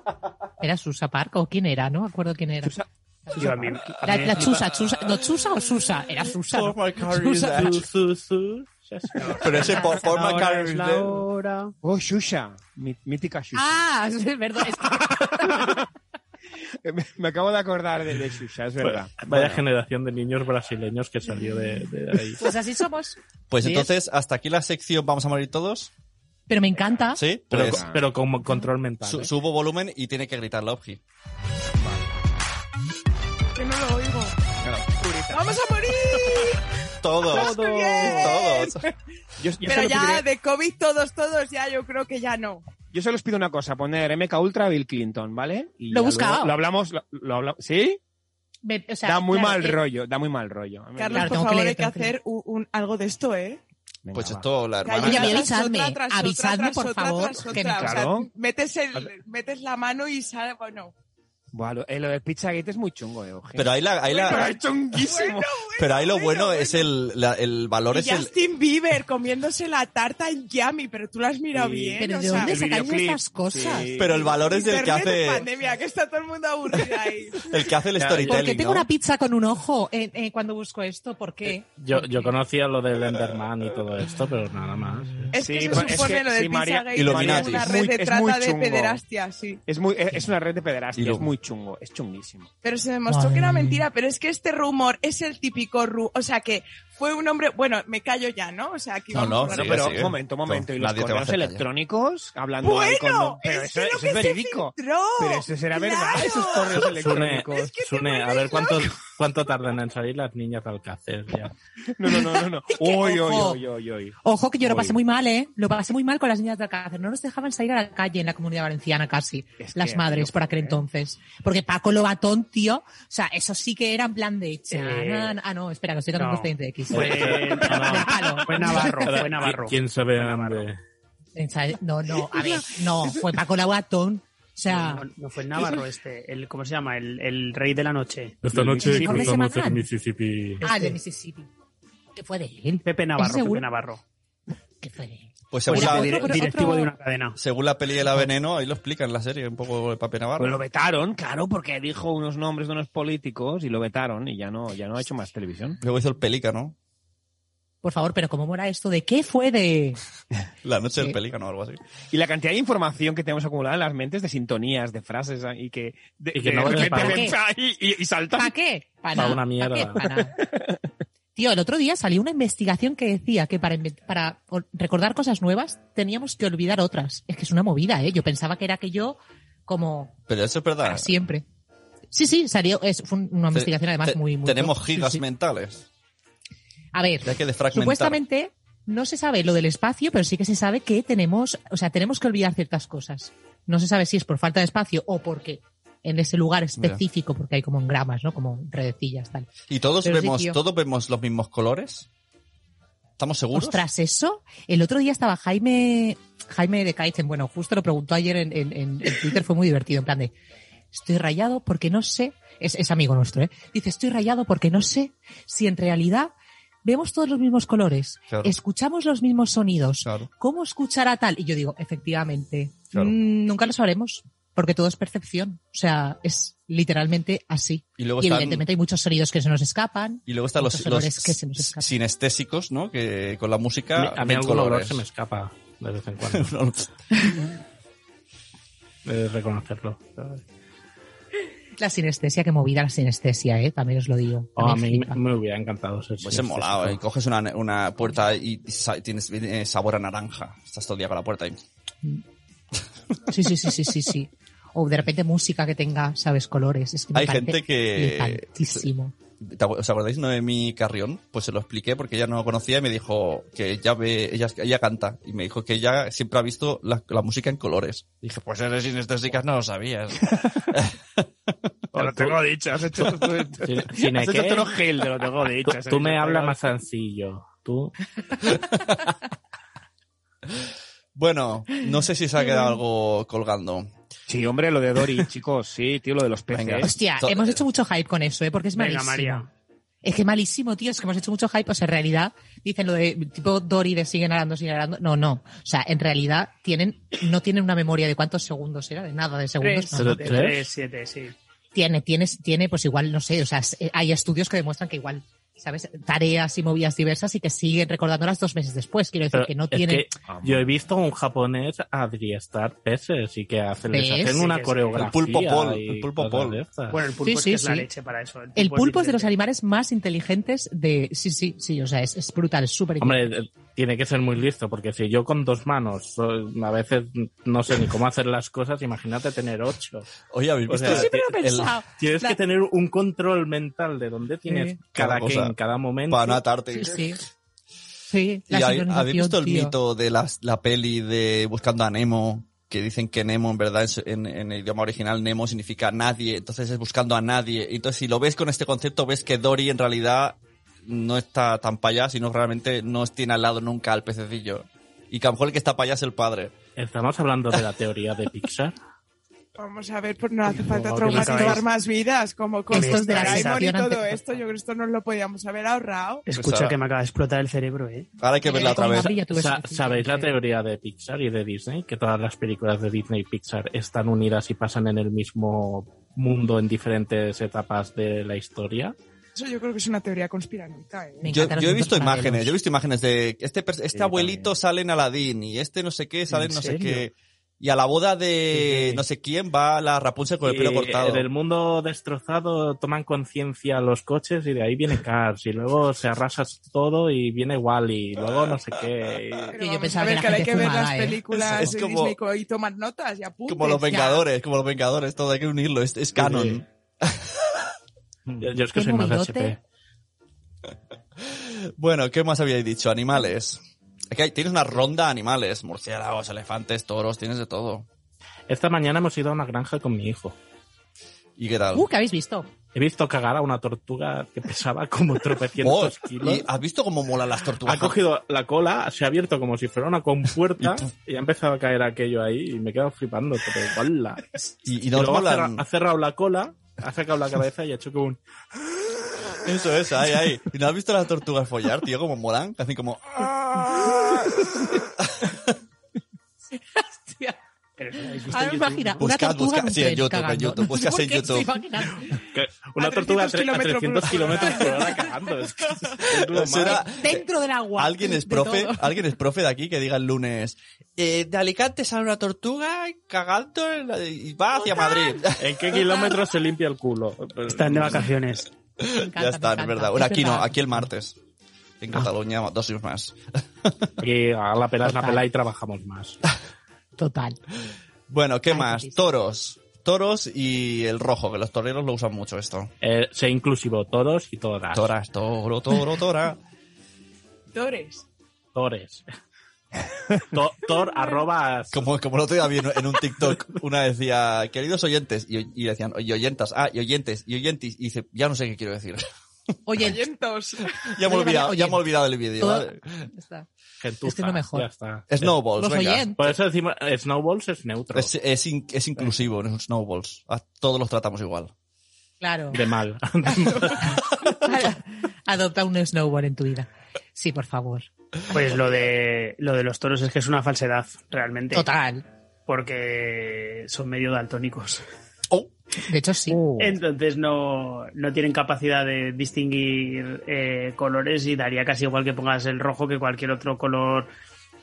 [SPEAKER 1] ¿Era Susa Park o quién era? No me acuerdo quién era.
[SPEAKER 8] Susa-
[SPEAKER 1] Susa
[SPEAKER 8] a mí-
[SPEAKER 1] Park. la, la Chusa, Chusa. ¿No Chusa o Susa? Era Susa. ¿no?
[SPEAKER 4] Paul McCartney
[SPEAKER 1] Susa-
[SPEAKER 4] Dead.
[SPEAKER 3] <laughs> Su, su, su.
[SPEAKER 4] Pero ese Paul, Paul
[SPEAKER 9] Ahora
[SPEAKER 4] McCartney
[SPEAKER 9] es la
[SPEAKER 4] Dead.
[SPEAKER 9] hora.
[SPEAKER 8] Oh, Shusha, mi- mítica Shusha.
[SPEAKER 1] Ah, <laughs> es verdad. es que-
[SPEAKER 8] Me, <laughs> me acabo de acordar de, de Shusha, es verdad.
[SPEAKER 3] Pues, Vaya
[SPEAKER 8] Bueno.
[SPEAKER 3] generación de niños brasileños que salió de, de ahí.
[SPEAKER 1] pues así somos.
[SPEAKER 4] Pues
[SPEAKER 1] Sí.
[SPEAKER 4] entonces, hasta aquí la sección Vamos a morir todos.
[SPEAKER 1] Pero me encanta.
[SPEAKER 4] Sí,
[SPEAKER 3] Pero,
[SPEAKER 4] pues
[SPEAKER 3] pero con control mental.
[SPEAKER 4] su-
[SPEAKER 3] ¿eh?
[SPEAKER 4] subo volumen y tiene que gritar la Oji.
[SPEAKER 2] Que no lo oigo. ¡Vamos a morir!
[SPEAKER 4] Todos,
[SPEAKER 2] ¡Muy bien!
[SPEAKER 4] todos.
[SPEAKER 8] Yo- yo
[SPEAKER 2] Pero
[SPEAKER 8] solo pediré-
[SPEAKER 2] ya, de COVID todos, todos, ya yo creo que ya no.
[SPEAKER 8] Yo solo os pido una cosa, poner MK Ultra Bill Clinton, ¿vale? Y
[SPEAKER 1] Lo he
[SPEAKER 8] ya
[SPEAKER 1] buscado.
[SPEAKER 8] luego Lo hablamos, lo, hablamos. ¿Sí?
[SPEAKER 1] Me- o sea,
[SPEAKER 8] da muy
[SPEAKER 1] claro eh,
[SPEAKER 8] mal
[SPEAKER 1] que-
[SPEAKER 8] rollo, da muy mal rollo. Venga,
[SPEAKER 2] eh, Carlos,
[SPEAKER 1] Claro,
[SPEAKER 2] por
[SPEAKER 1] tengo que
[SPEAKER 2] favor,
[SPEAKER 1] leer,
[SPEAKER 2] hay que
[SPEAKER 1] tengo que
[SPEAKER 2] hacer un, un- algo de esto, ¿eh?
[SPEAKER 8] venga,
[SPEAKER 4] Pues
[SPEAKER 8] va.
[SPEAKER 4] esto, la hermana.
[SPEAKER 1] Oye,
[SPEAKER 2] Tras
[SPEAKER 1] avisadme,
[SPEAKER 2] otra, tras otra,
[SPEAKER 1] avisadme,
[SPEAKER 2] tras
[SPEAKER 1] por
[SPEAKER 2] otra,
[SPEAKER 1] favor,
[SPEAKER 2] tras
[SPEAKER 1] que-
[SPEAKER 2] otra. O sea,
[SPEAKER 8] Claro.
[SPEAKER 2] metes, el, metes la mano y sale, bueno.
[SPEAKER 8] Buah, lo, eh, lo del Pizzagate es muy chungo, eh, Oje.
[SPEAKER 4] Pero ahí, la, ahí la-
[SPEAKER 8] Pero es chunguísimo.
[SPEAKER 4] pero ahí lo bueno,
[SPEAKER 2] bueno,
[SPEAKER 4] es el, la- el valor
[SPEAKER 2] Y
[SPEAKER 4] es el,
[SPEAKER 2] Justin Bieber comiéndose la tarta en Yami, pero tú la has mirado
[SPEAKER 8] Sí.
[SPEAKER 2] bien.
[SPEAKER 1] Pero
[SPEAKER 2] o
[SPEAKER 1] ¿de
[SPEAKER 2] sea,
[SPEAKER 1] dónde
[SPEAKER 8] el
[SPEAKER 1] sacáis
[SPEAKER 8] videoclip,
[SPEAKER 1] estas cosas?
[SPEAKER 8] sí.
[SPEAKER 4] pero el valor es el que
[SPEAKER 2] Internet en
[SPEAKER 4] hace,
[SPEAKER 2] pandemia, que está todo el mundo aburrido
[SPEAKER 4] <laughs>
[SPEAKER 2] ahí.
[SPEAKER 4] el que hace el
[SPEAKER 3] Ya,
[SPEAKER 1] ¿Por qué
[SPEAKER 4] storytelling,
[SPEAKER 1] tengo
[SPEAKER 4] ¿no?
[SPEAKER 1] una pizza con un ojo eh, eh, cuando busco esto? ¿Por qué?
[SPEAKER 3] Yo, yo conocía lo del Enderman y todo esto, pero nada más. ¿eh?
[SPEAKER 2] Es que
[SPEAKER 8] Sí,
[SPEAKER 2] se
[SPEAKER 4] pues,
[SPEAKER 8] pero es
[SPEAKER 2] supone
[SPEAKER 8] que
[SPEAKER 2] lo de
[SPEAKER 8] sí, María-
[SPEAKER 2] Pizzagate,
[SPEAKER 4] Illuminati.
[SPEAKER 2] una
[SPEAKER 4] Es
[SPEAKER 2] red
[SPEAKER 8] muy-
[SPEAKER 2] de
[SPEAKER 8] es
[SPEAKER 2] trata
[SPEAKER 8] muy
[SPEAKER 2] de
[SPEAKER 8] chungo.
[SPEAKER 2] pederastia, sí.
[SPEAKER 8] Es, muy, es es una red de
[SPEAKER 4] Y
[SPEAKER 8] pederastia,
[SPEAKER 4] luego-
[SPEAKER 8] es muy chungo, es chunguísimo.
[SPEAKER 2] Pero se demostró
[SPEAKER 1] Madre
[SPEAKER 2] que era
[SPEAKER 1] mía.
[SPEAKER 2] mentira, pero es que este rumor es el típico rumor, o sea que fue un hombre, bueno, me callo ya, ¿no? O sea, aquí
[SPEAKER 4] No,
[SPEAKER 2] vamos
[SPEAKER 4] no,
[SPEAKER 2] por la-
[SPEAKER 8] Bueno,
[SPEAKER 4] sí,
[SPEAKER 8] pero
[SPEAKER 4] sí, eh.
[SPEAKER 8] un momento, un momento.
[SPEAKER 4] No,
[SPEAKER 8] y los
[SPEAKER 4] nadie te va a
[SPEAKER 8] correos
[SPEAKER 4] hacer callar.
[SPEAKER 8] electrónicos hablando ahí eh, con-
[SPEAKER 2] Bueno,
[SPEAKER 8] Pero
[SPEAKER 2] es
[SPEAKER 8] eso,
[SPEAKER 2] que lo
[SPEAKER 8] eso
[SPEAKER 2] que
[SPEAKER 8] es
[SPEAKER 2] se
[SPEAKER 8] verídico.
[SPEAKER 2] filtró.
[SPEAKER 8] Pero eso será verdad,
[SPEAKER 2] Claro.
[SPEAKER 8] esos correos
[SPEAKER 3] Sune,
[SPEAKER 8] electrónicos.
[SPEAKER 3] Sune, a ver cuánto, cuánto tardan en salir las niñas de Alcácer ya.
[SPEAKER 8] No, no, no, no.
[SPEAKER 2] <laughs>
[SPEAKER 8] no. Uy, uy,
[SPEAKER 1] ojo.
[SPEAKER 8] uy, uy, uy.
[SPEAKER 1] Ojo que yo lo pasé
[SPEAKER 8] Uy.
[SPEAKER 1] muy mal, ¿eh? Lo pasé muy mal con las niñas de Alcácer. No nos dejaban salir a la calle en la comunidad valenciana casi,
[SPEAKER 8] Es
[SPEAKER 1] las
[SPEAKER 8] que,
[SPEAKER 1] madres
[SPEAKER 8] tío,
[SPEAKER 1] por aquel
[SPEAKER 8] ¿eh?
[SPEAKER 1] entonces. Porque Paco Lobatón, tío, o sea, eso sí que era en plan de... chanan. Ah, no, espera, que estoy con
[SPEAKER 9] no.
[SPEAKER 1] un expediente X.
[SPEAKER 9] Fue,
[SPEAKER 3] Eh, no, no.
[SPEAKER 1] Del palo.
[SPEAKER 9] fue Navarro,
[SPEAKER 1] <laughs>
[SPEAKER 9] fue Navarro.
[SPEAKER 3] ¿Quién sabe
[SPEAKER 9] Fue Navarro.
[SPEAKER 3] dónde?
[SPEAKER 1] O sea, No, no, a ver, no, fue Paco Lobatón. O sea,
[SPEAKER 9] No, no fue Navarro este, el, ¿cómo se llama? El, el rey de la noche.
[SPEAKER 3] Esta
[SPEAKER 1] noche ¿Cómo se cruzamos llama? el
[SPEAKER 3] Mississippi.
[SPEAKER 1] ah, de Mississippi. ¿Qué fue de él?
[SPEAKER 9] Pepe Navarro,
[SPEAKER 1] seguro?
[SPEAKER 9] Pepe Navarro.
[SPEAKER 1] ¿Qué fue de él?
[SPEAKER 4] Pues según la,
[SPEAKER 9] directivo de una cadena.
[SPEAKER 4] Según la peli de la veneno, ahí lo explica en la serie, un poco el papel navarro.
[SPEAKER 8] Pues lo vetaron, claro, porque dijo unos nombres de unos políticos y lo vetaron y ya no, ya no ha hecho más televisión.
[SPEAKER 4] Luego hizo el pelícano,
[SPEAKER 1] Por favor, pero ¿cómo mola esto de qué fue de...?
[SPEAKER 4] la noche del pelícano o algo así.
[SPEAKER 8] Y la cantidad de información que tenemos acumulada en las mentes de sintonías, de frases ah, y que... de-
[SPEAKER 3] Y que
[SPEAKER 8] de
[SPEAKER 3] no vale
[SPEAKER 8] repente
[SPEAKER 3] para
[SPEAKER 1] qué.
[SPEAKER 8] ven- y, y- y saltan.
[SPEAKER 1] ¿Para qué? Para
[SPEAKER 3] Pa'
[SPEAKER 1] nada,
[SPEAKER 3] una mierda.
[SPEAKER 1] ¿pa' qué? Pa' nada. <laughs> Tío, el otro día salió una investigación que decía que para, inven- para ol- recordar cosas nuevas teníamos que olvidar otras. Es que es una movida, ¿eh? Yo pensaba que era que yo, como
[SPEAKER 4] Pero eso es verdad.
[SPEAKER 1] para siempre. Sí, sí, salió. Es, fue un- una
[SPEAKER 4] Te-
[SPEAKER 1] investigación además
[SPEAKER 4] te-
[SPEAKER 1] muy, muy.
[SPEAKER 4] Tenemos
[SPEAKER 1] sí,
[SPEAKER 4] gigas
[SPEAKER 1] sí.
[SPEAKER 4] mentales.
[SPEAKER 1] A ver,
[SPEAKER 4] Ya hay que desfragmentar.
[SPEAKER 1] supuestamente no se sabe lo del espacio, pero sí que se sabe que tenemos, o sea, tenemos que olvidar ciertas cosas. No se sabe si es por falta de espacio o porque en ese lugar específico, porque hay como engramas, ¿no? Como redecillas, tal.
[SPEAKER 4] Y todos
[SPEAKER 1] Pero sí,
[SPEAKER 4] vemos,
[SPEAKER 1] tío.
[SPEAKER 4] todos vemos los mismos colores. ¿Estamos seguros?
[SPEAKER 1] Ostras, eso. El otro día estaba Jaime, Jaime de Kaizen. Bueno, justo lo preguntó ayer en, en- en- en Twitter, fue muy divertido. En plan de, estoy rayado porque no sé, es, es amigo nuestro, ¿eh? Dice, estoy rayado porque no sé si en realidad vemos todos los mismos colores,
[SPEAKER 4] Claro.
[SPEAKER 1] escuchamos los mismos sonidos.
[SPEAKER 4] Claro.
[SPEAKER 1] ¿Cómo escuchará tal? Y yo digo, efectivamente,
[SPEAKER 4] Claro.
[SPEAKER 1] mm, nunca lo sabremos. Porque todo es percepción. O sea, es literalmente así.
[SPEAKER 4] Y luego
[SPEAKER 1] Y
[SPEAKER 4] están,
[SPEAKER 1] evidentemente hay muchos sonidos que se nos escapan.
[SPEAKER 4] y luego están los,
[SPEAKER 1] muchos
[SPEAKER 4] los
[SPEAKER 1] olores que se nos escapan.
[SPEAKER 4] sinestésicos, ¿no? Que con la
[SPEAKER 3] A mí,
[SPEAKER 4] música
[SPEAKER 3] a mí
[SPEAKER 4] ven
[SPEAKER 3] algún olor
[SPEAKER 4] colores. pues,
[SPEAKER 3] se
[SPEAKER 4] <laughs>
[SPEAKER 3] me escapa de vez en <laughs> cuando, de reconocerlo. ¿sabes?
[SPEAKER 1] La sinestesia, que movida la sinestesia, ¿eh? También os lo digo.
[SPEAKER 4] Ah,
[SPEAKER 3] O a
[SPEAKER 1] También
[SPEAKER 3] mí
[SPEAKER 1] flipa.
[SPEAKER 3] me, me hubiera encantado ser
[SPEAKER 4] Pues es
[SPEAKER 3] sincero.
[SPEAKER 4] molado, ¿eh? Coges una, una puerta y sa- tienes eh, sabor a naranja. Estás todo el día con la puerta ahí.
[SPEAKER 1] Sí, sí, sí, sí, sí, sí. O de repente música que tenga, ¿sabes? Colores. Es que me
[SPEAKER 4] Hay
[SPEAKER 1] parece
[SPEAKER 4] gente que-
[SPEAKER 1] flipantísimo.
[SPEAKER 4] ¿Te acu- ¿Os acordáis de mi Carrión? Pues se lo expliqué porque ella no lo conocía y me dijo que ella ve, ella, ella canta y me dijo que ella siempre ha visto la, la música en colores. dije, pues eres sinestésica, no lo sabías.
[SPEAKER 8] Te lo tengo dicho, has hecho, <laughs> has
[SPEAKER 3] <laughs> Sin- sin
[SPEAKER 8] hecho
[SPEAKER 3] qué?
[SPEAKER 8] todo gel, te lo tengo dicho.
[SPEAKER 3] Tú,
[SPEAKER 8] has
[SPEAKER 3] tú
[SPEAKER 8] hecho
[SPEAKER 3] me
[SPEAKER 8] todo-
[SPEAKER 3] hablas más sencillo. Tú,
[SPEAKER 4] <laughs> Bueno, no sé si se ha quedado algo colgando.
[SPEAKER 8] Sí, hombre, lo
[SPEAKER 3] <laughs>
[SPEAKER 8] de Dory, chicos, sí, tío, lo de los peces.
[SPEAKER 4] Venga.
[SPEAKER 1] Hostia,
[SPEAKER 4] To-
[SPEAKER 1] hemos hecho mucho hype con eso, ¿eh? Porque es malísimo.
[SPEAKER 9] Venga, María.
[SPEAKER 1] Es que malísimo, tío. Es que hemos hecho mucho hype. O sea, en realidad, dicen lo de tipo Dory de siguen hablando, siguen hablando. No, no. O sea, en realidad tienen, no tienen una memoria de cuántos segundos era, de nada de segundos.
[SPEAKER 9] Tres,
[SPEAKER 1] no, no.
[SPEAKER 3] Pero
[SPEAKER 9] siete,
[SPEAKER 3] tres.
[SPEAKER 9] tres, siete, sí.
[SPEAKER 1] tiene, tienes, tiene, pues igual, no sé, o sea, s- eh, hay estudios que demuestran que igual, ¿sabes? Tareas y movidas diversas y que siguen recordándolas dos meses después. Quiero decir
[SPEAKER 3] Pero
[SPEAKER 1] que no
[SPEAKER 3] es
[SPEAKER 1] tienen.
[SPEAKER 3] que yo he visto a un japonés adiestrar peces y que hacen, les
[SPEAKER 1] ¿Ves?
[SPEAKER 3] hacen
[SPEAKER 9] Sí,
[SPEAKER 3] una
[SPEAKER 9] que sí.
[SPEAKER 3] coreografía.
[SPEAKER 4] El pulpo pol,
[SPEAKER 3] y
[SPEAKER 4] el pulpo
[SPEAKER 3] cosas
[SPEAKER 4] pol.
[SPEAKER 3] de estas.
[SPEAKER 9] Bueno, el pulpo
[SPEAKER 1] Sí,
[SPEAKER 9] es
[SPEAKER 1] sí,
[SPEAKER 9] que es la
[SPEAKER 1] sí.
[SPEAKER 9] leche para eso.
[SPEAKER 1] El pulpo es de los
[SPEAKER 9] diferente.
[SPEAKER 1] animales más inteligentes de. Sí, sí, sí, o sea, es, es brutal, es súper
[SPEAKER 3] Hombre, eh, tiene que ser muy listo, porque si yo con dos manos soy- a veces no sé ni cómo hacer las cosas, imagínate tener ocho.
[SPEAKER 4] Oye, ¿habéis
[SPEAKER 3] O
[SPEAKER 4] visto?
[SPEAKER 3] sea,
[SPEAKER 1] Siempre lo he
[SPEAKER 4] el-
[SPEAKER 1] pensado.
[SPEAKER 3] Tienes que tener un control mental de dónde tienes
[SPEAKER 1] Sí.
[SPEAKER 3] cada,
[SPEAKER 4] Cada cosa.
[SPEAKER 3] que en cada momento.
[SPEAKER 4] Para no atarte.
[SPEAKER 1] Sí, sí. Sí,
[SPEAKER 4] ¿Y
[SPEAKER 1] la
[SPEAKER 4] hay- habéis visto
[SPEAKER 1] sincronización,
[SPEAKER 4] el
[SPEAKER 1] tío.
[SPEAKER 4] mito de la, la peli de Buscando a Nemo? Que dicen que Nemo, en verdad, es- en, en el idioma original, Nemo significa nadie, entonces es buscando a nadie. Entonces, si lo ves con este concepto, ves que Dory en realidad no está tan payá, sino realmente no tiene al lado nunca al pececillo. Y que a lo mejor el que está payá es el padre.
[SPEAKER 3] Estamos hablando de la teoría de Pixar.
[SPEAKER 2] Vamos a ver, pues no hace falta
[SPEAKER 3] no,
[SPEAKER 2] traumatizar
[SPEAKER 9] acabáis.
[SPEAKER 2] más vidas, como con
[SPEAKER 1] Esto es de la
[SPEAKER 2] Doraemon y
[SPEAKER 1] sensación
[SPEAKER 2] todo
[SPEAKER 1] ante-
[SPEAKER 2] esto. Yo creo que esto nos lo podíamos haber ahorrado.
[SPEAKER 9] Escucha
[SPEAKER 4] Pues, ah.
[SPEAKER 9] que me acaba de explotar el cerebro, ¿eh?
[SPEAKER 4] Ahora hay que verla otra vez.
[SPEAKER 1] Sí, ya tuve
[SPEAKER 3] Sa-
[SPEAKER 1] suficiente.
[SPEAKER 3] ¿Sabéis la teoría de Pixar y de Disney? Que todas las películas de Disney y Pixar están unidas y pasan en el mismo mundo en diferentes etapas de la historia.
[SPEAKER 2] Eso yo creo que es una teoría conspiranoica. ¿eh?
[SPEAKER 1] Me
[SPEAKER 4] Yo,
[SPEAKER 1] encantan los
[SPEAKER 4] yo he
[SPEAKER 1] mundos
[SPEAKER 4] visto
[SPEAKER 1] paralelos.
[SPEAKER 4] imágenes, yo he visto imágenes de este, pers- este
[SPEAKER 8] Sí,
[SPEAKER 4] abuelito
[SPEAKER 8] también.
[SPEAKER 4] sale en Aladdin y este no sé qué sale
[SPEAKER 3] ¿En
[SPEAKER 4] en no sé
[SPEAKER 3] serio?
[SPEAKER 4] qué. Y a la boda de
[SPEAKER 3] Sí, sí.
[SPEAKER 4] no sé quién va la Rapunzel con el pelo
[SPEAKER 3] Y
[SPEAKER 4] cortado.
[SPEAKER 3] En el mundo destrozado toman conciencia los coches y de ahí viene Cars y luego se arrasa todo y viene Wally y luego no sé qué. Y-
[SPEAKER 2] Pero
[SPEAKER 1] yo
[SPEAKER 2] vamos
[SPEAKER 1] pensaba
[SPEAKER 2] a
[SPEAKER 1] que
[SPEAKER 2] ver,
[SPEAKER 1] la
[SPEAKER 2] que ahora hay
[SPEAKER 1] gente
[SPEAKER 2] que ver
[SPEAKER 1] fumaba,
[SPEAKER 2] las
[SPEAKER 1] ¿eh?
[SPEAKER 2] películas
[SPEAKER 4] Es- es
[SPEAKER 2] de
[SPEAKER 4] como-
[SPEAKER 2] Disney co- y tomar notas y apuntes.
[SPEAKER 4] Como los
[SPEAKER 2] ya.
[SPEAKER 4] Vengadores, como los Vengadores, todo hay que unirlo, es, es canon. <laughs>
[SPEAKER 3] Yo, yo es que
[SPEAKER 1] Qué
[SPEAKER 3] soy más de
[SPEAKER 1] movidote.
[SPEAKER 3] HP.
[SPEAKER 4] Bueno, ¿qué más habíais dicho? Animales. Aquí hay- tienes una ronda de animales, murciélagos, elefantes, toros, tienes de todo.
[SPEAKER 3] Esta mañana hemos ido a una granja con mi hijo.
[SPEAKER 4] ¿Y qué tal?
[SPEAKER 1] Uh, que habéis visto.
[SPEAKER 3] He visto cagar a una tortuga que
[SPEAKER 4] <laughs>
[SPEAKER 3] pesaba como
[SPEAKER 4] Oh,
[SPEAKER 3] tropecientos kilos.
[SPEAKER 4] ¿y ¿Has visto cómo molan las tortugas?
[SPEAKER 3] Ha cogido la cola, se ha abierto como si fuera
[SPEAKER 4] <laughs>
[SPEAKER 3] una compuerta y ha empezado a caer aquello ahí y me he quedado flipando. Pero, ¡hola!
[SPEAKER 4] y, y
[SPEAKER 3] Y
[SPEAKER 4] no
[SPEAKER 3] luego ha cerra-
[SPEAKER 4] molan.
[SPEAKER 3] ha cerrado la cola, ha sacado la cabeza y ha hecho como un...
[SPEAKER 4] Eso es, ahí, <laughs> ahí. ¿Y no has visto las tortugas follar, tío? Como molan, que hacen como...
[SPEAKER 1] Ahora me imagina, una tortuga en un
[SPEAKER 4] sí, en
[SPEAKER 1] tren
[SPEAKER 4] YouTube, en
[SPEAKER 1] cagando. <laughs>
[SPEAKER 4] YouTube, buscas
[SPEAKER 1] ¿Por
[SPEAKER 4] en
[SPEAKER 1] qué se
[SPEAKER 4] YouTube.
[SPEAKER 1] imaginan?
[SPEAKER 3] Que Una tortuga a, tre- a 300 kilómetros por hora cagando. Es que es lo más-
[SPEAKER 4] Será-
[SPEAKER 1] Eh, Dentro del agua.
[SPEAKER 4] ¿Alguien es
[SPEAKER 1] de
[SPEAKER 4] profe?
[SPEAKER 1] todo. <laughs>
[SPEAKER 4] ¿Alguien es profe de aquí que diga el lunes? eh, de Alicante sale una tortuga cagando en la- y va hacia Madrid. <laughs>
[SPEAKER 3] ¿En qué kilómetros se limpia el culo?
[SPEAKER 9] Están de vacaciones.
[SPEAKER 1] Me encanta,
[SPEAKER 4] ya
[SPEAKER 1] me
[SPEAKER 4] está, es
[SPEAKER 1] encanta. Ah.
[SPEAKER 4] verdad. Bueno, aquí no,
[SPEAKER 1] verdad.
[SPEAKER 4] aquí el martes. En Cataluña, dos días más.
[SPEAKER 3] Aquí a la pela es la
[SPEAKER 1] Total.
[SPEAKER 3] pela y trabajamos más.
[SPEAKER 1] Total.
[SPEAKER 4] Bueno, ¿qué
[SPEAKER 1] Ay,
[SPEAKER 4] más?
[SPEAKER 1] Jesucristo.
[SPEAKER 4] Toros. Toros y el rojo, que los toreros lo usan mucho esto.
[SPEAKER 3] Eh, sé inclusivo, toros y todas.
[SPEAKER 4] Toras, toro, toro, tora.
[SPEAKER 2] Tores.
[SPEAKER 3] Tores. <laughs> To- tor arroba
[SPEAKER 4] <laughs> Como, como el otro día vi en, en un TikTok, una decía, queridos oyentes, y, y decían, y oyentas, ah, y oyentes, y oyentis, y dice, ya no sé qué quiero decir. <laughs>
[SPEAKER 1] Oye,
[SPEAKER 2] Oyentos.
[SPEAKER 4] ya, me he
[SPEAKER 1] Vale,
[SPEAKER 4] olvidado,
[SPEAKER 1] vale,
[SPEAKER 4] ya me
[SPEAKER 1] oyentes.
[SPEAKER 4] he olvidado del vídeo.
[SPEAKER 1] todo-
[SPEAKER 4] ¿vale?
[SPEAKER 1] está.
[SPEAKER 3] gentuza.
[SPEAKER 1] Estoy Este lo mejor.
[SPEAKER 3] Ya está.
[SPEAKER 4] Snowballs,
[SPEAKER 1] Los
[SPEAKER 4] venga.
[SPEAKER 1] oyentes.
[SPEAKER 3] Por eso decimos, eh, Snowballs es neutro.
[SPEAKER 4] Es, es, in- es inclusivo, no es snowballs. A todos los tratamos igual.
[SPEAKER 1] Claro. <laughs>
[SPEAKER 3] De mal.
[SPEAKER 1] Adopta un snowboard en tu vida. Sí, por favor.
[SPEAKER 9] Pues lo de, lo de los toros es que es una falsedad, realmente.
[SPEAKER 1] Total.
[SPEAKER 9] Porque son medio daltónicos.
[SPEAKER 4] Oh,
[SPEAKER 1] De hecho, sí.
[SPEAKER 4] Uh.
[SPEAKER 9] Entonces no, no tienen capacidad de distinguir eh, colores y daría casi igual que pongas el rojo que cualquier otro color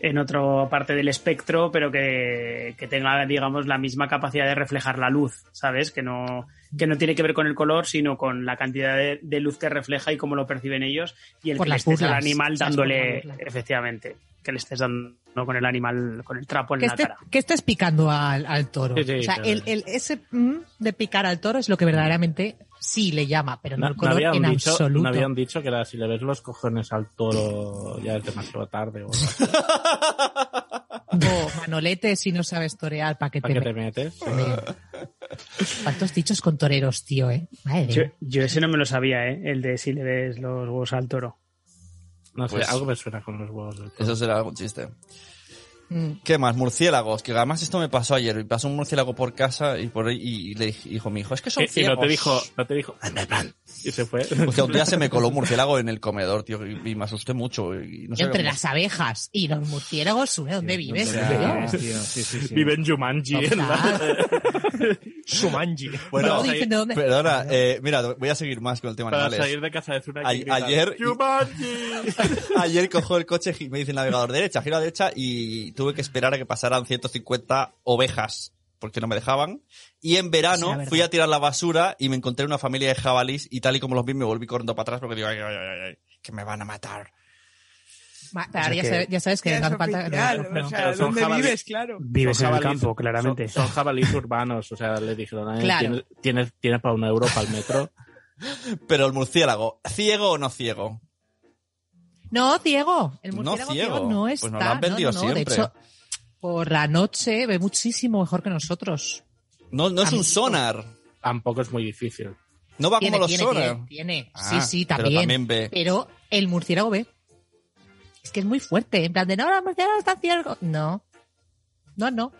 [SPEAKER 9] en otra parte del espectro, pero que, que tenga, digamos, la misma capacidad de reflejar la luz, ¿sabes? Que no, que no tiene que ver con el color, sino con la cantidad de, de luz que refleja y cómo lo perciben ellos y el
[SPEAKER 1] Por
[SPEAKER 9] que le
[SPEAKER 1] las
[SPEAKER 9] estés al
[SPEAKER 1] burlas,
[SPEAKER 9] animal
[SPEAKER 1] ¿sabes?
[SPEAKER 9] dándole,
[SPEAKER 1] Por la burla.
[SPEAKER 9] efectivamente, que le estés dando con el animal, con el trapo en
[SPEAKER 1] Que este
[SPEAKER 9] la
[SPEAKER 1] estés,
[SPEAKER 9] cara.
[SPEAKER 1] que estés picando al, al toro.
[SPEAKER 3] Sí, sí,
[SPEAKER 1] o sea,
[SPEAKER 3] claro.
[SPEAKER 1] el, el- ese mm, de picar al toro es lo que verdaderamente sí le llama, pero no,
[SPEAKER 3] No,
[SPEAKER 1] el
[SPEAKER 3] no
[SPEAKER 1] color
[SPEAKER 3] habían
[SPEAKER 1] en
[SPEAKER 3] dicho,
[SPEAKER 1] absoluto.
[SPEAKER 3] no habían dicho que era si le ves los cojones al toro ya es demasiado
[SPEAKER 1] <laughs>
[SPEAKER 3] tarde o algo así,
[SPEAKER 1] No, Oh, Manolete, si no sabes torear, ¿para qué
[SPEAKER 3] ¿para
[SPEAKER 1] te,
[SPEAKER 3] qué te metes?
[SPEAKER 1] metes? ¿Cuántos dichos con toreros, tío, eh? Madre
[SPEAKER 9] Yo,
[SPEAKER 1] mía.
[SPEAKER 9] yo ese no me lo sabía, ¿eh? El de si le ves los huevos al toro.
[SPEAKER 3] No sé,
[SPEAKER 4] Pues-
[SPEAKER 3] algo me suena con los huevos del toro.
[SPEAKER 4] eso será algún chiste.
[SPEAKER 1] Mm.
[SPEAKER 4] ¿Qué más? Murciélagos, que además esto me pasó ayer. Me pasó un murciélago por casa y por ahí- y, y le dije- dijo mi hijo, es que son
[SPEAKER 3] Y- y no te
[SPEAKER 4] ciegos".
[SPEAKER 3] dijo, no te dijo, "Anda, pan", y se
[SPEAKER 1] Pues
[SPEAKER 3] fue.
[SPEAKER 4] Hostia, un día se me coló un murciélago en el comedor, tío, y, y me asusté mucho. y no sé
[SPEAKER 1] Entre
[SPEAKER 4] cómo-
[SPEAKER 1] las abejas y los murciélagos, sube dónde vives.
[SPEAKER 4] o sea,
[SPEAKER 1] tío?
[SPEAKER 3] Vive en Jumanji. en la-
[SPEAKER 1] Total.
[SPEAKER 8] Sumanji.
[SPEAKER 4] Bueno,
[SPEAKER 1] No dicen de dónde. <laughs>
[SPEAKER 4] perdona, eh, mira, voy a seguir más con el tema
[SPEAKER 3] Para
[SPEAKER 4] animales.
[SPEAKER 3] salir de casa de Zuna.
[SPEAKER 4] Ay- ayer-
[SPEAKER 3] ¡Jumanji!
[SPEAKER 4] <laughs> Ayer cojo el coche y me dice el navegador derecha, giro a la derecha y tuve que esperar a que pasaran 150 ovejas porque no me dejaban. Y en
[SPEAKER 1] Sí, la
[SPEAKER 4] verano
[SPEAKER 1] verdad.
[SPEAKER 4] fui a tirar la basura y me encontré una familia de jabalís y tal y como los vi me volví corriendo para atrás porque digo, ay, ay, ay, ay, que me van a matar.
[SPEAKER 1] Ma- ahora ya,
[SPEAKER 9] que-
[SPEAKER 1] sabe- ya sabes que
[SPEAKER 2] Ya
[SPEAKER 1] no
[SPEAKER 2] es
[SPEAKER 1] hace falta.
[SPEAKER 2] oficial,
[SPEAKER 1] no, no.
[SPEAKER 2] o
[SPEAKER 3] Pero
[SPEAKER 2] sea,
[SPEAKER 3] son
[SPEAKER 2] ¿dónde
[SPEAKER 3] jabalí.
[SPEAKER 2] vives? Claro.
[SPEAKER 9] Vives
[SPEAKER 3] Son
[SPEAKER 9] en el
[SPEAKER 3] jabalís-
[SPEAKER 9] campo, claramente.
[SPEAKER 3] Son, son jabalís urbanos, o sea, le dijeron, eh,
[SPEAKER 1] Claro.
[SPEAKER 3] tienes, tienes, tienes para una euro para
[SPEAKER 1] <laughs>
[SPEAKER 3] el metro.
[SPEAKER 4] Pero el murciélago, ¿ciego o no ciego?
[SPEAKER 1] No, ciego. El
[SPEAKER 4] No,
[SPEAKER 1] murciélago
[SPEAKER 4] ciego.
[SPEAKER 1] ciego. no
[SPEAKER 4] Pues
[SPEAKER 1] está.
[SPEAKER 4] nos lo han vendido
[SPEAKER 1] no, no,
[SPEAKER 4] siempre.
[SPEAKER 1] De hecho, por la noche ve muchísimo mejor que nosotros.
[SPEAKER 4] No, no es un
[SPEAKER 1] Amiguito.
[SPEAKER 4] sonar.
[SPEAKER 3] Tampoco es muy difícil.
[SPEAKER 4] No va
[SPEAKER 1] Tiene,
[SPEAKER 4] como los
[SPEAKER 1] tiene,
[SPEAKER 4] sonar.
[SPEAKER 1] tiene, tiene.
[SPEAKER 4] Ah,
[SPEAKER 1] sí, sí,
[SPEAKER 4] Pero
[SPEAKER 1] también.
[SPEAKER 4] también ve.
[SPEAKER 1] Pero el murciélago ve. Es que es muy fuerte. En plan de, no, los murciélagos están ciegos. No. No, no.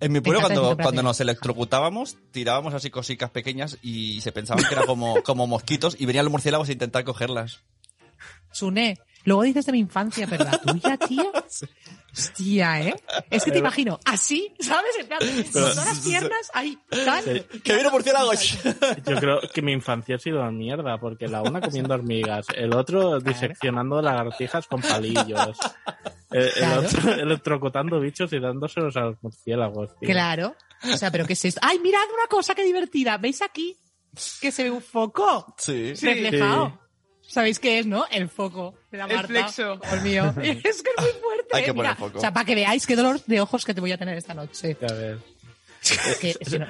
[SPEAKER 4] En mi pueblo,
[SPEAKER 1] encanta decir
[SPEAKER 4] cuando,
[SPEAKER 1] que
[SPEAKER 4] cuando
[SPEAKER 1] placer.
[SPEAKER 4] nos electrocutábamos, tirábamos así cositas pequeñas y se pensaban que eran como, <laughs> como mosquitos y venían los murciélagos a intentar cogerlas.
[SPEAKER 1] Sune, luego dices de mi infancia, pero la tuya,
[SPEAKER 4] <laughs>
[SPEAKER 1] tía. Hostia, ¿eh? Es que te imagino así, ¿sabes? En plan, con todas las piernas ahí, tal.
[SPEAKER 4] ¡Que viene murciélagos!
[SPEAKER 3] Yo creo que mi infancia ha sido una mierda, porque la una comiendo hormigas, el otro diseccionando lagartijas con palillos, eh, el,
[SPEAKER 1] Claro.
[SPEAKER 3] otro electrocutando bichos y dándoselos a los murciélagos. tío.
[SPEAKER 1] Claro. O sea, pero ¿qué es esto? ¡Ay, mirad una cosa qué divertida! ¿Veis aquí? Que se ve un foco
[SPEAKER 4] sí.
[SPEAKER 1] reflejado. ¿Sabéis qué es, no? El foco de la
[SPEAKER 2] El
[SPEAKER 1] Marta.
[SPEAKER 2] flexo.
[SPEAKER 1] como el mío. <laughs> es que es muy fuerte.
[SPEAKER 4] Hay que
[SPEAKER 1] eh,
[SPEAKER 4] poner
[SPEAKER 1] mira.
[SPEAKER 4] foco.
[SPEAKER 1] O sea, para que veáis qué dolor de ojos que te voy a tener esta noche.
[SPEAKER 3] A ver,
[SPEAKER 1] Es que, es que no-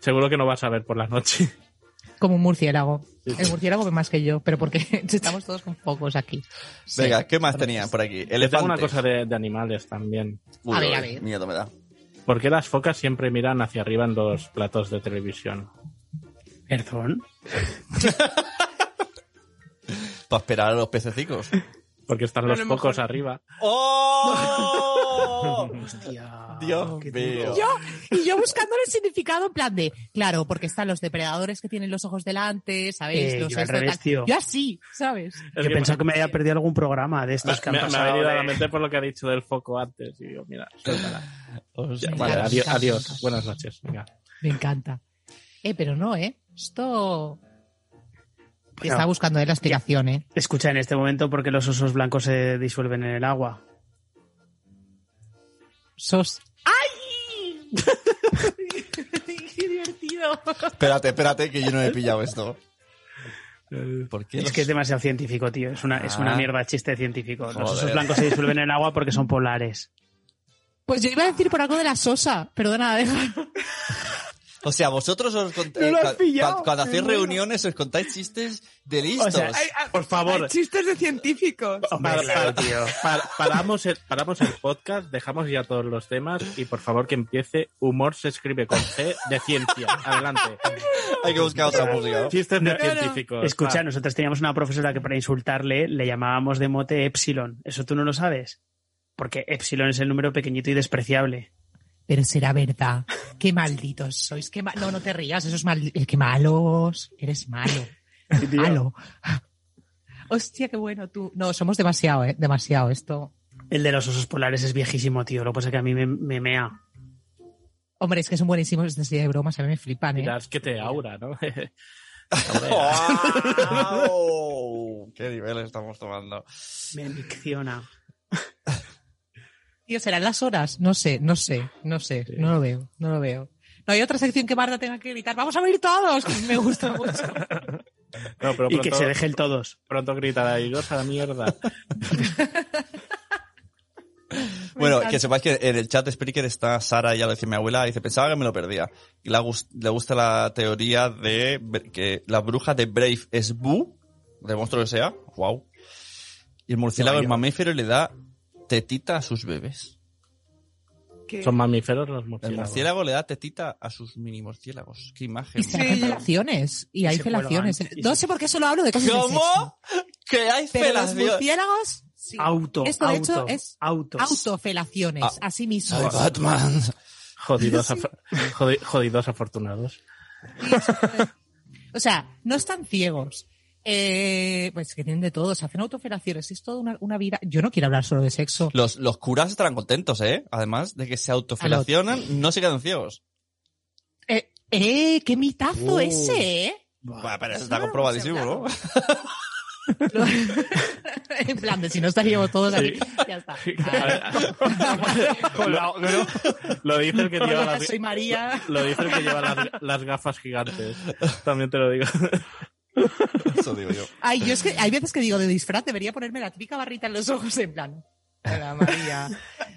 [SPEAKER 3] seguro que no vas a ver por la noche.
[SPEAKER 1] como un murciélago. El murciélago ve más que yo, pero porque estamos todos con focos aquí. Sí.
[SPEAKER 4] Venga, ¿qué más tenían por aquí?
[SPEAKER 3] Les
[SPEAKER 4] Elefantes.
[SPEAKER 3] tengo una cosa de, de animales también.
[SPEAKER 4] Uy,
[SPEAKER 1] A ver,
[SPEAKER 4] uy,
[SPEAKER 1] a ver.
[SPEAKER 4] Miedo me da.
[SPEAKER 3] ¿Por qué las focas siempre miran hacia arriba en los platos de televisión?
[SPEAKER 9] Perdón.
[SPEAKER 4] Para esperar a los pececicos.
[SPEAKER 3] Porque están
[SPEAKER 2] A
[SPEAKER 3] los
[SPEAKER 2] lo
[SPEAKER 3] focos
[SPEAKER 2] mejor-
[SPEAKER 3] arriba.
[SPEAKER 4] <laughs> ¡Oh! <laughs> Dios mío.
[SPEAKER 1] Yo, y yo buscándole el significado en plan de, claro, porque están los depredadores que tienen los ojos delante, ¿sabéis?
[SPEAKER 9] Eh,
[SPEAKER 1] los
[SPEAKER 9] yo al
[SPEAKER 1] esto, tal.
[SPEAKER 9] revés, tío.
[SPEAKER 1] Yo así, ¿sabes?
[SPEAKER 9] Yo pensaba que me había perdido algún programa de estos que han
[SPEAKER 3] Me, me ha
[SPEAKER 9] pasado.
[SPEAKER 3] venido a
[SPEAKER 9] de-
[SPEAKER 3] la mente por lo que ha dicho del foco antes. Y digo, mira, suéltala. Ya, vale,
[SPEAKER 1] Venga, venga,
[SPEAKER 3] adiós, adiós.
[SPEAKER 1] venga.
[SPEAKER 3] Buenas noches. Venga.
[SPEAKER 1] Me encanta. Eh, pero no, ¿eh? Esto... Te
[SPEAKER 9] Bueno.
[SPEAKER 1] Está buscando él la explicación, ¿eh?
[SPEAKER 9] Escucha en este momento porque los osos blancos se disuelven en el agua.
[SPEAKER 1] Sos. <laughs> ¡Qué divertido!
[SPEAKER 4] Espérate, espérate, que yo no he pillado esto. ¿Por qué?
[SPEAKER 9] Es
[SPEAKER 4] los-
[SPEAKER 9] que es demasiado científico, tío. Es una, es una
[SPEAKER 4] Ah.
[SPEAKER 9] mierda de chiste científico. Los osos
[SPEAKER 4] Joder.
[SPEAKER 9] blancos se disuelven en el agua porque
[SPEAKER 3] <laughs>
[SPEAKER 9] son polares.
[SPEAKER 1] Pues yo iba a decir por algo de la sosa. Perdona, deja.
[SPEAKER 4] O sea, vosotros os cont-
[SPEAKER 2] No lo has
[SPEAKER 4] cua-
[SPEAKER 2] pillado,
[SPEAKER 4] cua- cuando hacéis
[SPEAKER 2] me muero.
[SPEAKER 4] reuniones os contáis chistes de listos.
[SPEAKER 3] O sea,
[SPEAKER 2] Ay, ay,
[SPEAKER 3] Por favor,
[SPEAKER 2] ay, chistes de científicos.
[SPEAKER 3] para- para- para- paramos, el, paramos el podcast, dejamos ya todos los temas y por favor que empiece Humor se escribe con C de ciencia. Adelante.
[SPEAKER 4] Hay que buscar otra música. ¿no?
[SPEAKER 3] Chistes de
[SPEAKER 9] No, no.
[SPEAKER 3] científicos.
[SPEAKER 9] Escucha,
[SPEAKER 3] Va.
[SPEAKER 9] nosotros teníamos una profesora que para insultarle le llamábamos de mote Epsilon. ¿Eso tú no lo sabes? Porque Epsilon es el número pequeñito y
[SPEAKER 3] <laughs>
[SPEAKER 9] despreciable.
[SPEAKER 1] Pero será verdad. Qué malditos sois. Qué ma- no, no te rías. Eso es mal. eh, Qué malos. Eres malo. Malo. Hostia, qué bueno tú. No, somos demasiado, ¿eh? Demasiado esto.
[SPEAKER 9] El de los osos polares es viejísimo, tío. Lo que pasa es que a mí me, me mea.
[SPEAKER 1] Hombre, es que son buenísimos esta serie de bromas. A mí me flipan, ¿eh?
[SPEAKER 3] Dirás que te aura, ¿no?
[SPEAKER 4] ¡Wow! <laughs> ¡Qué nivel estamos tomando!
[SPEAKER 9] Me micciona.
[SPEAKER 1] Tío, ¿serán las horas? No sé, no sé, no sé. No lo veo, no lo veo. No hay otra sección que Marta tenga que gritar. ¡Vamos a venir todos! <laughs> que Me gusta
[SPEAKER 9] <laughs>
[SPEAKER 1] mucho.
[SPEAKER 3] No, pero
[SPEAKER 9] Y que
[SPEAKER 3] pronto-
[SPEAKER 9] se deje el todos.
[SPEAKER 3] Pronto gritará y a la mierda.
[SPEAKER 4] Bueno,
[SPEAKER 1] encanta.
[SPEAKER 4] que sepáis que en el chat de Spreaker está Sara, ya lo decía mi abuela, dice, pensaba que me lo perdía. Y Le, gus- le gusta la teoría de br- que la bruja de Brave es Bu, de monstruo que sea, wow. Y el murciélago es mamífero y le da tetita a sus bebés.
[SPEAKER 2] Que-
[SPEAKER 3] Son mamíferos los
[SPEAKER 4] El
[SPEAKER 3] murciélagos.
[SPEAKER 4] murciélago le da tetita a sus mini murciélagos. Qué
[SPEAKER 1] Y
[SPEAKER 4] imagen.
[SPEAKER 1] se hacen felaciones. Y hay
[SPEAKER 9] se cuelgan,
[SPEAKER 1] felaciones.
[SPEAKER 9] y
[SPEAKER 1] No
[SPEAKER 9] se-
[SPEAKER 1] sé por qué solo hablo de cosas del sexo.
[SPEAKER 4] ¿Cómo? Que hay
[SPEAKER 1] Pero los
[SPEAKER 4] felación.
[SPEAKER 1] murciélagos... sí.
[SPEAKER 9] Auto,
[SPEAKER 1] Esto, de
[SPEAKER 9] auto,
[SPEAKER 1] hecho, es
[SPEAKER 9] autos.
[SPEAKER 1] Autofelaciones,
[SPEAKER 4] Ah.
[SPEAKER 1] así mismo.
[SPEAKER 4] Soy Batman.
[SPEAKER 3] Jodidos, af- jodi- jodidos afortunados.
[SPEAKER 1] O sea, no están ciegos. Eh, pues que tienen de todo, se hacen autofelaciones. Es toda una, una vida. Yo no quiero hablar solo de sexo.
[SPEAKER 4] Los, los curas estarán contentos, ¿eh? Además de que se autofelacionan, no se quedan ciegos.
[SPEAKER 1] Eh, eh, qué mitazo
[SPEAKER 3] Uh.
[SPEAKER 1] ese, ¿eh?
[SPEAKER 4] Bueno, pero eso está
[SPEAKER 1] Ah,
[SPEAKER 4] comprobadísimo, ¿no?
[SPEAKER 1] Lo- <laughs> en plan, de si no estaríamos todos aquí, ya está. Ah,
[SPEAKER 3] <laughs> lo, lo dice el que lleva
[SPEAKER 1] hola,
[SPEAKER 3] las,
[SPEAKER 1] soy María.
[SPEAKER 3] lo dice el que lleva las, las gafas gigantes. <laughs> También te lo digo.
[SPEAKER 4] Eso digo yo.
[SPEAKER 1] Ay, yo es que hay veces que digo de disfraz, debería ponerme la típica barrita en los ojos, en plan. Hola, María.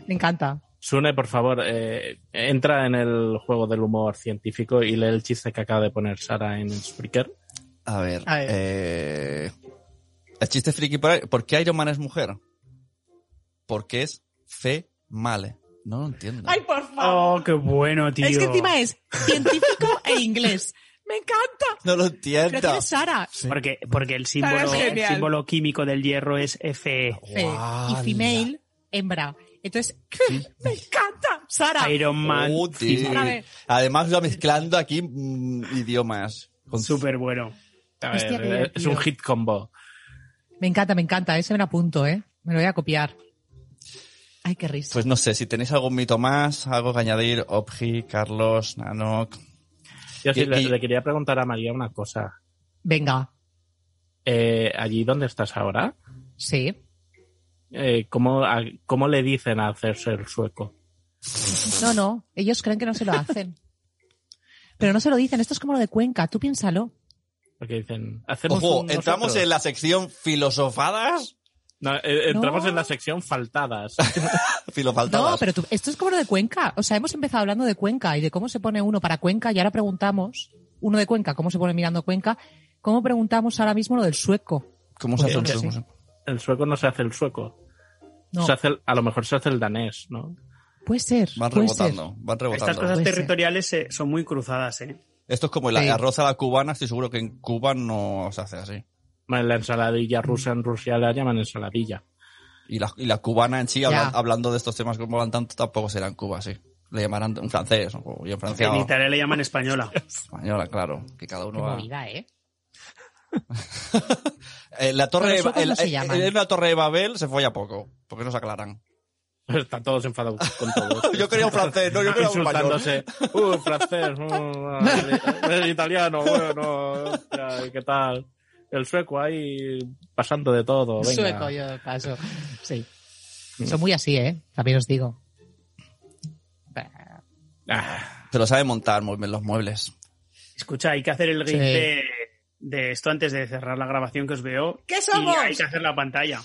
[SPEAKER 1] Me encanta.
[SPEAKER 3] Sune, por favor, eh, entra en el juego del humor científico y lee el chiste que acaba de poner Sara en Spreaker.
[SPEAKER 4] A ver,
[SPEAKER 1] A ver.
[SPEAKER 4] eh, el chiste friki por ahí. ¿Por qué Iron Man es mujer? Porque es fe male. No lo entiendo.
[SPEAKER 1] Ay, por favor.
[SPEAKER 9] Oh, qué bueno, tío.
[SPEAKER 1] Es que encima es científico e inglés. Me encanta.
[SPEAKER 4] no lo
[SPEAKER 1] Pero
[SPEAKER 4] entiendo.
[SPEAKER 1] quién es Sara.
[SPEAKER 9] Porque, porque
[SPEAKER 1] Ah,
[SPEAKER 9] el símbolo,
[SPEAKER 2] Ahora es
[SPEAKER 9] el
[SPEAKER 2] genial.
[SPEAKER 9] símbolo químico del hierro es Fe.
[SPEAKER 1] Fe.
[SPEAKER 4] Guau,
[SPEAKER 1] eh, Y female, hembra. Entonces, <laughs> me encanta. Sara.
[SPEAKER 9] Iron Man.
[SPEAKER 4] Oh, tío.
[SPEAKER 1] A ver.
[SPEAKER 4] Además, va mezclando aquí mm, idiomas. Con
[SPEAKER 9] Súper bueno.
[SPEAKER 3] A
[SPEAKER 1] Hostia,
[SPEAKER 3] ver,
[SPEAKER 1] qué
[SPEAKER 3] eh, es
[SPEAKER 1] divertido.
[SPEAKER 3] un hit combo.
[SPEAKER 1] Me encanta, me encanta. Ese me lo apunto, ¿eh? Me lo voy a copiar. Ay, qué risa.
[SPEAKER 4] Pues no sé, si tenéis algún mito más, algo que añadir, Obji, Carlos, Nanok.
[SPEAKER 3] Yo sí
[SPEAKER 4] Y-
[SPEAKER 3] le,
[SPEAKER 4] y-
[SPEAKER 3] le quería preguntar a María una cosa.
[SPEAKER 1] Venga.
[SPEAKER 3] Eh, ¿Allí dónde estás ahora?
[SPEAKER 1] Sí.
[SPEAKER 3] Eh, ¿cómo, a- ¿Cómo le dicen a hacerse el sueco?
[SPEAKER 1] No, no. Ellos creen que no se lo hacen. Pero no se lo dicen. Esto es como lo de Cuenca. Tú piénsalo.
[SPEAKER 3] Porque dicen, hacemos
[SPEAKER 4] Ojo,
[SPEAKER 3] un
[SPEAKER 4] entramos
[SPEAKER 3] nosotros.
[SPEAKER 4] en la sección filosofadas.
[SPEAKER 3] No, eh, entramos
[SPEAKER 1] No.
[SPEAKER 3] en la sección faltadas.
[SPEAKER 4] Filofaltadas.
[SPEAKER 1] No, pero tú- esto es como lo de Cuenca. O sea, hemos empezado hablando de Cuenca y de cómo se pone uno para Cuenca y ahora preguntamos, uno de Cuenca, cómo se pone mirando Cuenca, cómo preguntamos ahora mismo lo del sueco.
[SPEAKER 4] ¿Cómo se hace un
[SPEAKER 1] Sí.
[SPEAKER 4] sueco?
[SPEAKER 3] El sueco no se hace el sueco.
[SPEAKER 1] No,
[SPEAKER 3] Se hace el- a lo mejor se hace el danés, ¿no?
[SPEAKER 1] puede ser.
[SPEAKER 4] Van
[SPEAKER 1] puede ser.
[SPEAKER 4] rebotando, van rebotando.
[SPEAKER 9] Estas cosas
[SPEAKER 1] Puede ser.
[SPEAKER 9] territoriales eh, son muy cruzadas, ¿eh?
[SPEAKER 4] Esto es como el
[SPEAKER 1] Sí.
[SPEAKER 4] arroz a la cubana, estoy seguro que en Cuba no se hace así.
[SPEAKER 1] Mm.
[SPEAKER 3] Bueno, La ensaladilla <laughs> rusa en Rusia la llaman ensaladilla.
[SPEAKER 4] Y Y la, y la cubana en sí, habla-
[SPEAKER 9] Ya.
[SPEAKER 4] hablando de estos temas que molan tanto, tampoco será en Cuba, sí. Le llamarán un francés, o yo en Francia.
[SPEAKER 9] En
[SPEAKER 4] o-
[SPEAKER 9] Italia le llaman española.
[SPEAKER 3] <laughs>
[SPEAKER 4] Española, claro. Que cada
[SPEAKER 1] Qué
[SPEAKER 4] uno va.
[SPEAKER 1] movida, ¿eh?
[SPEAKER 4] Eh, la torre,
[SPEAKER 1] Pero
[SPEAKER 4] de Ba-
[SPEAKER 1] suecos
[SPEAKER 4] el-
[SPEAKER 1] no se
[SPEAKER 4] el-
[SPEAKER 1] llaman.
[SPEAKER 4] el- la torre de Babel se folla poco. ¿Por qué nos aclaran?
[SPEAKER 1] <laughs>
[SPEAKER 3] Están todos enfadados con
[SPEAKER 4] <laughs>
[SPEAKER 3] todos.
[SPEAKER 4] Yo quería un francés, no, yo quería un español.
[SPEAKER 3] Insultándose. Uh, francés, uh, el italiano, bueno, hostia, ¿qué tal? El sueco ahí pasando de todo, venga.
[SPEAKER 1] Sueco, yo paso. Sí. Son muy así, ¿eh? También os digo.
[SPEAKER 4] Ah, Pero sabe montar muy bien los muebles.
[SPEAKER 9] Escucha, hay que hacer el game
[SPEAKER 4] Sí.
[SPEAKER 9] de, de esto antes de cerrar la grabación que os veo.
[SPEAKER 1] ¿Qué
[SPEAKER 9] Y
[SPEAKER 1] somos?
[SPEAKER 9] hay que hacer la pantalla.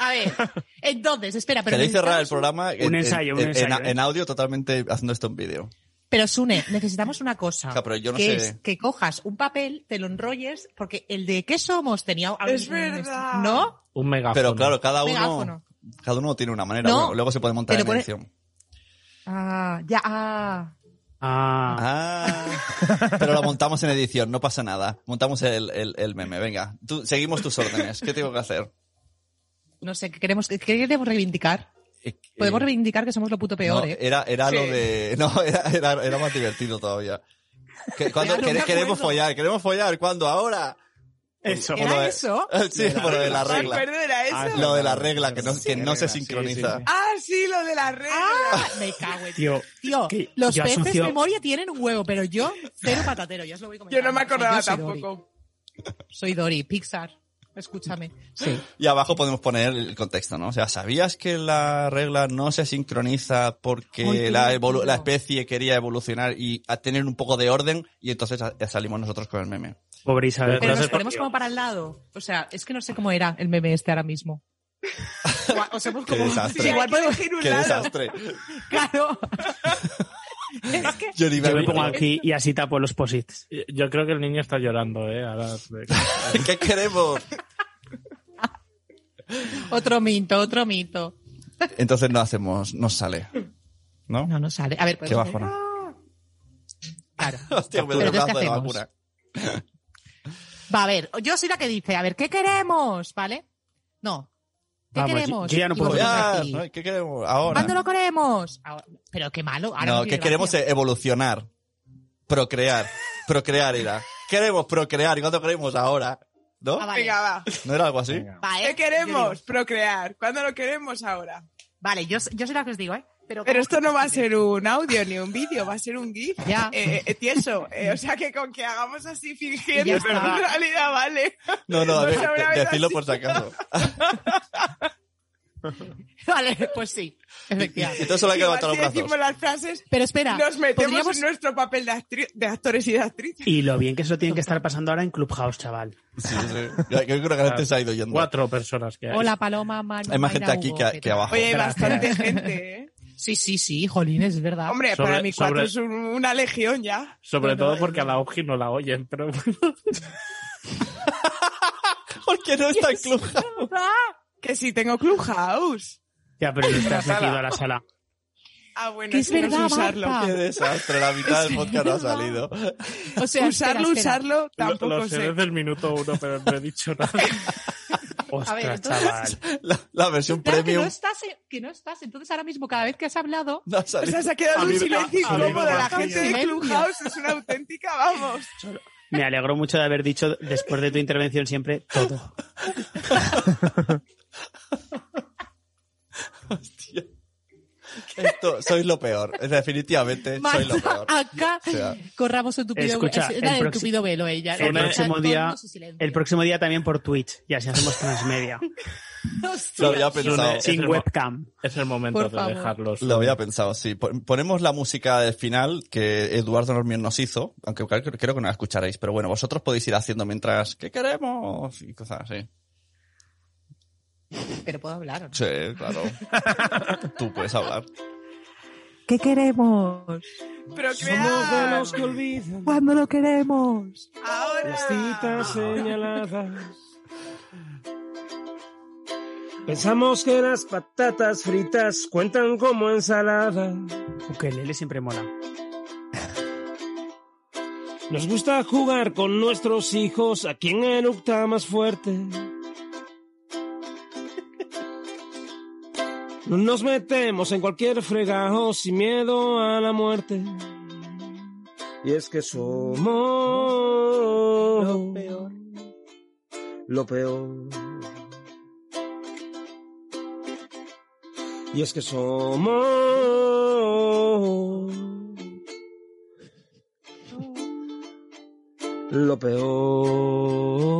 [SPEAKER 1] A ver, entonces, espera, pero.
[SPEAKER 4] Queréis cerrar el
[SPEAKER 1] necesitamos-
[SPEAKER 4] programa en,
[SPEAKER 9] Un ensayo,
[SPEAKER 4] en-
[SPEAKER 9] un
[SPEAKER 4] en-
[SPEAKER 9] ensayo,
[SPEAKER 4] en-
[SPEAKER 9] ¿eh?
[SPEAKER 4] en audio totalmente haciendo esto en vídeo.
[SPEAKER 1] Pero Sune, necesitamos una cosa.
[SPEAKER 4] Ja, pero yo no
[SPEAKER 1] que
[SPEAKER 4] sé.
[SPEAKER 1] es que cojas un papel, te lo enrolles, porque el de qué somos tenía algo-
[SPEAKER 2] Es verdad.
[SPEAKER 1] ¿No?
[SPEAKER 3] Un megáfono.
[SPEAKER 4] Pero claro, cada uno,
[SPEAKER 1] Megáfono.
[SPEAKER 4] cada uno tiene una manera.
[SPEAKER 1] No,
[SPEAKER 4] luego, luego se puede montar
[SPEAKER 1] pero e-
[SPEAKER 4] en
[SPEAKER 1] pone-
[SPEAKER 4] edición.
[SPEAKER 1] Ah, ya, ah.
[SPEAKER 9] Ah,
[SPEAKER 4] Ah, pero lo montamos en edición, no pasa nada. Montamos el, el- el meme, venga. Tú, seguimos tus órdenes. ¿Qué tengo que hacer?
[SPEAKER 1] No sé, ¿qué queremos, qué queremos reivindicar?
[SPEAKER 4] Eh,
[SPEAKER 1] Podemos
[SPEAKER 4] eh,
[SPEAKER 1] reivindicar que somos lo puto peor,
[SPEAKER 4] no,
[SPEAKER 1] ¿eh?
[SPEAKER 4] Era, era
[SPEAKER 1] Sí.
[SPEAKER 4] lo de. No, era, era- era más divertido todavía. Que- cuando-
[SPEAKER 1] Claro,
[SPEAKER 4] quere-
[SPEAKER 1] me
[SPEAKER 4] queremos
[SPEAKER 1] acuerdo.
[SPEAKER 4] follar, queremos follar. ¿Cuándo? ¿Ahora?
[SPEAKER 9] eso.
[SPEAKER 4] Por lo
[SPEAKER 1] ¿Era
[SPEAKER 4] de-
[SPEAKER 1] eso?
[SPEAKER 4] <laughs> Sí, por lo de la
[SPEAKER 2] Ay,
[SPEAKER 4] regla.
[SPEAKER 2] perdón, era eso.
[SPEAKER 3] Ah, es
[SPEAKER 4] Lo de la
[SPEAKER 3] verdad.
[SPEAKER 4] regla, que no, que no se sincroniza.
[SPEAKER 2] Ah, sí, lo de la regla.
[SPEAKER 1] ¡Ah! Me cago en
[SPEAKER 9] <laughs> Tío,
[SPEAKER 1] Tío,
[SPEAKER 9] que
[SPEAKER 1] los
[SPEAKER 9] yo
[SPEAKER 1] peces
[SPEAKER 9] asocio-
[SPEAKER 1] de Moria tienen un huevo, pero yo cero patatero, ya os lo voy
[SPEAKER 2] Yo
[SPEAKER 1] comentando.
[SPEAKER 2] no me
[SPEAKER 1] O sea,
[SPEAKER 2] acordaba
[SPEAKER 1] yo soy Dory,
[SPEAKER 2] tampoco.
[SPEAKER 1] soy Dory, Pixar, escúchame. Sí.
[SPEAKER 4] Y abajo podemos poner el contexto, ¿no? O sea, ¿sabías que la regla no se sincroniza porque
[SPEAKER 1] Ay, qué
[SPEAKER 4] la,
[SPEAKER 1] divertido.
[SPEAKER 4] evolu- la especie quería evolucionar y a tener un poco de orden? Y entonces a- ya salimos nosotros con el meme.
[SPEAKER 9] pobre Isabel.
[SPEAKER 1] Pero nos
[SPEAKER 3] Entonces,
[SPEAKER 1] ponemos como para el lado. O sea, es que no sé cómo era el meme este ahora
[SPEAKER 2] <laughs>
[SPEAKER 1] mismo. O, o
[SPEAKER 2] pues
[SPEAKER 1] somos
[SPEAKER 4] Qué
[SPEAKER 1] como...
[SPEAKER 4] desastre.
[SPEAKER 1] Sí, igual podemos...
[SPEAKER 2] elegir un
[SPEAKER 4] ¡Qué
[SPEAKER 2] lado.
[SPEAKER 4] desastre!
[SPEAKER 2] <laughs>
[SPEAKER 1] Claro. es que...
[SPEAKER 4] Johnny
[SPEAKER 9] Yo me
[SPEAKER 4] Depp.
[SPEAKER 9] pongo aquí y así tapo los posits.
[SPEAKER 3] Eh, Yo creo que el niño está llorando, ¿eh? Ahora,
[SPEAKER 4] ¿Qué queremos?
[SPEAKER 1] Otro mito, otro mito.
[SPEAKER 4] Entonces no hacemos, no sale. ¿No?
[SPEAKER 1] No, no sale. A ver,
[SPEAKER 4] Qué
[SPEAKER 1] podemos...
[SPEAKER 4] bajona.
[SPEAKER 1] Claro.
[SPEAKER 4] <laughs> Hostia, me
[SPEAKER 1] Pero
[SPEAKER 4] duele el
[SPEAKER 1] entonces, ¿qué
[SPEAKER 4] brazo de la
[SPEAKER 1] hacemos?
[SPEAKER 4] vacuna.
[SPEAKER 1] Va, a ver, yo soy la que dice, a ver, ¿qué queremos? ¿Vale? No. ¿Qué
[SPEAKER 9] Vamos,
[SPEAKER 1] queremos?
[SPEAKER 9] yo ya no
[SPEAKER 1] Y
[SPEAKER 9] puedo
[SPEAKER 1] vosotros
[SPEAKER 4] Pues Ya,
[SPEAKER 1] aquí.
[SPEAKER 4] ¿no? ¿Qué queremos? Ahora.
[SPEAKER 1] ¿Cuándo lo queremos? Ahora- pero qué malo. ahora
[SPEAKER 4] No,
[SPEAKER 1] tiene
[SPEAKER 4] que queremos
[SPEAKER 1] gracia.
[SPEAKER 4] es evolucionar. Procrear. Procrear era. Queremos procrear. ¿Y cuándo queremos? Ahora. ¿No?
[SPEAKER 1] Ah, vale.
[SPEAKER 2] Venga, va.
[SPEAKER 4] ¿No era algo así?
[SPEAKER 8] Venga.
[SPEAKER 1] Vale,
[SPEAKER 2] ¿Qué
[SPEAKER 1] yo digo-
[SPEAKER 2] queremos? Procrear. ¿Cuándo lo queremos ahora?
[SPEAKER 1] vale, yo, yo soy la que os digo, ¿eh? Pero,
[SPEAKER 2] Pero
[SPEAKER 1] ¿cómo-
[SPEAKER 2] esto no va a ser un audio ni un vídeo, va a ser un GIF.
[SPEAKER 1] Ya.
[SPEAKER 2] Eh, eh, tieso. Eh, o sea que con que hagamos así
[SPEAKER 1] Ya
[SPEAKER 2] fingiendo
[SPEAKER 1] está.
[SPEAKER 2] en realidad, vale.
[SPEAKER 4] No, no, a
[SPEAKER 2] No
[SPEAKER 4] ver,
[SPEAKER 2] sabrá
[SPEAKER 4] de-
[SPEAKER 2] ver
[SPEAKER 4] decirlo
[SPEAKER 2] así.
[SPEAKER 4] por si acaso.
[SPEAKER 1] <laughs> Vale, pues
[SPEAKER 4] <laughs>
[SPEAKER 1] sí, efectivamente.
[SPEAKER 4] Entonces <laughs> solo hay que
[SPEAKER 2] Igual
[SPEAKER 4] levantar los
[SPEAKER 2] si decimos
[SPEAKER 4] brazos.
[SPEAKER 2] las frases,
[SPEAKER 1] Pero espera,
[SPEAKER 2] nos metemos
[SPEAKER 1] podríamos-
[SPEAKER 2] en nuestro papel de, actri- de actores y de actrices.
[SPEAKER 9] Y lo bien que eso tiene que estar pasando ahora en Clubhouse, chaval.
[SPEAKER 4] Sí, sí. Yo creo que la gente se ha ido yendo.
[SPEAKER 3] cuatro personas que hay.
[SPEAKER 1] Hola, Paloma, Manu,
[SPEAKER 4] Hay más
[SPEAKER 1] Mayra,
[SPEAKER 4] gente aquí
[SPEAKER 1] Hugo,
[SPEAKER 4] que-
[SPEAKER 1] ¿qué
[SPEAKER 4] que
[SPEAKER 1] tal?
[SPEAKER 4] abajo.
[SPEAKER 2] Oye, hay
[SPEAKER 9] Gracias.
[SPEAKER 2] bastante gente, ¿eh?
[SPEAKER 1] Sí, sí, sí, jolín, es verdad.
[SPEAKER 2] Hombre,
[SPEAKER 3] Sobre-
[SPEAKER 2] para mí cuatro
[SPEAKER 3] sobre-
[SPEAKER 2] es un- una legión ya.
[SPEAKER 3] Sobre
[SPEAKER 1] No, no,
[SPEAKER 3] todo
[SPEAKER 1] no.
[SPEAKER 3] porque a la Oji no la oyen, pero <laughs>
[SPEAKER 4] Porque <laughs> no está en Clubhouse.
[SPEAKER 2] Que sí, tengo Clubhouse.
[SPEAKER 9] Ya, pero no te has metido a la sala.
[SPEAKER 2] Ah, bueno,
[SPEAKER 1] Que es
[SPEAKER 2] eso no
[SPEAKER 1] verdad,
[SPEAKER 2] usarlo.
[SPEAKER 1] Marta.
[SPEAKER 4] Qué desastre, la mitad
[SPEAKER 1] <laughs>
[SPEAKER 4] del
[SPEAKER 1] Es
[SPEAKER 4] podcast no ha
[SPEAKER 1] verdad.
[SPEAKER 4] salido.
[SPEAKER 1] O sea, espera,
[SPEAKER 2] usarlo,
[SPEAKER 1] espera.
[SPEAKER 2] usarlo, tampoco
[SPEAKER 3] lo, lo sé
[SPEAKER 2] sé.
[SPEAKER 3] desde el minuto uno, pero no he dicho
[SPEAKER 9] <laughs>
[SPEAKER 3] nada.
[SPEAKER 1] A ver,
[SPEAKER 3] Ostras,
[SPEAKER 1] entonces-
[SPEAKER 3] chaval.
[SPEAKER 4] La, la versión
[SPEAKER 1] Claro, que no
[SPEAKER 4] premium
[SPEAKER 1] estás, en- que no estás. Entonces ahora mismo cada vez que has hablado,
[SPEAKER 4] no ha
[SPEAKER 2] O
[SPEAKER 4] salido.
[SPEAKER 2] sea, se ha quedado
[SPEAKER 3] A mí
[SPEAKER 2] un
[SPEAKER 3] me-
[SPEAKER 2] silencio
[SPEAKER 3] a mí me
[SPEAKER 2] incómodo de la
[SPEAKER 3] imagino.
[SPEAKER 2] gente de
[SPEAKER 1] Silencio.
[SPEAKER 2] Clubhouse. Es una auténtica, vamos.
[SPEAKER 9] Me alegro mucho de haber dicho después de tu intervención siempre
[SPEAKER 3] <laughs>
[SPEAKER 9] todo.
[SPEAKER 4] Esto, sois lo peor. Definitivamente, sois lo
[SPEAKER 1] Marta,
[SPEAKER 4] peor.
[SPEAKER 1] acá
[SPEAKER 4] O sea,
[SPEAKER 1] corramos un tupido,
[SPEAKER 9] Escucha,
[SPEAKER 1] es-
[SPEAKER 9] el
[SPEAKER 1] dale el
[SPEAKER 9] proxi-
[SPEAKER 1] tupido velo ella.
[SPEAKER 9] el
[SPEAKER 1] Está
[SPEAKER 9] próximo
[SPEAKER 1] todo
[SPEAKER 9] día-
[SPEAKER 1] en su silencio.
[SPEAKER 9] El próximo día también por Twitch y así hacemos transmedia.
[SPEAKER 1] Hostia,
[SPEAKER 4] Lo había pensado.
[SPEAKER 3] <laughs> Es
[SPEAKER 9] sin
[SPEAKER 3] el-
[SPEAKER 9] webcam.
[SPEAKER 3] Es el momento
[SPEAKER 1] Por
[SPEAKER 3] de
[SPEAKER 1] favor.
[SPEAKER 3] dejarlos.
[SPEAKER 4] Lo había pensado, sí. Pon- Ponemos la música del final que Eduardo Normión nos hizo, aunque creo creo que no la escucharéis, pero bueno, vosotros podéis ir haciendo mientras ¿qué queremos? y cosas así.
[SPEAKER 1] Pero puedo hablar. ¿o no?
[SPEAKER 4] Sí,
[SPEAKER 1] <laughs>
[SPEAKER 4] claro. Tú puedes hablar.
[SPEAKER 1] ¿Qué queremos?
[SPEAKER 2] Procrear.
[SPEAKER 3] olvidan
[SPEAKER 1] ¿Cuándo lo queremos?
[SPEAKER 2] Ahora.
[SPEAKER 3] señaladas.
[SPEAKER 11] Pensamos que las patatas fritas cuentan como ensalada.
[SPEAKER 9] Ukelele siempre mola.
[SPEAKER 11] Nos gusta jugar con nuestros hijos a quien eructa más fuerte.
[SPEAKER 3] Nos metemos en cualquier fregajo sin miedo a la muerte. Y es que somos lo peor. Lo peor. Y es que somos lo peor.